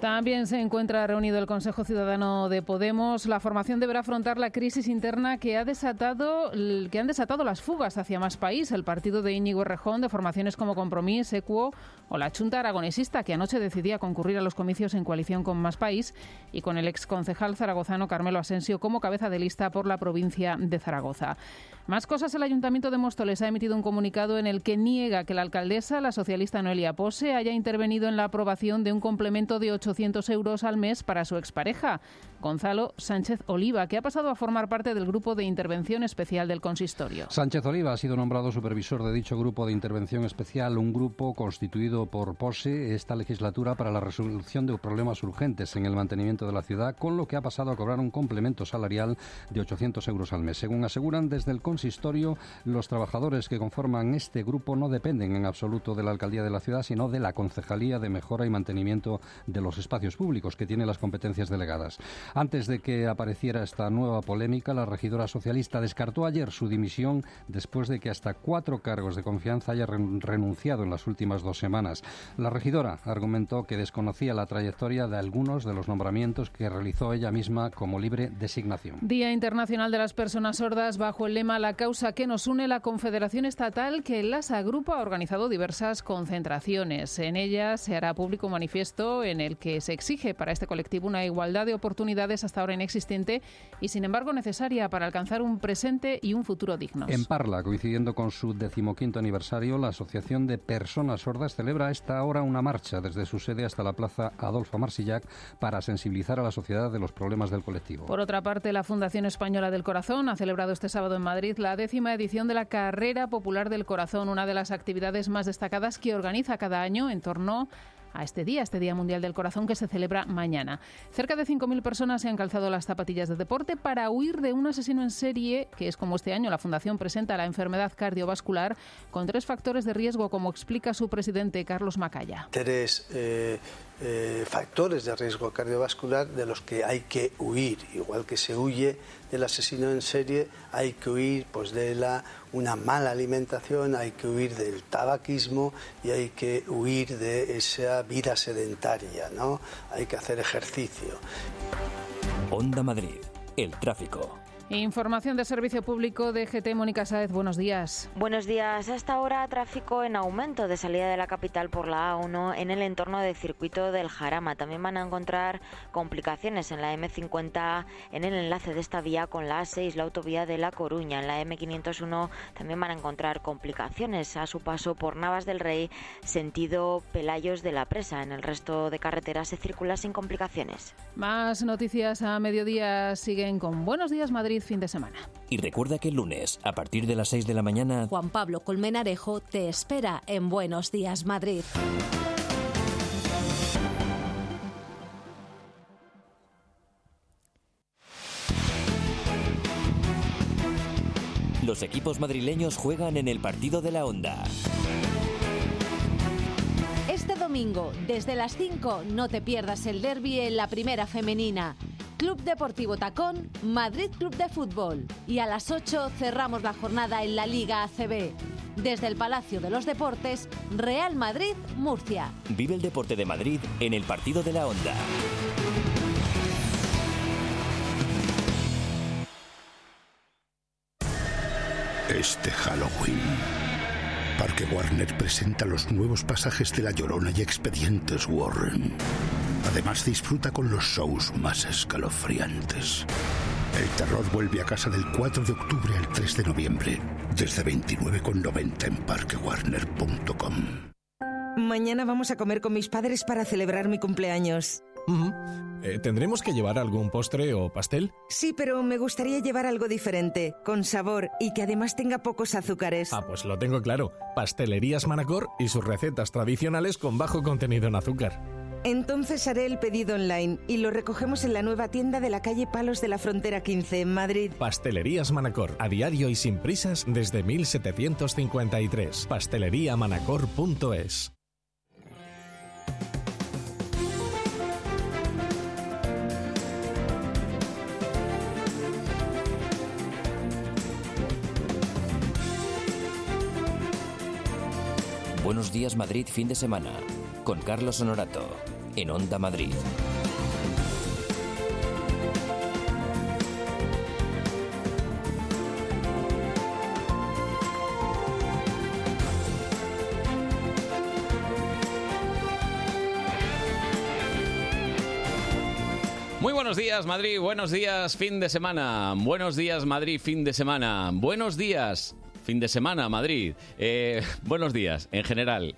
[SPEAKER 8] También se encuentra reunido el Consejo Ciudadano de Podemos. La formación deberá afrontar la crisis interna que, ha desatado, que han desatado las fugas hacia más país. El partido de Íñigo Rejón, de formaciones como Compromís, Equo o la Junta Aragonesista, que anoche decidía concurrir a los comicios en coalición con más país y con el exconcejal zaragozano Carmelo Asensio como cabeza de lista por la provincia de Zaragoza. Más cosas, el Ayuntamiento de Móstoles ha emitido un comunicado en el que niega que la alcaldesa, la socialista Noelia Pose, haya intervenido en la aprobación de un complemento de 800 euros al mes para su expareja, Gonzalo Sánchez Oliva, que ha pasado a formar parte del grupo de intervención especial del consistorio.
[SPEAKER 23] Sánchez Oliva ha sido nombrado supervisor de dicho grupo de intervención especial, un grupo constituido por POSE esta legislatura para la resolución de problemas urgentes en el mantenimiento de la ciudad, con lo que ha pasado a cobrar un complemento salarial de 800 euros al mes. Según aseguran desde el consistorio, los trabajadores que conforman este grupo no dependen en absoluto de la alcaldía de la ciudad, sino de la Concejalía de Mejora y Mantenimiento de los Espacios Públicos, que tiene las competencias delegadas. Antes de que apareciera esta nueva polémica, la regidora socialista descartó ayer su dimisión después de que hasta cuatro cargos de confianza haya ren- renunciado en las últimas dos semanas. La regidora argumentó que desconocía la trayectoria de algunos de los nombramientos que realizó ella misma como libre designación.
[SPEAKER 8] Día Internacional de las Personas Sordas bajo el lema La causa que nos une, la Confederación Estatal que las agrupa ha organizado diversas concentraciones. En ella se hará público un manifiesto en el que se exige para este colectivo una igualdad de oportunidades hasta ahora inexistente y sin embargo necesaria para alcanzar un presente y un futuro dignos.
[SPEAKER 23] En Parla, coincidiendo con su decimoquinto aniversario, la Asociación de Personas Sordas celebra a esta hora una marcha desde su sede hasta la Plaza Adolfo Marsillac para sensibilizar a la sociedad de los problemas del colectivo.
[SPEAKER 8] Por otra parte, la Fundación Española del Corazón ha celebrado este sábado en Madrid la décima edición de la Carrera Popular del Corazón, una de las actividades más destacadas que organiza cada año en torno a este día, este Día Mundial del Corazón que se celebra mañana. Cerca de 5.000 personas se han calzado las zapatillas de deporte para huir de un asesino en serie, que es como este año la Fundación presenta la enfermedad cardiovascular con tres factores de riesgo, como explica su presidente Carlos Macaya.
[SPEAKER 38] Tres eh, eh, factores de riesgo cardiovascular de los que hay que huir. Igual que se huye del asesino en serie, hay que huir pues, de la, una mala alimentación, hay que huir del tabaquismo y hay que huir de esa vida sedentaria, ¿no? Hay que hacer ejercicio.
[SPEAKER 11] Onda Madrid, el tráfico.
[SPEAKER 8] Información de Servicio Público de GT Mónica Sáez, buenos días.
[SPEAKER 7] Buenos días. Hasta ahora tráfico en aumento de salida de la capital por la A1 en el entorno del circuito del Jarama. También van a encontrar complicaciones en la M50 en el enlace de esta vía con la A6, la autovía de La Coruña. En la M501 también van a encontrar complicaciones a su paso por Navas del Rey, sentido Pelayos de la Presa. En el resto de carreteras se circula sin complicaciones.
[SPEAKER 8] Más noticias a mediodía siguen con Buenos días Madrid fin de semana.
[SPEAKER 11] Y recuerda que el lunes, a partir de las 6 de la mañana,
[SPEAKER 12] Juan Pablo Colmenarejo te espera en Buenos Días Madrid.
[SPEAKER 11] los equipos madrileños juegan en el partido de la onda.
[SPEAKER 12] Este domingo, desde las 5, no te pierdas el derby en la primera femenina. Club Deportivo Tacón, Madrid Club de Fútbol. Y a las 8 cerramos la jornada en la Liga ACB. Desde el Palacio de los Deportes, Real Madrid, Murcia.
[SPEAKER 11] Vive el deporte de Madrid en el partido de la onda.
[SPEAKER 16] Este Halloween, Parque Warner presenta los nuevos pasajes de La Llorona y Expedientes Warren. Además disfruta con los shows más escalofriantes. El terror vuelve a casa del 4 de octubre al 3 de noviembre, desde 29,90 en parquewarner.com.
[SPEAKER 13] Mañana vamos a comer con mis padres para celebrar mi cumpleaños.
[SPEAKER 14] Eh, ¿Tendremos que llevar algún postre o pastel?
[SPEAKER 13] Sí, pero me gustaría llevar algo diferente, con sabor y que además tenga pocos azúcares.
[SPEAKER 14] Ah, pues lo tengo claro. Pastelerías Manacor y sus recetas tradicionales con bajo contenido en azúcar.
[SPEAKER 13] Entonces haré el pedido online y lo recogemos en la nueva tienda de la calle Palos de la Frontera 15 en Madrid.
[SPEAKER 14] Pastelerías Manacor, a diario y sin prisas desde 1753. Pasteleriamanacor.es.
[SPEAKER 11] Buenos días Madrid fin de semana con Carlos Honorato en Onda Madrid.
[SPEAKER 2] Muy buenos días, Madrid. Buenos días, fin de semana. Buenos días, Madrid, fin de semana. Buenos días. Fin de semana, Madrid. Eh, buenos días, en general.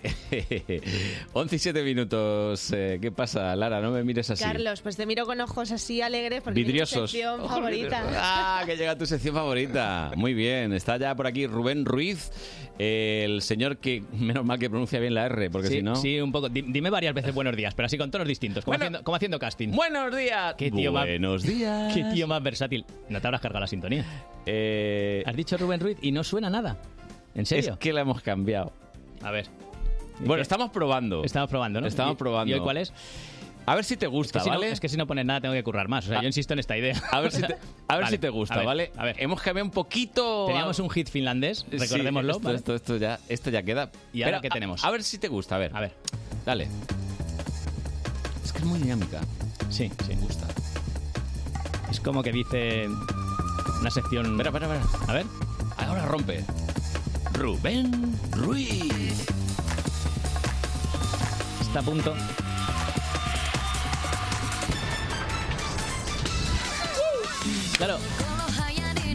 [SPEAKER 2] 11 y 7 minutos. Eh, ¿Qué pasa, Lara? No me mires así.
[SPEAKER 4] Carlos, pues te miro con ojos así alegres porque es mi
[SPEAKER 2] Vidriosos. Oh,
[SPEAKER 4] sección
[SPEAKER 2] Ojos
[SPEAKER 4] favorita.
[SPEAKER 2] vidriosos. Ah, que llega tu sección favorita. Muy bien, está ya por aquí Rubén Ruiz, eh, el señor que menos mal que pronuncia bien la R, porque
[SPEAKER 30] sí,
[SPEAKER 2] si no...
[SPEAKER 30] sí, un poco. Di- Dime varias veces buenos días, pero así con tonos distintos, como, haciendo, como haciendo casting.
[SPEAKER 2] Buenos días.
[SPEAKER 30] Qué tío más-
[SPEAKER 2] Buenos días.
[SPEAKER 30] Qué tío más versátil. No te habrás cargado la sintonía.
[SPEAKER 2] Has
[SPEAKER 30] dicho Rubén Ruiz y no suena nada. ¿En serio?
[SPEAKER 2] Eh, Es que la hemos cambiado.
[SPEAKER 30] A ver.
[SPEAKER 2] Bueno, estamos probando.
[SPEAKER 30] Estamos probando, ¿no?
[SPEAKER 2] Estamos
[SPEAKER 30] ¿Y-
[SPEAKER 2] probando.
[SPEAKER 30] ¿Y hoy cuál es?
[SPEAKER 2] A ver si te gusta,
[SPEAKER 30] es que si no-
[SPEAKER 2] ¿vale? Ah.
[SPEAKER 30] es que si no pones nada tengo que currar más. O sea, yo insisto en esta idea.
[SPEAKER 2] A ver si te, a ver si te gusta,
[SPEAKER 30] a ver,
[SPEAKER 2] ¿vale?
[SPEAKER 30] A ver.
[SPEAKER 2] Hemos cambiado un poquito.
[SPEAKER 30] Teníamos un hit finlandés,
[SPEAKER 2] Sí,
[SPEAKER 30] recordémoslo.
[SPEAKER 2] esto,
[SPEAKER 30] ¿vale?
[SPEAKER 2] esto, esto ya, esto ya queda.
[SPEAKER 30] ¿Y ahora
[SPEAKER 2] Pero
[SPEAKER 30] qué
[SPEAKER 2] a-
[SPEAKER 30] tenemos?
[SPEAKER 2] A, ver si te gusta, a ver. A
[SPEAKER 30] ver.
[SPEAKER 2] Dale. Es que es muy dinámica.
[SPEAKER 30] Sí, sí. Me gusta. Es como que dice una sección... Espera,
[SPEAKER 2] espera, espera.
[SPEAKER 30] A ver.
[SPEAKER 2] Ahora rompe. Rubén Ruiz.
[SPEAKER 30] Está a punto. Claro.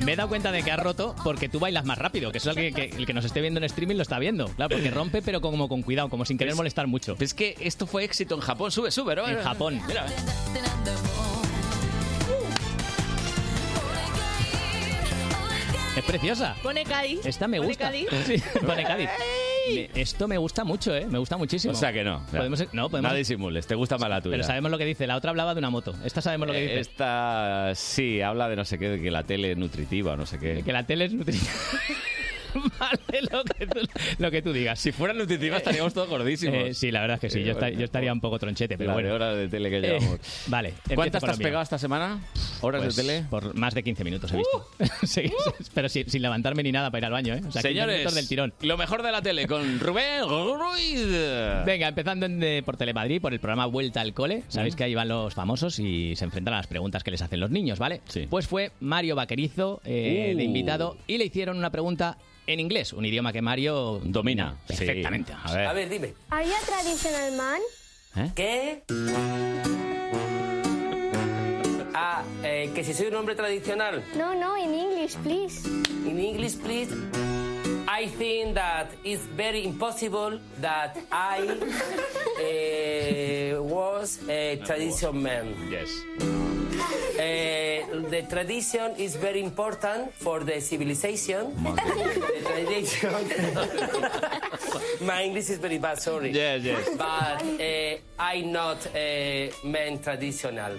[SPEAKER 30] Me he dado cuenta de que has roto porque tú bailas más rápido, que eso es el que, que- el que nos esté viendo en streaming lo está viendo. Claro, porque rompe, pero como con cuidado, como sin querer
[SPEAKER 2] Pues-
[SPEAKER 30] molestar mucho.
[SPEAKER 2] Es que esto fue éxito en Japón. Sube, sube, ¿no?
[SPEAKER 30] En Japón.
[SPEAKER 2] Mira, eh.
[SPEAKER 30] Es preciosa.
[SPEAKER 4] Pone Cádiz.
[SPEAKER 30] Esta me
[SPEAKER 4] Pone
[SPEAKER 30] gusta.
[SPEAKER 4] Cádiz.
[SPEAKER 30] Sí, pone Cádiz. Me- Esto me gusta mucho, ¿eh? Me gusta muchísimo.
[SPEAKER 2] O sea que no. ya.
[SPEAKER 30] Podemos- no, podemos-
[SPEAKER 2] Nada disimules, te gusta más la tuya. Eh,
[SPEAKER 30] Pero sabemos lo que dice. La otra hablaba de una moto. Esta sabemos lo que dice.
[SPEAKER 2] Esta sí, habla de no sé qué, de que la tele es nutritiva, no sé qué.
[SPEAKER 30] Que la tele es nutritiva. vale, lo que, tú, lo que tú digas.
[SPEAKER 2] Si fuera nutritiva estaríamos todos gordísimos.
[SPEAKER 30] Eh, sí, la verdad es que sí.
[SPEAKER 2] Eh,
[SPEAKER 30] yo, esta-
[SPEAKER 2] bueno.
[SPEAKER 30] yo estaría un poco tronchete, pero
[SPEAKER 2] La de
[SPEAKER 30] bueno. Eh,
[SPEAKER 2] horas de tele que llevamos.
[SPEAKER 30] vale. empiezo
[SPEAKER 2] ¿Cuántas te
[SPEAKER 30] por lo
[SPEAKER 2] has
[SPEAKER 30] mío.
[SPEAKER 2] pegado esta semana? ¿Horas
[SPEAKER 30] Pues,
[SPEAKER 2] de tele?
[SPEAKER 30] Por más de 15
[SPEAKER 4] ¡Uh!
[SPEAKER 30] minutos he visto. Sí, sí, pero sin, sin levantarme ni nada para ir al baño, ¿eh? O sea, 15
[SPEAKER 2] Señores,
[SPEAKER 30] minutos del tirón.
[SPEAKER 2] lo mejor de la tele con Rubén Ruiz.
[SPEAKER 30] Venga, empezando en, eh, por Telemadrid, por el programa Vuelta al Cole. Sabéis que ahí van los famosos y se enfrentan a las preguntas que les hacen los niños, ¿vale? Pues fue Mario Vaquerizo eh,
[SPEAKER 2] Uh.
[SPEAKER 30] de invitado y le hicieron una pregunta en inglés, un idioma que Mario domina perfectamente. A ver.
[SPEAKER 31] dime. ¿Are you a traditional man? ¿Qué? Ah, eh, que si soy un hombre tradicional.
[SPEAKER 28] No, no, in English, please.
[SPEAKER 31] In English, please. I think that it's very impossible that I eh, was a traditional man. Eh,
[SPEAKER 2] Yes.
[SPEAKER 31] the tradition is very important for the civilization. the tradition. My English is very bad, sorry.
[SPEAKER 2] Yes, yes.
[SPEAKER 31] But eh, I'm not a man traditional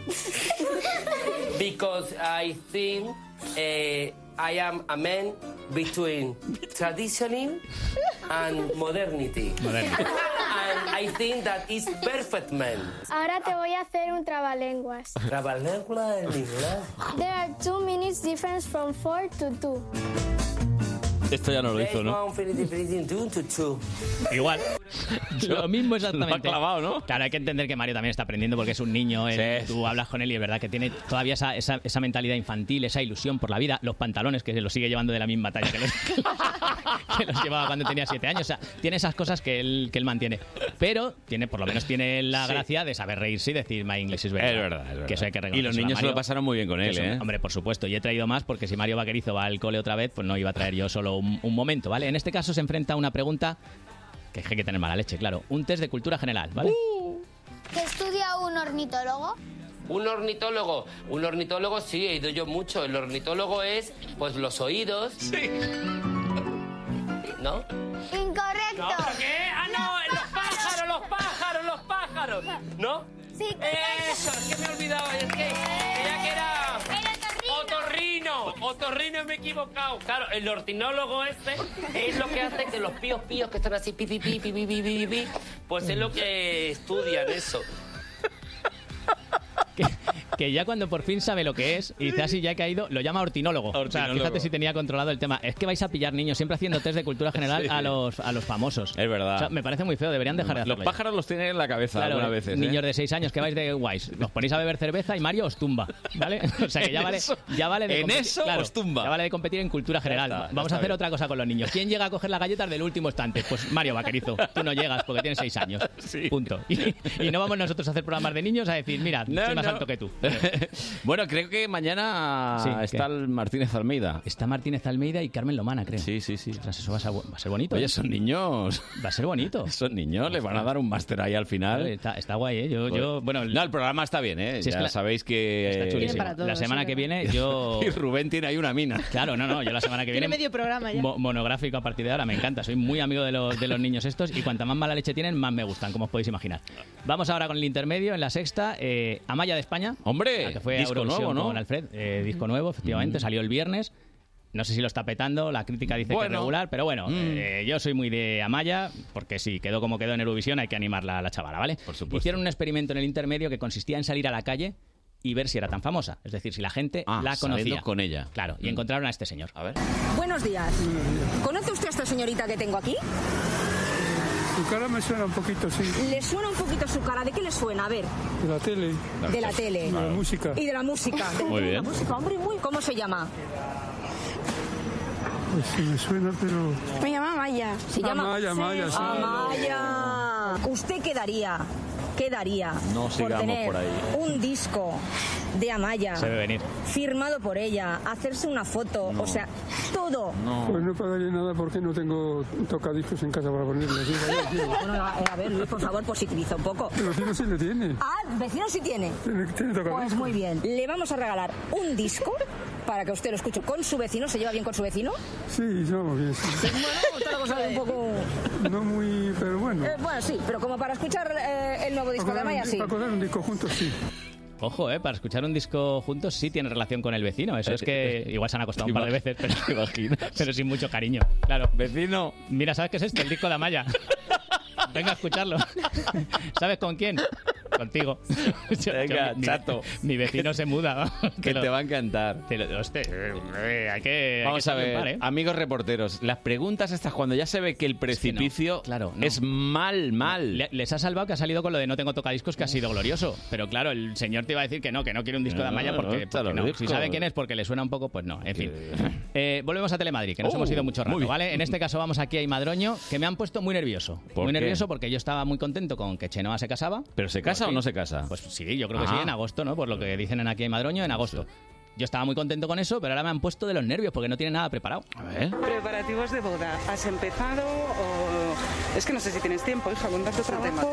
[SPEAKER 31] because I think eh, I am a man between traditioning and modernity. Modernity. And I think that is perfect man.
[SPEAKER 28] Ahora te voy a hacer un trabalenguas.
[SPEAKER 31] Trabalenguas en inglés.
[SPEAKER 28] There are two minutes difference from four to two.
[SPEAKER 2] Esto ya no lo hizo, ¿no?
[SPEAKER 30] Igual. Lo mismo exactamente.
[SPEAKER 2] Lo ha clavado, ¿no?
[SPEAKER 30] Claro, hay que entender que Mario también está aprendiendo porque es un niño. él- Tú hablas con él y es verdad que tiene todavía esa, esa, esa mentalidad infantil, esa ilusión por la vida, los pantalones que se los sigue llevando de la misma talla que los, que los llevaba cuando tenía siete años. O sea, tiene esas cosas que él, que él mantiene. Pero tiene, por lo menos tiene la
[SPEAKER 2] Sí.
[SPEAKER 30] gracia de saber reírse y decir, my English is very
[SPEAKER 2] Es
[SPEAKER 30] bad".
[SPEAKER 2] verdad, es verdad.
[SPEAKER 30] Que eso hay que
[SPEAKER 2] Y los
[SPEAKER 30] reconocerlo a
[SPEAKER 2] niños se lo
[SPEAKER 30] Mario,
[SPEAKER 2] pasaron muy bien con
[SPEAKER 30] que
[SPEAKER 2] él,
[SPEAKER 30] es un-
[SPEAKER 2] ¿eh?
[SPEAKER 30] Hombre, por supuesto. Y he traído más porque si Mario Vaquerizo va al cole otra vez, pues no iba a traer yo solo un, un momento, ¿vale? En este caso se enfrenta a una pregunta que hay que tener mala leche, claro. Un test de cultura general, ¿vale?
[SPEAKER 2] Uh.
[SPEAKER 28] ¿Qué estudia un ornitólogo?
[SPEAKER 31] Un ornitólogo. Un ornitólogo sí, he ido yo mucho. El ornitólogo es, pues, los oídos. Sí. ¿No?
[SPEAKER 28] Incorrecto.
[SPEAKER 31] No, ¿pero qué? Ah, no, los pájaros, los pájaros, los pájaros. ¿No?
[SPEAKER 28] Sí.
[SPEAKER 31] Eso, es que me he olvidado. Es que creía que era... Otorrino, otorrino me he equivocado. Claro, el ortinólogo este es lo que hace que los píos píos que están así pi pi pi pi pi pi pi, pi, pues es lo que estudian eso.
[SPEAKER 30] Que ya cuando por fin sabe lo que es y casi ya ha caído, lo llama ortinólogo. O sea,
[SPEAKER 2] Ortinólogo.
[SPEAKER 30] fíjate si tenía controlado el tema. Es que vais a pillar niños siempre haciendo test de cultura general
[SPEAKER 2] Sí.
[SPEAKER 30] a, los, a los famosos.
[SPEAKER 2] Es verdad.
[SPEAKER 30] O sea, me parece muy feo, deberían dejar de hacerlo.
[SPEAKER 2] Los
[SPEAKER 30] ya.
[SPEAKER 2] pájaros los tienen en la cabeza
[SPEAKER 30] Claro,
[SPEAKER 2] algunas veces. ¿eh?
[SPEAKER 30] niños de 6 años que vais de guays, los ponéis a beber cerveza y Mario os tumba, ¿vale? O sea que ya
[SPEAKER 2] En
[SPEAKER 30] vale,
[SPEAKER 2] eso-
[SPEAKER 30] ya vale de
[SPEAKER 2] en
[SPEAKER 30] competi-
[SPEAKER 2] eso
[SPEAKER 30] claro,
[SPEAKER 2] os tumba.
[SPEAKER 30] Ya vale de competir en cultura general.
[SPEAKER 2] está, ya
[SPEAKER 30] Vamos
[SPEAKER 2] está
[SPEAKER 30] a hacer
[SPEAKER 2] bien.
[SPEAKER 30] otra cosa con los niños. ¿Quién llega a coger las galletas del último estante? Pues Mario Vaquerizo, tú no llegas porque tienes 6 años. Punto. Y, y no vamos nosotros a hacer programas de niños a decir, mira,
[SPEAKER 2] No,
[SPEAKER 30] soy más
[SPEAKER 2] no.
[SPEAKER 30] alto que tú.
[SPEAKER 2] Bueno, creo que mañana
[SPEAKER 30] Sí,
[SPEAKER 2] está el Martínez Almeida.
[SPEAKER 30] Está Martínez Almeida y Carmen Lomana, creo.
[SPEAKER 2] Sí, sí, sí.
[SPEAKER 30] eso va a ser, bu- va a ser bonito.
[SPEAKER 2] Oye,
[SPEAKER 30] ¿eh?
[SPEAKER 2] son niños.
[SPEAKER 30] Va a ser bonito.
[SPEAKER 2] son niños, les van a dar un máster ahí al final. Pues
[SPEAKER 30] Está, está guay, ¿eh? Yo, yo- bueno,
[SPEAKER 2] no, el programa está bien, ¿eh?
[SPEAKER 30] Sí, es
[SPEAKER 2] ya
[SPEAKER 30] que la-
[SPEAKER 2] sabéis que...
[SPEAKER 30] Está chulísimo. la semana que viene yo...
[SPEAKER 2] Y Rubén tiene ahí una mina.
[SPEAKER 30] Claro, no, no, yo la semana que
[SPEAKER 4] Tiene
[SPEAKER 30] viene...
[SPEAKER 4] medio programa ya.
[SPEAKER 30] mo- monográfico a partir de ahora, me encanta. Soy muy amigo de los, de los niños estos y cuanta más mala leche tienen, más me gustan, como os podéis imaginar. Vamos ahora con el intermedio, en la sexta, eh, Amaya de España.
[SPEAKER 2] Hombre,
[SPEAKER 30] la Ah, que fue a
[SPEAKER 2] disco
[SPEAKER 30] Eurovisión
[SPEAKER 2] nuevo, ¿no?
[SPEAKER 30] Con Alfred, eh, disco nuevo, efectivamente, salió el viernes. No sé si lo está petando, la crítica dice que
[SPEAKER 2] Bueno. Mm.
[SPEAKER 30] es regular, pero bueno, eh, yo soy muy de Amaya, porque si quedó como quedó en Eurovisión, hay que animarla a la chavala, ¿vale? Por supuesto. Hicieron un experimento en el intermedio que consistía en salir a la calle y ver si era tan famosa. Es decir, si la gente
[SPEAKER 2] Ah,
[SPEAKER 30] la
[SPEAKER 2] saliendo
[SPEAKER 30] conocía.
[SPEAKER 2] con ella. Mm.
[SPEAKER 30] Claro, y encontraron a este señor.
[SPEAKER 2] A ver.
[SPEAKER 15] Buenos días. ¿Conoce usted a esta señorita que tengo aquí?
[SPEAKER 19] Su cara me suena un poquito, sí.
[SPEAKER 15] ¿Le suena un poquito su cara? ¿De qué le suena? A ver.
[SPEAKER 19] De la tele.
[SPEAKER 15] De la tele.
[SPEAKER 19] De la música.
[SPEAKER 15] Y de la música. De
[SPEAKER 19] Muy
[SPEAKER 15] la
[SPEAKER 19] bien.
[SPEAKER 15] música, hombre, muy. ¿Cómo se llama?
[SPEAKER 19] Pues sí me suena, pero...
[SPEAKER 15] Me llama Maya. Se llama
[SPEAKER 19] Amaya, Amaya, sí.
[SPEAKER 15] Amaya. ¿Usted qué daría? ¿Qué
[SPEAKER 21] ¿qué daría
[SPEAKER 18] No
[SPEAKER 21] por
[SPEAKER 18] sigamos
[SPEAKER 21] tener
[SPEAKER 18] por ahí.
[SPEAKER 21] un disco de Amaya
[SPEAKER 18] Se ve venir.
[SPEAKER 21] firmado por ella, hacerse una foto, o sea, todo?
[SPEAKER 23] Pues no pagaría nada porque no tengo tocadiscos en casa para ponerlos. ¿eh? ¿sí?
[SPEAKER 21] Bueno, a, a ver, Luis, por favor, positiviza un poco.
[SPEAKER 23] El vecino sí le tiene.
[SPEAKER 21] Ah, vecino sí tiene.
[SPEAKER 23] Tiene, tiene
[SPEAKER 21] Pues
[SPEAKER 23] tocadiscos.
[SPEAKER 21] muy bien. Le vamos a regalar un disco para que usted lo escuche con su vecino. ¿Se lleva bien con su vecino?
[SPEAKER 23] Sí, yo, bien. sí.
[SPEAKER 21] Está la cosa un poco...
[SPEAKER 23] No muy, pero bueno.
[SPEAKER 21] Eh, bueno, sí, pero como para escuchar eh, el nuevo disco de
[SPEAKER 23] Para
[SPEAKER 21] Amaya,
[SPEAKER 23] un-
[SPEAKER 21] sí.
[SPEAKER 23] Para colar un disco juntos, sí.
[SPEAKER 30] Ojo, eh, para escuchar un disco juntos sí tiene relación con el vecino. Eso es
[SPEAKER 2] Eh,
[SPEAKER 30] que igual se han acostado un par de veces, pero, pero sin mucho cariño. Claro. Vecino. Mira, ¿sabes qué es esto? El disco de Amaya. Venga a escucharlo. ¿Sabes con quién? Contigo.
[SPEAKER 2] Venga,
[SPEAKER 30] mi-
[SPEAKER 2] chato.
[SPEAKER 30] Mi, vecino se muda.
[SPEAKER 2] Que te va a encantar.
[SPEAKER 30] hay que
[SPEAKER 2] Vamos a ver,
[SPEAKER 30] triunfar, ¿eh?
[SPEAKER 2] amigos reporteros, las preguntas estas cuando ya se ve que el precipicio es, mal, mal.
[SPEAKER 30] les ha salvado que ha salido con lo de no tengo tocadiscos, que ha sido glorioso. Pero claro, el señor te iba a decir que no, que no quiere un disco de Amaya
[SPEAKER 2] No,
[SPEAKER 30] porque,
[SPEAKER 2] no,
[SPEAKER 30] porque
[SPEAKER 2] los
[SPEAKER 30] no. Si
[SPEAKER 2] discos.
[SPEAKER 30] sabe quién es porque le suena un poco, pues no. En fin. Eh, volvemos a Telemadrid, que nos
[SPEAKER 2] Oh,
[SPEAKER 30] hemos ido mucho
[SPEAKER 2] muy
[SPEAKER 30] rato,
[SPEAKER 2] bien.
[SPEAKER 30] ¿vale? En este caso vamos aquí a Imadroño, que me han puesto muy nervioso.
[SPEAKER 2] ¿Por
[SPEAKER 30] muy
[SPEAKER 2] qué?
[SPEAKER 30] nervioso porque yo estaba muy contento con que Chenoa se casaba.
[SPEAKER 2] ¿Pero se casa
[SPEAKER 30] Porque-
[SPEAKER 2] o no se casa?
[SPEAKER 30] Pues sí, yo creo que
[SPEAKER 2] Ah.
[SPEAKER 30] sí, en agosto, ¿no? Por lo que dicen en aquí en Madroño, en agosto. Yo estaba muy contento con eso, pero ahora me han puesto de los nervios porque no tienen nada preparado. A ver.
[SPEAKER 28] Preparativos de boda. ¿Has empezado o.? Es que no sé si tienes tiempo, hija, con tanto trabajo.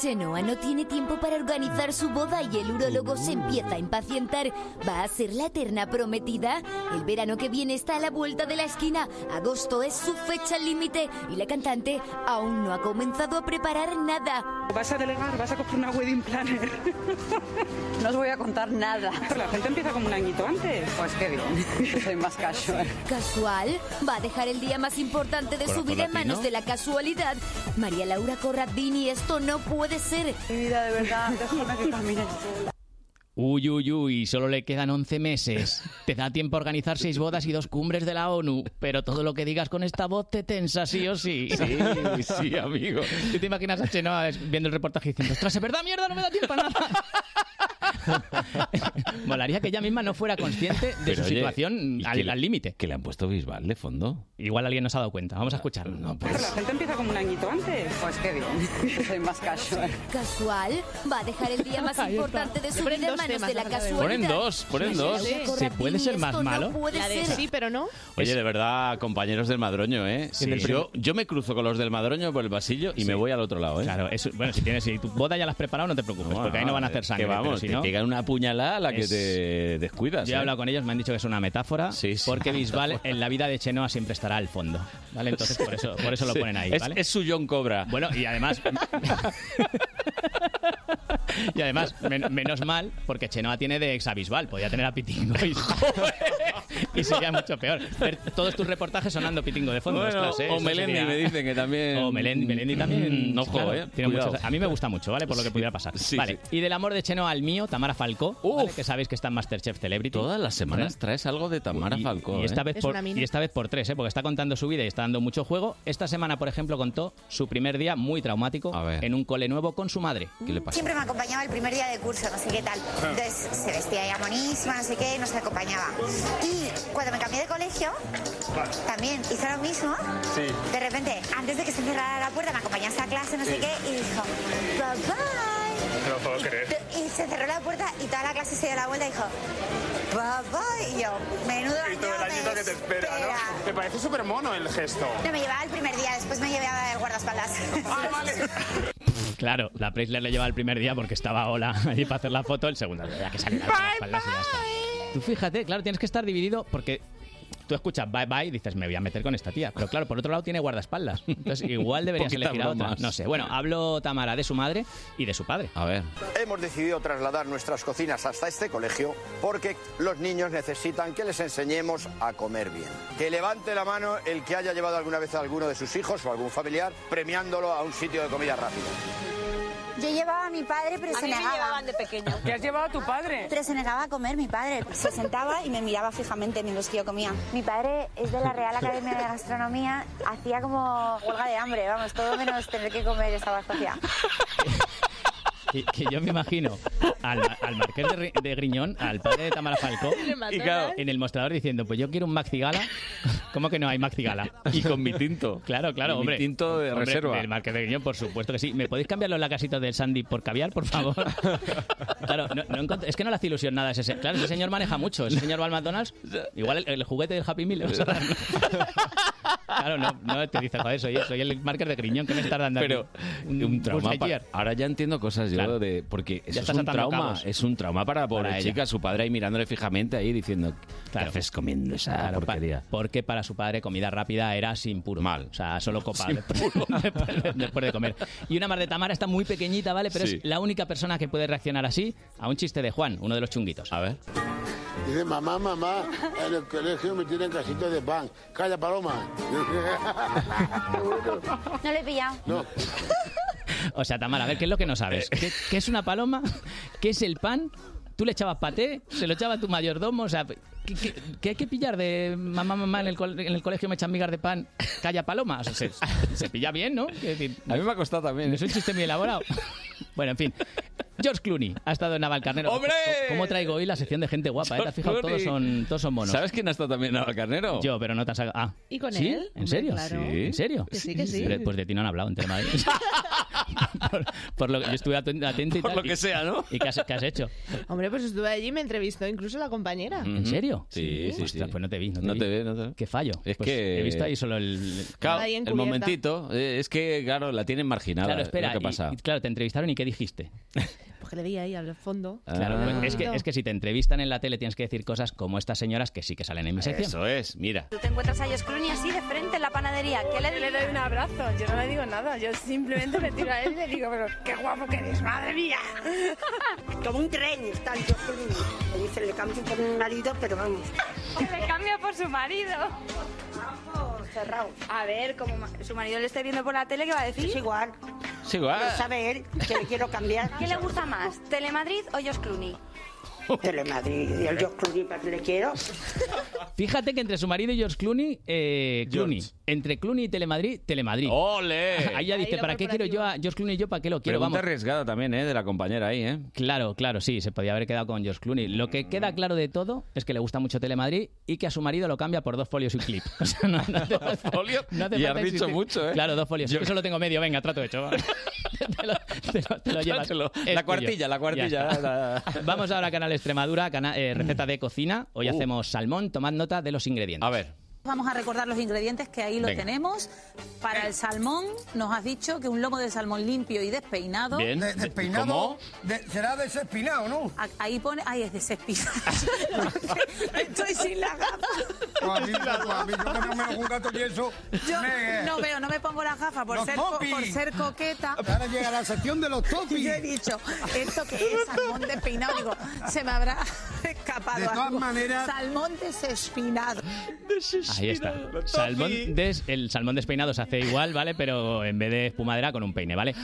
[SPEAKER 4] Chenoa no tiene tiempo para organizar su boda y el urólogo se empieza a impacientar. ¿Va a ser la eterna prometida? El verano que viene está a la vuelta de la esquina. Agosto es su fecha límite y la cantante aún no ha comenzado a preparar nada.
[SPEAKER 28] Vas a delegar, vas a coger una wedding planner. No os voy a contar nada. La gente empieza como un añito antes. Pues qué bien. Soy más casual.
[SPEAKER 4] ¿Casual? ¿Va a dejar el día más importante de su
[SPEAKER 28] Corazón
[SPEAKER 4] vida en
[SPEAKER 28] latino.
[SPEAKER 4] manos de la casualidad? María Laura Corradini, esto no puede ser. Mira, de verdad, déjame que camine
[SPEAKER 30] Uy, uy, uy, solo le quedan 11 meses. Te da tiempo a organizar seis bodas y dos cumbres de la ONU, pero todo lo que digas con esta voz te tensa, sí o sí.
[SPEAKER 2] Sí, sí, amigo.
[SPEAKER 30] ¿Tú te imaginas a Chenoa viendo el reportaje diciendo, ostras, es verdad, mierda, no me da tiempo a nada? Molaría que ella misma no fuera consciente de
[SPEAKER 2] Pero,
[SPEAKER 30] su
[SPEAKER 2] oye,
[SPEAKER 30] situación
[SPEAKER 2] ¿y
[SPEAKER 30] al-
[SPEAKER 2] qué le-
[SPEAKER 30] al límite.
[SPEAKER 2] Que le han puesto Bisbal de fondo. Ah,
[SPEAKER 30] Igual alguien no se ha dado cuenta. Vamos a escucharlo.
[SPEAKER 28] La gente empieza como un añito antes. Pues qué bien. Soy más casual.
[SPEAKER 4] ¿Casual? ¿Va a dejar el día más importante de su
[SPEAKER 1] Ponen
[SPEAKER 4] vida en
[SPEAKER 1] dos
[SPEAKER 4] manos
[SPEAKER 1] temas,
[SPEAKER 4] de la
[SPEAKER 1] acaba de
[SPEAKER 4] casualidad?
[SPEAKER 1] ver. Ponen
[SPEAKER 2] dos, ponen
[SPEAKER 4] María
[SPEAKER 2] dos.
[SPEAKER 4] Laura
[SPEAKER 2] ¿Se puede ser
[SPEAKER 4] Corradini,
[SPEAKER 2] más
[SPEAKER 4] esto no
[SPEAKER 2] malo?
[SPEAKER 4] puede
[SPEAKER 1] La de
[SPEAKER 4] ser.
[SPEAKER 1] sí, pero no.
[SPEAKER 2] Oye, de verdad, compañeros del Madroño, ¿eh?
[SPEAKER 30] En el
[SPEAKER 2] yo, yo me cruzo con los del Madroño por el pasillo y me voy al otro lado, ¿eh?
[SPEAKER 30] Claro, eso, bueno, si tienes, si tu boda ya la has preparado, no te preocupes, porque ahí no van a hacer sangre.
[SPEAKER 2] Que vamos,
[SPEAKER 30] pero si
[SPEAKER 2] te
[SPEAKER 30] no-
[SPEAKER 2] pegan una puñalada a la que
[SPEAKER 30] Es-
[SPEAKER 2] te descuidas.
[SPEAKER 30] Yo he
[SPEAKER 2] ¿eh?
[SPEAKER 30] hablado con ellos, me han dicho que es una metáfora, porque Bisbal en la vida de Chenoa siempre estará al fondo, ¿vale? Entonces por eso, por eso lo
[SPEAKER 2] Sí.
[SPEAKER 30] ponen ahí,
[SPEAKER 2] Es-
[SPEAKER 30] ¿vale?
[SPEAKER 2] es su John Cobra.
[SPEAKER 30] Bueno, y además... y además, men- menos mal, porque Chenoa tiene de ex a Bisbal, podía tener a Pitingo y, y sería mucho peor. Ver todos tus reportajes sonando Pitingo de fondo.
[SPEAKER 2] Bueno,
[SPEAKER 30] ostras, ¿eh?
[SPEAKER 2] o
[SPEAKER 30] Eso
[SPEAKER 2] Melendi
[SPEAKER 30] sería-
[SPEAKER 2] me dicen que también.
[SPEAKER 30] O Melendi, Melendi también.
[SPEAKER 2] Mm, ojo,
[SPEAKER 30] claro,
[SPEAKER 2] eh.
[SPEAKER 30] tiene
[SPEAKER 2] cuidado.
[SPEAKER 30] muchas- a mí me gusta mucho, ¿vale? Por lo que pudiera pasar.
[SPEAKER 2] sí,
[SPEAKER 30] vale. Y del amor de Chenoa al mío, Tamara Falcó, ¿vale? que sabéis que está en Masterchef Celebrity.
[SPEAKER 2] Todas las semanas traes algo de Tamara Falcó.
[SPEAKER 30] Y esta,
[SPEAKER 2] ¿eh?
[SPEAKER 30] vez por, y esta vez por tres, ¿eh? porque está contando su vida y está dando mucho juego. Esta semana, por ejemplo, contó su primer día muy traumático en un cole nuevo con su madre. ¿Qué le
[SPEAKER 24] Siempre me acompañaba el primer día de curso, no sé qué tal.
[SPEAKER 39] Ah.
[SPEAKER 24] Entonces se vestía ya monísima, no sé qué, nos acompañaba. Y cuando me cambié de colegio, también hizo lo mismo.
[SPEAKER 39] Sí.
[SPEAKER 24] De repente, antes de que se cerrara la puerta, me acompañó hasta clase, no sé
[SPEAKER 39] Sí.
[SPEAKER 24] qué, y dijo, bye
[SPEAKER 39] No lo puedo creer.
[SPEAKER 24] bye. Y se cerró la puerta y toda la clase se dio la vuelta y dijo, bye bye. Y yo, menudo
[SPEAKER 39] Y todo el
[SPEAKER 24] año
[SPEAKER 39] añito
[SPEAKER 24] me
[SPEAKER 39] que te espera, ¿no? Me parece súper mono el gesto.
[SPEAKER 24] No, me llevaba el primer día, después me llevaba el guardaespaldas. Ah, vale.
[SPEAKER 30] Claro, la Preisler le lleva el primer día porque estaba hola allí para hacer la foto, el segundo día que sale la espaldas y ya está. Tú fíjate, claro, tienes que estar dividido porque tú escuchas bye bye y dices me voy a meter con esta tía, pero claro, por otro lado tiene guardaespaldas. Entonces igual deberías
[SPEAKER 2] Poquita
[SPEAKER 30] elegir a otra,
[SPEAKER 2] bromas.
[SPEAKER 30] no sé. Bueno, habló Tamara de su madre y de su padre.
[SPEAKER 2] A ver.
[SPEAKER 40] Hemos decidido trasladar nuestras cocinas hasta este colegio porque los niños necesitan que les enseñemos a comer bien. Que levante la mano el que haya llevado alguna vez a alguno de sus hijos o algún familiar premiándolo a un sitio de comida rápida.
[SPEAKER 24] Yo llevaba a mi padre, pero
[SPEAKER 21] A
[SPEAKER 24] se
[SPEAKER 21] mí me
[SPEAKER 24] negaba.
[SPEAKER 21] llevaban
[SPEAKER 24] de pequeño. ¿Qué has llevado a tu padre? Pero se negaba a comer mi padre. Se sentaba y me miraba fijamente mientras que yo comía. Mi padre es de la Real Academia de Gastronomía. Hacía como huelga de hambre, vamos, todo menos tener que comer esta vacía.
[SPEAKER 30] que, que yo me imagino al, ma- al marqués de, Ri- de Griñón, al padre de Tamara Falcó,
[SPEAKER 35] Le mató, Y claro. ¿no?
[SPEAKER 30] en el mostrador diciendo, pues yo quiero un Mac Cigala. ¿Cómo que no hay Mac Cigala? Y con mi tinto. Claro, claro,
[SPEAKER 2] Y mi
[SPEAKER 30] hombre.
[SPEAKER 2] tinto de
[SPEAKER 30] Hombre,
[SPEAKER 2] reserva.
[SPEAKER 30] del marqués de Griñón, por supuesto que sí. ¿Me podéis cambiarlo en la casita del Sandy por caviar, por favor? Claro, no- no encont- es que no le hace ilusión nada a ese señor. Claro, ese señor maneja mucho. Ese señor va al McDonald's, igual el, el juguete del Happy Meal le vas a dar. Claro, no, no te dice, joder, soy, soy el marqués de Griñón, que me estás dando?
[SPEAKER 2] Pero
[SPEAKER 30] aquí?
[SPEAKER 2] un, trauma.
[SPEAKER 30] Buzz
[SPEAKER 2] pa-
[SPEAKER 30] Lightyear.
[SPEAKER 2] ahora ya entiendo cosas yo
[SPEAKER 30] Claro.
[SPEAKER 2] de porque eso es
[SPEAKER 30] estás
[SPEAKER 2] un
[SPEAKER 30] atando
[SPEAKER 2] trauma,
[SPEAKER 30] cabos.
[SPEAKER 2] es un trauma para la pobre
[SPEAKER 30] Para ella.
[SPEAKER 2] chica, su padre ahí mirándole fijamente ahí diciendo, ¿qué haces comiendo esa
[SPEAKER 30] Claro, pa-
[SPEAKER 2] porquería?
[SPEAKER 30] porque para su padre comida rápida era sin puro. Mal. O sea, solo copa
[SPEAKER 2] Sin
[SPEAKER 30] después, después de comer. Y una mar de Tamara está muy pequeñita, ¿vale? Pero
[SPEAKER 41] Sí.
[SPEAKER 30] es la única persona que puede reaccionar así a un chiste de Juan, uno de los chunguitos. A ver.
[SPEAKER 41] Dice, mamá, mamá, en el colegio me tienen casita de pan. Calla, paloma.
[SPEAKER 42] No le he pillado.
[SPEAKER 30] O sea, Tamara, a ver, ¿qué es lo que no sabes?
[SPEAKER 2] Eh.
[SPEAKER 30] ¿Qué, qué es una paloma? ¿Qué es el pan? ¿Tú le echabas paté? este? ¿Se lo echaba a tu mayordomo? O sea, ¿qué, qué- qué hay que pillar de mamá, mamá, en el, col- en el colegio me echan migas de pan? Calla paloma. O sea, se, se pilla bien, ¿no? a mí me ha costado también.
[SPEAKER 2] ¿eh?
[SPEAKER 30] Es un chiste muy elaborado. Bueno, en fin. George Clooney ha estado en Navalcarnero.
[SPEAKER 2] ¡Hombre!
[SPEAKER 30] ¿Cómo traigo hoy la sección de gente guapa? ¿eh? ¿Te has
[SPEAKER 2] George
[SPEAKER 30] fijado?
[SPEAKER 2] Clooney.
[SPEAKER 30] Todos son, todos son monos.
[SPEAKER 2] ¿Sabes quién ha estado también en Navalcarnero?
[SPEAKER 30] Yo, pero no te has... Ah.
[SPEAKER 4] ¿Y con
[SPEAKER 30] ¿Sí?
[SPEAKER 4] él?
[SPEAKER 30] ¿En
[SPEAKER 4] Hombre,
[SPEAKER 30] serio?
[SPEAKER 4] claro.
[SPEAKER 30] ¿En serio?
[SPEAKER 4] Que sí, que sí.
[SPEAKER 30] Pero, Pues de ti no han hablado entre Madrid. por, por lo que yo estuve aten- atento y
[SPEAKER 2] Por
[SPEAKER 30] tal,
[SPEAKER 2] lo
[SPEAKER 30] y-
[SPEAKER 2] que sea, ¿no?
[SPEAKER 30] ¿Y qué has, qué has hecho?
[SPEAKER 4] Hombre, pues estuve allí, me entrevistó incluso la compañera.
[SPEAKER 30] ¿En serio?
[SPEAKER 2] Sí, sí,
[SPEAKER 30] Ostras,
[SPEAKER 2] sí.
[SPEAKER 30] pues no te vi. No te, vi.
[SPEAKER 2] no te
[SPEAKER 30] Qué fallo.
[SPEAKER 2] Es
[SPEAKER 30] Pues
[SPEAKER 2] que
[SPEAKER 30] He visto ahí solo el.
[SPEAKER 2] Claro,
[SPEAKER 30] Ahí
[SPEAKER 2] el
[SPEAKER 30] encubierta.
[SPEAKER 2] momentito, eh, es que claro, la tienen marginada.
[SPEAKER 30] Claro, espera.
[SPEAKER 2] es lo
[SPEAKER 30] y-
[SPEAKER 2] que pasa.
[SPEAKER 30] y claro, te entrevistaron y ¿qué dijiste?
[SPEAKER 4] Porque Pues le vi ahí al fondo.
[SPEAKER 30] Claro,
[SPEAKER 43] Ah.
[SPEAKER 30] pues
[SPEAKER 2] Ah.
[SPEAKER 30] es, que, es que si te entrevistan en la tele tienes que decir cosas como estas señoras que sí que salen en mi sección.
[SPEAKER 2] Eso es, mira.
[SPEAKER 33] Tú te encuentras a Josh Clooney así de frente en la panadería. ¿Qué le Le doy un abrazo. Yo no le digo nada. Yo simplemente me tiro a él y le digo, pero qué guapo que eres, madre mía.
[SPEAKER 22] Como un tren, está el George Clooney. Le dice, le cambio por un marido, pero vamos.
[SPEAKER 33] le cambia por su marido. Cerrado. A ver, como ma- su marido le esté viendo por la tele, ¿qué va a decir? Es igual.
[SPEAKER 2] Sí, igual.
[SPEAKER 33] sabe él que le quiero cambiar. ¿Qué le gusta más, Telemadrid o Josh Clooney?
[SPEAKER 22] Telemadrid, y el George Clooney, ¿para qué le quiero?
[SPEAKER 30] Fíjate que entre su marido y George Clooney, eh, Clooney. Entre Clooney y Telemadrid, Telemadrid.
[SPEAKER 2] ¡Ole!
[SPEAKER 30] Ahí ya
[SPEAKER 2] Ahí
[SPEAKER 30] dice,
[SPEAKER 2] lo
[SPEAKER 30] ¿para qué quiero yo a George Clooney? ¿Yo para qué lo quiero?
[SPEAKER 2] Pregunta
[SPEAKER 30] Vamos.
[SPEAKER 2] arriesgada también, ¿eh? De la compañera ahí, ¿eh?
[SPEAKER 30] Claro, claro, sí, se podía haber quedado con George Clooney. Lo que queda claro de todo es que le gusta mucho Telemadrid y que a su marido lo cambia por dos folios y un clip. O sea, no, no hace falta- no hace
[SPEAKER 2] Y
[SPEAKER 30] falta
[SPEAKER 2] has dicho
[SPEAKER 30] insistir.
[SPEAKER 2] mucho, ¿eh?
[SPEAKER 30] Claro, dos folios.
[SPEAKER 2] Yo-
[SPEAKER 30] Eso lo tengo medio, venga, trato hecho. va. te, lo, te lo- te lo llevas.
[SPEAKER 2] Dátelo. La
[SPEAKER 30] Es tuyo.
[SPEAKER 2] cuartilla, la
[SPEAKER 30] Ya
[SPEAKER 2] cuartilla.
[SPEAKER 30] está. Vamos ahora a Canal Extremadura, cana- eh, receta de cocina. Hoy
[SPEAKER 2] Uh.
[SPEAKER 30] hacemos salmón, tomad nota de los ingredientes. A ver.
[SPEAKER 24] Vamos a recordar los ingredientes que ahí lo
[SPEAKER 30] Venga.
[SPEAKER 24] tenemos. Para el salmón, nos has dicho que un lomo de salmón limpio y despeinado.
[SPEAKER 40] Bien. De- despeinado, ¿Cómo?
[SPEAKER 24] será desespinado, ¿no? ahí pone. Ay, es despeinado. Estoy sin la gafa.
[SPEAKER 40] A mí, a mí, yo que no me lo un gato yeso.
[SPEAKER 24] Yo
[SPEAKER 18] eh.
[SPEAKER 40] me-
[SPEAKER 24] no veo, no me pongo la gafa por,
[SPEAKER 40] Los
[SPEAKER 24] ser, co-
[SPEAKER 40] popis.
[SPEAKER 24] por ser coqueta.
[SPEAKER 40] Ahora llega la sección de los topis.
[SPEAKER 24] Yo he dicho, esto que es salmón despeinado, digo, se me habrá escapado.
[SPEAKER 40] De todas
[SPEAKER 24] algo.
[SPEAKER 40] maneras-
[SPEAKER 24] Salmón desespinado.
[SPEAKER 30] Ahí está. Salmón des- el salmón despeinado se hace igual, ¿vale? Pero en vez de espumadera con un peine, ¿vale?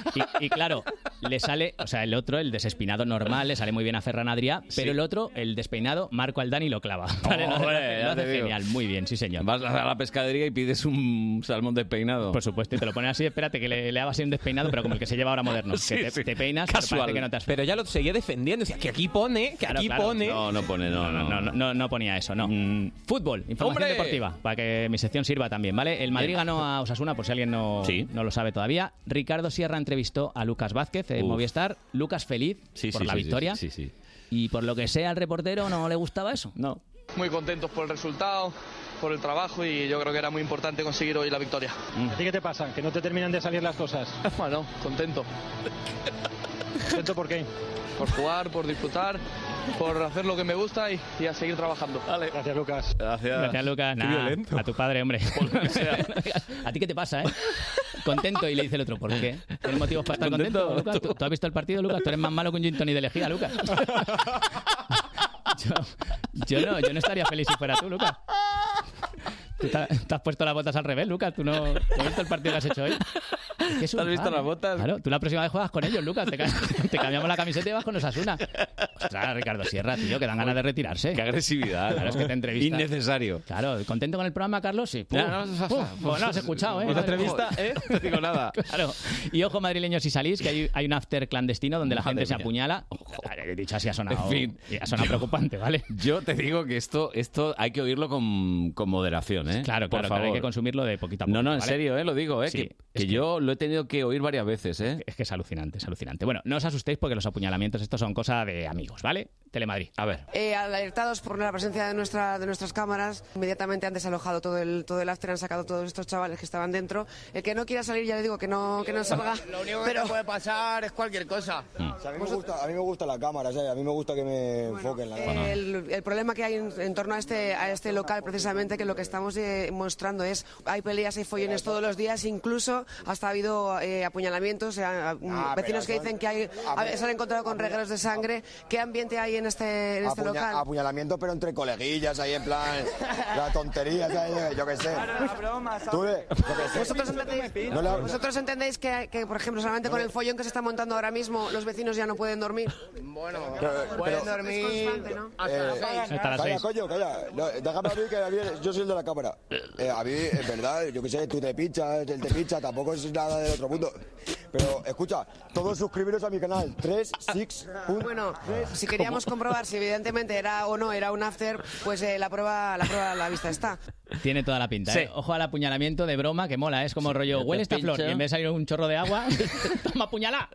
[SPEAKER 30] Y, y claro, le sale, o sea, el otro, el desespinado normal, le sale muy bien a Ferran Adrià, pero el otro, el despeinado, Marco Aldani lo clava.
[SPEAKER 2] Oh. Hombre,
[SPEAKER 30] ¿vale? Lo hace- lo
[SPEAKER 2] ya
[SPEAKER 30] hace
[SPEAKER 2] te digo.
[SPEAKER 30] genial, muy bien, sí señor.
[SPEAKER 2] Vas a la pescadería y pides un salmón despeinado.
[SPEAKER 30] Por supuesto, y te lo pones así, espérate que le, le hagas así un despeinado, pero como el que se lleva ahora moderno.
[SPEAKER 2] Sí,
[SPEAKER 30] que te,
[SPEAKER 2] sí.
[SPEAKER 30] te peinas, pero
[SPEAKER 2] Casual.
[SPEAKER 30] parece que no te has
[SPEAKER 44] Pero ya lo seguía defendiendo. Decía que aquí pone, que
[SPEAKER 30] Claro,
[SPEAKER 44] aquí
[SPEAKER 30] claro.
[SPEAKER 44] pone.
[SPEAKER 30] No, no pone, no, no, no, no, no ponía eso, no.
[SPEAKER 2] Mm.
[SPEAKER 30] Fútbol, información
[SPEAKER 44] ¡Hombre!
[SPEAKER 30] deportiva, para que mi sección sirva también, ¿vale? El Madrid
[SPEAKER 44] Bien.
[SPEAKER 30] ganó a Osasuna, por si alguien no, no lo sabe todavía. Ricardo Sierra entrevistó a Lucas Vázquez en
[SPEAKER 2] Uf.
[SPEAKER 30] Movistar. Lucas feliz
[SPEAKER 2] Sí,
[SPEAKER 30] por
[SPEAKER 2] sí,
[SPEAKER 30] la
[SPEAKER 2] sí, sí,
[SPEAKER 30] victoria.
[SPEAKER 2] Sí, sí.
[SPEAKER 30] Y por lo que sea, al reportero no le gustaba eso. No.
[SPEAKER 32] Muy contentos por el resultado, por el trabajo y yo creo que era muy importante conseguir hoy la victoria.
[SPEAKER 14] ¿A ti qué te pasa? ¿Que no te terminan de salir las cosas?
[SPEAKER 32] Bueno, contento.
[SPEAKER 14] ¿Contento por qué?
[SPEAKER 32] Por jugar, por disfrutar, por hacer lo que me gusta y, y a seguir trabajando.
[SPEAKER 14] Gracias, Lucas.
[SPEAKER 2] Gracias.
[SPEAKER 30] Gracias, Lucas.
[SPEAKER 32] Qué
[SPEAKER 30] Nah,
[SPEAKER 32] violento.
[SPEAKER 30] a tu padre, hombre. a ti qué te pasa, ¿eh? Contento y le dice el otro, ¿por qué? ¿Tienes motivos para estar contento,
[SPEAKER 2] Contento,
[SPEAKER 30] Lucas? ¿Tú, tú has visto el partido, Lucas? Tú eres más malo que un gin tonic de lejía, Lucas. Yo, yo no, yo no estaría feliz si fuera tú, Lucas. Te, te has puesto las botas al revés, Lucas. Tú no, ¿no has visto el partido que has hecho hoy. ¿Has visto las botas? Claro, tú la próxima vez juegas con ellos, Lucas. Te, ca- te cambiamos la camiseta y vas con Osasuna. Ostras, Ricardo Sierra, tío, que dan ganas de retirarse. Qué
[SPEAKER 2] agresividad,
[SPEAKER 30] Claro,
[SPEAKER 2] ¿no?
[SPEAKER 30] es que te entrevistan.
[SPEAKER 2] Innecesario.
[SPEAKER 30] Claro, ¿contento con el programa, Carlos? Sí. Puf,
[SPEAKER 2] Ya, no, no, no,
[SPEAKER 30] puf.
[SPEAKER 2] no,
[SPEAKER 30] Pues no, has escuchado, ¿eh?
[SPEAKER 2] Esta
[SPEAKER 30] Madre-
[SPEAKER 2] entrevista,
[SPEAKER 30] Joder.
[SPEAKER 2] ¿eh? No te digo nada.
[SPEAKER 30] Claro. Y ojo, madrileños, si salís, que hay, hay un after clandestino donde la
[SPEAKER 2] Madre
[SPEAKER 30] gente se
[SPEAKER 2] mía. ¿Eh?
[SPEAKER 30] apuñala. Ojo, he dicho así, ha sonado,
[SPEAKER 2] En fin,
[SPEAKER 30] ha sonado
[SPEAKER 2] yo-
[SPEAKER 30] preocupante, ¿vale?
[SPEAKER 2] Yo te digo que esto, esto hay que oírlo con, con moderación, ¿eh? Por
[SPEAKER 30] Claro, claro, claro,
[SPEAKER 2] favor.
[SPEAKER 30] hay que consumirlo de poquito a poco.
[SPEAKER 2] No, no, en
[SPEAKER 30] ¿vale?
[SPEAKER 2] serio, ¿eh? Lo digo, ¿eh?
[SPEAKER 30] Sí,
[SPEAKER 2] que,
[SPEAKER 30] es
[SPEAKER 2] que yo lo he tenido que oír varias veces, ¿eh?
[SPEAKER 30] Es que es alucinante, es alucinante. Bueno, no os asustéis porque los apuñalamientos estos son cosa de amigos, ¿vale? Telemadrid.
[SPEAKER 2] A ver.
[SPEAKER 45] Eh, alertados por la presencia de, nuestra, de nuestras cámaras, inmediatamente han desalojado todo el, todo el after, han sacado todos estos chavales que estaban dentro. El que no quiera salir, ya le digo que no, que no salga.
[SPEAKER 43] Lo único que te puede pasar es cualquier cosa.
[SPEAKER 2] Mm.
[SPEAKER 40] a, mí me gusta, a mí me gusta la cámara, ¿sabes? A mí me gusta que me enfoquen la cámara.
[SPEAKER 45] El, el problema que hay en, en torno a este, a este local, precisamente, que lo que estamos eh, mostrando es, hay peleas, hay follones todos los días, incluso hasta ha habido eh, apuñalamientos, eh, a-
[SPEAKER 40] Ah,
[SPEAKER 45] vecinos que
[SPEAKER 40] pero
[SPEAKER 45] dicen que hay, a- se han encontrado con regueros de sangre. ¿Qué ambiente hay en este, en este
[SPEAKER 40] Apuña-
[SPEAKER 45] local?
[SPEAKER 40] Apuñalamiento, pero entre coleguillas, ahí en plan. la tontería, ¿sabes? eh, Yo qué sé. Tú, eh, yo qué sé.
[SPEAKER 45] ¿Vosotros entendéis,
[SPEAKER 40] No le-
[SPEAKER 45] vosotros entendéis que, que, por ejemplo, solamente con el follón que se está montando ahora mismo, los vecinos ya no pueden dormir?
[SPEAKER 40] Pero-
[SPEAKER 45] Pueden
[SPEAKER 40] pero- Eh,
[SPEAKER 45] dormir Es constante, ¿no? hasta las seis. Hasta las
[SPEAKER 40] calla,
[SPEAKER 45] seis.
[SPEAKER 40] coño, calla. No, déjame a mí que a mí- yo soy el de la cámara. Eh, a mí, es verdad, yo qué sé, tú te pinchas, él te pincha, tampoco es nada del otro mundo. Pero escucha, todos suscribiros a mi canal. 3, 6,
[SPEAKER 45] Bueno, si queríamos comprobar si evidentemente era o no era un after, pues eh, la prueba la prueba a la vista está.
[SPEAKER 30] Tiene toda la pinta.
[SPEAKER 2] Sí.
[SPEAKER 30] ¿eh? Ojo al apuñalamiento de broma, que mola, ¿eh? es como rollo,
[SPEAKER 2] te
[SPEAKER 30] huele esta
[SPEAKER 2] pincho".
[SPEAKER 30] flor y en vez de salir un chorro de agua, toma apuñala.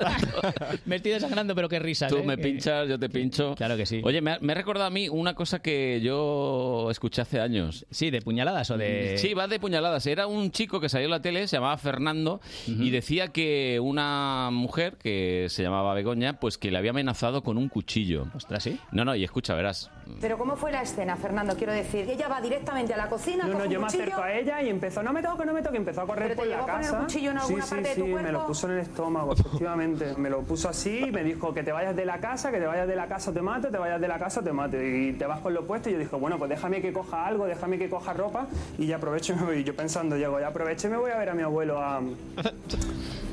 [SPEAKER 30] me estoy desangrando, pero qué risas.
[SPEAKER 2] Tú
[SPEAKER 30] ¿eh?
[SPEAKER 2] me
[SPEAKER 30] Que-
[SPEAKER 2] pinchas, yo te pincho. Claro que sí. Oye, me ha, me ha recordado a mí una cosa que yo escuché hace años. Mm,
[SPEAKER 30] Sí, de puñaladas o de-
[SPEAKER 2] Sí, va de puñaladas. Era un chico que salió en la tele, se llamaba Fernando, y decía que una mujer que se llamaba Begoña, pues que le había amenazado con un cuchillo.
[SPEAKER 30] Ostras, sí.
[SPEAKER 2] No, no, y escucha, verás.
[SPEAKER 46] Pero ¿cómo fue la escena, Fernando? Quiero decir, ella va directamente a la cocina,
[SPEAKER 39] No, no,
[SPEAKER 46] coge un
[SPEAKER 39] yo me
[SPEAKER 46] cuchillo.
[SPEAKER 39] acerco a ella y empezó, no me toques, no me toques, empezó a correr
[SPEAKER 46] ¿Pero te
[SPEAKER 39] por la
[SPEAKER 46] llegó a poner
[SPEAKER 39] casa.
[SPEAKER 46] un cuchillo en alguna
[SPEAKER 39] sí,
[SPEAKER 46] parte de
[SPEAKER 39] sí,
[SPEAKER 46] tu
[SPEAKER 39] sí, me
[SPEAKER 46] cuerpo?
[SPEAKER 39] lo puso en el estómago, efectivamente. Me lo puso así y me dijo que te vayas de la casa, que te vayas de la casa te mato, te vayas de la casa te mato. Y te vas con lo puesto y yo dije, bueno, pues déjame que coja algo, déjame que coja ropa y ya aprovecho y me voy. Y Yo pensando, llego, ya aprovecho y me voy a ver a mi abuelo a, a,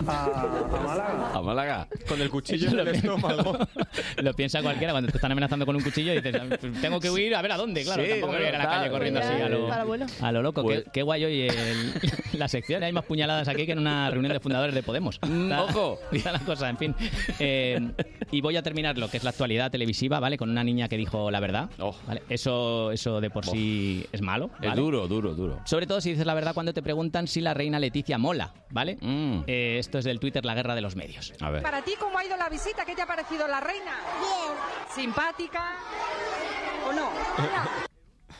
[SPEAKER 39] a Málaga.
[SPEAKER 2] A Málaga.
[SPEAKER 30] Con el cuchillo en el estómago. lo piensa cualquiera cuando te están amenazando con un cuchillo y dices, "Pues tengo que huir a ver a dónde, claro.
[SPEAKER 2] Sí,
[SPEAKER 30] tampoco voy a ir a la
[SPEAKER 2] claro,
[SPEAKER 30] calle corriendo
[SPEAKER 2] claro.
[SPEAKER 30] así a
[SPEAKER 2] Para el
[SPEAKER 30] lo,
[SPEAKER 2] vuelo.
[SPEAKER 30] a lo loco.
[SPEAKER 2] Pues-
[SPEAKER 30] Qué, qué guay hoy el- la sección. Hay más puñaladas aquí que en una reunión de fundadores de Podemos.
[SPEAKER 2] Mm, ojo.
[SPEAKER 30] Está la cosa, en fin. Eh, y voy a terminar lo que es la actualidad televisiva, ¿vale? Con una niña que dijo la verdad. ¿vale? Eso, eso de por sí es malo.
[SPEAKER 2] Oh. Es
[SPEAKER 30] ¿vale?
[SPEAKER 2] duro, duro, duro.
[SPEAKER 30] Sobre todo si dices la verdad cuando te preguntan si la reina Leticia mola, ¿vale? Eh, esto es del Twitter La Guerra de los Medios.
[SPEAKER 2] Mm. A ver.
[SPEAKER 5] Para ti, ¿cómo ha ido la visita? ¿Qué te ha parecido la reina? Bien. ¿Simpática? ¿O no?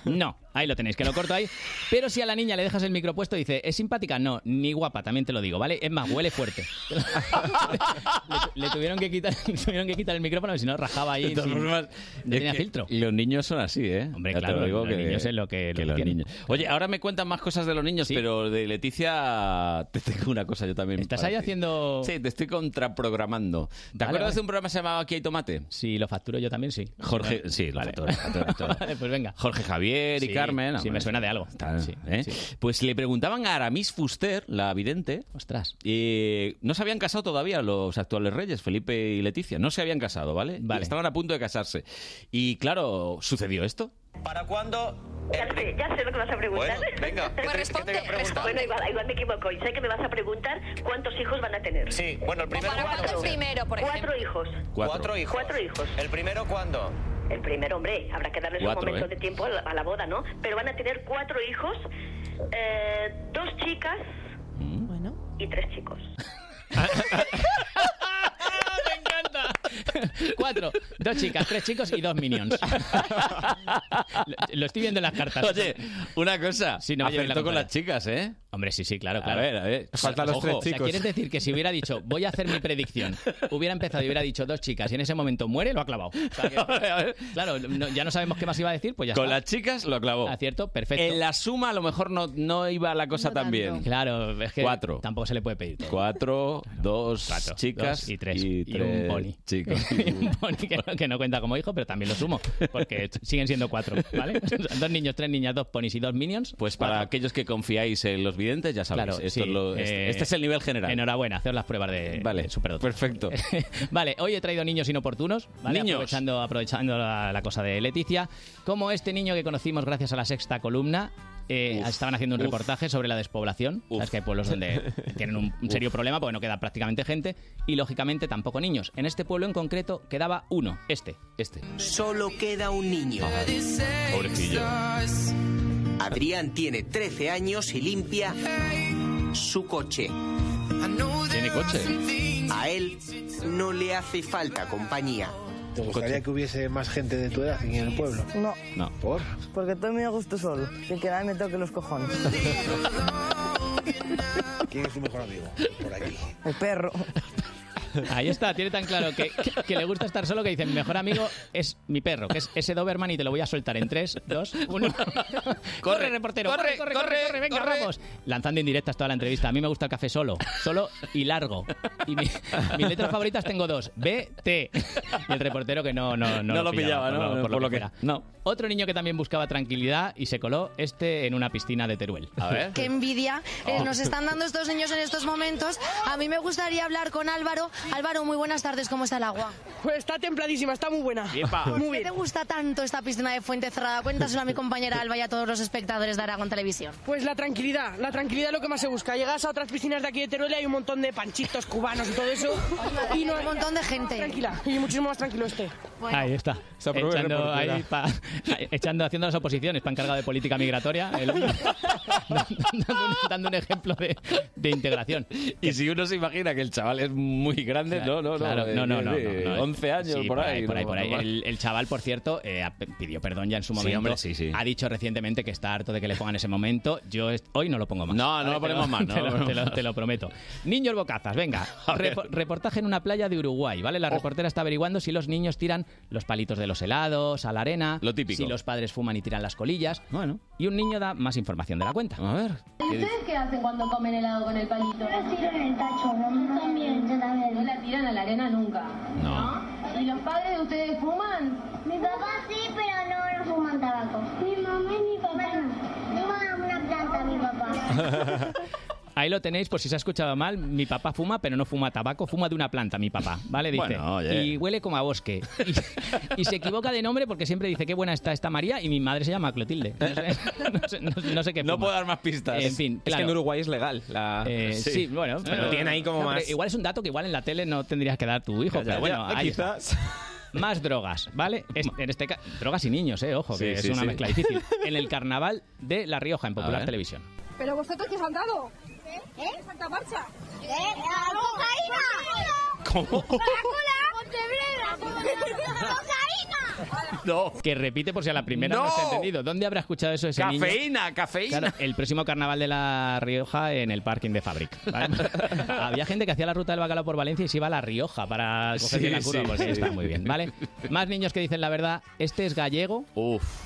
[SPEAKER 30] No, ahí lo tenéis, que lo corto ahí. Pero si a la niña le dejas el micro puesto, dice, ¿es simpática? No, ni guapa, también te lo digo, ¿vale? Es más, huele fuerte. le, le tuvieron, que quitar, le tuvieron que quitar el micrófono, si no, rajaba ahí.
[SPEAKER 2] De todas
[SPEAKER 30] sin-
[SPEAKER 2] formas,
[SPEAKER 30] no
[SPEAKER 2] es
[SPEAKER 30] tenía
[SPEAKER 2] que
[SPEAKER 30] filtro.
[SPEAKER 2] Los niños son así, ¿eh? Hombre,
[SPEAKER 30] claro, los niños es lo que- lo que
[SPEAKER 2] los
[SPEAKER 30] tienen.
[SPEAKER 2] niños. Oye, ahora me cuentan más cosas de los niños, pero de Leticia te tengo una cosa yo también.
[SPEAKER 30] ¿Estás ahí haciendo...?
[SPEAKER 2] Sí, te estoy contraprogramando. ¿Te
[SPEAKER 30] Vale,
[SPEAKER 2] acuerdas
[SPEAKER 30] vale.
[SPEAKER 2] de un programa que se llamaba Aquí hay tomate?
[SPEAKER 30] Sí, lo facturo yo también, sí.
[SPEAKER 2] Jorge, sí, lo factura, factura, factura.
[SPEAKER 30] Vale, pues venga.
[SPEAKER 2] Jorge Javier y
[SPEAKER 30] Sí,
[SPEAKER 2] Carmen.
[SPEAKER 30] sí, me suena de algo.
[SPEAKER 2] ¿eh? Pues le preguntaban a Aramis Fuster, la vidente. eh,
[SPEAKER 30] Ostras.
[SPEAKER 2] no se habían casado todavía los actuales reyes, Felipe y Leticia. No se habían casado, ¿vale? Y Estaban a punto de casarse. Y claro, sucedió esto.
[SPEAKER 24] ¿Para cuándo? Ya sé, ya sé lo que vas a preguntar.
[SPEAKER 2] Bueno, venga.
[SPEAKER 24] Pues responde, Bueno, igual, igual me equivoco. Y sé que me vas a preguntar cuántos hijos van a tener. Sí, bueno, el
[SPEAKER 5] primero, ¿Para cuántos? cuántos primero, por
[SPEAKER 24] Cuatro hijos.
[SPEAKER 2] Cuatro. Cuatro
[SPEAKER 24] hijos. Cuatro hijos.
[SPEAKER 2] ¿El primero cuándo?
[SPEAKER 24] El primero, hombre, habrá que darles
[SPEAKER 2] Cuatro,
[SPEAKER 24] un momento
[SPEAKER 2] ¿eh?
[SPEAKER 24] de tiempo a la, a la boda, ¿no? Pero van a tener cuatro hijos, eh, dos chicas y tres chicos.
[SPEAKER 30] Cuatro, dos chicas, tres chicos y dos minions. lo, lo estoy viendo en las cartas.
[SPEAKER 2] Oye, una cosa.
[SPEAKER 30] Sí, no me lleves la
[SPEAKER 2] acertó con
[SPEAKER 30] contraria.
[SPEAKER 2] las chicas, ¿eh?
[SPEAKER 30] Hombre, sí, sí, claro, claro.
[SPEAKER 2] A ver, a ver.
[SPEAKER 30] O sea,
[SPEAKER 2] Faltan los
[SPEAKER 30] ojo,
[SPEAKER 2] tres
[SPEAKER 30] o sea,
[SPEAKER 2] chicos.
[SPEAKER 30] ¿Quieres decir que si hubiera dicho, voy a hacer mi predicción, hubiera empezado y hubiera dicho dos chicas y en ese momento muere, lo ha clavado? O sea que- claro, no- ya no sabemos qué más iba a decir, pues ya
[SPEAKER 2] Con
[SPEAKER 30] está.
[SPEAKER 2] las chicas lo clavó.
[SPEAKER 30] Acierto, perfecto.
[SPEAKER 2] En la suma a lo mejor no, no iba la cosa tan bien.
[SPEAKER 30] Claro, es que
[SPEAKER 2] Cuatro.
[SPEAKER 30] tampoco se le puede pedir todo.
[SPEAKER 2] Cuatro, dos
[SPEAKER 30] Cuatro,
[SPEAKER 2] chicas
[SPEAKER 30] dos y tres.
[SPEAKER 2] Y,
[SPEAKER 30] Y un
[SPEAKER 2] tres
[SPEAKER 30] boni.
[SPEAKER 2] Chicos.
[SPEAKER 30] Y un pony que no, que no cuenta como hijo, pero también lo sumo, porque siguen siendo cuatro, ¿vale? O sea, Dos niños, tres niñas, dos ponis y dos minions.
[SPEAKER 2] Pues para aquellos que confiáis en los accidentes, ya sabéis.
[SPEAKER 30] Claro,
[SPEAKER 2] esto
[SPEAKER 30] sí,
[SPEAKER 2] es lo- este,
[SPEAKER 30] eh,
[SPEAKER 2] este es el nivel general.
[SPEAKER 30] Enhorabuena, hacer las pruebas de,
[SPEAKER 2] Vale, perfecto.
[SPEAKER 30] Vale, hoy he traído niños inoportunos, ¿vale?
[SPEAKER 2] Niños.
[SPEAKER 30] aprovechando, aprovechando la, la cosa de Leticia, como este niño que conocimos gracias a la sexta columna. eh, estaban haciendo un
[SPEAKER 2] uf.
[SPEAKER 30] reportaje sobre la despoblación. Sabes que hay pueblos donde tienen un, un serio problema porque no queda prácticamente gente y lógicamente tampoco niños. En este pueblo en concreto quedaba uno, este, este.
[SPEAKER 28] Solo queda un niño.
[SPEAKER 2] Pobrecillo.
[SPEAKER 28] Adrián tiene 13 años y limpia su coche.
[SPEAKER 2] Tiene coche.
[SPEAKER 28] A él no le hace falta compañía.
[SPEAKER 15] ¿Te gustaría que hubiese más gente de tu edad en el pueblo?
[SPEAKER 19] No,
[SPEAKER 2] No.
[SPEAKER 15] ¿Por?
[SPEAKER 19] porque estoy muy a gusto solo. Sin que nadie me toque los cojones.
[SPEAKER 15] ¿Quién es tu mejor amigo? Por aquí.
[SPEAKER 19] El perro.
[SPEAKER 30] Ahí está, tiene tan claro que, que- que le gusta estar solo que dice, mi mejor amigo es mi perro, que es ese Doberman y te lo voy a soltar en 3, 2, 1. corre, reportero, corre, corre, corre, corre, venga, vamos. Lanzando indirectas toda la entrevista. A mí me gusta el café solo, solo y largo. Y mi- mis letras favoritas tengo dos, B, T. Y el reportero que no, no, no,
[SPEAKER 2] No lo pillaba, ¿no?
[SPEAKER 30] Por lo,
[SPEAKER 2] Por lo que-
[SPEAKER 30] que, No. Otro niño que también buscaba tranquilidad y se coló, este en una piscina de Teruel. A ver.
[SPEAKER 24] Qué envidia eh,
[SPEAKER 30] Oh.
[SPEAKER 24] nos están dando estos niños en estos momentos. A mí me gustaría hablar con Álvaro. Álvaro, muy buenas tardes, ¿cómo está el agua? Pues está templadísima, está muy buena.
[SPEAKER 33] Yepa. Muy
[SPEAKER 24] ¿Qué te gusta tanto esta piscina de Fuente Cerrada? Cuéntaselo a mi compañera Alba y a todos los espectadores de Aragón Televisión.
[SPEAKER 33] Pues la tranquilidad, la tranquilidad es lo que más se busca. Llegas a otras piscinas de aquí de Teruel y hay un montón de panchitos cubanos y todo eso. y no hay un montón de gente. Tranquila, y muchísimo más tranquilo este.
[SPEAKER 30] Ahí está.
[SPEAKER 33] Se aprueba el
[SPEAKER 30] echando,
[SPEAKER 33] reportero.
[SPEAKER 30] ahí pa- echando, haciendo las oposiciones, pan cargado de política migratoria, el hombre. dando, un, dando un ejemplo de, de integración.
[SPEAKER 2] Y si uno se imagina que el chaval es muy grande,
[SPEAKER 30] Claro,
[SPEAKER 2] no, no,
[SPEAKER 30] claro,
[SPEAKER 2] no.
[SPEAKER 30] no, no,
[SPEAKER 2] eh,
[SPEAKER 30] no,
[SPEAKER 2] eh,
[SPEAKER 30] no, no.
[SPEAKER 2] 11 años
[SPEAKER 30] Sí,
[SPEAKER 2] por ahí.
[SPEAKER 30] Por ahí,
[SPEAKER 2] no,
[SPEAKER 30] por ahí.
[SPEAKER 2] no, no.
[SPEAKER 30] El, el chaval, por cierto, eh, ha- pidió perdón ya en su
[SPEAKER 2] Sí,
[SPEAKER 30] momento.
[SPEAKER 2] hombre, sí,
[SPEAKER 30] Ha dicho recientemente que está harto de que le pongan ese momento. Yo est- hoy no lo pongo más. No,
[SPEAKER 2] no lo ponemos más, no
[SPEAKER 30] Te
[SPEAKER 2] lo
[SPEAKER 30] lo,
[SPEAKER 2] ponemos
[SPEAKER 30] te lo-
[SPEAKER 2] más.
[SPEAKER 30] te lo prometo. Niños bocazas, venga.
[SPEAKER 2] A ver. Oh.
[SPEAKER 30] Repo- reportaje en una playa de Uruguay, ¿vale? La reportera está averiguando si los niños tiran los palitos de los helados a la arena. Lo
[SPEAKER 2] típico.
[SPEAKER 30] Si los padres fuman y tiran las colillas. Bueno. Y un niño da más información de la cuenta. A ver.
[SPEAKER 34] qué hacen cuando comen helado con el palito? Yo la tiro en el tacho, ¿no? también, yo también. No la tiran a la arena nunca.
[SPEAKER 2] No.
[SPEAKER 34] ¿Y los padres de ustedes fuman? Mi papá sí, pero no, no fuman tabaco. Mi mamá y mi papá. Fuman una planta, mi papá.
[SPEAKER 30] Ahí lo tenéis, por si se ha escuchado mal, mi papá fuma, pero no fuma tabaco, fuma de una planta, mi papá, ¿vale? Dice,
[SPEAKER 2] Bueno, oye.
[SPEAKER 30] y huele como a bosque. Y, y se equivoca de nombre porque siempre dice, qué buena está esta María, y mi madre se llama Clotilde. No sé, no sé- no sé- no sé qué No puedo dar más pistas. En fin,
[SPEAKER 23] Es que en
[SPEAKER 30] claro.
[SPEAKER 23] Uruguay es legal. la-
[SPEAKER 30] Eh, sí. bueno,
[SPEAKER 23] Pero tienen ahí como
[SPEAKER 30] No, pero
[SPEAKER 23] más.
[SPEAKER 30] Igual es un dato que igual en la tele no tendrías que dar tu hijo,
[SPEAKER 23] Ya, ya,
[SPEAKER 30] pero bueno,
[SPEAKER 23] ya,
[SPEAKER 30] ahí está.
[SPEAKER 23] quizás.
[SPEAKER 30] Más drogas, ¿vale? Es- en este caso, drogas y niños, ¿eh? Ojo,
[SPEAKER 2] Sí,
[SPEAKER 30] que
[SPEAKER 2] sí,
[SPEAKER 30] es una
[SPEAKER 2] sí.
[SPEAKER 30] mezcla difícil. En el carnaval de La Rioja, en Popular
[SPEAKER 2] ver.
[SPEAKER 30] Televisión.
[SPEAKER 33] ¿Pero vosotros qué os han dado? ¿Eh? ¿Santa Marcha?
[SPEAKER 34] ¿Eh? ¿A cocaína?
[SPEAKER 30] ¿Cómo? No. Que repite por si a la primera no,
[SPEAKER 2] No.
[SPEAKER 30] se ha entendido. ¿Dónde habrá escuchado eso ese niño?
[SPEAKER 2] Cafeína, cafeína.
[SPEAKER 30] Claro, el próximo carnaval de La Rioja en el parking de Fabric. ¿vale? Había gente que hacía la ruta del bacalao por Valencia y se iba a La Rioja para cogerse
[SPEAKER 2] Sí,
[SPEAKER 30] la curva,
[SPEAKER 2] sí,
[SPEAKER 30] porque
[SPEAKER 2] sí.
[SPEAKER 30] está muy bien, ¿vale? Más niños que dicen la verdad. Este es gallego,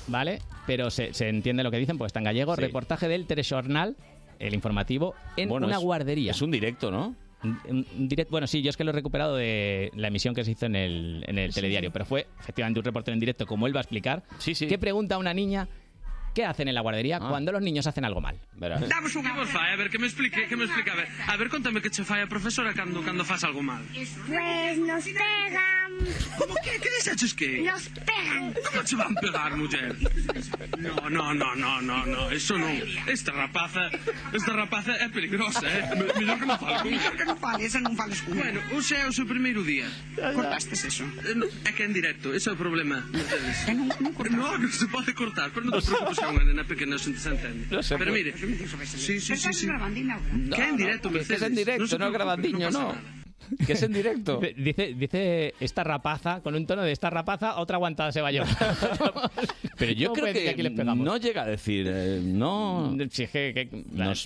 [SPEAKER 30] ¿vale? Pero se, se entiende lo que dicen porque está en gallego.
[SPEAKER 2] Sí.
[SPEAKER 30] Reportaje del Telejornal, el informativo, en
[SPEAKER 2] Bueno,
[SPEAKER 30] una
[SPEAKER 2] es-
[SPEAKER 30] guardería. Es un directo, ¿no? bueno, sí, yo es que lo he recuperado de la emisión que se hizo en el, en el telediario, pero fue efectivamente un reportero en directo, como él va a explicar, que pregunta a una niña qué hacen en la guardería
[SPEAKER 2] Ah.
[SPEAKER 30] cuando los niños hacen algo mal.
[SPEAKER 32] Damos un que vos fai, a ver, que me explique, que me explique, a ver. A ver, contame que che fai a profesora cando, cando fas algo mal.
[SPEAKER 34] Pues nos pegan,
[SPEAKER 32] Como que, que deseches que?
[SPEAKER 34] nos pegan.
[SPEAKER 32] Como che van pegar, muller? No, no, no, no, no, no, eso non. Esta rapaza, esta rapaza é peligrosa, eh? Me- Mellor que non falo con
[SPEAKER 14] Mellor que non fales e non fales con
[SPEAKER 32] Bueno, hoxe é o seu primeiro día. Cortastes eso? É que en directo, ese é o problema. Non, non cortas. Non, non se pode cortar, pero non te preocupes que é unha nena pequena se se entende.
[SPEAKER 14] No se
[SPEAKER 32] pero
[SPEAKER 14] puede.
[SPEAKER 32] mire, sí, sí, sí, sí.
[SPEAKER 14] No,
[SPEAKER 32] que é en
[SPEAKER 14] no,
[SPEAKER 32] directo,
[SPEAKER 14] que es
[SPEAKER 32] Mercedes.
[SPEAKER 14] en directo,
[SPEAKER 32] se
[SPEAKER 14] no es
[SPEAKER 32] preocupe,
[SPEAKER 14] grabandiño,
[SPEAKER 32] pasa
[SPEAKER 14] no.
[SPEAKER 32] nada.
[SPEAKER 30] Que es en directo. Dice, dice esta rapaza, con un tono de esta rapaza, otra aguantada se va a llevar.
[SPEAKER 2] Pero yo creo
[SPEAKER 30] ¿Cómo puede decir
[SPEAKER 2] que,
[SPEAKER 30] que aquí les pegamos?
[SPEAKER 2] no llega a decir, eh, no.
[SPEAKER 30] Sí, que,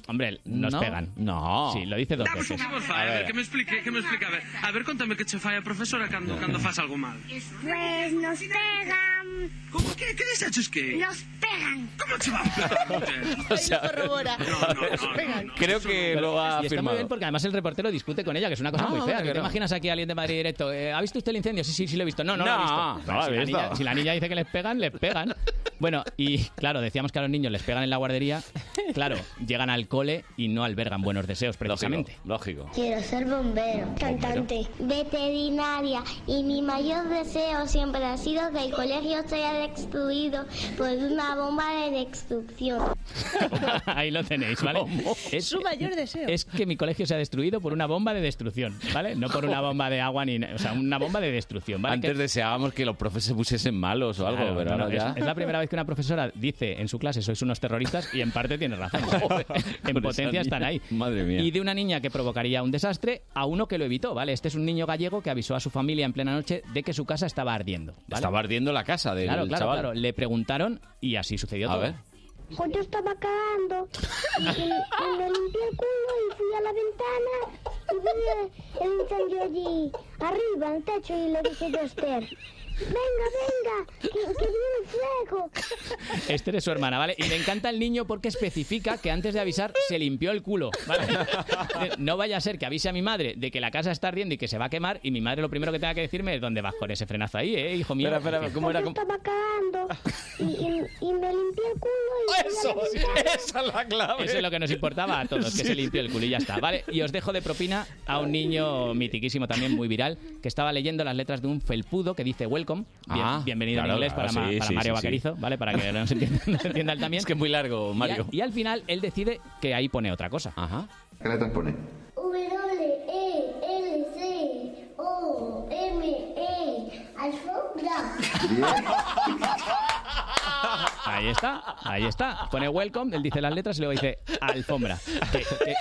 [SPEAKER 30] hombre, nos
[SPEAKER 2] no,
[SPEAKER 30] pegan.
[SPEAKER 2] No.
[SPEAKER 30] Sí, lo dice dos
[SPEAKER 32] Damos un
[SPEAKER 30] veces.
[SPEAKER 32] favor, a, ver, que me explique, que me explique, a ver. A ver, contame que che fai a profesora cando, cando fas algo mal.
[SPEAKER 34] Pues nos pegan,
[SPEAKER 32] Como que, que deseches que?
[SPEAKER 34] nos pegan.
[SPEAKER 32] ¿Cómo te va a pegar, muller?
[SPEAKER 30] O sea,
[SPEAKER 34] corrobora.
[SPEAKER 32] No, no, no, no, no.
[SPEAKER 30] Creo que
[SPEAKER 32] lo ha
[SPEAKER 30] y está
[SPEAKER 32] afirmado.
[SPEAKER 30] muy bien porque además el reportero discute con ella, que es una cosa
[SPEAKER 2] Ah,
[SPEAKER 30] muy fea.
[SPEAKER 2] hombre,
[SPEAKER 30] ¿Tú ¿Te
[SPEAKER 2] claro.
[SPEAKER 30] imaginas aquí a alguien de Madrid directo? eh, ¿Ha visto usted el incendio? Sí, sí, sí lo he visto. No, no, lo he
[SPEAKER 2] No,
[SPEAKER 30] visto.
[SPEAKER 2] no lo he
[SPEAKER 30] si,
[SPEAKER 2] visto.
[SPEAKER 30] la niña, si la niña dice que les pegan, les pegan. Bueno, y claro, decíamos que a los niños les pegan en la guardería claro, llegan al cole y no albergan buenos deseos, precisamente.
[SPEAKER 2] Lógico.
[SPEAKER 34] Quiero ser bombero, cantante, veterinaria y mi mayor deseo siempre ha sido que el colegio sea destruido por una bomba de destrucción.
[SPEAKER 30] Ahí lo tenéis, ¿vale? Es
[SPEAKER 47] Su mayor deseo.
[SPEAKER 30] Es que mi colegio se ha destruido por una bomba de destrucción, ¿vale? No por una bomba de agua ni, na- o sea, una bomba de destrucción, ¿vale?
[SPEAKER 2] Antes deseábamos que los profes se pusiesen malos o algo,
[SPEAKER 30] Claro,
[SPEAKER 2] pero
[SPEAKER 30] no, no,
[SPEAKER 2] ahora ya.
[SPEAKER 30] es, es la primera vez que una profesora dice en su clase sois unos terroristas y en parte tiene razón. en
[SPEAKER 2] Con
[SPEAKER 30] potencia
[SPEAKER 2] esa
[SPEAKER 30] están
[SPEAKER 2] niña.
[SPEAKER 30] ahí.
[SPEAKER 2] Madre mía.
[SPEAKER 30] Y de una niña que provocaría un desastre a uno que lo evitó, ¿vale? Este es un niño gallego que avisó a su familia en plena noche de que su casa estaba ardiendo. ¿vale?
[SPEAKER 2] Estaba ardiendo la casa del
[SPEAKER 30] Claro, claro,
[SPEAKER 2] chaval.
[SPEAKER 30] claro. Le preguntaron y así sucedió
[SPEAKER 2] A
[SPEAKER 30] todo.
[SPEAKER 2] ver.
[SPEAKER 34] Pues yo estaba cagando y, y me limpié el culo y fui a la ventana y vi el incendio allí arriba, en el techo y le dije yo a Esther, venga, venga, que, que viene el fuego.
[SPEAKER 30] Esther es su hermana, ¿vale? Y me encanta el niño porque especifica que antes de avisar se limpió el culo, ¿vale? No vaya a ser que avise a mi madre de que la casa está ardiendo y que se va a quemar y mi madre lo primero que tenga que decirme es dónde vas con ese frenazo ahí, ¿eh, hijo mío?
[SPEAKER 2] Espera, espera, ¿cómo era? ¿Cómo-
[SPEAKER 34] Estaba cagando y, y- y me limpié el culo y fui a la ventana.
[SPEAKER 2] esa es la clave.
[SPEAKER 30] Eso es lo que nos importaba a todos, que se limpió el culo y ya está, ¿vale? Y os dejo de propina a un niño mitiquísimo también, muy viral, que estaba leyendo las letras de un felpudo que dice welcome, bien-
[SPEAKER 2] Ah,
[SPEAKER 30] bienvenido
[SPEAKER 2] claro,
[SPEAKER 30] en inglés
[SPEAKER 2] claro,
[SPEAKER 30] para, ma-
[SPEAKER 2] sí,
[SPEAKER 30] para
[SPEAKER 2] sí,
[SPEAKER 30] Mario
[SPEAKER 2] sí, sí.
[SPEAKER 30] Vaquerizo, ¿vale? Para que nos entienda, nos entienda él también. Es que
[SPEAKER 2] es muy largo,
[SPEAKER 30] Mario. Y, al final él decide que ahí pone otra cosa.
[SPEAKER 2] Ajá.
[SPEAKER 30] ¿Qué letras pone?
[SPEAKER 34] W E L C O M E alfombra.
[SPEAKER 30] Ahí está, ahí está. Pone welcome, él dice las letras y luego dice alfombra. Que, que-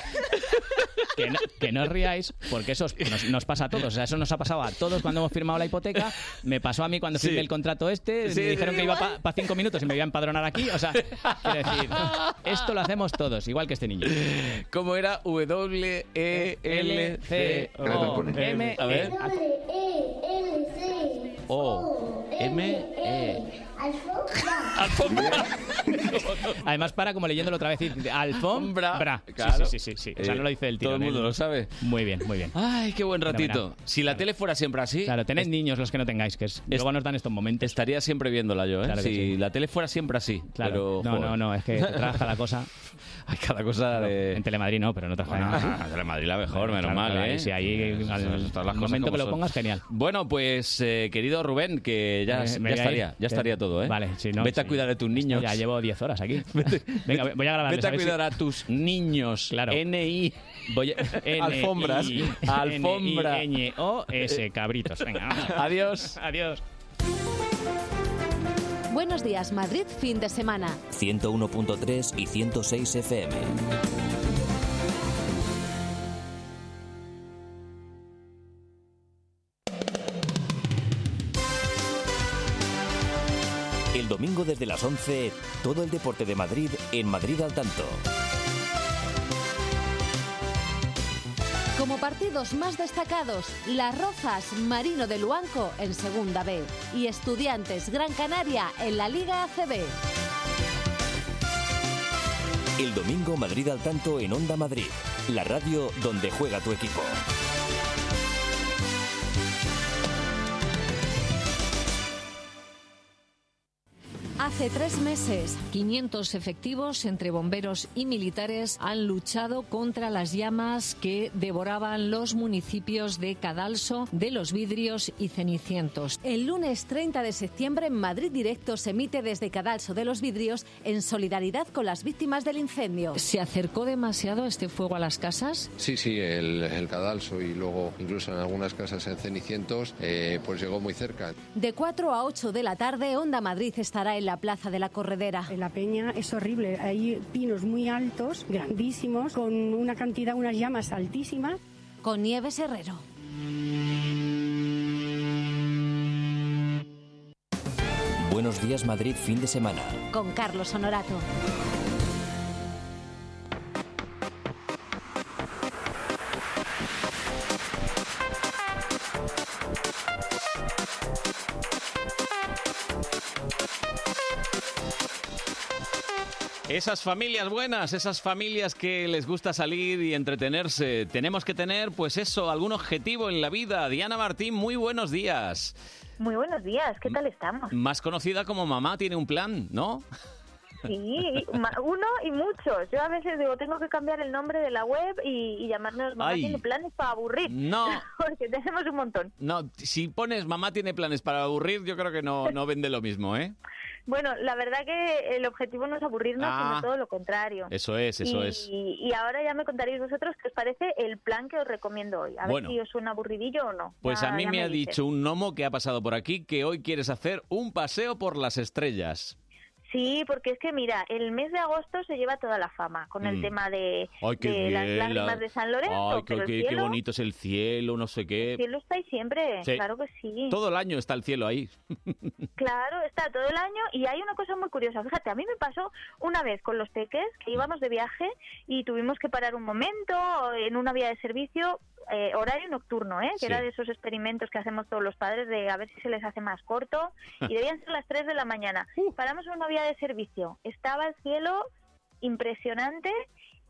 [SPEAKER 30] que no, que no os riáis, porque eso os- nos, nos pasa a todos. O sea, eso nos ha pasado a todos cuando hemos firmado la hipoteca. Me pasó a mí cuando
[SPEAKER 2] Sí.
[SPEAKER 30] firmé el contrato este.
[SPEAKER 2] Sí,
[SPEAKER 30] me dijeron
[SPEAKER 2] sí,
[SPEAKER 30] que iba
[SPEAKER 2] igual.
[SPEAKER 30] para cinco minutos y me iba a empadronar aquí. O sea, quiero decir, esto lo hacemos todos, igual que este niño.
[SPEAKER 2] ¿Cómo era? W, E, L, C,
[SPEAKER 30] ¿Qué letras
[SPEAKER 2] O,
[SPEAKER 30] pone?
[SPEAKER 2] M. E. A ver.
[SPEAKER 34] W E L C
[SPEAKER 2] O, M, E.
[SPEAKER 34] alfombra.
[SPEAKER 30] Además, para como leyéndolo otra vez. y dice, Alfombra. bra". Sí,
[SPEAKER 2] claro.
[SPEAKER 30] Sí, sí, sí, sí. O sea,
[SPEAKER 2] Eh,
[SPEAKER 30] no lo dice el tío.
[SPEAKER 2] todo el mundo lo sabe.
[SPEAKER 30] Muy bien, muy bien.
[SPEAKER 2] Ay, qué buen ratito. Si la tele fuera siempre así.
[SPEAKER 30] Claro, tened niños los que no tengáis, que es, luego nos dan estos momentos.
[SPEAKER 2] Estaría siempre viéndola yo, ¿eh?
[SPEAKER 30] Claro que
[SPEAKER 2] si la tele fuera siempre así.
[SPEAKER 30] Claro.
[SPEAKER 2] pero,
[SPEAKER 30] no,
[SPEAKER 2] joder.
[SPEAKER 30] no, no, es que se trabaja la cosa.
[SPEAKER 2] Hay cada cosa de.
[SPEAKER 30] En Telemadrid no, pero en otras cadenas.
[SPEAKER 2] Ah, Telemadrid la mejor,
[SPEAKER 30] Claro,
[SPEAKER 2] menos
[SPEAKER 30] claro,
[SPEAKER 2] mal,
[SPEAKER 30] claro,
[SPEAKER 2] ¿eh?
[SPEAKER 30] ahí sí, ahí,
[SPEAKER 2] Todas
[SPEAKER 30] al
[SPEAKER 2] las cosas
[SPEAKER 30] momento
[SPEAKER 2] como
[SPEAKER 30] que lo
[SPEAKER 2] son.
[SPEAKER 30] pongas, genial.
[SPEAKER 2] Bueno, pues, eh, querido Rubén, que ya,
[SPEAKER 30] Eh,
[SPEAKER 2] ya
[SPEAKER 30] me voy a
[SPEAKER 2] estaría,
[SPEAKER 30] ir.
[SPEAKER 2] ya estaría todo, ¿eh?
[SPEAKER 30] Vale, sí, no,
[SPEAKER 2] Vete a
[SPEAKER 30] sí.
[SPEAKER 2] cuidar de tus niños.
[SPEAKER 30] Ya llevo 10 horas aquí. Venga, voy a grabar.
[SPEAKER 2] Vete a cuidar a tus niños.
[SPEAKER 30] Claro.
[SPEAKER 2] NI.
[SPEAKER 30] Voy a- N,
[SPEAKER 2] Alfombras.
[SPEAKER 30] I,
[SPEAKER 2] Alfombra.
[SPEAKER 30] N, I, Ñ, O, S, cabritos. Venga.
[SPEAKER 2] Adiós.
[SPEAKER 30] Adiós.
[SPEAKER 12] Buenos días, Madrid, fin de semana.
[SPEAKER 11] 101.3 y 106 FM. El domingo desde las 11, todo el deporte de Madrid en Madrid al tanto.
[SPEAKER 12] Como partidos más destacados, Las Rozas, Marino de Luanco en Segunda B y Estudiantes Gran Canaria en la Liga ACB.
[SPEAKER 11] El domingo Madrid al tanto en Onda Madrid, la radio donde juega tu equipo.
[SPEAKER 48] Hace tres meses, 500 efectivos entre bomberos y militares han luchado contra las llamas que devoraban los municipios de Cadalso, de Los Vidrios y Cenicientos.
[SPEAKER 12] El lunes 30 de septiembre en Madrid Directo se emite desde Cadalso de los Vidrios en solidaridad con las víctimas del incendio.
[SPEAKER 48] ¿Se acercó demasiado este fuego a las casas?
[SPEAKER 25] Sí, sí, el, el cadalso y luego incluso en algunas casas en Cenicientos, eh, pues llegó muy cerca.
[SPEAKER 12] De 4 a 8 de la tarde, Onda Madrid estará en la Plaza de la Corredera.
[SPEAKER 49] La peña es horrible. Hay pinos muy altos, grandísimos, con una cantidad, unas llamas altísimas.
[SPEAKER 12] Con Nieves Herrero.
[SPEAKER 11] Buenos días Madrid fin de semana.
[SPEAKER 12] Con Carlos Honorato.
[SPEAKER 2] Esas familias buenas, esas familias que les gusta salir y entretenerse. Tenemos que tener, pues eso, algún objetivo en la vida. Diana Martín, muy buenos días.
[SPEAKER 1] Muy buenos días, ¿qué tal estamos?
[SPEAKER 2] Más conocida como mamá, tiene un plan, ¿no?
[SPEAKER 1] Sí, ma- uno y muchos. Yo a veces digo, tengo que cambiar el nombre de la web y, y llamarnos Mamá
[SPEAKER 2] Ay.
[SPEAKER 1] Tiene Planes para aburrir.
[SPEAKER 2] No.
[SPEAKER 1] Porque tenemos un montón.
[SPEAKER 2] No, si pones mamá tiene planes para aburrir, yo creo que no, no vende lo mismo, ¿eh?
[SPEAKER 1] Bueno, la verdad que el objetivo no es aburrirnos,
[SPEAKER 2] Ah.
[SPEAKER 1] sino todo lo contrario.
[SPEAKER 2] Eso es, eso
[SPEAKER 1] y,
[SPEAKER 2] es.
[SPEAKER 1] Y ahora ya me contaréis vosotros qué os parece el plan que os recomiendo hoy. A
[SPEAKER 2] Bueno.
[SPEAKER 1] ver si os suena aburridillo o no.
[SPEAKER 2] Pues
[SPEAKER 1] Ya-
[SPEAKER 2] a mí
[SPEAKER 1] ya
[SPEAKER 2] me ha
[SPEAKER 1] dices.
[SPEAKER 2] dicho un gnomo que ha pasado por aquí que hoy quieres hacer un paseo por las estrellas.
[SPEAKER 1] Sí, porque es que mira, el mes de agosto se lleva toda la fama con el
[SPEAKER 2] Mm.
[SPEAKER 1] tema de,
[SPEAKER 2] Ay, qué
[SPEAKER 1] de
[SPEAKER 2] bien.
[SPEAKER 1] las lágrimas
[SPEAKER 2] la-
[SPEAKER 1] de San Lorenzo.
[SPEAKER 2] Ay, qué,
[SPEAKER 1] pero el
[SPEAKER 2] qué- qué
[SPEAKER 1] cielo,
[SPEAKER 2] bonito es el cielo, no sé qué.
[SPEAKER 1] El cielo está ahí siempre,
[SPEAKER 2] Sí.
[SPEAKER 1] claro que sí.
[SPEAKER 2] Todo el año está el cielo ahí.
[SPEAKER 1] Claro, está todo el año y hay una cosa muy curiosa. Fíjate, a mí me pasó una vez con los peques que íbamos de viaje y tuvimos que parar un momento en una vía de servicio, eh, horario nocturno, ¿eh? que
[SPEAKER 3] Sí.
[SPEAKER 1] era de esos experimentos que hacemos todos los padres de a ver si se les hace más corto. Y debían ser las 3 de la mañana. Paramos en una vía de servicio. Estaba el cielo impresionante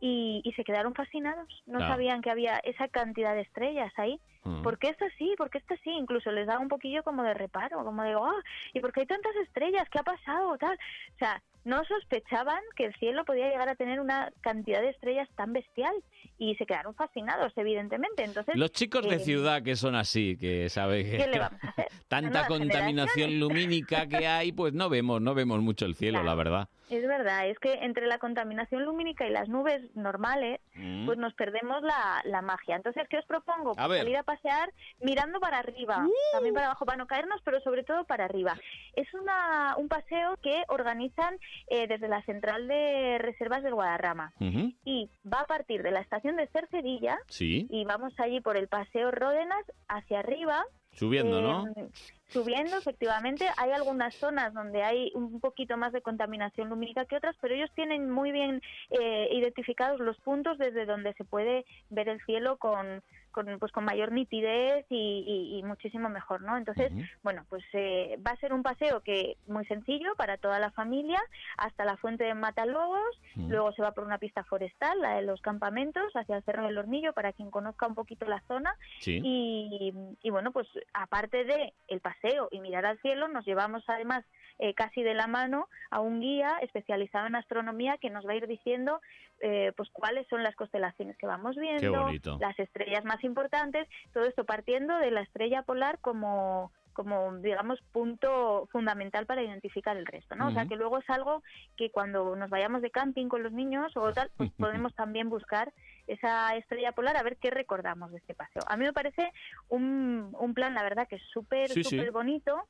[SPEAKER 1] y, y se quedaron fascinados. No
[SPEAKER 6] Claro.
[SPEAKER 1] sabían que había esa cantidad de estrellas ahí.
[SPEAKER 6] Mm.
[SPEAKER 1] ¿Por qué esto sí? ¿Por qué esto sí? Incluso les daba un poquillo como de reparo, como de, oh, ¿y por qué hay tantas estrellas? ¿Qué ha pasado? Tal. O sea, no sospechaban que el cielo podía llegar a tener una cantidad de estrellas tan bestial y se quedaron fascinados, evidentemente. Entonces,
[SPEAKER 2] Los chicos de
[SPEAKER 1] eh,
[SPEAKER 2] ciudad que son así, que saben
[SPEAKER 1] ¿qué le vamos a hacer?
[SPEAKER 2] tanta
[SPEAKER 1] Nuevas
[SPEAKER 2] contaminación
[SPEAKER 1] generaciones.
[SPEAKER 2] lumínica que hay, pues no vemos, no vemos mucho el cielo, la verdad.
[SPEAKER 1] Es verdad, es que entre la contaminación lumínica y las nubes normales,
[SPEAKER 2] Mm.
[SPEAKER 1] pues nos perdemos la, la magia. Entonces, ¿qué os propongo?
[SPEAKER 2] A ver. Uh.
[SPEAKER 1] Salir a pasear mirando para arriba, también para abajo para no caernos, pero sobre todo para arriba. Es una, un paseo que organizan eh, desde la Central de Reservas del Guadarrama
[SPEAKER 2] Ujú.
[SPEAKER 1] y va a partir de la estación de Cercedilla
[SPEAKER 2] Sí.
[SPEAKER 1] y vamos allí por el Paseo Ródenas hacia arriba.
[SPEAKER 2] Subiendo, ¿no?
[SPEAKER 1] eh, Subiendo, efectivamente. Hay algunas zonas donde hay un poquito más de contaminación lumínica que otras, pero ellos tienen muy bien eh, identificados los puntos desde donde se puede ver el cielo con con, pues con mayor nitidez y, y- y muchísimo mejor, ¿no? Entonces, bueno, pues eh, va a ser un paseo que muy sencillo para toda la familia hasta la fuente de Matalobos, luego se va por una pista forestal, la de los campamentos, hacia el Cerro del Hornillo, para quien conozca un poquito la zona.
[SPEAKER 2] Sí.
[SPEAKER 1] Y, y bueno, pues aparte de el paseo y mirar al cielo, nos llevamos además eh, casi de la mano a un guía especializado en astronomía que nos va a ir diciendo eh, pues cuáles son las constelaciones que vamos viendo,
[SPEAKER 6] bonito.
[SPEAKER 1] las estrellas más importantes, todo esto partiendo de la estrella polar como como digamos punto fundamental para identificar el resto, ¿no? O sea
[SPEAKER 6] Ujú.
[SPEAKER 1] que luego es algo que cuando nos vayamos de camping con los niños o tal, pues podemos también buscar esa estrella polar a ver qué recordamos de este paseo. A mí me parece un, un plan, la verdad, que es súper,
[SPEAKER 2] Sí, sí.
[SPEAKER 1] súper bonito.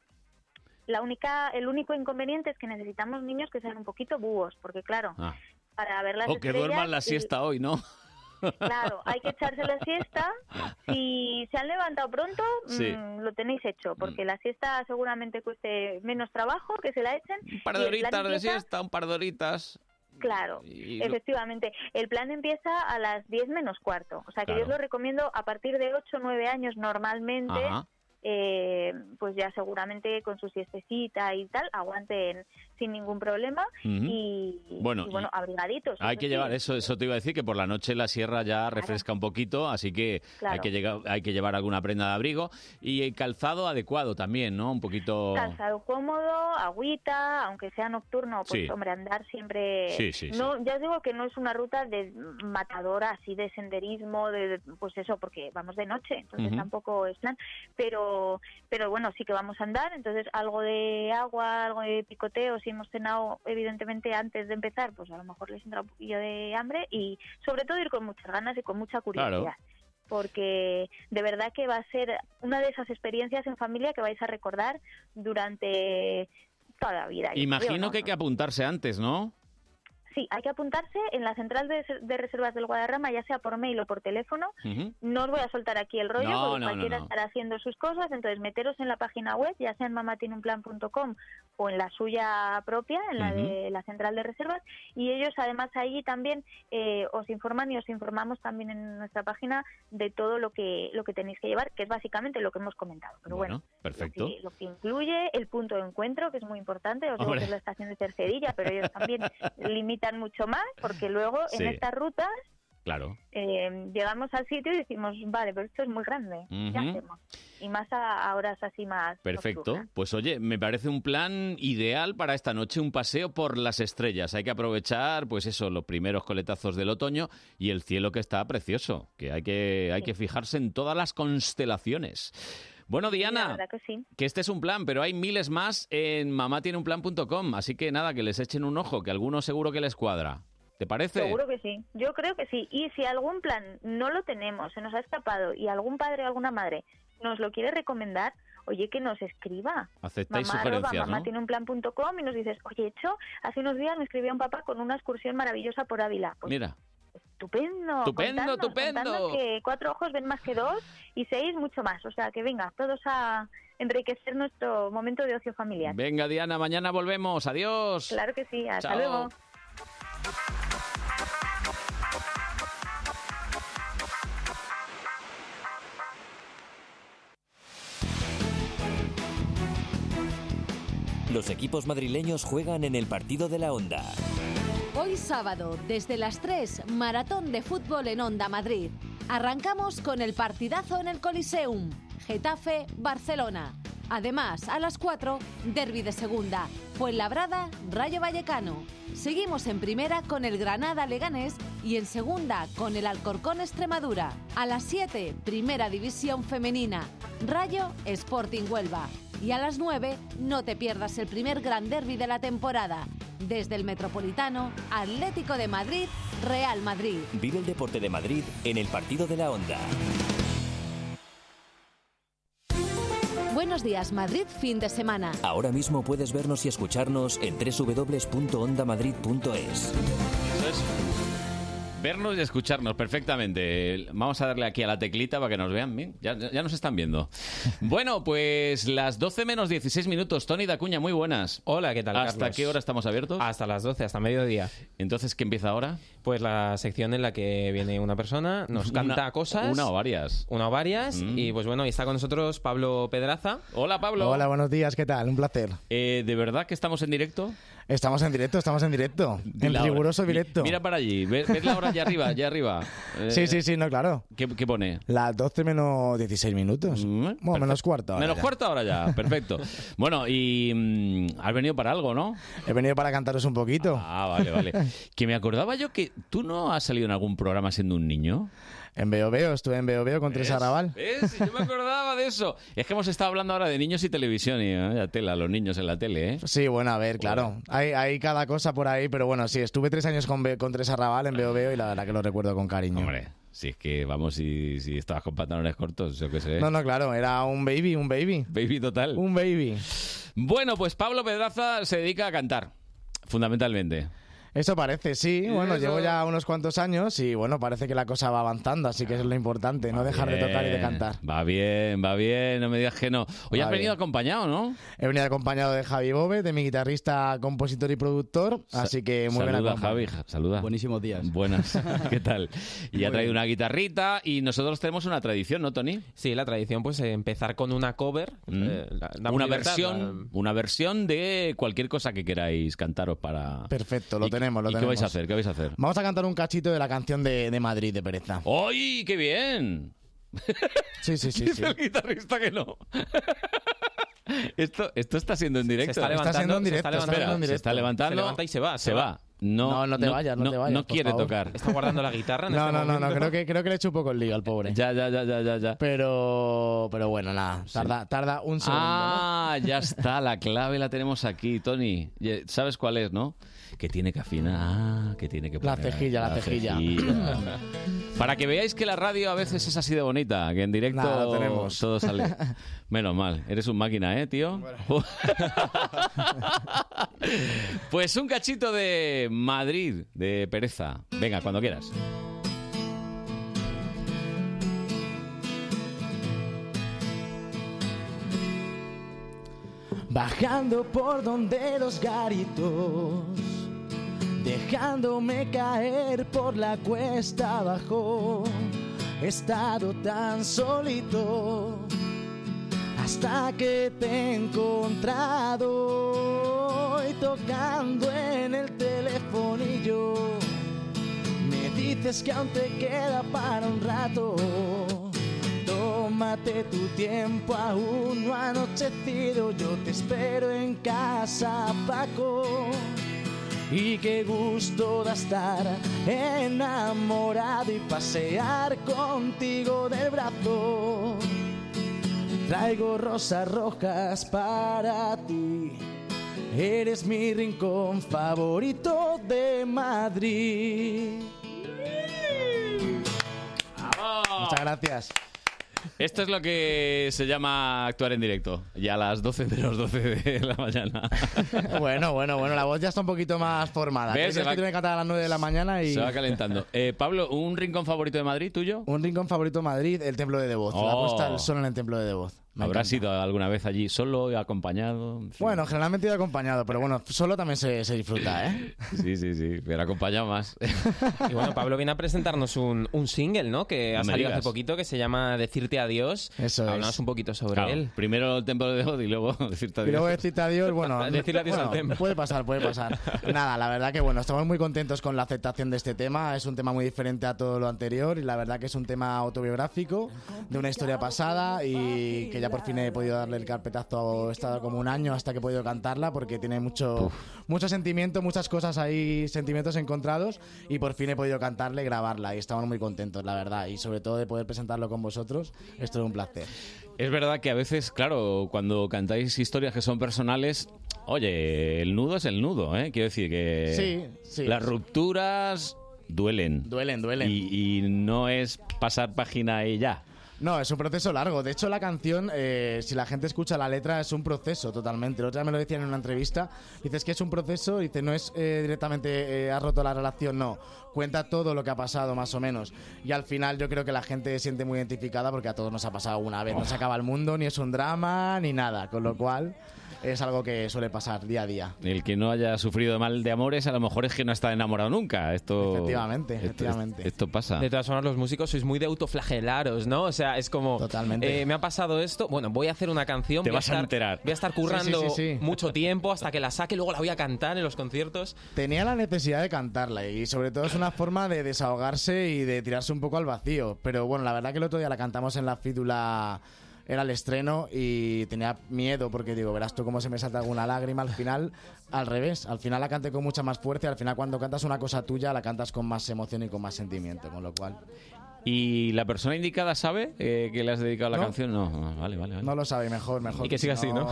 [SPEAKER 1] La única, el único inconveniente es que necesitamos niños que sean un poquito búhos, porque claro,
[SPEAKER 2] Ah.
[SPEAKER 1] para ver las
[SPEAKER 2] O que
[SPEAKER 1] estrellas
[SPEAKER 2] duerman la
[SPEAKER 1] y-
[SPEAKER 2] siesta hoy, ¿no?
[SPEAKER 1] Claro, hay que echarse la siesta. Si se han levantado pronto,
[SPEAKER 2] Sí. Mm.
[SPEAKER 1] mm, lo tenéis hecho, porque la siesta seguramente cueste menos trabajo que se la echen.
[SPEAKER 2] Un par de
[SPEAKER 1] y el plan
[SPEAKER 2] horitas de
[SPEAKER 1] empieza-
[SPEAKER 2] siesta, un par de horitas.
[SPEAKER 1] Claro,
[SPEAKER 2] Y lo-
[SPEAKER 1] efectivamente. El plan empieza a las 10 menos cuarto. O sea que yo
[SPEAKER 2] Claro.
[SPEAKER 1] os lo recomiendo a partir de 8 o 9 años normalmente.
[SPEAKER 2] Ajá.
[SPEAKER 1] eh, pues ya seguramente con su siestecita y tal, aguanten sin ningún problema
[SPEAKER 2] Ujú.
[SPEAKER 1] y,
[SPEAKER 2] Bueno,
[SPEAKER 1] y, bueno, abrigaditos. Pues
[SPEAKER 2] Hay
[SPEAKER 1] eso
[SPEAKER 2] que
[SPEAKER 1] sí.
[SPEAKER 2] llevar eso, eso te iba a decir que por la noche la sierra ya refresca un poquito, así que hay
[SPEAKER 1] Claro.
[SPEAKER 2] que llegar, hay que llevar alguna prenda de abrigo y el calzado adecuado también, ¿no? Un poquito
[SPEAKER 1] Calzado cómodo, agüita, aunque sea nocturno, pues
[SPEAKER 2] Sí.
[SPEAKER 1] hombre, andar siempre...
[SPEAKER 2] Sí, sí, sí.
[SPEAKER 1] no, Ya os digo que no es una ruta de matadora, así de senderismo, de, pues eso, porque vamos de noche, entonces
[SPEAKER 6] Ujú.
[SPEAKER 1] tampoco es plan, pero, pero bueno, sí que vamos a andar, entonces algo de agua, algo de picoteo, si hemos cenado evidentemente antes de empezar, pues a lo mejor les entra un poquillo de hambre y sobre todo ir con muchas ganas y con mucha curiosidad
[SPEAKER 6] Claro.
[SPEAKER 1] porque de verdad que va a ser una de esas experiencias en familia que vais a recordar durante toda la vida. yo creo,
[SPEAKER 2] Imagino
[SPEAKER 1] ¿no?
[SPEAKER 2] que hay que apuntarse antes, ¿no?
[SPEAKER 1] Sí, hay que apuntarse en la central de, de reservas del Guadarrama, ya sea por mail o por teléfono.
[SPEAKER 2] Ujú.
[SPEAKER 1] No os voy a soltar aquí el rollo,
[SPEAKER 2] No,
[SPEAKER 1] porque
[SPEAKER 2] no, no,
[SPEAKER 1] cualquiera
[SPEAKER 2] no.
[SPEAKER 1] estará haciendo sus cosas, entonces meteros en la página web, ya sea en mamatinunplan.com o en la suya propia, en la de la central de reservas, y ellos además allí también eh, os informan y os informamos también en nuestra página de todo lo que, lo que tenéis que llevar, que es básicamente lo que hemos comentado. Pero bueno,
[SPEAKER 2] Bueno, perfecto.
[SPEAKER 1] Sí, lo que incluye el punto de encuentro, que es muy importante, os digo
[SPEAKER 2] Hombre.
[SPEAKER 1] que es la estación de Cercedilla, pero ellos también limitan mucho más, porque luego
[SPEAKER 2] Sí.
[SPEAKER 1] en estas rutas
[SPEAKER 2] Claro.
[SPEAKER 1] Eh, llegamos al sitio y decimos, vale, pero esto es muy grande, ¿qué
[SPEAKER 2] Ujú.
[SPEAKER 1] hacemos? Y más a, a horas así más.
[SPEAKER 2] Perfecto. Pues oye, me parece un plan ideal para esta noche, un paseo por las estrellas. Hay que aprovechar, pues eso, los primeros coletazos del otoño y el cielo que está precioso, que hay que, hay que fijarse en todas las constelaciones. Bueno,
[SPEAKER 1] La
[SPEAKER 2] Diana,
[SPEAKER 1] verdad que sí.
[SPEAKER 2] que este es un plan, pero hay miles más en mamatieneunplan.com, así que nada, que les echen un ojo, que alguno seguro que les cuadra. ¿Te parece?
[SPEAKER 1] Seguro que sí, yo creo que sí. Y si algún plan no lo tenemos, se nos ha escapado y algún padre o alguna madre nos lo quiere recomendar, oye, que nos escriba.
[SPEAKER 2] Aceptáis
[SPEAKER 1] Mamá arroba
[SPEAKER 2] sugerencias, ¿no?
[SPEAKER 1] mamá tiene un plan punto com y nos dices, oye, hecho, hace unos días me escribió un papá con una excursión maravillosa por Ávila. Pues,
[SPEAKER 2] Mira.
[SPEAKER 1] Estupendo.
[SPEAKER 2] Estupendo,
[SPEAKER 1] contadnos,
[SPEAKER 2] estupendo.
[SPEAKER 1] contadnos que cuatro ojos ven más que dos y seis mucho más. O sea, que venga, todos a enriquecer nuestro momento de ocio familiar.
[SPEAKER 2] Venga, Diana, mañana volvemos. Adiós.
[SPEAKER 1] Claro que sí, hasta
[SPEAKER 2] Chao.
[SPEAKER 1] luego.
[SPEAKER 11] Los equipos madrileños juegan en el partido de la onda.
[SPEAKER 12] Hoy sábado, desde las 3, maratón de fútbol en Onda Madrid. Arrancamos con el partidazo en el Coliseum, Getafe, Barcelona. Además, a las 4, derby de segunda, Fuenlabrada, Rayo Vallecano. Seguimos en primera con el Granada Leganés y en segunda con el Alcorcón Extremadura. A las 7, primera división femenina, Rayo Sporting Huelva. Y a las 9, no te pierdas el primer gran derby de la temporada. Desde el Metropolitano, Atlético de Madrid, Real Madrid.
[SPEAKER 11] Vive el deporte de Madrid en el partido de la onda.
[SPEAKER 12] Buenos días, Madrid, fin de semana.
[SPEAKER 11] Ahora mismo puedes vernos y escucharnos en www.ondamadrid.es.
[SPEAKER 2] Vernos y escucharnos perfectamente. Vamos a darle aquí a la teclita para que nos vean bien. Ya, ya nos están viendo. Bueno, pues las 12 menos 16 minutos. Tony Dacuña, muy buenas.
[SPEAKER 3] Hola, ¿qué tal?
[SPEAKER 2] ¿Hasta
[SPEAKER 3] Carlos?
[SPEAKER 2] qué hora estamos abiertos?
[SPEAKER 3] Hasta las 12, hasta mediodía.
[SPEAKER 2] Entonces, ¿qué empieza ahora?
[SPEAKER 3] Pues la sección en la que viene una persona, nos
[SPEAKER 2] Una-
[SPEAKER 3] canta cosas.
[SPEAKER 2] una o varias. Mm.
[SPEAKER 3] Una o varias. Y pues bueno, y está con nosotros Pablo Pedraza.
[SPEAKER 2] Hola, Pablo.
[SPEAKER 43] Hola, buenos días, ¿qué tal? Un placer.
[SPEAKER 2] Eh, ¿De verdad que estamos en directo?
[SPEAKER 43] Estamos en directo, estamos en directo. En
[SPEAKER 2] La hora.
[SPEAKER 43] riguroso
[SPEAKER 2] Mi-
[SPEAKER 43] directo.
[SPEAKER 2] Mira para allí. ¿Ves, ves la hora allá arriba? Allá arriba. Eh,
[SPEAKER 43] Sí, sí, sí, no, claro.
[SPEAKER 2] ¿Qué, qué pone?
[SPEAKER 43] Las 12 menos 16 minutos. bueno, menos cuarto. ahora
[SPEAKER 2] Mm, Menos
[SPEAKER 43] ya.
[SPEAKER 2] cuarto ahora ya. Perfecto. Bueno, y mm, has venido para algo, ¿no?
[SPEAKER 43] He venido para cantaros un poquito.
[SPEAKER 2] Ah, vale, vale. Que me acordaba yo que tú no has salido en algún programa siendo un niño.
[SPEAKER 43] En Veo Veo, estuve en Veo Veo con Tres Arrabal.
[SPEAKER 2] ¿Ves? Yo me acordaba de eso. Es que hemos estado hablando ahora de niños y televisión y eh, la tela, los niños en la tele, ¿eh?
[SPEAKER 43] Sí, bueno, a ver, claro. Hay, hay cada cosa por ahí, pero bueno, sí, estuve tres años con, Be- con Tres Arrabal en Veo Veo y la verdad que lo recuerdo con cariño.
[SPEAKER 2] Hombre, si es que, vamos, si, si estabas con pantalones cortos, yo qué sé.
[SPEAKER 43] No, no, claro, era un baby, un baby.
[SPEAKER 2] Baby total.
[SPEAKER 43] Un baby.
[SPEAKER 2] Bueno, pues Pablo Pedraza se dedica a cantar, fundamentalmente.
[SPEAKER 43] Eso parece, sí. Bueno,
[SPEAKER 2] Eso.
[SPEAKER 43] llevo ya unos cuantos años y bueno, parece que la cosa va avanzando, así que eso es lo importante, no dejar de tocar y de
[SPEAKER 2] Bien,
[SPEAKER 43] cantar.
[SPEAKER 2] Eh, Va bien, va bien, no me digas que no. Hoy
[SPEAKER 43] Va
[SPEAKER 2] has
[SPEAKER 43] bien.
[SPEAKER 2] venido acompañado, ¿no?
[SPEAKER 43] He venido acompañado de Javi Bove, de mi guitarrista, compositor y productor, así que muy buena
[SPEAKER 2] Saluda,
[SPEAKER 43] compa.
[SPEAKER 2] Javi, ja- saluda. Buenísimos días. Buenas, ¿qué tal? Y ha traído una guitarrita y nosotros tenemos una tradición, ¿no, Tony?
[SPEAKER 3] Sí, la tradición, pues eh, empezar con una cover.
[SPEAKER 2] Mm.
[SPEAKER 3] eh, la- damos
[SPEAKER 2] una
[SPEAKER 3] libertad,
[SPEAKER 2] versión, una versión de cualquier cosa que queráis cantaros para.
[SPEAKER 43] Perfecto, lo tenemos,
[SPEAKER 2] ¿Y-
[SPEAKER 43] lo
[SPEAKER 2] ¿y
[SPEAKER 43] tenemos.
[SPEAKER 2] qué vais a hacer? ¿Qué vais a hacer?
[SPEAKER 43] Vamos a cantar un cachito de la canción de, de Madrid de Pereza.
[SPEAKER 2] Oh, ¡Ay, qué bien!
[SPEAKER 43] Sí, sí, sí.
[SPEAKER 2] Dice
[SPEAKER 43] sí.
[SPEAKER 2] el guitarrista que no. esto, esto está siendo en directo.
[SPEAKER 43] Se está Está siendo en levantando, se está directo, levantando. está siendo en
[SPEAKER 2] Espera, se
[SPEAKER 43] directo.
[SPEAKER 2] está levantando.
[SPEAKER 43] Se levanta
[SPEAKER 3] y se va,
[SPEAKER 2] Se,
[SPEAKER 43] se
[SPEAKER 2] va.
[SPEAKER 43] va.
[SPEAKER 2] No,
[SPEAKER 43] No, no te vayas, no te vayas, por
[SPEAKER 2] No quiere
[SPEAKER 43] favor.
[SPEAKER 2] tocar.
[SPEAKER 43] Está guardando
[SPEAKER 3] la guitarra
[SPEAKER 43] No, no, no, no, creo que, creo que le he hecho un poco el lío al pobre.
[SPEAKER 2] este Ya, ya, ya, ya, ya.
[SPEAKER 43] Pero, pero bueno, nada, tarda, tarda un segundo.
[SPEAKER 2] Ah, ya está, la clave la tenemos aquí, Tony. Ye- ¿Sabes cuál es, no? Que tiene que afinar, que tiene que
[SPEAKER 43] La
[SPEAKER 2] poner...
[SPEAKER 43] cejilla, la cejilla.
[SPEAKER 2] cejilla. Para que veáis que la radio a veces es así de bonita, que en directo
[SPEAKER 43] Nada, lo tenemos.
[SPEAKER 2] todo sale. Menos mal, eres un máquina, ¿eh, tío? pues un cachito de Madrid, de pereza. Venga, cuando quieras.
[SPEAKER 6] bajando por donde los garitos, dejándome caer por la cuesta abajo. He estado tan solito hasta que te he encontrado y tocando en el telefonillo. Me dices sientes que aún te queda para un rato. Tómate tu tiempo, aún no ha anochecido. Yo te espero en casa, Paco. Y qué gusto da estar enamorado y pasear contigo del brazo. Traigo rosas rojas para ti. Eres mi rincón favorito de Madrid.
[SPEAKER 43] Muchas gracias.
[SPEAKER 2] Esto es lo que se llama actuar en directo. Y a las 12 menos 12 de la mañana.
[SPEAKER 43] Bueno, bueno, bueno, la voz ya está un poquito más formada.
[SPEAKER 2] ¿Ves?
[SPEAKER 43] Es
[SPEAKER 2] Se
[SPEAKER 43] que
[SPEAKER 2] va-
[SPEAKER 43] tiene que cantar a las 9 de la mañana y...
[SPEAKER 2] Se va calentando. Eh, Pablo, ¿un rincón favorito de Madrid tuyo?
[SPEAKER 43] Un rincón favorito de Madrid, el Templo de Devoz. La
[SPEAKER 2] Oh.
[SPEAKER 43] puesta del sol en el Templo de Devoz. Me
[SPEAKER 2] ¿Habrás ido alguna vez allí solo, acompañado?
[SPEAKER 43] Bueno, generalmente he ido acompañado, pero bueno, solo también se, se disfruta, ¿eh?
[SPEAKER 2] Sí, sí, sí, pero acompañado más.
[SPEAKER 3] Y bueno, Pablo viene a presentarnos un, un single, ¿no? Que
[SPEAKER 2] No
[SPEAKER 3] ha
[SPEAKER 2] me
[SPEAKER 3] salido
[SPEAKER 2] digas.
[SPEAKER 3] hace poquito, que se llama Decirte Adiós. Eso Hablamos
[SPEAKER 2] es.
[SPEAKER 3] un poquito sobre
[SPEAKER 2] Claro,
[SPEAKER 3] él.
[SPEAKER 2] Primero el templo de Odio y luego
[SPEAKER 43] Y
[SPEAKER 2] decirte
[SPEAKER 43] luego
[SPEAKER 2] adiós.
[SPEAKER 43] decirte adiós, bueno,
[SPEAKER 2] Decirle adiós al
[SPEAKER 43] bueno,
[SPEAKER 2] tema.
[SPEAKER 43] puede pasar, puede pasar. Nada, la verdad que bueno, estamos muy contentos con la aceptación de este tema, es un tema muy diferente a todo lo anterior y la verdad que es un tema autobiográfico de una historia pasada y que ya por fin he podido darle el carpetazo, he estado como un año hasta que he podido cantarla porque tiene mucho, mucho sentimiento, muchas cosas ahí, sentimientos encontrados y por fin he podido cantarla y grabarla y estamos muy contentos, la verdad, y sobre todo de poder presentarlo con vosotros, esto es un placer.
[SPEAKER 2] Es verdad que a veces, claro, cuando cantáis historias que son personales, oye, el nudo es el nudo, ¿eh? Quiero decir que
[SPEAKER 43] Sí, sí.
[SPEAKER 2] las rupturas duelen.
[SPEAKER 43] Duelen, duelen.
[SPEAKER 2] Y, y no es pasar página y ya.
[SPEAKER 43] No, es un proceso largo. De hecho, la canción, eh, si la gente escucha la letra, es un proceso totalmente. El otro día me lo decían en una entrevista. Dices que es un proceso, dice, no es eh, directamente eh, has roto la relación, no. Cuenta todo lo que ha pasado, más o menos. Y al final, yo creo que la gente se siente muy identificada porque a todos nos ha pasado una vez. No se acaba el mundo, ni es un drama, ni nada. Con lo cual, es algo que suele pasar día a día.
[SPEAKER 2] El que no haya sufrido mal de amores, a lo mejor es que no está enamorado nunca. Esto,
[SPEAKER 43] Efectivamente,
[SPEAKER 2] esto-
[SPEAKER 43] efectivamente.
[SPEAKER 2] Esto, pasa.
[SPEAKER 3] De todas formas, los músicos sois muy de autoflagelaros, ¿no? O sea, es como.
[SPEAKER 2] Totalmente.
[SPEAKER 3] eh, me ha pasado esto. Bueno, voy a hacer una canción.
[SPEAKER 2] Te
[SPEAKER 3] voy
[SPEAKER 2] vas a
[SPEAKER 3] estar-
[SPEAKER 2] enterar.
[SPEAKER 3] Voy a estar
[SPEAKER 2] Sí, sí,
[SPEAKER 3] currando
[SPEAKER 2] sí, sí.
[SPEAKER 3] mucho tiempo hasta que la saque, luego la voy a cantar en los conciertos.
[SPEAKER 43] Tenía la necesidad de cantarla y sobre todo es una forma de desahogarse y de tirarse un poco al vacío. Pero bueno, la verdad que el otro día la cantamos en la fídula, era el estreno y tenía miedo porque digo, verás tú cómo se me salta alguna lágrima al final, al revés, al final la canté con mucha más fuerza y al final cuando cantas una cosa tuya la cantas con más emoción y con más sentimiento, con lo cual
[SPEAKER 2] ¿Y la persona indicada sabe eh, que le has dedicado la
[SPEAKER 43] No.
[SPEAKER 2] canción? No, ah, vale, vale. vale.
[SPEAKER 43] no lo sabe, mejor, mejor.
[SPEAKER 2] Y que siga
[SPEAKER 43] si
[SPEAKER 2] así, ¿no?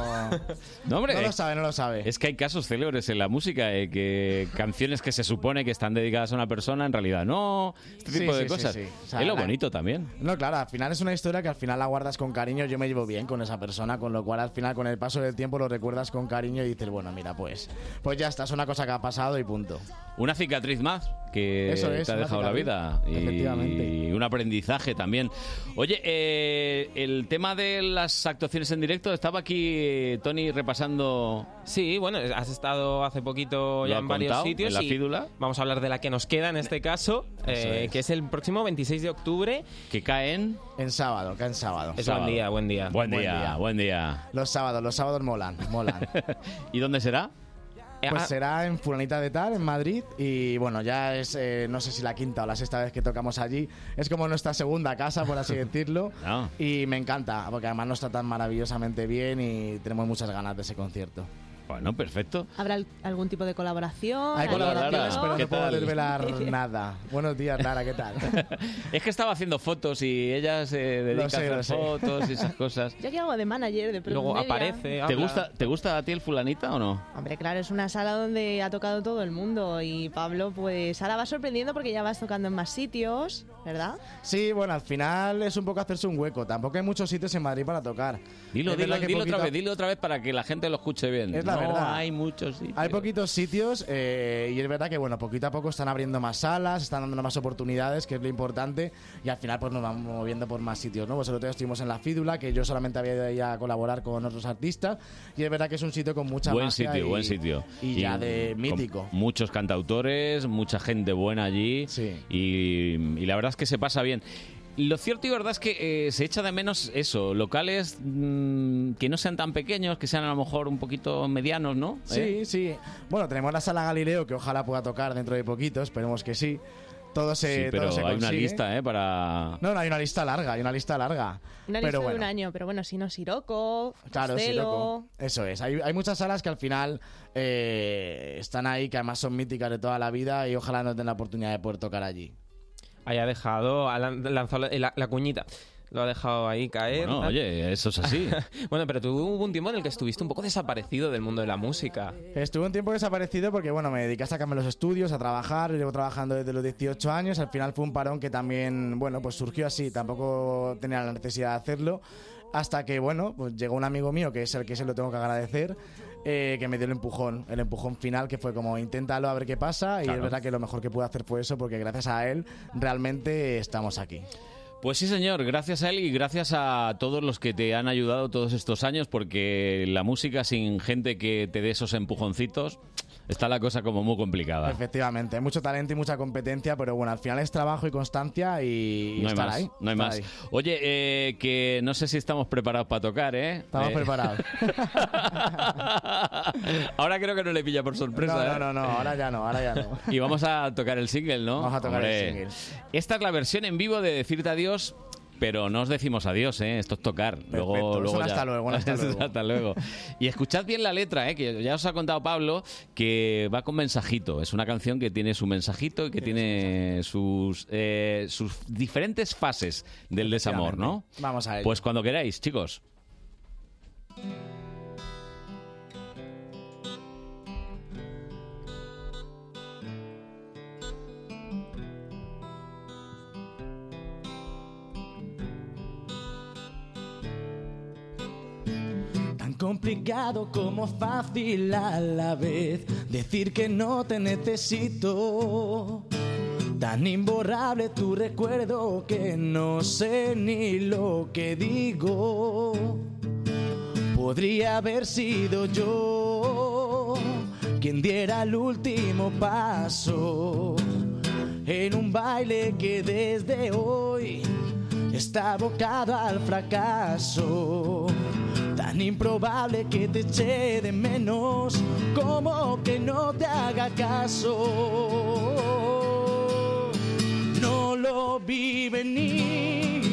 [SPEAKER 2] No, hombre,
[SPEAKER 43] No lo
[SPEAKER 2] eh,
[SPEAKER 43] sabe, no lo sabe.
[SPEAKER 2] Es que hay casos célebres en la música, eh, que canciones que se supone que están dedicadas a una persona, en realidad no, este
[SPEAKER 43] Sí,
[SPEAKER 2] tipo de
[SPEAKER 43] sí, sí,
[SPEAKER 2] cosas.
[SPEAKER 43] sí. O sea,
[SPEAKER 2] es lo
[SPEAKER 43] la-
[SPEAKER 2] bonito también.
[SPEAKER 43] No, claro, al final es una historia que al final la guardas con cariño. Yo me llevo bien con esa persona, con lo cual al final con el paso del tiempo lo recuerdas con cariño y dices, bueno, mira, pues, pues ya está, es una cosa que ha pasado y punto.
[SPEAKER 2] Una cicatriz más que
[SPEAKER 43] Eso es,
[SPEAKER 2] te ha
[SPEAKER 43] una
[SPEAKER 2] dejado la vida.
[SPEAKER 43] cicatriz,
[SPEAKER 2] Y
[SPEAKER 43] efectivamente.
[SPEAKER 2] un aprendizaje también. Oye, eh, el tema de las actuaciones en directo, estaba aquí eh, Tony repasando...
[SPEAKER 3] Sí, bueno, has estado hace poquito
[SPEAKER 2] Lo
[SPEAKER 3] ya
[SPEAKER 2] ha
[SPEAKER 3] en varios
[SPEAKER 2] contado,
[SPEAKER 3] sitios.
[SPEAKER 2] en la
[SPEAKER 3] y
[SPEAKER 2] fídula.
[SPEAKER 3] Vamos a hablar de la que nos queda en este caso, eh,
[SPEAKER 2] es.
[SPEAKER 3] que es el próximo 26 de octubre.
[SPEAKER 2] Que caen.
[SPEAKER 43] En sábado, caen sábado.
[SPEAKER 3] Es buen día, buen día.
[SPEAKER 2] Buen día, buen día.
[SPEAKER 43] Los sábados, los sábados molan, molan.
[SPEAKER 2] ¿Y dónde será?
[SPEAKER 43] Pues
[SPEAKER 2] ah.
[SPEAKER 43] será en Fulanita de Tal, en Madrid, y bueno, ya es, eh, no sé si la quinta o la sexta vez que tocamos allí. Es como nuestra segunda casa, por así decirlo.
[SPEAKER 2] No.
[SPEAKER 43] Y me encanta, porque además nos tratan maravillosamente bien y tenemos muchas ganas de ese concierto.
[SPEAKER 2] Bueno, perfecto.
[SPEAKER 4] ¿Habrá al- algún tipo de colaboración?
[SPEAKER 43] Hay colaboraciones,
[SPEAKER 4] ¿Colaboración?
[SPEAKER 43] pero
[SPEAKER 2] ¿Qué
[SPEAKER 43] no puedo
[SPEAKER 2] tal?
[SPEAKER 43] desvelar nada. Buenos días, Lara, ¿qué tal?
[SPEAKER 2] Es que estaba haciendo fotos y ella se
[SPEAKER 43] Lo
[SPEAKER 2] dedica
[SPEAKER 43] sé,
[SPEAKER 2] a
[SPEAKER 43] lo sé.
[SPEAKER 2] hacer fotos y esas cosas.
[SPEAKER 4] Yo aquí hago de manager, de
[SPEAKER 2] Luego
[SPEAKER 4] media.
[SPEAKER 2] aparece. ¿Te gusta, ¿Te gusta a ti el fulanita o no?
[SPEAKER 4] Hombre, claro, es una sala donde ha tocado todo el mundo y Pablo, pues ahora va sorprendiendo porque ya vas tocando en más sitios, ¿verdad?
[SPEAKER 43] Sí, bueno, al final es un poco hacerse un hueco. Tampoco hay muchos sitios en Madrid para tocar.
[SPEAKER 2] Dilo,
[SPEAKER 43] Es verdad
[SPEAKER 2] dilo,
[SPEAKER 43] que
[SPEAKER 2] dilo otra
[SPEAKER 43] poquito-
[SPEAKER 2] vez, dilo otra vez para que la gente lo escuche bien.
[SPEAKER 43] Es la
[SPEAKER 2] No
[SPEAKER 43] verdad.
[SPEAKER 2] hay muchos sitios.
[SPEAKER 43] Hay poquitos sitios eh, y es verdad que, bueno, poquito a poco están abriendo más salas, están dando más oportunidades, que es lo importante, y al final pues nos vamos moviendo por más sitios, ¿no? Pues el otro día estuvimos en La Fídula, que yo solamente había ido ahí a colaborar con otros artistas, y es verdad que es un sitio con mucha
[SPEAKER 2] buen
[SPEAKER 43] magia
[SPEAKER 2] sitio,
[SPEAKER 43] y-
[SPEAKER 2] buen sitio.
[SPEAKER 43] Y, ya de
[SPEAKER 2] con
[SPEAKER 43] mítico.
[SPEAKER 2] Muchos cantautores, mucha gente buena allí. Y, y la verdad es que se pasa bien. Lo cierto y verdad es que eh, se echa de menos eso, locales mm, que no sean tan pequeños, que sean a lo mejor un poquito medianos, ¿no? ¿Eh?
[SPEAKER 43] Sí, sí. Bueno, tenemos la sala Galileo, que ojalá pueda tocar dentro de poquito, esperemos que sí. Todo se,
[SPEAKER 2] Sí, pero
[SPEAKER 43] todo se
[SPEAKER 2] hay una
[SPEAKER 43] consigue.
[SPEAKER 2] lista, ¿eh? Para...
[SPEAKER 43] No, no, hay una lista larga, hay una lista larga.
[SPEAKER 4] Una lista
[SPEAKER 43] pero
[SPEAKER 4] de
[SPEAKER 43] bueno.
[SPEAKER 4] un año, pero bueno, si no, Siroco,
[SPEAKER 43] Claro, sí,
[SPEAKER 4] Costello,
[SPEAKER 43] loco. Eso es. Hay, hay muchas salas que al final eh, están ahí, que además son míticas de toda la vida y ojalá no tengan la oportunidad de poder tocar allí.
[SPEAKER 3] Ahí ha dejado, ha lan- lanzado la, la- la cuñita. Lo ha dejado ahí caer.
[SPEAKER 2] Bueno, oye, eso es así.
[SPEAKER 3] bueno, pero tú hubo un tiempo en el que estuviste un poco desaparecido del mundo de la música.
[SPEAKER 43] Estuve un tiempo desaparecido porque, bueno, me dediqué a sacarme los estudios, a trabajar, llevo trabajando desde los 18 años, al final fue un parón que también, bueno, pues surgió así, tampoco tenía la necesidad de hacerlo, hasta que, bueno, pues llegó un amigo mío, que es el que se lo tengo que agradecer, eh, que me dio el empujón, el empujón final, que fue como, inténtalo a ver qué pasa, y
[SPEAKER 2] Claro.
[SPEAKER 43] es verdad que lo mejor que pude hacer fue eso, porque gracias a él realmente estamos aquí.
[SPEAKER 2] Pues sí, señor, gracias a él y gracias a todos los que te han ayudado todos estos años, porque la música sin gente que te dé esos empujoncitos, está la cosa como muy complicada.
[SPEAKER 43] Efectivamente, hay mucho talento y mucha competencia, pero bueno, al final es trabajo y constancia y, y
[SPEAKER 2] No hay
[SPEAKER 43] estar
[SPEAKER 2] más,
[SPEAKER 43] ahí.
[SPEAKER 2] no hay
[SPEAKER 43] estar
[SPEAKER 2] más.
[SPEAKER 43] ahí.
[SPEAKER 2] Oye, eh, que no sé si estamos preparados para tocar, ¿eh?
[SPEAKER 43] Estamos
[SPEAKER 2] Eh,
[SPEAKER 43] preparados.
[SPEAKER 2] Ahora creo que no le pilla por sorpresa.
[SPEAKER 43] No,
[SPEAKER 2] ¿eh?
[SPEAKER 43] no, no, no, ahora ya no, ahora ya no.
[SPEAKER 2] Y vamos a tocar el single, ¿no?
[SPEAKER 43] Vamos a tocar el
[SPEAKER 2] Hombre, Esta es la versión en vivo de decirte adiós, pero no os decimos adiós, ¿eh? Esto es tocar. Luego,
[SPEAKER 43] Perfecto,
[SPEAKER 2] luego
[SPEAKER 43] son
[SPEAKER 2] ya-
[SPEAKER 43] hasta luego, un hasta luego.
[SPEAKER 2] Hasta luego. Y escuchad bien la letra, ¿eh? Que ya os ha contado Pablo que va con mensajito. Es una canción que tiene su mensajito y que tiene sus, eh, sus diferentes fases del desamor, ¿no?
[SPEAKER 43] Vamos a ello.
[SPEAKER 2] Pues cuando queráis, chicos.
[SPEAKER 6] Tan complicado como fácil a la vez decir que no te necesito. Tan imborrable tu recuerdo que no sé ni lo que digo. Podría haber sido yo quien diera el último paso en un baile que desde hoy está abocado al fracaso. Tan improbable que te eché de menos, como que no te haga caso. No lo vi venir,